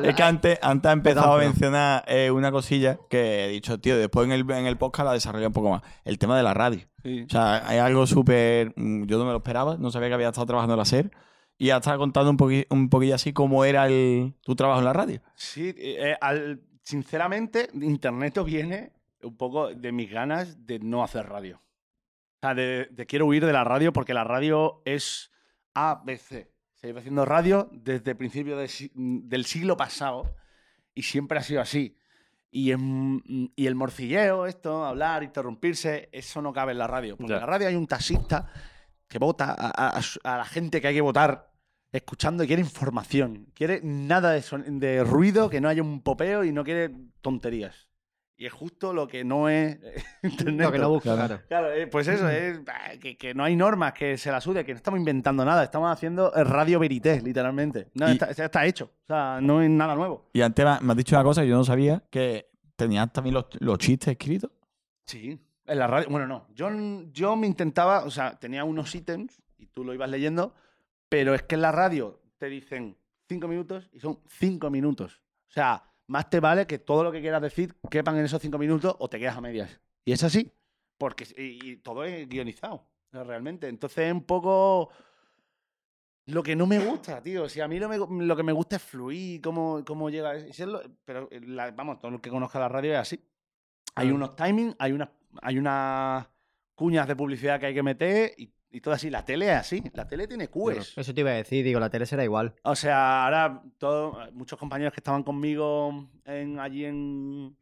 Speaker 3: es que antes, antes ha empezado a mencionar eh, una cosilla que he dicho, tío, después en el, en el podcast la desarrollé un poco más. El tema de la radio.
Speaker 4: Sí.
Speaker 3: O sea, hay algo súper. mm, Yo no me lo esperaba, no sabía que había estado trabajando en la SER. Y ya estaba contando un, poqui- un poquillo así cómo era el, tu trabajo en la radio.
Speaker 4: Sí, eh, eh, al- sinceramente, Internet viene un poco de mis ganas de no hacer radio. O sea, de, de quiero huir de la radio porque la radio es ABC. Se lleva haciendo radio desde principios de si- del siglo pasado y siempre ha sido así. Y, en- y el morcilleo, esto, hablar, interrumpirse, eso no cabe en la radio. Porque
Speaker 1: Ya.
Speaker 4: en la radio hay un taxista que vota a, a- a su- a la gente que hay que votar, escuchando y quiere información. Quiere nada de, son- de ruido, que no haya un popeo y no quiere tonterías. Y es justo lo que no es Internet.
Speaker 2: lo que no busca, claro.
Speaker 4: Claro, eh, pues eso, es bah, que, que no hay normas, que se las sude, que no estamos inventando nada, estamos haciendo eh, radio verité, literalmente. No,
Speaker 3: Y-
Speaker 4: está, está hecho, o sea, no es nada nuevo.
Speaker 3: Y antes me, me has dicho una cosa que yo no sabía, que tenías también los, los chistes escritos.
Speaker 4: Sí, en la radio. Bueno, no. Yo, yo me intentaba, o sea, tenía unos ítems y tú lo ibas leyendo, pero es que en la radio te dicen cinco minutos y son cinco minutos. O sea, más te vale que todo lo que quieras decir quepan en esos cinco minutos o te quedas a medias. Y es así. Porque y, y todo es guionizado, realmente. Entonces es un poco lo que no me gusta, tío. Si a mí lo, me gu- lo que me gusta es fluir, cómo, cómo llega. eso es lo- pero la- vamos, todo el que conozca la radio es así. Hay unos timings, hay unas hay unas cuñas de publicidad que hay que meter y, y todo así. La tele es así. La tele tiene cues.
Speaker 2: Eso te iba a decir, digo, la tele será igual.
Speaker 4: O sea, ahora todo- muchos compañeros que estaban conmigo en, allí en,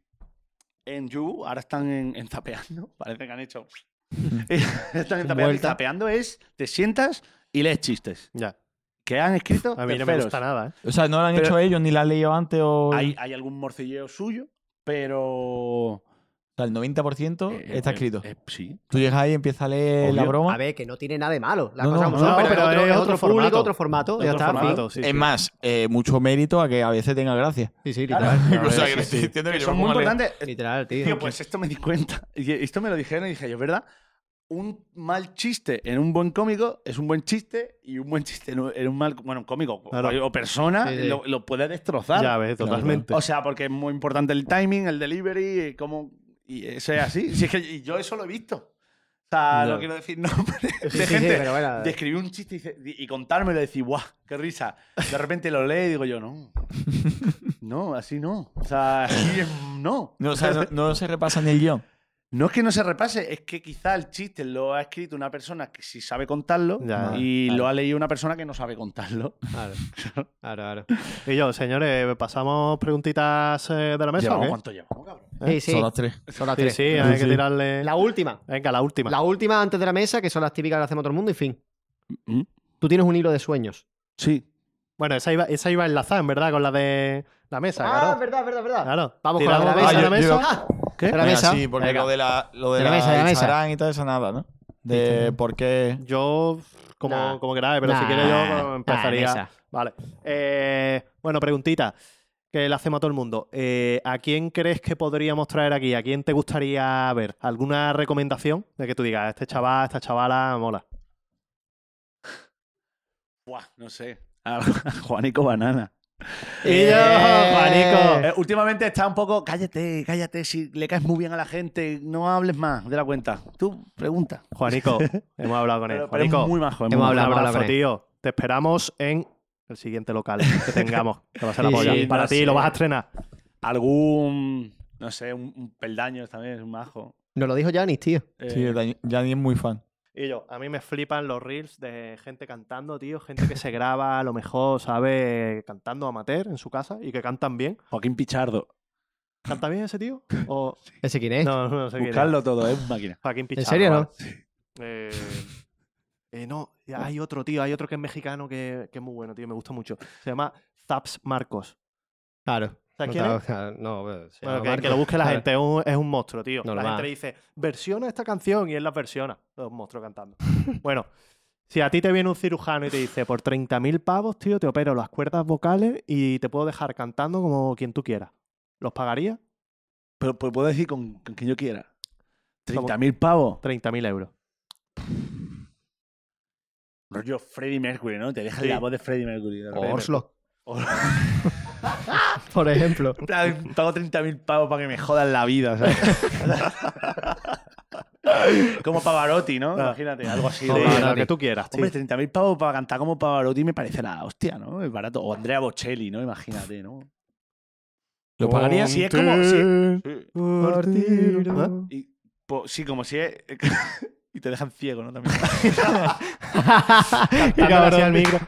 Speaker 4: en You, ahora están en, en Zapeando. Parece que han hecho. están en Zapeando. y
Speaker 1: Vuelta.
Speaker 4: Zapeando es, te sientas y lees chistes.
Speaker 1: Ya.
Speaker 4: Que han escrito.
Speaker 1: A mí no me
Speaker 4: terceros.
Speaker 1: gusta nada, ¿eh?
Speaker 3: O sea, no lo han
Speaker 4: Pero-
Speaker 3: hecho ellos ni la han leído antes o.
Speaker 4: Hay, hay algún morcilleo suyo, pero.
Speaker 3: O sea, el 90% está
Speaker 4: eh,
Speaker 3: escrito.
Speaker 4: eh, sí.
Speaker 3: Tú llegas ahí y empiezas a leer la
Speaker 2: Obvio.
Speaker 3: broma.
Speaker 2: A ver, que no tiene nada de malo. La
Speaker 3: No,
Speaker 2: cosa
Speaker 3: no,
Speaker 2: como
Speaker 3: no,
Speaker 2: son, pero,
Speaker 3: pero
Speaker 2: es otro,
Speaker 3: es
Speaker 2: es
Speaker 3: otro
Speaker 2: otro público,
Speaker 3: formato.
Speaker 2: otro formato. ya está, fin.
Speaker 3: es más, eh, mucho mérito a que a veces tenga gracia.
Speaker 2: Sí, sí,
Speaker 4: Claro. literal.
Speaker 3: Incluso
Speaker 4: A
Speaker 3: a
Speaker 4: ver,
Speaker 3: que
Speaker 4: sí, sí.
Speaker 3: entiendo que
Speaker 4: Que
Speaker 3: yo
Speaker 4: son
Speaker 3: me
Speaker 4: muy
Speaker 3: pongo a leer.
Speaker 4: importantes.
Speaker 2: Literal, tío.
Speaker 4: Tío, pues esto me di cuenta. Y esto me lo dijeron y dije yo, ¿verdad? Un mal chiste en un buen cómico es un buen chiste y un buen chiste en un, en un mal bueno, un cómico
Speaker 1: Claro.
Speaker 4: o, o persona
Speaker 1: Sí, sí.
Speaker 4: Lo, lo puede destrozar.
Speaker 1: Ya ves, totalmente.
Speaker 4: O sea, porque es muy importante el timing, el delivery, cómo y eso es así. Si es que y yo eso lo he visto. O sea,
Speaker 1: Ya.
Speaker 4: no quiero decir nombres de
Speaker 2: Sí, sí, sí,
Speaker 4: gente
Speaker 2: pero bueno.
Speaker 4: de escribir un chiste y, dice- y contármelo y decir, ¡guau! ¡Qué risa! De repente lo leo y digo yo, no. No, así no. O sea, así es- no.
Speaker 3: No, o sea, no, no se repasa ni el guión.
Speaker 4: No es que no se repase, es que quizá el chiste lo ha escrito una persona que sí sabe contarlo
Speaker 1: Ya,
Speaker 4: y
Speaker 1: claro.
Speaker 4: lo ha leído una persona que no sabe contarlo.
Speaker 2: Claro, claro, claro.
Speaker 1: Y yo, señores, pasamos preguntitas eh, de la mesa.
Speaker 4: Llevamos-
Speaker 1: o qué?
Speaker 4: ¿Cuánto llevamos, cabrón?
Speaker 1: ¿Eh?
Speaker 2: Sí, sí.
Speaker 3: Son las tres.
Speaker 2: Son las
Speaker 1: Sí,
Speaker 2: tres.
Speaker 1: sí, hay
Speaker 3: Sí,
Speaker 1: que
Speaker 3: sí.
Speaker 1: tirarle.
Speaker 2: La última.
Speaker 1: Venga, la última.
Speaker 2: La última antes de la mesa, que son las típicas que hacemos todo el mundo, y fin.
Speaker 4: ¿Mm?
Speaker 2: Tú tienes un hilo de sueños.
Speaker 4: Sí.
Speaker 1: Bueno, esa iba, esa iba a enlazar, en verdad, con la de la mesa,
Speaker 2: Ah,
Speaker 1: claro.
Speaker 2: verdad, verdad, verdad.
Speaker 1: Claro.
Speaker 2: Vamos con la
Speaker 1: Tiramos
Speaker 2: de la
Speaker 1: para
Speaker 2: mesa.
Speaker 1: la mesa.
Speaker 2: Ah,
Speaker 1: ¿Qué?
Speaker 2: de la
Speaker 3: Venga,
Speaker 2: mesa.
Speaker 3: Sí, porque
Speaker 2: Venga.
Speaker 3: lo de la, lo de
Speaker 2: De la
Speaker 3: la
Speaker 2: mesa, de la mesa.
Speaker 3: Instagram y todo eso, nada, ¿no? De por qué.
Speaker 1: Yo, como,
Speaker 2: Nah.
Speaker 1: como queráis, pero si
Speaker 2: Nah.
Speaker 1: quieres yo
Speaker 2: Nah,
Speaker 1: eh, empezaría.
Speaker 2: mesa.
Speaker 1: vale. Eh, bueno, preguntita que le hacemos a todo el mundo. Eh, ¿A quién crees que podríamos traer aquí? ¿A quién te gustaría ver? ¿Alguna recomendación de que tú digas, este chaval, esta chavala, mola?
Speaker 4: Buah, no sé. A Juanico Banana.
Speaker 1: Y yo,
Speaker 2: Oh,
Speaker 1: Juanico.
Speaker 4: Eh, últimamente está un poco, cállate, cállate, si le caes muy bien a la gente, no hables más de la cuenta. Tú pregunta.
Speaker 1: Juanico, hemos hablado con él.
Speaker 4: Pero- pero es
Speaker 1: Juanico,
Speaker 4: muy majo, es
Speaker 1: un
Speaker 2: Hemos
Speaker 4: muy majo.
Speaker 2: hablado, hemos hablado
Speaker 1: abrazo,
Speaker 2: con él.
Speaker 1: tío. Te esperamos en el siguiente local que tengamos. Que va a ser la
Speaker 2: Sí,
Speaker 1: polla.
Speaker 4: sí,
Speaker 1: Para
Speaker 4: no
Speaker 1: ti,
Speaker 4: sé.
Speaker 1: lo vas a estrenar.
Speaker 4: Algún, no sé, un, un peldaño también es un majo.
Speaker 2: Nos lo dijo Janis, tío.
Speaker 4: Eh,
Speaker 3: Sí, Dani- Dani es muy fan.
Speaker 1: Y yo, a mí me flipan los reels de gente cantando, tío. Gente que se graba, a lo mejor, ¿sabe? Cantando amateur en su casa y que cantan bien.
Speaker 4: Joaquín Pichardo.
Speaker 1: ¿Canta bien ese tío? O...
Speaker 2: ¿Ese quién es?
Speaker 1: No, no sé quién era.
Speaker 4: Buscarlo todo, es máquina.
Speaker 1: Joaquín Pichardo.
Speaker 2: serio, no?
Speaker 1: vale. Eh, eh, no, y hay otro, tío. Hay otro que es mexicano que, que es muy bueno, tío. Me gusta mucho. Se llama Zaps Marcos.
Speaker 2: Claro.
Speaker 1: ¿Sabes
Speaker 2: No,
Speaker 1: quién es?
Speaker 2: claro, No, bueno, se
Speaker 1: Bueno,
Speaker 2: llama
Speaker 1: que, que
Speaker 2: Marco.
Speaker 1: lo busque la
Speaker 2: Claro.
Speaker 1: gente. Es un, es un monstruo, tío.
Speaker 2: Normal.
Speaker 1: La gente le dice, versiona esta canción y él la versiona. Es un monstruo cantando. bueno, si a ti te viene un cirujano y te dice, por 30.000 pavos, tío, te opero las cuerdas vocales y te puedo dejar cantando como quien tú quieras. ¿Los pagaría?
Speaker 4: Pero, pero puedo decir con, con quien yo quiera.
Speaker 1: Como-
Speaker 4: 30.000 pavos.
Speaker 1: 30.000 euros.
Speaker 4: Rollo Freddie Mercury, ¿no? Te dejan
Speaker 1: Sí.
Speaker 4: la voz de Freddie Mercury. de repente.
Speaker 2: Oslo.
Speaker 4: O-
Speaker 2: Por ejemplo.
Speaker 4: En plan, Pago 30.000 pavos para que me jodan la vida, ¿sabes? como Pavarotti, ¿no? Imagínate, algo así.
Speaker 1: Sí,
Speaker 4: de-
Speaker 1: lo que tú quieras, tío.
Speaker 4: Hombre, 30.000 pavos para cantar como Pavarotti me parece la hostia, ¿no? Es barato. O Andrea Bocelli, ¿no? Imagínate, ¿no?
Speaker 3: ¿Lo pagaría?
Speaker 4: Si es como... si-
Speaker 1: Partido.
Speaker 4: y- po- sí, como si es... y te dejan ciego, ¿no? También.
Speaker 1: Cantando hacia el micro.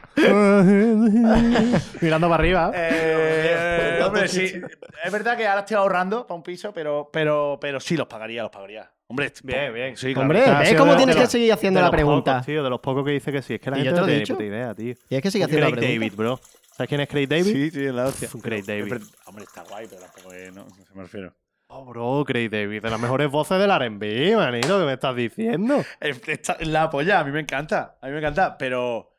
Speaker 1: Mirando para arriba.
Speaker 4: Eh, hombre, sí. Es verdad que ahora estoy ahorrando para un piso, pero, pero, pero sí los pagaría, los pagaría. Hombre,
Speaker 1: Bien, bien.
Speaker 4: Sí, claro.
Speaker 2: Hombre,
Speaker 1: Pues, Está
Speaker 2: ¿ves
Speaker 1: haciendo
Speaker 2: cómo
Speaker 1: de-
Speaker 2: tienes
Speaker 1: de
Speaker 2: que
Speaker 1: los-
Speaker 2: seguir haciendo
Speaker 1: de
Speaker 2: la
Speaker 1: los
Speaker 2: pregunta?
Speaker 1: Pocos, tío, de los pocos que dice que sí. Es que la
Speaker 2: Y yo
Speaker 1: gente no
Speaker 2: te lo he
Speaker 1: tiene ni
Speaker 2: dicho.
Speaker 1: puta idea, tío.
Speaker 2: Y es que sigue haciendo la
Speaker 1: Craig
Speaker 2: pregunta.
Speaker 1: David, bro. ¿Sabes quién es Craig David?
Speaker 4: Sí, sí, es la hostia.
Speaker 1: Es un Craig David.
Speaker 4: Pero- Hombre, está guay, pero tampoco es, ¿no? Se me refiero.
Speaker 1: Oh, bro, Craig David. De las mejores voces del R&B, manito. ¿Qué me estás diciendo?
Speaker 4: Eh, esta- la polla, a mí me encanta. A mí me encanta, pero.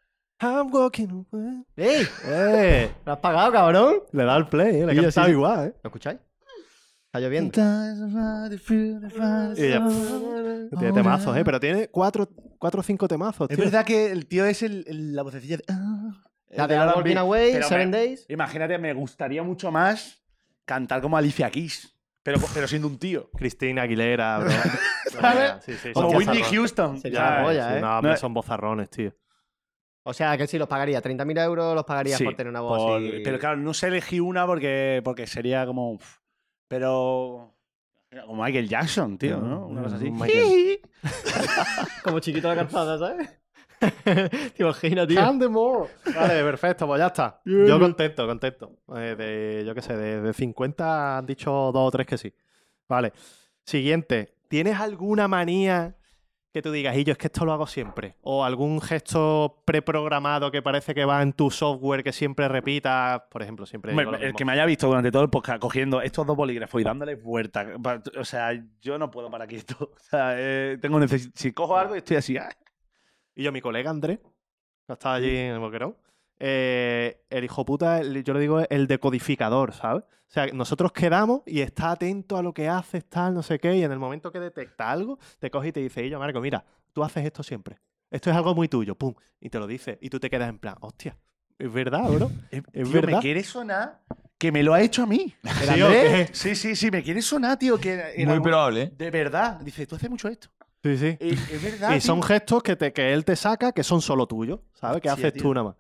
Speaker 1: I'm walking away.
Speaker 2: ¡Ey!
Speaker 1: Eh,
Speaker 2: ¿Lo has pagado, cabrón?
Speaker 1: le da el play, eh. Le
Speaker 2: Y yo
Speaker 1: cantaba
Speaker 2: sí.
Speaker 1: igual, eh.
Speaker 2: ¿Lo escucháis? Está lloviendo.
Speaker 1: Y ya, pff, que tiene temazos, eh. Pero tiene cuatro, cuatro o cinco temazos, tío.
Speaker 4: Es verdad que el tío es el, el- la vocecilla de.
Speaker 2: La
Speaker 4: El
Speaker 2: de I'm
Speaker 4: R&B.
Speaker 2: Walking Away,
Speaker 4: Pero
Speaker 2: Seven
Speaker 4: me-
Speaker 2: Days.
Speaker 4: Imagínate, me gustaría mucho más cantar como Alicia Keys. Pero, pero siendo un tío.
Speaker 1: Cristina Aguilera, bro.
Speaker 4: ¿Sabes?
Speaker 1: Sí, sí,
Speaker 4: Como
Speaker 1: son
Speaker 4: Whitney
Speaker 1: bozarrones.
Speaker 4: Houston.
Speaker 2: Sería la
Speaker 1: ¿sabes?
Speaker 2: polla,
Speaker 1: Sí,
Speaker 2: ¿eh?
Speaker 1: No, hombre,
Speaker 2: No,
Speaker 1: son bozarrones, tío.
Speaker 2: O sea, que sí, los pagaría. 30.000 euros los pagarías por tener una voz
Speaker 4: por-
Speaker 2: así.
Speaker 4: Pero claro, no sé elegí una porque, porque sería como. uf, Pero. era Como Michael Jackson, tío, ¿no? Una cosa así.
Speaker 2: Michael. Como chiquito la calzada, ¿sabes? Te imaginas, tío.
Speaker 1: Vale, perfecto, pues ya está.
Speaker 2: Bien.
Speaker 1: Yo contento, contento. Eh, de, yo qué sé, de, de 50 han dicho dos o tres que sí. Vale. Siguiente. ¿Tienes alguna manía que tú digas, y yo es que esto lo hago siempre? ¿O algún gesto preprogramado que parece que va en tu software que siempre repitas? Por ejemplo, siempre.
Speaker 4: Hombre,
Speaker 1: digo lo
Speaker 4: el
Speaker 1: mismo.
Speaker 4: que me haya visto durante todo el podcast cogiendo estos dos bolígrafos y dándoles vueltas. pa- O sea, yo no puedo para quieto. O sea, eh, tengo neces- si cojo algo y estoy así. ah.
Speaker 1: Y yo, mi colega Andrés, que estaba allí en el boquerón, eh, el hijo puta, el- yo le digo el decodificador, ¿sabes? O sea, nosotros quedamos y está atento a lo que haces, tal, no sé qué, y en el momento que detecta algo, te coge y te dice, y yo, Marco, mira, tú haces esto siempre. Esto es algo muy tuyo, pum, y te lo dice, y tú te quedas en plan, hostia, es verdad, bro, es, es
Speaker 4: Tío, me
Speaker 1: verdad.
Speaker 4: quiere sonar que me lo ha hecho a mí.
Speaker 1: ¿El Andrés?
Speaker 4: Sí, sí, sí, me quiere sonar, tío. Que en
Speaker 1: Muy
Speaker 4: algún-
Speaker 1: probable, ¿eh?
Speaker 4: De verdad. Dice, tú haces mucho esto.
Speaker 1: Sí, sí.
Speaker 4: Eh, Es, verdad.
Speaker 1: Y son
Speaker 4: tío.
Speaker 1: gestos que, te, que él te saca que son solo tuyos, ¿sabes? Que
Speaker 4: Hostia,
Speaker 1: haces
Speaker 4: tío.
Speaker 1: tú nada más.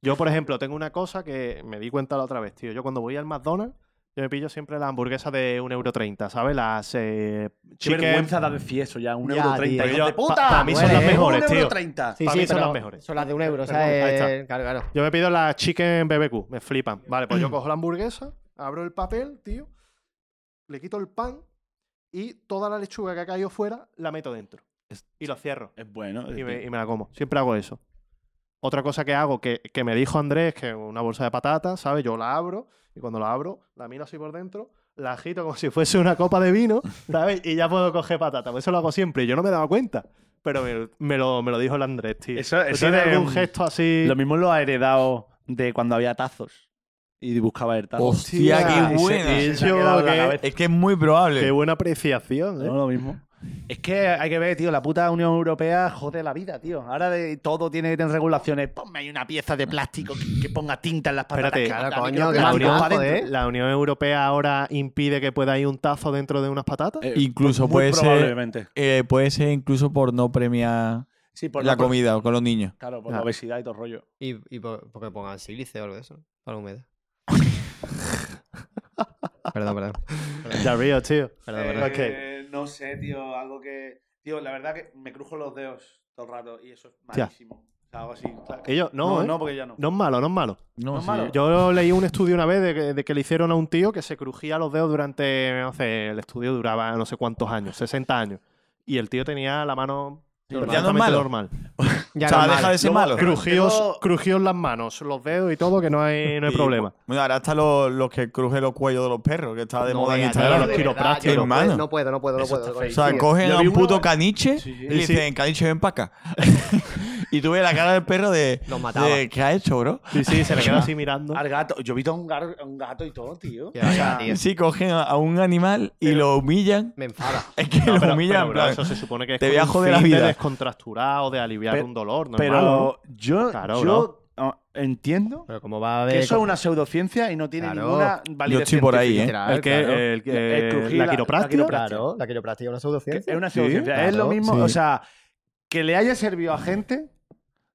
Speaker 1: Yo, por ejemplo, tengo una cosa que me di cuenta la otra vez, tío. Yo cuando voy al McDonald's, yo me pillo siempre la hamburguesa de 1,30€, ¿sabes? Las eh,
Speaker 4: Qué vergüenza da decir eso ya. Un
Speaker 1: Ya,
Speaker 4: euro treinta.
Speaker 1: tío.
Speaker 4: hijo de
Speaker 1: Yo-
Speaker 4: puta.
Speaker 1: pa- pa' mí son las
Speaker 4: Bueno,
Speaker 1: mejores,
Speaker 4: Un euro
Speaker 1: tío.
Speaker 4: treinta.
Speaker 1: Sí,
Speaker 2: Sí,
Speaker 1: Para
Speaker 2: sí,
Speaker 1: mí son
Speaker 2: pero
Speaker 1: las mejores.
Speaker 2: Son las de un euro, o
Speaker 1: Perdón, ahí
Speaker 2: sea,
Speaker 1: está.
Speaker 2: eh, claro, claro.
Speaker 1: Yo me pido la chicken BBQ, me flipan. Vale, pues yo cojo la hamburguesa, abro el papel, tío, le quito el pan y toda la lechuga que ha caído fuera la meto dentro. Y lo cierro.
Speaker 4: Es bueno.
Speaker 1: y me, y me la como. Siempre hago eso. Otra cosa que hago, que, que me dijo Andrés, que una bolsa de patatas, ¿sabes? Yo la abro y cuando la abro, la miro así por dentro, la agito como si fuese una copa de vino, ¿sabes? Y ya puedo coger patata. Pues eso lo hago siempre y yo no me he dado cuenta. Pero me, me lo, me lo dijo el Andrés, tío.
Speaker 4: Eso-
Speaker 1: ¿Tú
Speaker 4: eso
Speaker 1: tienes
Speaker 4: de-
Speaker 1: algún gesto así?
Speaker 4: Lo mismo lo ha heredado de cuando había tazos. Y buscaba el tazo.
Speaker 3: Hostia, qué
Speaker 4: Y se-
Speaker 3: buena.
Speaker 4: y se ha quedado en la cabeza.
Speaker 3: Es que es muy probable.
Speaker 1: Qué buena apreciación, ¿eh?
Speaker 4: No, lo mismo. Es que hay que ver, tío, la puta Unión Europea jode la vida, tío. Ahora de todo tiene que tener regulaciones. Ponme ahí una pieza de plástico que, que ponga tinta en las patatas.
Speaker 1: Espérate,
Speaker 4: que ponga
Speaker 1: la,
Speaker 4: microplástico
Speaker 1: Unión, ¿eh?
Speaker 4: pa' dentro.
Speaker 1: la Unión Europea ahora impide que pueda ir un tazo dentro de unas patatas.
Speaker 3: Incluso puede
Speaker 4: probablemente.
Speaker 3: ser. eh, puede ser incluso por no premiar
Speaker 4: Sí, por
Speaker 3: la
Speaker 4: no- por-
Speaker 3: comida o con los niños.
Speaker 4: Claro, por la
Speaker 3: Ah.
Speaker 4: obesidad y todo el rollo.
Speaker 2: Y, y por- porque pongan sílice o algo de eso, para la humedad. perdón, perdón.
Speaker 1: Ya río, tío.
Speaker 2: Perdón,
Speaker 4: Eh,
Speaker 2: perdón.
Speaker 4: No sé, tío, algo que. Tío, la verdad que me crujo los dedos todo el rato y eso es
Speaker 1: Ya.
Speaker 4: malísimo. O sea, hago así. clac.
Speaker 1: Ellos, no,
Speaker 4: no,
Speaker 1: ¿eh?
Speaker 4: no, porque ya no.
Speaker 1: No es malo, no es malo.
Speaker 4: No es sí. malo.
Speaker 1: Yo leí un estudio una vez de que, de que le hicieron a un tío que se crujía los dedos durante, no sé, el estudio duraba no sé cuántos años, 60 años. Y el tío tenía la mano
Speaker 3: Ya no es
Speaker 1: perfectamente
Speaker 3: malo.
Speaker 1: normal.
Speaker 3: Ya O sea, no es deja malo. de ser
Speaker 1: Luego,
Speaker 3: malo.
Speaker 1: Crujíos,
Speaker 3: Luego-
Speaker 1: crujíos las manos, los dedos y todo, que no hay, no hay
Speaker 3: Y,
Speaker 1: problema.
Speaker 3: Bueno, ahora están los, los que crujen los cuellos de los perros, que está de
Speaker 1: No,
Speaker 3: moda en
Speaker 1: venga,
Speaker 3: Instagram.
Speaker 1: tío, de verdad, yo no
Speaker 3: Hermano.
Speaker 2: puedo, no puedo, no puedo, no puedo.
Speaker 3: O sea, cogen a un puto caniche y le
Speaker 2: Sí, sí.
Speaker 3: dicen, caniche, ven para acá. y tú ves la cara del perro de,
Speaker 2: mataba.
Speaker 3: de, ¿qué ha hecho, bro?
Speaker 1: Sí, sí, se le queda así mirando.
Speaker 4: Al gato. Yo vi todo un, gar- un gato y todo, tío.
Speaker 3: O sea, sí, cogen a, a un animal y lo humillan.
Speaker 2: Me enfada.
Speaker 3: Es que
Speaker 1: No,
Speaker 3: lo
Speaker 1: pero-
Speaker 3: humillan.
Speaker 1: pero,
Speaker 3: en
Speaker 1: bro,
Speaker 3: plan,
Speaker 1: eso se supone que es
Speaker 3: te voy a
Speaker 1: con un
Speaker 3: joder la
Speaker 1: fin de
Speaker 3: vida.
Speaker 1: descontracturar o de aliviar
Speaker 4: Pe-
Speaker 1: un dolor, no es
Speaker 4: pero
Speaker 1: malo.
Speaker 4: yo,
Speaker 1: Claro,
Speaker 4: yo ah, entiendo
Speaker 2: Pero como va a
Speaker 4: que
Speaker 2: haber...
Speaker 4: eso es una pseudociencia y no tiene
Speaker 2: Claro.
Speaker 4: ninguna validez.
Speaker 3: Yo estoy por ahí, ¿eh?
Speaker 4: científica.
Speaker 1: El que- el que-
Speaker 4: crujir
Speaker 1: la quiropráctica.
Speaker 2: Claro, la quiropráctica es una pseudociencia.
Speaker 4: Es una
Speaker 2: Sí,
Speaker 4: pseudociencia. es
Speaker 2: claro.
Speaker 4: lo mismo,
Speaker 2: Sí.
Speaker 4: o sea, que le haya servido a gente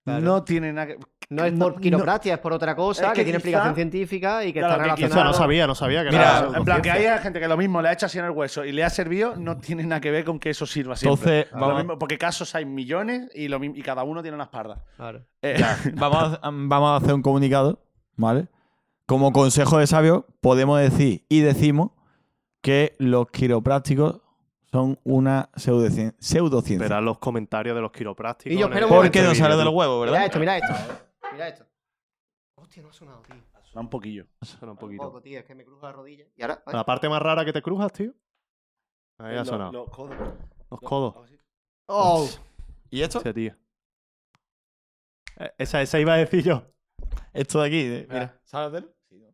Speaker 4: no tiene nada que.
Speaker 2: No es por quiropráctica, es por otra cosa
Speaker 4: Es
Speaker 2: que,
Speaker 4: que
Speaker 2: tiene
Speaker 4: quizá-
Speaker 2: explicación científica y que
Speaker 4: Claro,
Speaker 2: está
Speaker 4: que quizá
Speaker 2: relacionada.
Speaker 1: no sabía, no sabía que era
Speaker 3: Mira,
Speaker 4: En plan, que haya gente que lo mismo le ha hecho así en el hueso y le ha servido, no tiene nada que ver con que eso sirva siempre.
Speaker 3: Entonces,
Speaker 4: Lo
Speaker 3: vamos-
Speaker 4: mismo, porque casos hay millones y, lo mismo, y cada uno tiene una espalda. Eh,
Speaker 2: Claro.
Speaker 3: Ya, vamos, a, vamos a hacer un comunicado, ¿vale? Como consejo de sabio, podemos decir y decimos que los quiroprácticos son una pseudocien- pseudociencia.
Speaker 1: Esperar los comentarios de los quiroprácticos.
Speaker 2: Y yo
Speaker 1: en
Speaker 2: espero
Speaker 1: el-
Speaker 2: un
Speaker 3: Porque
Speaker 1: este
Speaker 3: nos sale
Speaker 1: vídeo,
Speaker 3: de
Speaker 1: tú.
Speaker 3: los huevos, ¿verdad?
Speaker 2: Mira esto, mira esto. Mira esto. Hostia, no ha sonado, tío.
Speaker 4: Un poquillo.
Speaker 1: Suena un
Speaker 2: Un
Speaker 1: poquito.
Speaker 2: poco, tío, es que me crujo la rodilla. Y ahora...
Speaker 1: La parte más rara que te crujas, tío.
Speaker 4: Eh,
Speaker 1: Ahí ha sonado.
Speaker 4: Los codos.
Speaker 1: Los codos.
Speaker 2: ¡Oh!
Speaker 3: ¿Y esto?
Speaker 1: Hostia, tío. Eh, Esa, esa iba a decir yo.
Speaker 3: Esto de aquí, eh, mira.
Speaker 4: ¿Sabes hacerlo? Sí. no.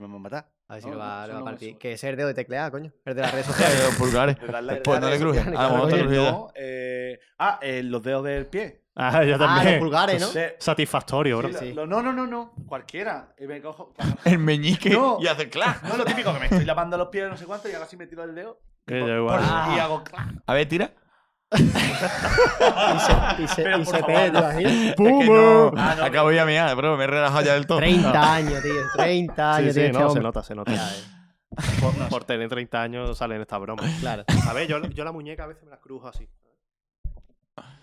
Speaker 4: Me van a matar.
Speaker 2: A ver si
Speaker 4: No,
Speaker 2: lo
Speaker 4: no,
Speaker 2: va,
Speaker 4: eso
Speaker 2: lo va a
Speaker 4: no me
Speaker 2: partir.
Speaker 4: suena.
Speaker 2: Que es el dedo de teclear, coño. El de las redes
Speaker 3: Eh,
Speaker 2: sociales.
Speaker 3: los pulgares.
Speaker 4: Pero darle-
Speaker 3: Pues no
Speaker 1: Ah,
Speaker 4: darle
Speaker 3: le
Speaker 4: eso,
Speaker 3: crujes.
Speaker 4: Dani,
Speaker 3: Ah,
Speaker 4: claro,
Speaker 3: no te
Speaker 4: oye,
Speaker 3: crujes.
Speaker 4: no, eh, ah, eh, los dedos del pie.
Speaker 1: Ah, yo
Speaker 2: Ah,
Speaker 1: también.
Speaker 2: los pulgares, ¿no?
Speaker 1: Pues, Satisfactorio, bro.
Speaker 4: Sí, lo- lo- no, no, no, no. Cualquiera. Y me cojo.
Speaker 3: El meñique
Speaker 4: No.
Speaker 3: y hace clac.
Speaker 4: No, lo típico que me estoy lavando los pies, no sé cuánto, y ahora sí me tiro el dedo.
Speaker 3: Eh, yo
Speaker 4: Por-
Speaker 3: igual.
Speaker 4: por- Y hago clac.
Speaker 3: A ver, tira.
Speaker 2: Y se,
Speaker 4: Pero
Speaker 2: y
Speaker 4: por
Speaker 2: se
Speaker 4: favor,
Speaker 2: te-
Speaker 4: no.
Speaker 2: ¿te imaginas?
Speaker 3: Es que no. Acabo ya mía, bro. Me he relajado ya del todo.
Speaker 2: 30 años, tío. 30
Speaker 1: Sí,
Speaker 2: años,
Speaker 1: sí,
Speaker 2: tío. este
Speaker 1: no, se
Speaker 2: hombre.
Speaker 1: nota, se nota.
Speaker 2: eh.
Speaker 1: por, por tener 30 años salen estas bromas.
Speaker 2: Claro.
Speaker 1: A ver, yo, yo la muñeca a veces me la crujo así.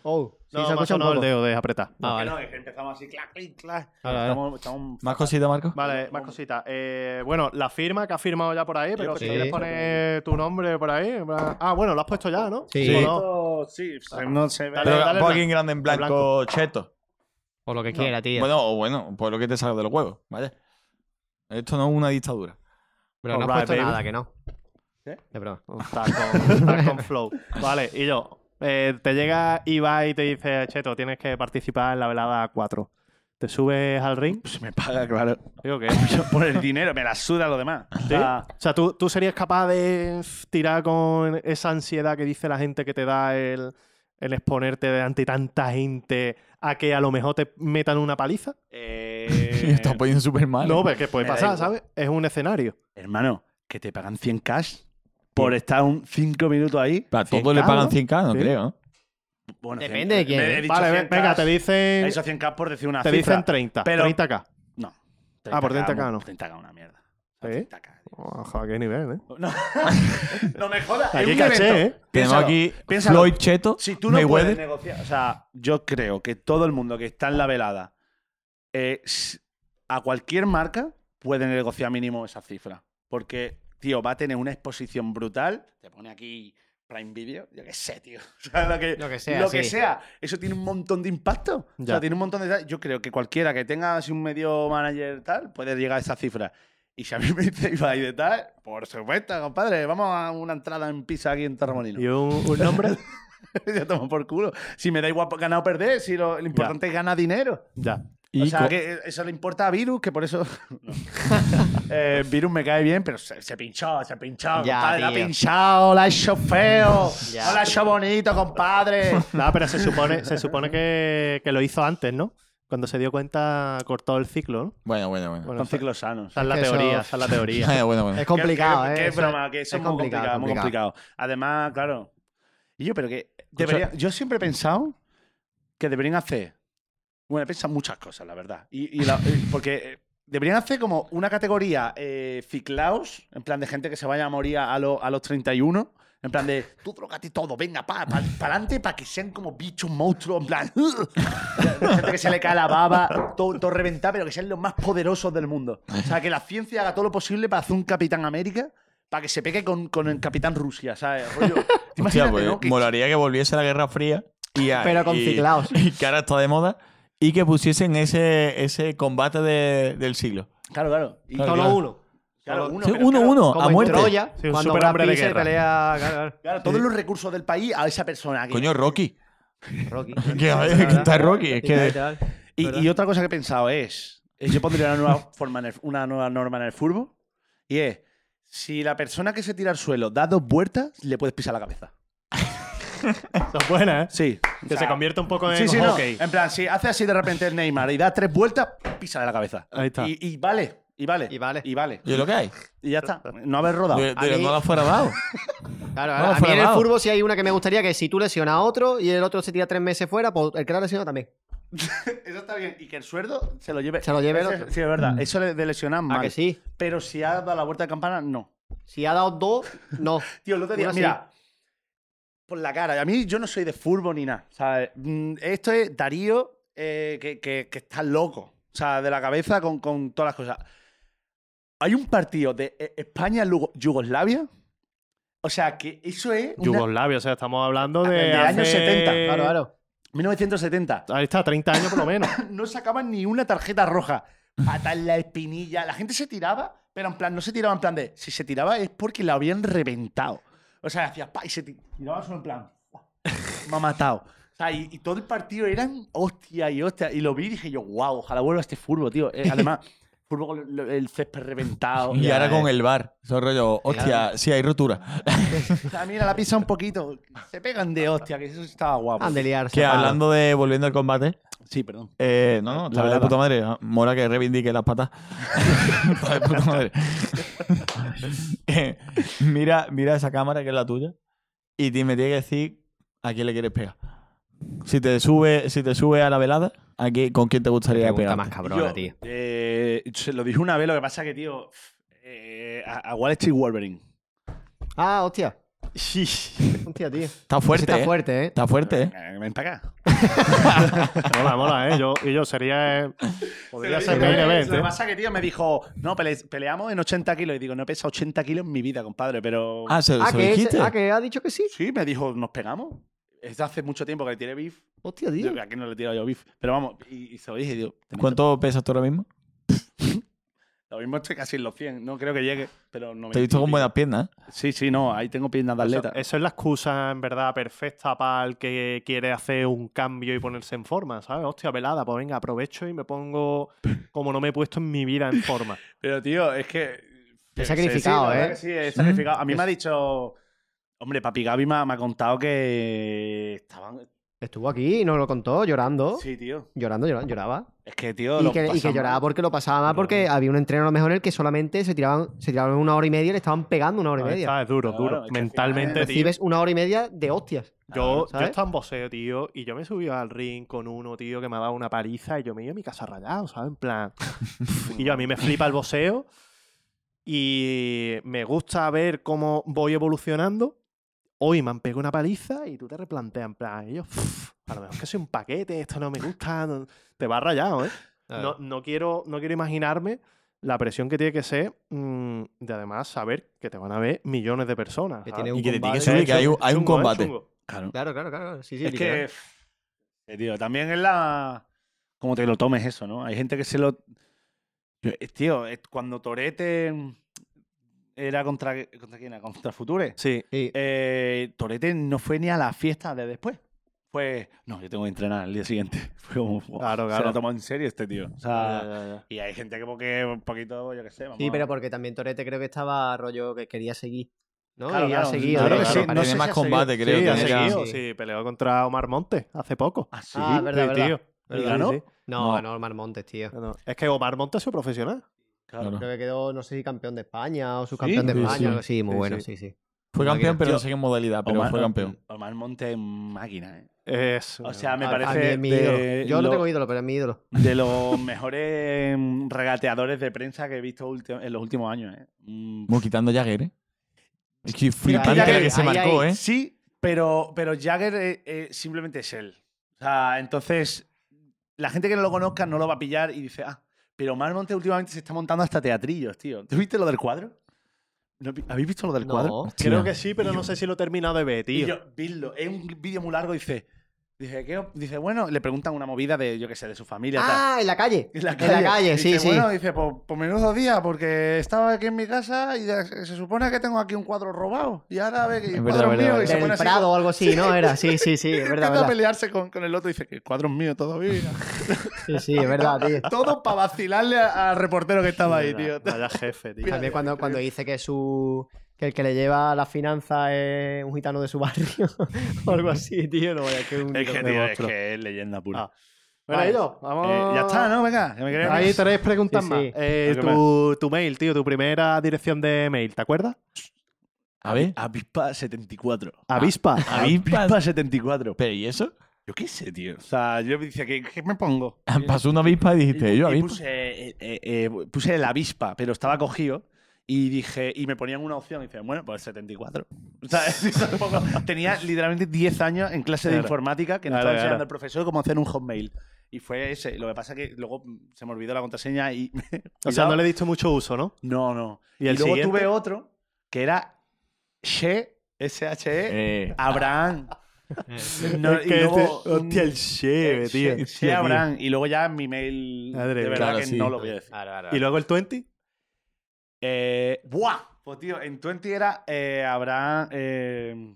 Speaker 2: Oh, sí,
Speaker 1: No,
Speaker 2: se
Speaker 1: macho,
Speaker 2: escucha un
Speaker 1: no, el
Speaker 2: poco.
Speaker 1: dedo de apretar.
Speaker 2: Ah,
Speaker 4: Que
Speaker 2: vale.
Speaker 4: no, es que empezamos así, clac, clac, clac.
Speaker 1: Ahora, ahora.
Speaker 4: Estamos, estamos
Speaker 3: ¿Más cositas, Marco?
Speaker 1: Vale, más cositas. Eh, bueno, la firma que has firmado ya por ahí, pero si
Speaker 2: Sí.
Speaker 1: quieres poner tu nombre por ahí. en plan- Ah, bueno, lo has puesto ya, ¿no?
Speaker 2: Sí.
Speaker 1: ¿O no?
Speaker 4: Esto, sí, se- no se ve.
Speaker 1: Dale,
Speaker 3: Pero
Speaker 1: dale,
Speaker 3: pon
Speaker 1: blan-
Speaker 3: aquí en grande en blanco,
Speaker 1: blanco.
Speaker 3: cheto.
Speaker 2: Por lo que quiera, tío.
Speaker 3: Bueno, o bueno, por lo que te salga de los huevos, ¿vale? Esto no es una dictadura.
Speaker 2: Pero no has
Speaker 1: Alright,
Speaker 2: puesto
Speaker 1: baby.
Speaker 2: nada, que no.
Speaker 4: ¿Qué?
Speaker 2: De broma.
Speaker 1: Está con, está con flow. Vale, y yo. eh, te llega Ibai y te dice, Cheto, tienes que participar en la velada 4. ¿Te subes al ring?
Speaker 4: Se me paga, claro.
Speaker 1: Digo que.
Speaker 4: Yo por el dinero, me la suda lo demás. O
Speaker 1: ¿Sí?
Speaker 4: sea,
Speaker 1: O sea, ¿tú, tú serías capaz de tirar con esa ansiedad que dice la gente que te da el, el exponerte delante de tanta gente a que a lo mejor te metan una paliza.
Speaker 4: Eh,
Speaker 3: Me está poniendo súper mal.
Speaker 1: Eh, No, pero es que puede
Speaker 4: Me da
Speaker 1: pasar,
Speaker 4: igual.
Speaker 1: ¿sabes? Es un escenario.
Speaker 4: Hermano, que te pagan 100 cash por estar un 5 minutos ahí.
Speaker 3: A
Speaker 1: 100K,
Speaker 3: todos le pagan
Speaker 1: ¿no?
Speaker 3: 100k, no
Speaker 1: Sí.
Speaker 3: creo, ¿no?
Speaker 4: Bueno,
Speaker 2: Depende de quién,
Speaker 4: me he
Speaker 2: ¿eh?
Speaker 4: dicho
Speaker 1: Vale,
Speaker 4: 100K,
Speaker 1: venga, te
Speaker 4: He
Speaker 1: dicen,
Speaker 4: dicho 100K por decir una
Speaker 1: te
Speaker 4: cifra.
Speaker 1: dicen 30.
Speaker 4: pero-
Speaker 1: 30k.
Speaker 4: No.
Speaker 1: Ah, por 30K no.
Speaker 4: 30K una mierda.
Speaker 1: ¿Eh?
Speaker 4: 30K.
Speaker 1: Ojo, qué nivel, ¿eh?
Speaker 4: No, no me jodas. es
Speaker 1: Aquí
Speaker 4: un
Speaker 1: caché,
Speaker 4: evento.
Speaker 1: ¿eh?
Speaker 3: Tenemos
Speaker 4: Piénsalo,
Speaker 3: aquí
Speaker 4: piénsalo.
Speaker 3: Floyd Cheto,
Speaker 4: Si tú no
Speaker 3: Mayweather.
Speaker 4: puedes negociar. O sea, yo creo que todo el mundo que está en la velada, eh, s- a cualquier marca, puede negociar mínimo esa cifra. Porque, tío, va a tener una exposición brutal. Te pone aquí Prime Video, yo qué sé, tío. O sea, lo que,
Speaker 2: Lo que sea,
Speaker 4: Lo que
Speaker 2: sí.
Speaker 4: sea. Eso tiene un montón de impacto. O sea,
Speaker 1: Ya.
Speaker 4: tiene un montón de. Yo creo que cualquiera que tenga así un medio manager tal puede llegar a esa cifra. Y si a mí me dice Ibai de tal, por supuesto, compadre, vamos a una entrada en pizza aquí en Tarramolino.
Speaker 1: ¿Y un, un nombre?
Speaker 4: Ya tomo por culo. Si me da igual ganar o perder, si lo, lo importante es ganar dinero.
Speaker 1: ya.
Speaker 3: Y
Speaker 4: o sea,
Speaker 3: co-
Speaker 4: que eh, eso le importa a Virus, que por eso. No. Eh, Virus me cae bien, pero se, se pinchó, se pinchó,
Speaker 2: Ya,
Speaker 4: compadre. La ha
Speaker 2: tío.
Speaker 4: pinchado, la ha hecho feo,
Speaker 2: Ya.
Speaker 4: no la ha hecho bonito, compadre.
Speaker 1: No, pero se supone, se supone que, que lo hizo antes, ¿no? Cuando se dio cuenta, cortó el ciclo, ¿no?
Speaker 3: Bueno, bueno, bueno.
Speaker 1: Bueno,
Speaker 4: Son ciclos sanos.
Speaker 1: esa es la
Speaker 2: Es que eso-
Speaker 1: teoría, esa es la teoría.
Speaker 3: Bueno, bueno, bueno.
Speaker 2: Es complicado,
Speaker 4: Que-
Speaker 2: ¿eh?
Speaker 4: que- que es
Speaker 2: Eso
Speaker 4: broma, que eso es muy complicado, muy complicado. Además, claro. Y yo, pero que. debería- yo siempre he pensado que deberían hacer. Bueno, he pensado muchas cosas, la verdad. Y, y la- eh, porque eh, deberían hacer como una categoría eh, ciclaos, en plan de gente que se vaya a morir a, lo- a los 31. En plan de, tú drogate todo, venga, pa, pa, adelante, para que sean como bichos monstruos, en plan. La gente que se le cae la baba, todo, todo reventado, pero que sean los más poderosos del mundo. O sea, que la ciencia haga todo lo posible para hacer un Capitán América, para que se pegue con, con el Capitán Rusia, ¿sabes? Rollo, ¿te
Speaker 3: Hostia,
Speaker 4: imaginas,
Speaker 3: pues,
Speaker 4: no? Que-
Speaker 3: molaría que volviese la Guerra Fría. Y, a-
Speaker 2: Pero con
Speaker 3: y-
Speaker 2: ciclaos.
Speaker 3: Y que ahora está de moda. Y que pusiesen ese, ese combate de- del siglo.
Speaker 4: Claro, claro. Y
Speaker 3: Claro,
Speaker 4: solo
Speaker 3: claro.
Speaker 4: uno. Claro, uno.
Speaker 3: Sí,
Speaker 4: pero
Speaker 3: uno,
Speaker 4: claro,
Speaker 3: uno,
Speaker 2: Como
Speaker 3: a
Speaker 2: en
Speaker 3: muerte.
Speaker 2: Troya,
Speaker 1: Sí, un
Speaker 2: cuando Brad
Speaker 1: superhombre de
Speaker 2: Pitt se
Speaker 1: guerra.
Speaker 2: pelea claro,
Speaker 4: Claro, todos los recursos del país a esa persona. que-
Speaker 3: Coño, Rocky.
Speaker 2: claro, Rocky.
Speaker 3: Que- que está Rocky. Es que
Speaker 2: Literal.
Speaker 4: Y, y otra cosa que he pensado es, eh, yo pondría una nueva, forma en el- una nueva norma en el fútbol, y es, si la persona que se tira al suelo da dos vueltas, le puedes pisar la cabeza.
Speaker 1: Son buenas, ¿eh?
Speaker 4: Sí.
Speaker 1: Que se convierte un poco en
Speaker 4: Sí, sí, no. Eh,
Speaker 1: hockey.
Speaker 4: En plan, si hace así de repente el Neymar y da tres vueltas, pisa de la cabeza.
Speaker 1: Ahí está.
Speaker 4: Y, y vale, y vale.
Speaker 2: Y vale.
Speaker 4: Y vale.
Speaker 3: ¿Y es lo que hay?
Speaker 4: Y ya está. No haber rodado.
Speaker 3: De,
Speaker 2: A
Speaker 3: de
Speaker 2: mí-
Speaker 3: no la fuera dado.
Speaker 2: Claro,
Speaker 3: No,
Speaker 2: a- a mí
Speaker 3: fuera
Speaker 2: en el
Speaker 3: dado.
Speaker 2: fútbol sí hay una que me gustaría que si tú lesionas a otro y el otro se tira tres meses fuera, pues el que la lesiona también.
Speaker 4: Eso está bien. Y que el sueldo se lo lleve.
Speaker 2: Se lo lleve el
Speaker 4: Ese-
Speaker 2: otro. Mm.
Speaker 4: Sí, es verdad. Eso de lesionar
Speaker 2: ¿A
Speaker 4: mal.
Speaker 2: que sí?
Speaker 4: Pero si ha dado la vuelta de campana, no.
Speaker 2: Si ha dado dos, no.
Speaker 4: Tío, el otro día,
Speaker 2: Una
Speaker 4: mira, por la cara. A mí yo no soy de fútbol ni nada. ¿sabes? Mm, Esto es Darío eh, que, que- que está loco. O sea, de la cabeza con, con todas las cosas. Hay un partido de eh, España-Yugoslavia. O sea, que eso es. una-
Speaker 1: Yugoslavia, o sea, estamos hablando de.
Speaker 4: Del año
Speaker 1: hace-
Speaker 4: 70,
Speaker 2: Claro, claro.
Speaker 4: 1970.
Speaker 1: Ahí está, 30 años por lo menos.
Speaker 4: No sacaban ni una tarjeta roja. Pata en la espinilla. La gente se tiraba, pero en plan, no se tiraba en plan de. Si se tiraba es porque la habían reventado. O sea, hacía pa y se ti- tiraba solo en plan. pa, Me ha matado. O sea, y, y todo el partido eran hostia y hostia. Y lo vi y dije yo, wow, ojalá vuelva este furbo, tío. Eh, además, luego lo- lo- el césped reventado.
Speaker 3: Y ahora con el bar. Eso rollo, hostia, sí hay rotura.
Speaker 4: Ah, Mira, la pisa un poquito. Se pegan de hostia, que eso estaba guapo.
Speaker 3: Que hablando de. Volviendo al combate.
Speaker 4: Sí, perdón.
Speaker 3: Eh, no, no, está de
Speaker 4: verdad.
Speaker 3: la puta madre. ah, Mola que reivindique las patas. Está de puta madre. Que mira, mira esa cámara que es la tuya. Y ti- me tiene que decir a quién le quieres pegar. Si te sube, si te sube a la velada, ¿a quién- ¿con quién te gustaría pegar?
Speaker 4: Yo, eh, se lo dije una vez, lo que pasa que, tío, eh, a, a Wall Street Wolverine.
Speaker 2: Ah, hostia.
Speaker 4: Sí.
Speaker 2: Hostia, tío.
Speaker 3: Está fuerte.
Speaker 2: Está
Speaker 3: eh.
Speaker 2: fuerte, ¿eh?
Speaker 3: Está fuerte, ¿eh?
Speaker 4: Ven para acá.
Speaker 1: mola, mola, ¿eh? Yo, y yo sería. eh, podría
Speaker 4: Se lo
Speaker 1: ser
Speaker 4: dije una
Speaker 1: main
Speaker 4: vez,
Speaker 1: event,
Speaker 4: Lo que
Speaker 1: ¿eh?
Speaker 4: pasa que, tío, me dijo, no, pele- peleamos en 80 kilos. Y digo, no he pesado 80 kilos en mi vida, compadre, pero...
Speaker 3: Ah, ¿se- se lo
Speaker 4: que ese-
Speaker 3: dijiste?
Speaker 4: ah,
Speaker 2: que ha dicho que sí.
Speaker 4: Sí, me dijo, ¿nos pegamos? Es de hace mucho tiempo que le tiré beef.
Speaker 2: Hostia,
Speaker 4: tío. ¿A quién no le he tirado yo beef? Pero vamos, y, y se lo dije, tío.
Speaker 3: ¿Cuánto pesas tú ahora mismo?
Speaker 4: Lo mismo estoy casi en los 100. No creo que llegue, pero no me...
Speaker 3: Te he visto con Pues buenas piernas. ¿eh?
Speaker 4: Sí, sí, no, ahí tengo piernas de atleta.
Speaker 1: Eso, eso es la excusa, en verdad, perfecta para el que quiere hacer un cambio y ponerse en forma, ¿sabes? Hostia, velada, pues venga, aprovecho y me pongo como no me he puesto en mi vida en forma.
Speaker 4: Pero, tío, es que.
Speaker 1: Te has
Speaker 4: Sí, sí,
Speaker 1: sacrificado,
Speaker 4: la verdad
Speaker 1: ¿eh?
Speaker 4: que Sí, he
Speaker 1: Sí.
Speaker 4: sacrificado. A mí me ha
Speaker 1: Es-
Speaker 4: dicho. Hombre, Papi Gaby me ha, me ha contado que. Estaban.
Speaker 2: Estuvo aquí y nos lo contó llorando.
Speaker 4: Sí, tío.
Speaker 2: Llorando, llorando, lloraba.
Speaker 4: Es que, tío.
Speaker 2: Y
Speaker 4: lo
Speaker 2: que, y que
Speaker 4: pasamos-
Speaker 2: lloraba porque lo pasaba mal, porque había un entreno a lo mejor en el que solamente se tiraban, se tiraban una hora y media y le estaban pegando una hora y
Speaker 1: Ahí
Speaker 2: media.
Speaker 1: está, es duro, duro. Mentalmente, tío.
Speaker 2: Recibes una hora y media de hostias.
Speaker 1: Yo, yo
Speaker 2: ¿sabes?
Speaker 1: estaba en boxeo, tío, y yo me subí al ring con uno, tío, que me ha dado una paliza y yo me iba a mi casa rayado, ¿sabes? En plan. y yo a mí me flipa el boxeo y me gusta ver cómo voy evolucionando. Hoy me han pegado una paliza y tú te replanteas, en plan, y yo, "Uf, a lo mejor que soy un paquete, esto no me gusta, no- te va rayado, ¿eh?
Speaker 2: Ah,
Speaker 1: No, no, quiero, no quiero imaginarme la presión que tiene que ser mm, de además saber que te van a ver millones de personas.
Speaker 2: Que
Speaker 1: ¿sabes?
Speaker 2: tiene un
Speaker 1: y que te tiene
Speaker 2: combate.
Speaker 1: que subir, que hay un,
Speaker 2: Chungo,
Speaker 1: hay un
Speaker 2: chungo, ¿eh?
Speaker 1: combate.
Speaker 2: Chungo.
Speaker 4: Claro.
Speaker 2: Claro, claro, claro. Sí, sí,
Speaker 4: Es que.
Speaker 2: literal.
Speaker 4: pff, eh, Tío, también es la. Como te lo tomes eso, ¿no? Hay gente que se lo. Yo- eh, Tío, eh, cuando Torete. Era contra. ¿Contra quién? era? Contra Future.
Speaker 1: Sí.
Speaker 4: Eh, Torete no fue ni a la fiesta de después. Fue. No, yo tengo que entrenar el día siguiente. Fue como. "Buah,
Speaker 1: Claro,
Speaker 4: Se lo
Speaker 1: claro.
Speaker 4: tomó en serio este tío. O sea,
Speaker 1: Ya, ya, ya.
Speaker 4: Y hay gente que porque un poquito, yo qué sé. Vamos
Speaker 2: Sí,
Speaker 4: a-
Speaker 2: pero porque también Torete creo que estaba rollo que quería seguir. ¿no?
Speaker 4: Claro,
Speaker 2: y
Speaker 4: claro,
Speaker 2: ha seguido.
Speaker 4: claro,
Speaker 2: ¿no?
Speaker 4: claro.
Speaker 2: Sí,
Speaker 4: Tiene
Speaker 2: no sé si
Speaker 4: más
Speaker 2: ha
Speaker 4: combate,
Speaker 2: seguido.
Speaker 4: creo,
Speaker 1: Sí, ha
Speaker 4: tiene ya-
Speaker 1: seguido, sí, peleó contra Omar Montes hace poco. Ah,
Speaker 4: sí,
Speaker 2: Ah, verdad, verdad.
Speaker 1: tío.
Speaker 2: ¿Y ganó? No, no, Omar Montes, tío.
Speaker 1: No, no. Es que Omar Montes es un profesional.
Speaker 2: Creo que quedó, no sé si campeón de España o subcampeón de
Speaker 1: Sí,
Speaker 2: España.
Speaker 1: sí.
Speaker 2: algo así, muy
Speaker 1: Sí,
Speaker 2: bueno,
Speaker 1: sí.
Speaker 2: sí, sí.
Speaker 3: Fue campeón, pero no
Speaker 4: Tío,
Speaker 3: sé qué modalidad, pero
Speaker 4: Omar-
Speaker 3: fue campeón.
Speaker 4: Omar Monte es máquina, ¿eh?
Speaker 1: Es,
Speaker 4: O sea, me
Speaker 2: A- a
Speaker 4: parece.
Speaker 2: mí es mi
Speaker 4: de
Speaker 2: ídolo. Yo no
Speaker 4: lo-
Speaker 2: tengo ídolo, pero es mi ídolo.
Speaker 4: De los mejores mm, regateadores de prensa que he visto ulti- en los últimos años, ¿eh? Mm,
Speaker 3: Como quitando Jagger, ¿eh? Es que flipante
Speaker 4: Jagger,
Speaker 3: la que se
Speaker 4: ahí,
Speaker 3: marcó,
Speaker 4: ahí.
Speaker 3: ¿eh?
Speaker 4: Sí, pero, pero Jagger eh, eh, simplemente es él. O sea, entonces, la gente que no lo conozca no lo va a pillar y dice, ah, pero Omar Montes últimamente se está montando hasta teatrillos, tío. ¿Tú viste lo del cuadro? ¿No vi- ¿Habéis visto lo del cuadro?
Speaker 1: Creo que sí, pero no sé si lo he terminado de ver,
Speaker 4: Y
Speaker 1: tío.
Speaker 4: yo, vidlo, es un vídeo muy largo, dice. Dice, ¿qué op- dice, bueno, le preguntan una movida de, yo qué sé, de su familia. tal.
Speaker 2: Ah, en la calle.
Speaker 4: En la
Speaker 2: calle, sí,
Speaker 4: dice,
Speaker 2: sí.
Speaker 4: Bueno, dice, pues por menudo día, porque estaba aquí en mi casa y ya se se supone que tengo aquí un cuadro robado. Y ahora ve que el
Speaker 2: verdad,
Speaker 4: cuadro es
Speaker 2: verdad,
Speaker 4: mío.
Speaker 2: verdad.
Speaker 4: Y se
Speaker 2: Del
Speaker 4: pone así
Speaker 2: Prado
Speaker 4: como-
Speaker 2: o algo así, ¿no? Era, sí, sí, sí, es verdad,
Speaker 4: Intenta
Speaker 2: verdad.
Speaker 4: pelearse con, con el otro y dice que el cuadro es mío todavía.
Speaker 2: Sí, sí, es verdad, tío.
Speaker 4: Todo para vacilarle a- al reportero que estaba ahí, tío.
Speaker 1: Vaya jefe, tío.
Speaker 2: También cuando, cuando dice que su que el que le lleva la finanza es un gitano de su barrio o algo así, tío. No, vaya, que un
Speaker 4: Es que,
Speaker 2: un
Speaker 4: tío, es
Speaker 2: monstruo.
Speaker 4: que es leyenda pura.
Speaker 2: Bueno, Ido, vamos-
Speaker 4: Ah. eh, ya está, ¿no? Venga, que me quería-
Speaker 1: Hay tres preguntas
Speaker 4: Sí,
Speaker 1: más.
Speaker 4: sí.
Speaker 1: Eh,
Speaker 4: Algo
Speaker 1: tu, tu mail, tío, tu primera dirección de mail, ¿te acuerdas?
Speaker 3: A ver.
Speaker 4: Avispa 74.
Speaker 1: Avispa.
Speaker 3: Avispa.
Speaker 4: 74.
Speaker 3: ¿Pero y eso?
Speaker 4: Yo qué sé, tío. O sea, yo me decía, ¿qué, qué me pongo?
Speaker 3: Pasó una avispa y dijiste, yo
Speaker 4: y
Speaker 3: avispa.
Speaker 4: Puse, eh, eh, eh, puse la avispa, pero estaba cogido. Y dije, y me ponían una opción y dicen, bueno, pues 74. O sea, es un poco- tenía literalmente 10 años en clase de
Speaker 1: Claro.
Speaker 4: informática que nos
Speaker 1: Claro,
Speaker 4: estaba enseñando
Speaker 1: claro.
Speaker 4: el profesor cómo hacer un hotmail. Y fue ese. Lo que pasa es que luego mm, se me olvidó la contraseña y.
Speaker 1: O sea, no le diste mucho uso, ¿no?
Speaker 4: No, no.
Speaker 1: Y,
Speaker 4: Y,
Speaker 1: el
Speaker 4: luego
Speaker 1: siguiente?
Speaker 4: tuve otro que era She, E, S-H-E,
Speaker 3: Eh.
Speaker 4: Abraham.
Speaker 1: Es que este- hostia, el She, tío.
Speaker 4: She,
Speaker 1: Hostia, tío.
Speaker 4: Abraham. Y luego ya mi mail.
Speaker 1: Madre
Speaker 4: de
Speaker 1: mía.
Speaker 4: verdad
Speaker 1: Claro,
Speaker 4: que
Speaker 1: sí.
Speaker 4: no lo voy a decir.
Speaker 1: ¿Y luego el 20?
Speaker 4: Eh, ¡Buah! Pues tío, en 20 era eh, Abraham. eh,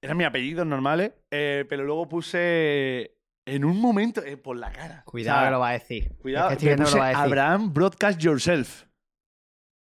Speaker 4: eran mis apellidos normales, eh, pero luego puse En un momento, eh, por la cara.
Speaker 2: Cuidado que lo va a decir.
Speaker 4: Cuidado,
Speaker 2: Es que estoy
Speaker 4: te
Speaker 2: viendo que lo
Speaker 4: puse
Speaker 2: va a decir.
Speaker 4: Abraham Broadcast Yourself.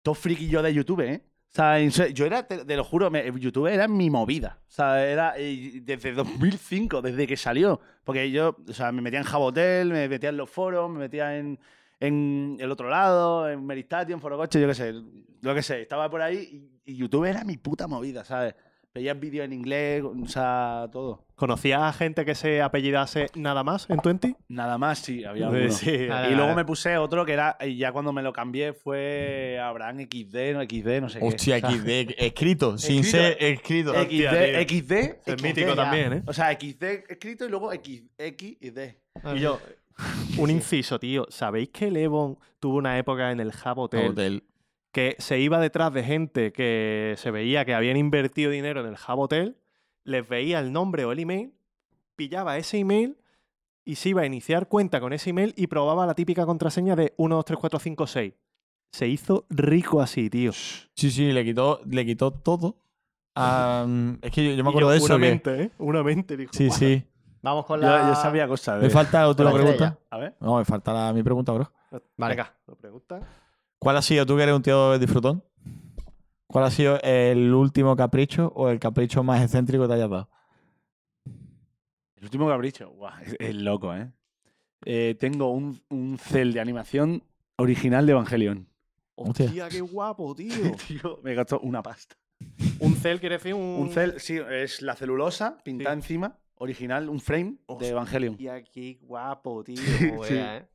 Speaker 4: Todo friki yo de YouTube, ¿eh? O sea, en se- yo era, te, te lo juro, me- YouTube era mi movida. O sea, era eh, desde 2005, desde que salió. Porque yo, o sea, me metía en Jabotel, me metía en los foros, me metía en, en el otro lado, en Meristatio, en Forocoche, yo qué sé. Lo que sé, estaba por ahí y, y YouTube era mi puta movida, ¿sabes? Veías vídeos en inglés, o sea, todo.
Speaker 1: ¿Conocías a gente que se apellidase nada más en Twenty?
Speaker 4: Nada más, sí, había
Speaker 1: Sí,
Speaker 4: uno.
Speaker 1: sí.
Speaker 4: y luego me puse otro que era, y ya cuando me lo cambié fue Abraham XD, no XD, no sé
Speaker 3: Hostia,
Speaker 4: qué. O sea,
Speaker 3: XD, escrito, sin
Speaker 4: Escrito.
Speaker 3: ser escrito.
Speaker 4: XD, XD,
Speaker 1: Es
Speaker 4: XD,
Speaker 1: mítico
Speaker 4: ya.
Speaker 1: también, ¿eh?
Speaker 4: O sea, XD escrito y luego X, X y D.
Speaker 1: Y yo, un inciso, tío. ¿Sabéis que el Ebon tuvo una época en el Hub Hotel,
Speaker 3: Hotel.
Speaker 1: que se iba detrás de gente que se veía que habían invertido dinero en el Hub Hotel, les veía el nombre o el email, pillaba ese email y se iba a iniciar cuenta con ese email y probaba la típica contraseña de 1, 2, 3, 4, 5, 6. Se hizo rico así, tío.
Speaker 3: Sí, sí, le quitó, le quitó todo. Ah, es que yo, yo me
Speaker 1: Y
Speaker 3: acuerdo
Speaker 1: yo,
Speaker 3: de eso.
Speaker 1: Una
Speaker 3: que-
Speaker 1: mente, ¿eh? Una mente, dijo.
Speaker 3: Sí,
Speaker 1: "Guau".
Speaker 3: sí.
Speaker 2: Vamos con
Speaker 1: Ah, Yo-
Speaker 4: Ah,
Speaker 2: la.
Speaker 1: yo sabía cosas
Speaker 3: Me falta otra
Speaker 2: la
Speaker 3: pregunta.
Speaker 2: estrella.
Speaker 4: A ver.
Speaker 3: No, me falta la- mi pregunta, bro.
Speaker 2: Vale.
Speaker 1: Venga, lo pregunta.
Speaker 3: ¿Cuál ha sido, tú que eres un tío disfrutón? ¿Cuál ha sido el último capricho o el capricho más excéntrico que te hayas dado?
Speaker 4: El último capricho, guau, es, es loco, ¿eh? Eh, Tengo un, un cel de animación original de Evangelion.
Speaker 3: Hostia.
Speaker 1: Tía, qué guapo, tío.
Speaker 4: Tío, me gastó una pasta.
Speaker 1: un cel quiere decir un...
Speaker 4: Un cel, sí, es la celulosa pintada encima, original, un frame de Evangelion.
Speaker 1: Tía, qué guapo, tío.
Speaker 4: Sí.
Speaker 1: joder, ¿eh?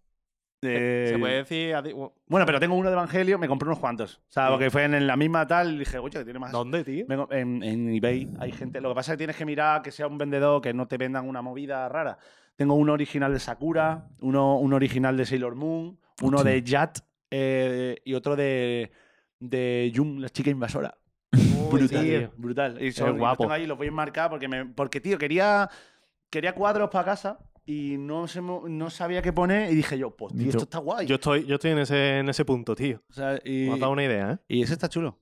Speaker 4: Eh,
Speaker 1: Se puede decir... adi- u-
Speaker 4: Bueno, pero tengo uno de Evangelio, me compré unos cuantos. O sea,
Speaker 1: Sí.
Speaker 4: porque fue en, en la misma tal y dije, oye, que tiene más.
Speaker 1: ¿Dónde, tío?
Speaker 4: Me co- en, en eBay hay gente. Lo que pasa es que tienes que mirar que sea un vendedor que no te vendan una movida rara. Tengo uno original de Sakura, uno, uno original de Sailor Moon, uno
Speaker 3: Hostia.
Speaker 4: de Jat eh, y otro de, de Jun, la chica invasora. brutal,
Speaker 1: tío.
Speaker 4: tío, brutal. Y
Speaker 1: Qué
Speaker 4: son, y los
Speaker 1: guapo.
Speaker 4: tengo ahí, los voy a enmarcar porque, me, porque tío, quería, quería cuadros para casa y no, se mo- no sabía qué poner y dije yo, pues tío,
Speaker 3: Yo-
Speaker 4: esto está guay.
Speaker 1: Yo estoy, yo estoy en, ese, en ese punto, tío.
Speaker 4: O sea, y,
Speaker 1: Me has dado una idea, ¿eh?
Speaker 4: y ese está chulo.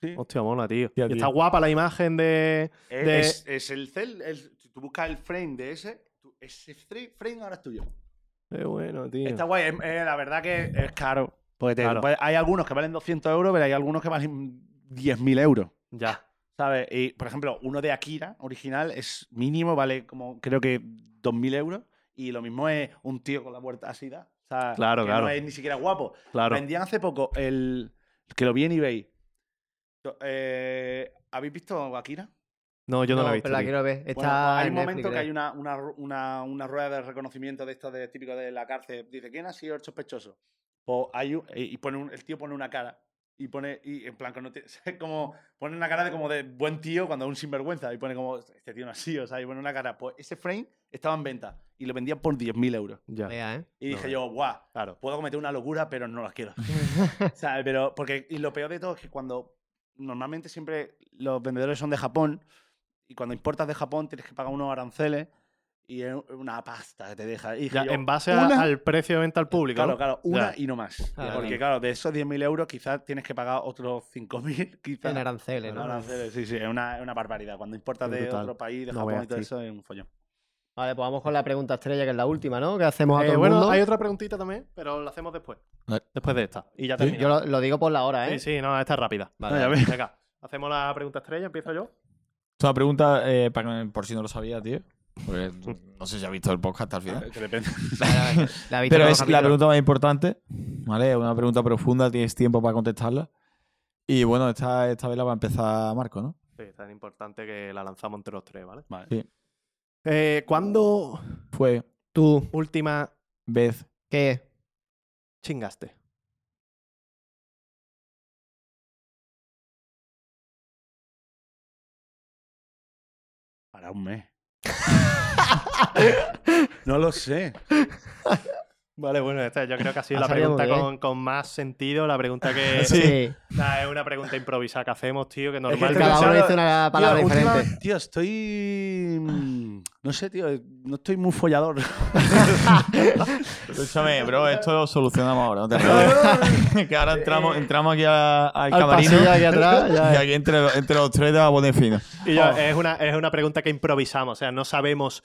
Speaker 4: Sí.
Speaker 1: Hostia, mola, tío.
Speaker 3: Tía,
Speaker 1: Y
Speaker 3: tío.
Speaker 1: Está guapa la imagen de...
Speaker 4: Es,
Speaker 1: de-
Speaker 4: es- es el cel, el- si tú buscas el frame de ese, tú- ese fre- frame ahora es tuyo.
Speaker 1: Qué bueno, tío.
Speaker 4: Está guay, es- es- la verdad que es caro. Porque te-
Speaker 1: Claro.
Speaker 4: pues hay algunos que valen 200 euros, pero hay algunos que valen 10.000 euros.
Speaker 1: Ya.
Speaker 4: ¿Sabes? Y, por ejemplo, uno de Akira original es mínimo, vale como creo que 2.000 euros. Y lo mismo es un tío con la puerta así, da. O sea,
Speaker 1: Claro,
Speaker 4: que
Speaker 1: claro.
Speaker 4: no es ni siquiera guapo.
Speaker 1: Claro.
Speaker 4: Vendían hace poco el. que lo vi en eBay. To- eh, ¿Habéis visto Akira?
Speaker 1: No, yo no, la he visto.
Speaker 2: Pero la
Speaker 1: tío.
Speaker 2: quiero ver. Está
Speaker 4: Bueno, pues hay
Speaker 2: en
Speaker 4: un
Speaker 2: Netflix,
Speaker 4: momento que
Speaker 2: creo.
Speaker 4: hay una, una, ru- una- una rueda de reconocimiento de estos de, típico de la cárcel. Dice, ¿quién ha sido el sospechoso? Pues hay un- y y pone un- el tío pone una cara. Y pone, y en plan, que no tiene- ¿sabes? como, pone una cara de como de buen tío cuando es un sinvergüenza. Y pone como, este tío no ha sido, ¿sabes? Y pone una cara. Pues ese frame estaba en venta y lo vendían por 10.000 euros.
Speaker 1: Ya.
Speaker 2: Vea, ¿eh?
Speaker 4: Y
Speaker 1: No,
Speaker 4: dije
Speaker 1: eh.
Speaker 4: yo, guau,
Speaker 1: Claro.
Speaker 4: puedo cometer una locura, pero no las quiero. ¿Sabes? Pero, porque, y lo peor de todo es que cuando, normalmente siempre los vendedores son de Japón, y cuando importas de Japón tienes que pagar unos aranceles y es una pasta que te deja. Y dije
Speaker 1: Ya,
Speaker 4: yo,
Speaker 1: en base a-
Speaker 4: ¿una?
Speaker 1: al precio de venta al público.
Speaker 4: Claro,
Speaker 1: ¿no?
Speaker 4: claro, una
Speaker 1: Ya.
Speaker 4: y no más.
Speaker 2: Claro.
Speaker 4: Porque claro, de esos 10.000 euros quizás tienes que pagar otros 5.000, quizás.
Speaker 2: En aranceles,
Speaker 4: En
Speaker 2: ¿no?
Speaker 4: aranceles, sí, sí, es una, es una barbaridad. Cuando importas
Speaker 1: Qué
Speaker 4: de
Speaker 1: brutal.
Speaker 4: otro país, de
Speaker 1: No
Speaker 4: Japón
Speaker 1: veas,
Speaker 4: y todo
Speaker 1: tío.
Speaker 4: eso, es un follón.
Speaker 2: Vale, pues vamos con la pregunta estrella, que es la última, ¿no? Que hacemos a
Speaker 1: Eh,
Speaker 2: todo el
Speaker 1: bueno,
Speaker 2: mundo.
Speaker 1: hay otra preguntita también, pero la hacemos después.
Speaker 3: Vale.
Speaker 1: Después de esta. Y ya
Speaker 3: Sí.
Speaker 1: terminamos.
Speaker 2: Yo lo, lo digo por la hora, ¿eh?
Speaker 1: Sí, sí, no, esta es rápida.
Speaker 2: Vale,
Speaker 4: No, ya
Speaker 2: vale.
Speaker 4: ves.
Speaker 1: Venga, hacemos la pregunta estrella, empiezo yo.
Speaker 3: Es una pregunta, eh, para- por si no lo sabía, tío. Porque no sé si has visto el podcast hasta el final.
Speaker 4: Que depende.
Speaker 2: La
Speaker 3: Pero
Speaker 2: habéis tocado
Speaker 3: es la
Speaker 2: capítulo.
Speaker 3: pregunta más importante, ¿vale? Es una pregunta profunda, tienes tiempo para contestarla. Y bueno, esta, esta vez la va a empezar Marco, ¿no?
Speaker 1: Sí, es tan importante que la lanzamos entre los tres, ¿vale?
Speaker 4: Vale.
Speaker 3: Sí.
Speaker 1: Eh, ¿Cuándo
Speaker 3: Fue
Speaker 2: ¿Tú
Speaker 1: última
Speaker 3: vez
Speaker 2: qué?
Speaker 1: chingaste?
Speaker 4: Para un mes. no lo sé.
Speaker 1: Vale, bueno, esta yo creo que ha sido
Speaker 2: Ha
Speaker 1: la
Speaker 2: salido muy
Speaker 1: pregunta
Speaker 2: bien.
Speaker 1: con, con más sentido, la pregunta que...
Speaker 3: Sí.
Speaker 1: O sea, es una pregunta improvisada que hacemos, tío, que
Speaker 4: que
Speaker 1: normal...
Speaker 4: estoy
Speaker 2: Cada uno
Speaker 4: pensando-
Speaker 2: dice una palabra
Speaker 4: tío,
Speaker 2: diferente.
Speaker 4: última- tío, estoy. mm, No sé, tío. No estoy muy follador.
Speaker 3: Escúchame, bro, esto lo solucionamos ahora, no te preocupes. que ahora entramos, entramos aquí a- al,
Speaker 2: Eh, Al
Speaker 3: camarino.
Speaker 2: pasillo aquí atrás, ya Oh.
Speaker 3: y aquí entre, entre los tres te va a poner fino.
Speaker 1: Y yo, es, una, es una pregunta que improvisamos, o sea, no sabemos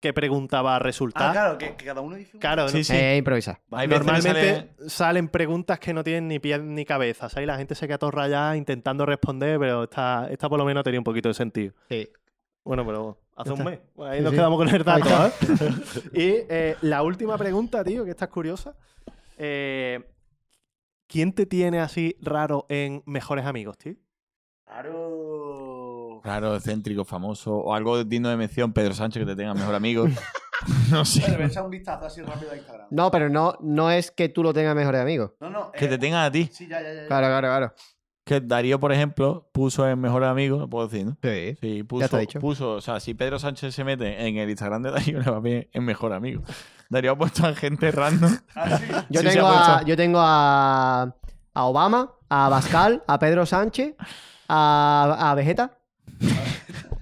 Speaker 1: qué pregunta va a resultar.
Speaker 4: Ah, claro, que, que cada uno dice.
Speaker 1: Claro,
Speaker 2: Sí,
Speaker 1: ¿no?
Speaker 2: sí. Eh, improvisa. Hay veces que
Speaker 1: Normalmente salen preguntas que no tienen ni pies ni cabeza. ¿sabes? Y la gente se queda todo rayada intentando responder, pero esta, esta por lo menos tenía un poquito de sentido.
Speaker 2: Sí.
Speaker 1: Bueno, pero hace un mes. Bueno, ahí
Speaker 2: Sí,
Speaker 1: nos
Speaker 2: sí.
Speaker 1: quedamos con el dato.
Speaker 2: Ahí
Speaker 1: ¿eh? y eh, la última pregunta, tío, que esta es curiosa. Eh, ¿Quién te tiene así raro en Mejores Amigos, tío?
Speaker 3: Raro, excéntrico, famoso. O algo digno de mención, Pedro Sánchez, que te tenga mejor amigo. no sé.
Speaker 4: Pero echa un vistazo así rápido a Instagram.
Speaker 2: No, pero no, no es que tú lo tengas mejores amigos.
Speaker 4: No, no.
Speaker 3: Que te tenga a ti.
Speaker 4: Sí, ya, ya, ya.
Speaker 2: Claro, claro, claro.
Speaker 3: Que Darío, por ejemplo, puso en mejor amigo, lo puedo decir, ¿no?
Speaker 2: Sí.
Speaker 3: puso,
Speaker 2: está dicho.
Speaker 3: puso, o sea, si Pedro Sánchez se mete en el Instagram de Darío, le va bien en mejor amigo. Darío ha puesto a gente random.
Speaker 4: Ah,
Speaker 2: Yo,
Speaker 3: Sí, se
Speaker 2: tengo,
Speaker 3: ha puesto.
Speaker 2: a, yo tengo a, a Obama, a Bascal, a Pedro Sánchez, a, a Vegeta.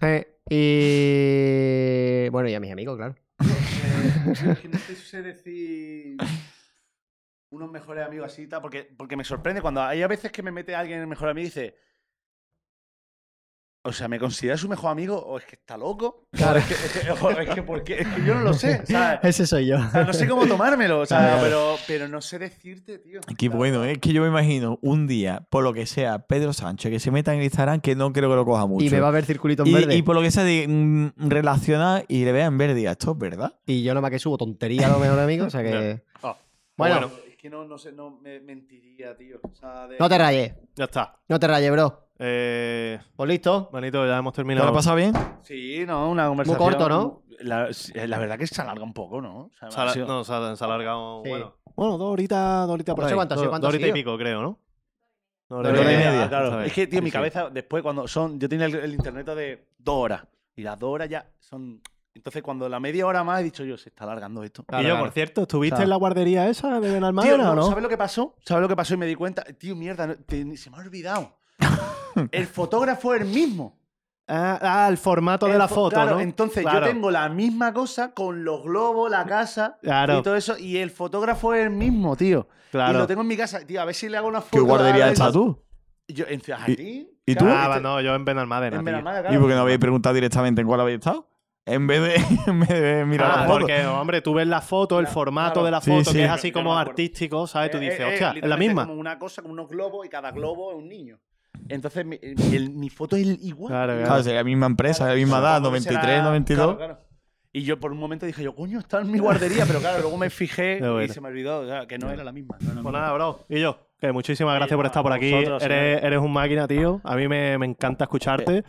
Speaker 2: Eh, y. Bueno, y a mis amigos, claro.
Speaker 4: Es que no te sé decir unos mejores amigos así y tal, porque, porque me sorprende cuando hay a veces que me mete alguien en el mejor amigo y dice, o sea, ¿me considera su mejor amigo o es que está loco?
Speaker 8: Claro.
Speaker 4: O es que, es que- o es que porque- es que yo no lo sé, ¿sabes?
Speaker 8: Ese soy yo.
Speaker 4: O sea, no sé cómo tomármelo, o sea,
Speaker 3: Claro.
Speaker 4: pero, pero no sé decirte, tío.
Speaker 3: Qué bueno, ¿eh? es que yo me imagino un día, por lo que sea, Pedro Sánchez que se meta en el Instagram, que no creo que lo coja mucho.
Speaker 2: Y me va a ver circulito en
Speaker 3: y,
Speaker 2: verde.
Speaker 3: y por lo que sea, de, mm, relaciona y le vea en verde. y diga, Esto es verdad.
Speaker 2: Y yo nada más que subo tontería a los mejores amigos, o sea que.
Speaker 4: Ah,
Speaker 2: Bueno.
Speaker 4: Es que no, no sé, no me mentiría, tío. O sea, de-
Speaker 2: No te rayes.
Speaker 1: Ya está.
Speaker 2: No te rayes, bro.
Speaker 1: Eh,
Speaker 2: pues listo.
Speaker 1: Manito, ya hemos terminado.
Speaker 3: lo has pasado bien?
Speaker 4: Sí, no, una conversación.
Speaker 1: corto, ¿no?
Speaker 4: La, eh, la verdad que se alarga un poco, ¿no? O sea,
Speaker 1: Se ha-
Speaker 4: ha sido-
Speaker 1: no, se ha, se ha alargado.
Speaker 4: Sí.
Speaker 1: Bueno, bueno, dos horitas, dos horitas por
Speaker 4: No sé
Speaker 1: ahí.
Speaker 4: cuánto ha sido,
Speaker 1: Dos-
Speaker 4: cuánto
Speaker 1: dos
Speaker 4: ha
Speaker 1: horitas y
Speaker 4: sido.
Speaker 1: pico, creo, ¿no? Dos
Speaker 4: Pero
Speaker 1: horitas
Speaker 4: no
Speaker 1: y
Speaker 4: tenía-
Speaker 1: media,
Speaker 4: ah, claro.
Speaker 1: ¿sabes?
Speaker 4: Es que, tío,
Speaker 1: Sí,
Speaker 4: mi
Speaker 1: sí.
Speaker 4: cabeza, después cuando son. Yo tenía el, el internet de dos horas. Y las dos horas ya son. Entonces, cuando la media hora más, he dicho yo, se está alargando esto.
Speaker 1: y yo, por cierto, ¿estuviste en la guardería esa de Benalmádena
Speaker 4: Tío, no,
Speaker 1: o no?
Speaker 4: ¿Sabes lo que pasó? ¿Sabes lo que pasó? Y me di cuenta. Tío, mierda, no- te- se me ha olvidado. el fotógrafo es el mismo.
Speaker 1: Ah, ah, el formato de
Speaker 4: El
Speaker 1: la
Speaker 4: fo-
Speaker 1: foto,
Speaker 4: claro,
Speaker 1: ¿no?
Speaker 4: Entonces,
Speaker 1: Claro.
Speaker 4: yo tengo la misma cosa con los globos, la casa
Speaker 1: Claro.
Speaker 4: y todo eso. Y el fotógrafo es el mismo, tío.
Speaker 1: Claro.
Speaker 4: Y lo tengo en mi casa. Tío, a ver si le hago una foto.
Speaker 3: ¿Qué guardería
Speaker 4: a-
Speaker 3: estás tú?
Speaker 4: Yo, en Ciudad Jardín.
Speaker 3: ¿Y tú? Este-
Speaker 1: Ah, no, yo en Benalmádena.
Speaker 4: En
Speaker 1: tío.
Speaker 4: Benalmádena,
Speaker 3: ¿Y
Speaker 4: claro.
Speaker 3: por qué no habéis preguntado directamente en cuál habéis estado? En vez de, en vez de mirar
Speaker 1: Ah,
Speaker 3: la foto.
Speaker 1: porque, hombre, tú ves la foto, el formato
Speaker 4: claro.
Speaker 1: de la
Speaker 3: Sí,
Speaker 1: foto,
Speaker 3: sí.
Speaker 1: que es así
Speaker 4: Yo no
Speaker 1: como
Speaker 4: me acuerdo.
Speaker 1: artístico, ¿sabes? Tú
Speaker 4: Eh,
Speaker 1: dices,
Speaker 4: eh, eh,
Speaker 1: hostia, es la
Speaker 4: literalmente
Speaker 1: misma. Mm.
Speaker 4: como una cosa, como unos globos y cada globo es un niño. Entonces, mi, el- mi foto es igual.
Speaker 3: Claro,
Speaker 4: Igual.
Speaker 3: sería la misma empresa, la misma edad,
Speaker 4: Supongo que
Speaker 3: 93,
Speaker 4: será-
Speaker 3: 92.
Speaker 4: claro, claro. Y yo por un momento dije, yo, coño, está en mi guardería, pero claro, luego me fijé
Speaker 1: Pero
Speaker 4: y
Speaker 1: bueno.
Speaker 4: se me olvidó o sea, que no era la misma. no era la
Speaker 1: Pues
Speaker 4: misma.
Speaker 1: nada, bro. Y yo, que muchísimas gracias por estar por aquí.
Speaker 4: vosotros,
Speaker 1: eres,
Speaker 4: señores.
Speaker 1: eres un máquina, tío. A mí me, me encanta
Speaker 4: Eh,
Speaker 1: escucharte.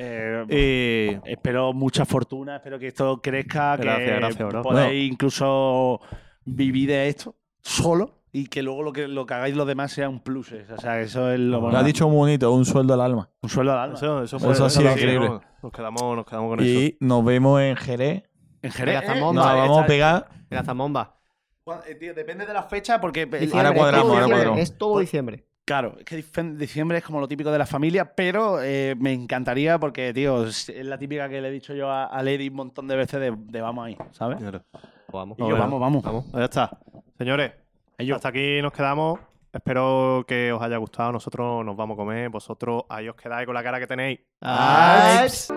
Speaker 1: y
Speaker 4: espero mucha fortuna, espero que esto crezca, que
Speaker 1: Gracias, gracias, bro.
Speaker 4: podáis incluso vivir de esto solo y que luego lo que, lo que hagáis los demás sea un plus. ¿eh? O sea, eso es lo
Speaker 3: Lo
Speaker 4: bueno.
Speaker 3: has dicho muy bonito, un sueldo al alma.
Speaker 4: Un sueldo al alma.
Speaker 1: Eso, eso,
Speaker 3: Eso ha sido increíble.
Speaker 1: ¿no? Nos quedamos, nos quedamos con eso.
Speaker 3: Y nos vemos en Jerez.
Speaker 4: En
Speaker 2: Jerez,
Speaker 3: Nos
Speaker 2: ¿eh?
Speaker 3: vamos a pegar.
Speaker 2: Gazamomba.
Speaker 4: Cua- eh, tío, depende de la fecha porque... eh,
Speaker 2: Diciembre, es todo diciembre, Es todo
Speaker 4: Pues-
Speaker 2: diciembre.
Speaker 4: Claro, es que difen- diciembre es como lo típico de la familia, pero eh, me encantaría porque, tío, es es la típica que le he dicho yo a, a Lady un montón de veces de, de vamos ahí, ¿sabes?
Speaker 2: Vamos.
Speaker 4: Y yo, vamos, vamos.
Speaker 1: Pues ya está. Señores, hasta aquí nos quedamos. Espero que
Speaker 4: Ah,
Speaker 1: os haya gustado. Nosotros nos vamos a comer. Vosotros ahí os quedáis con la cara que tenéis.
Speaker 2: Aix.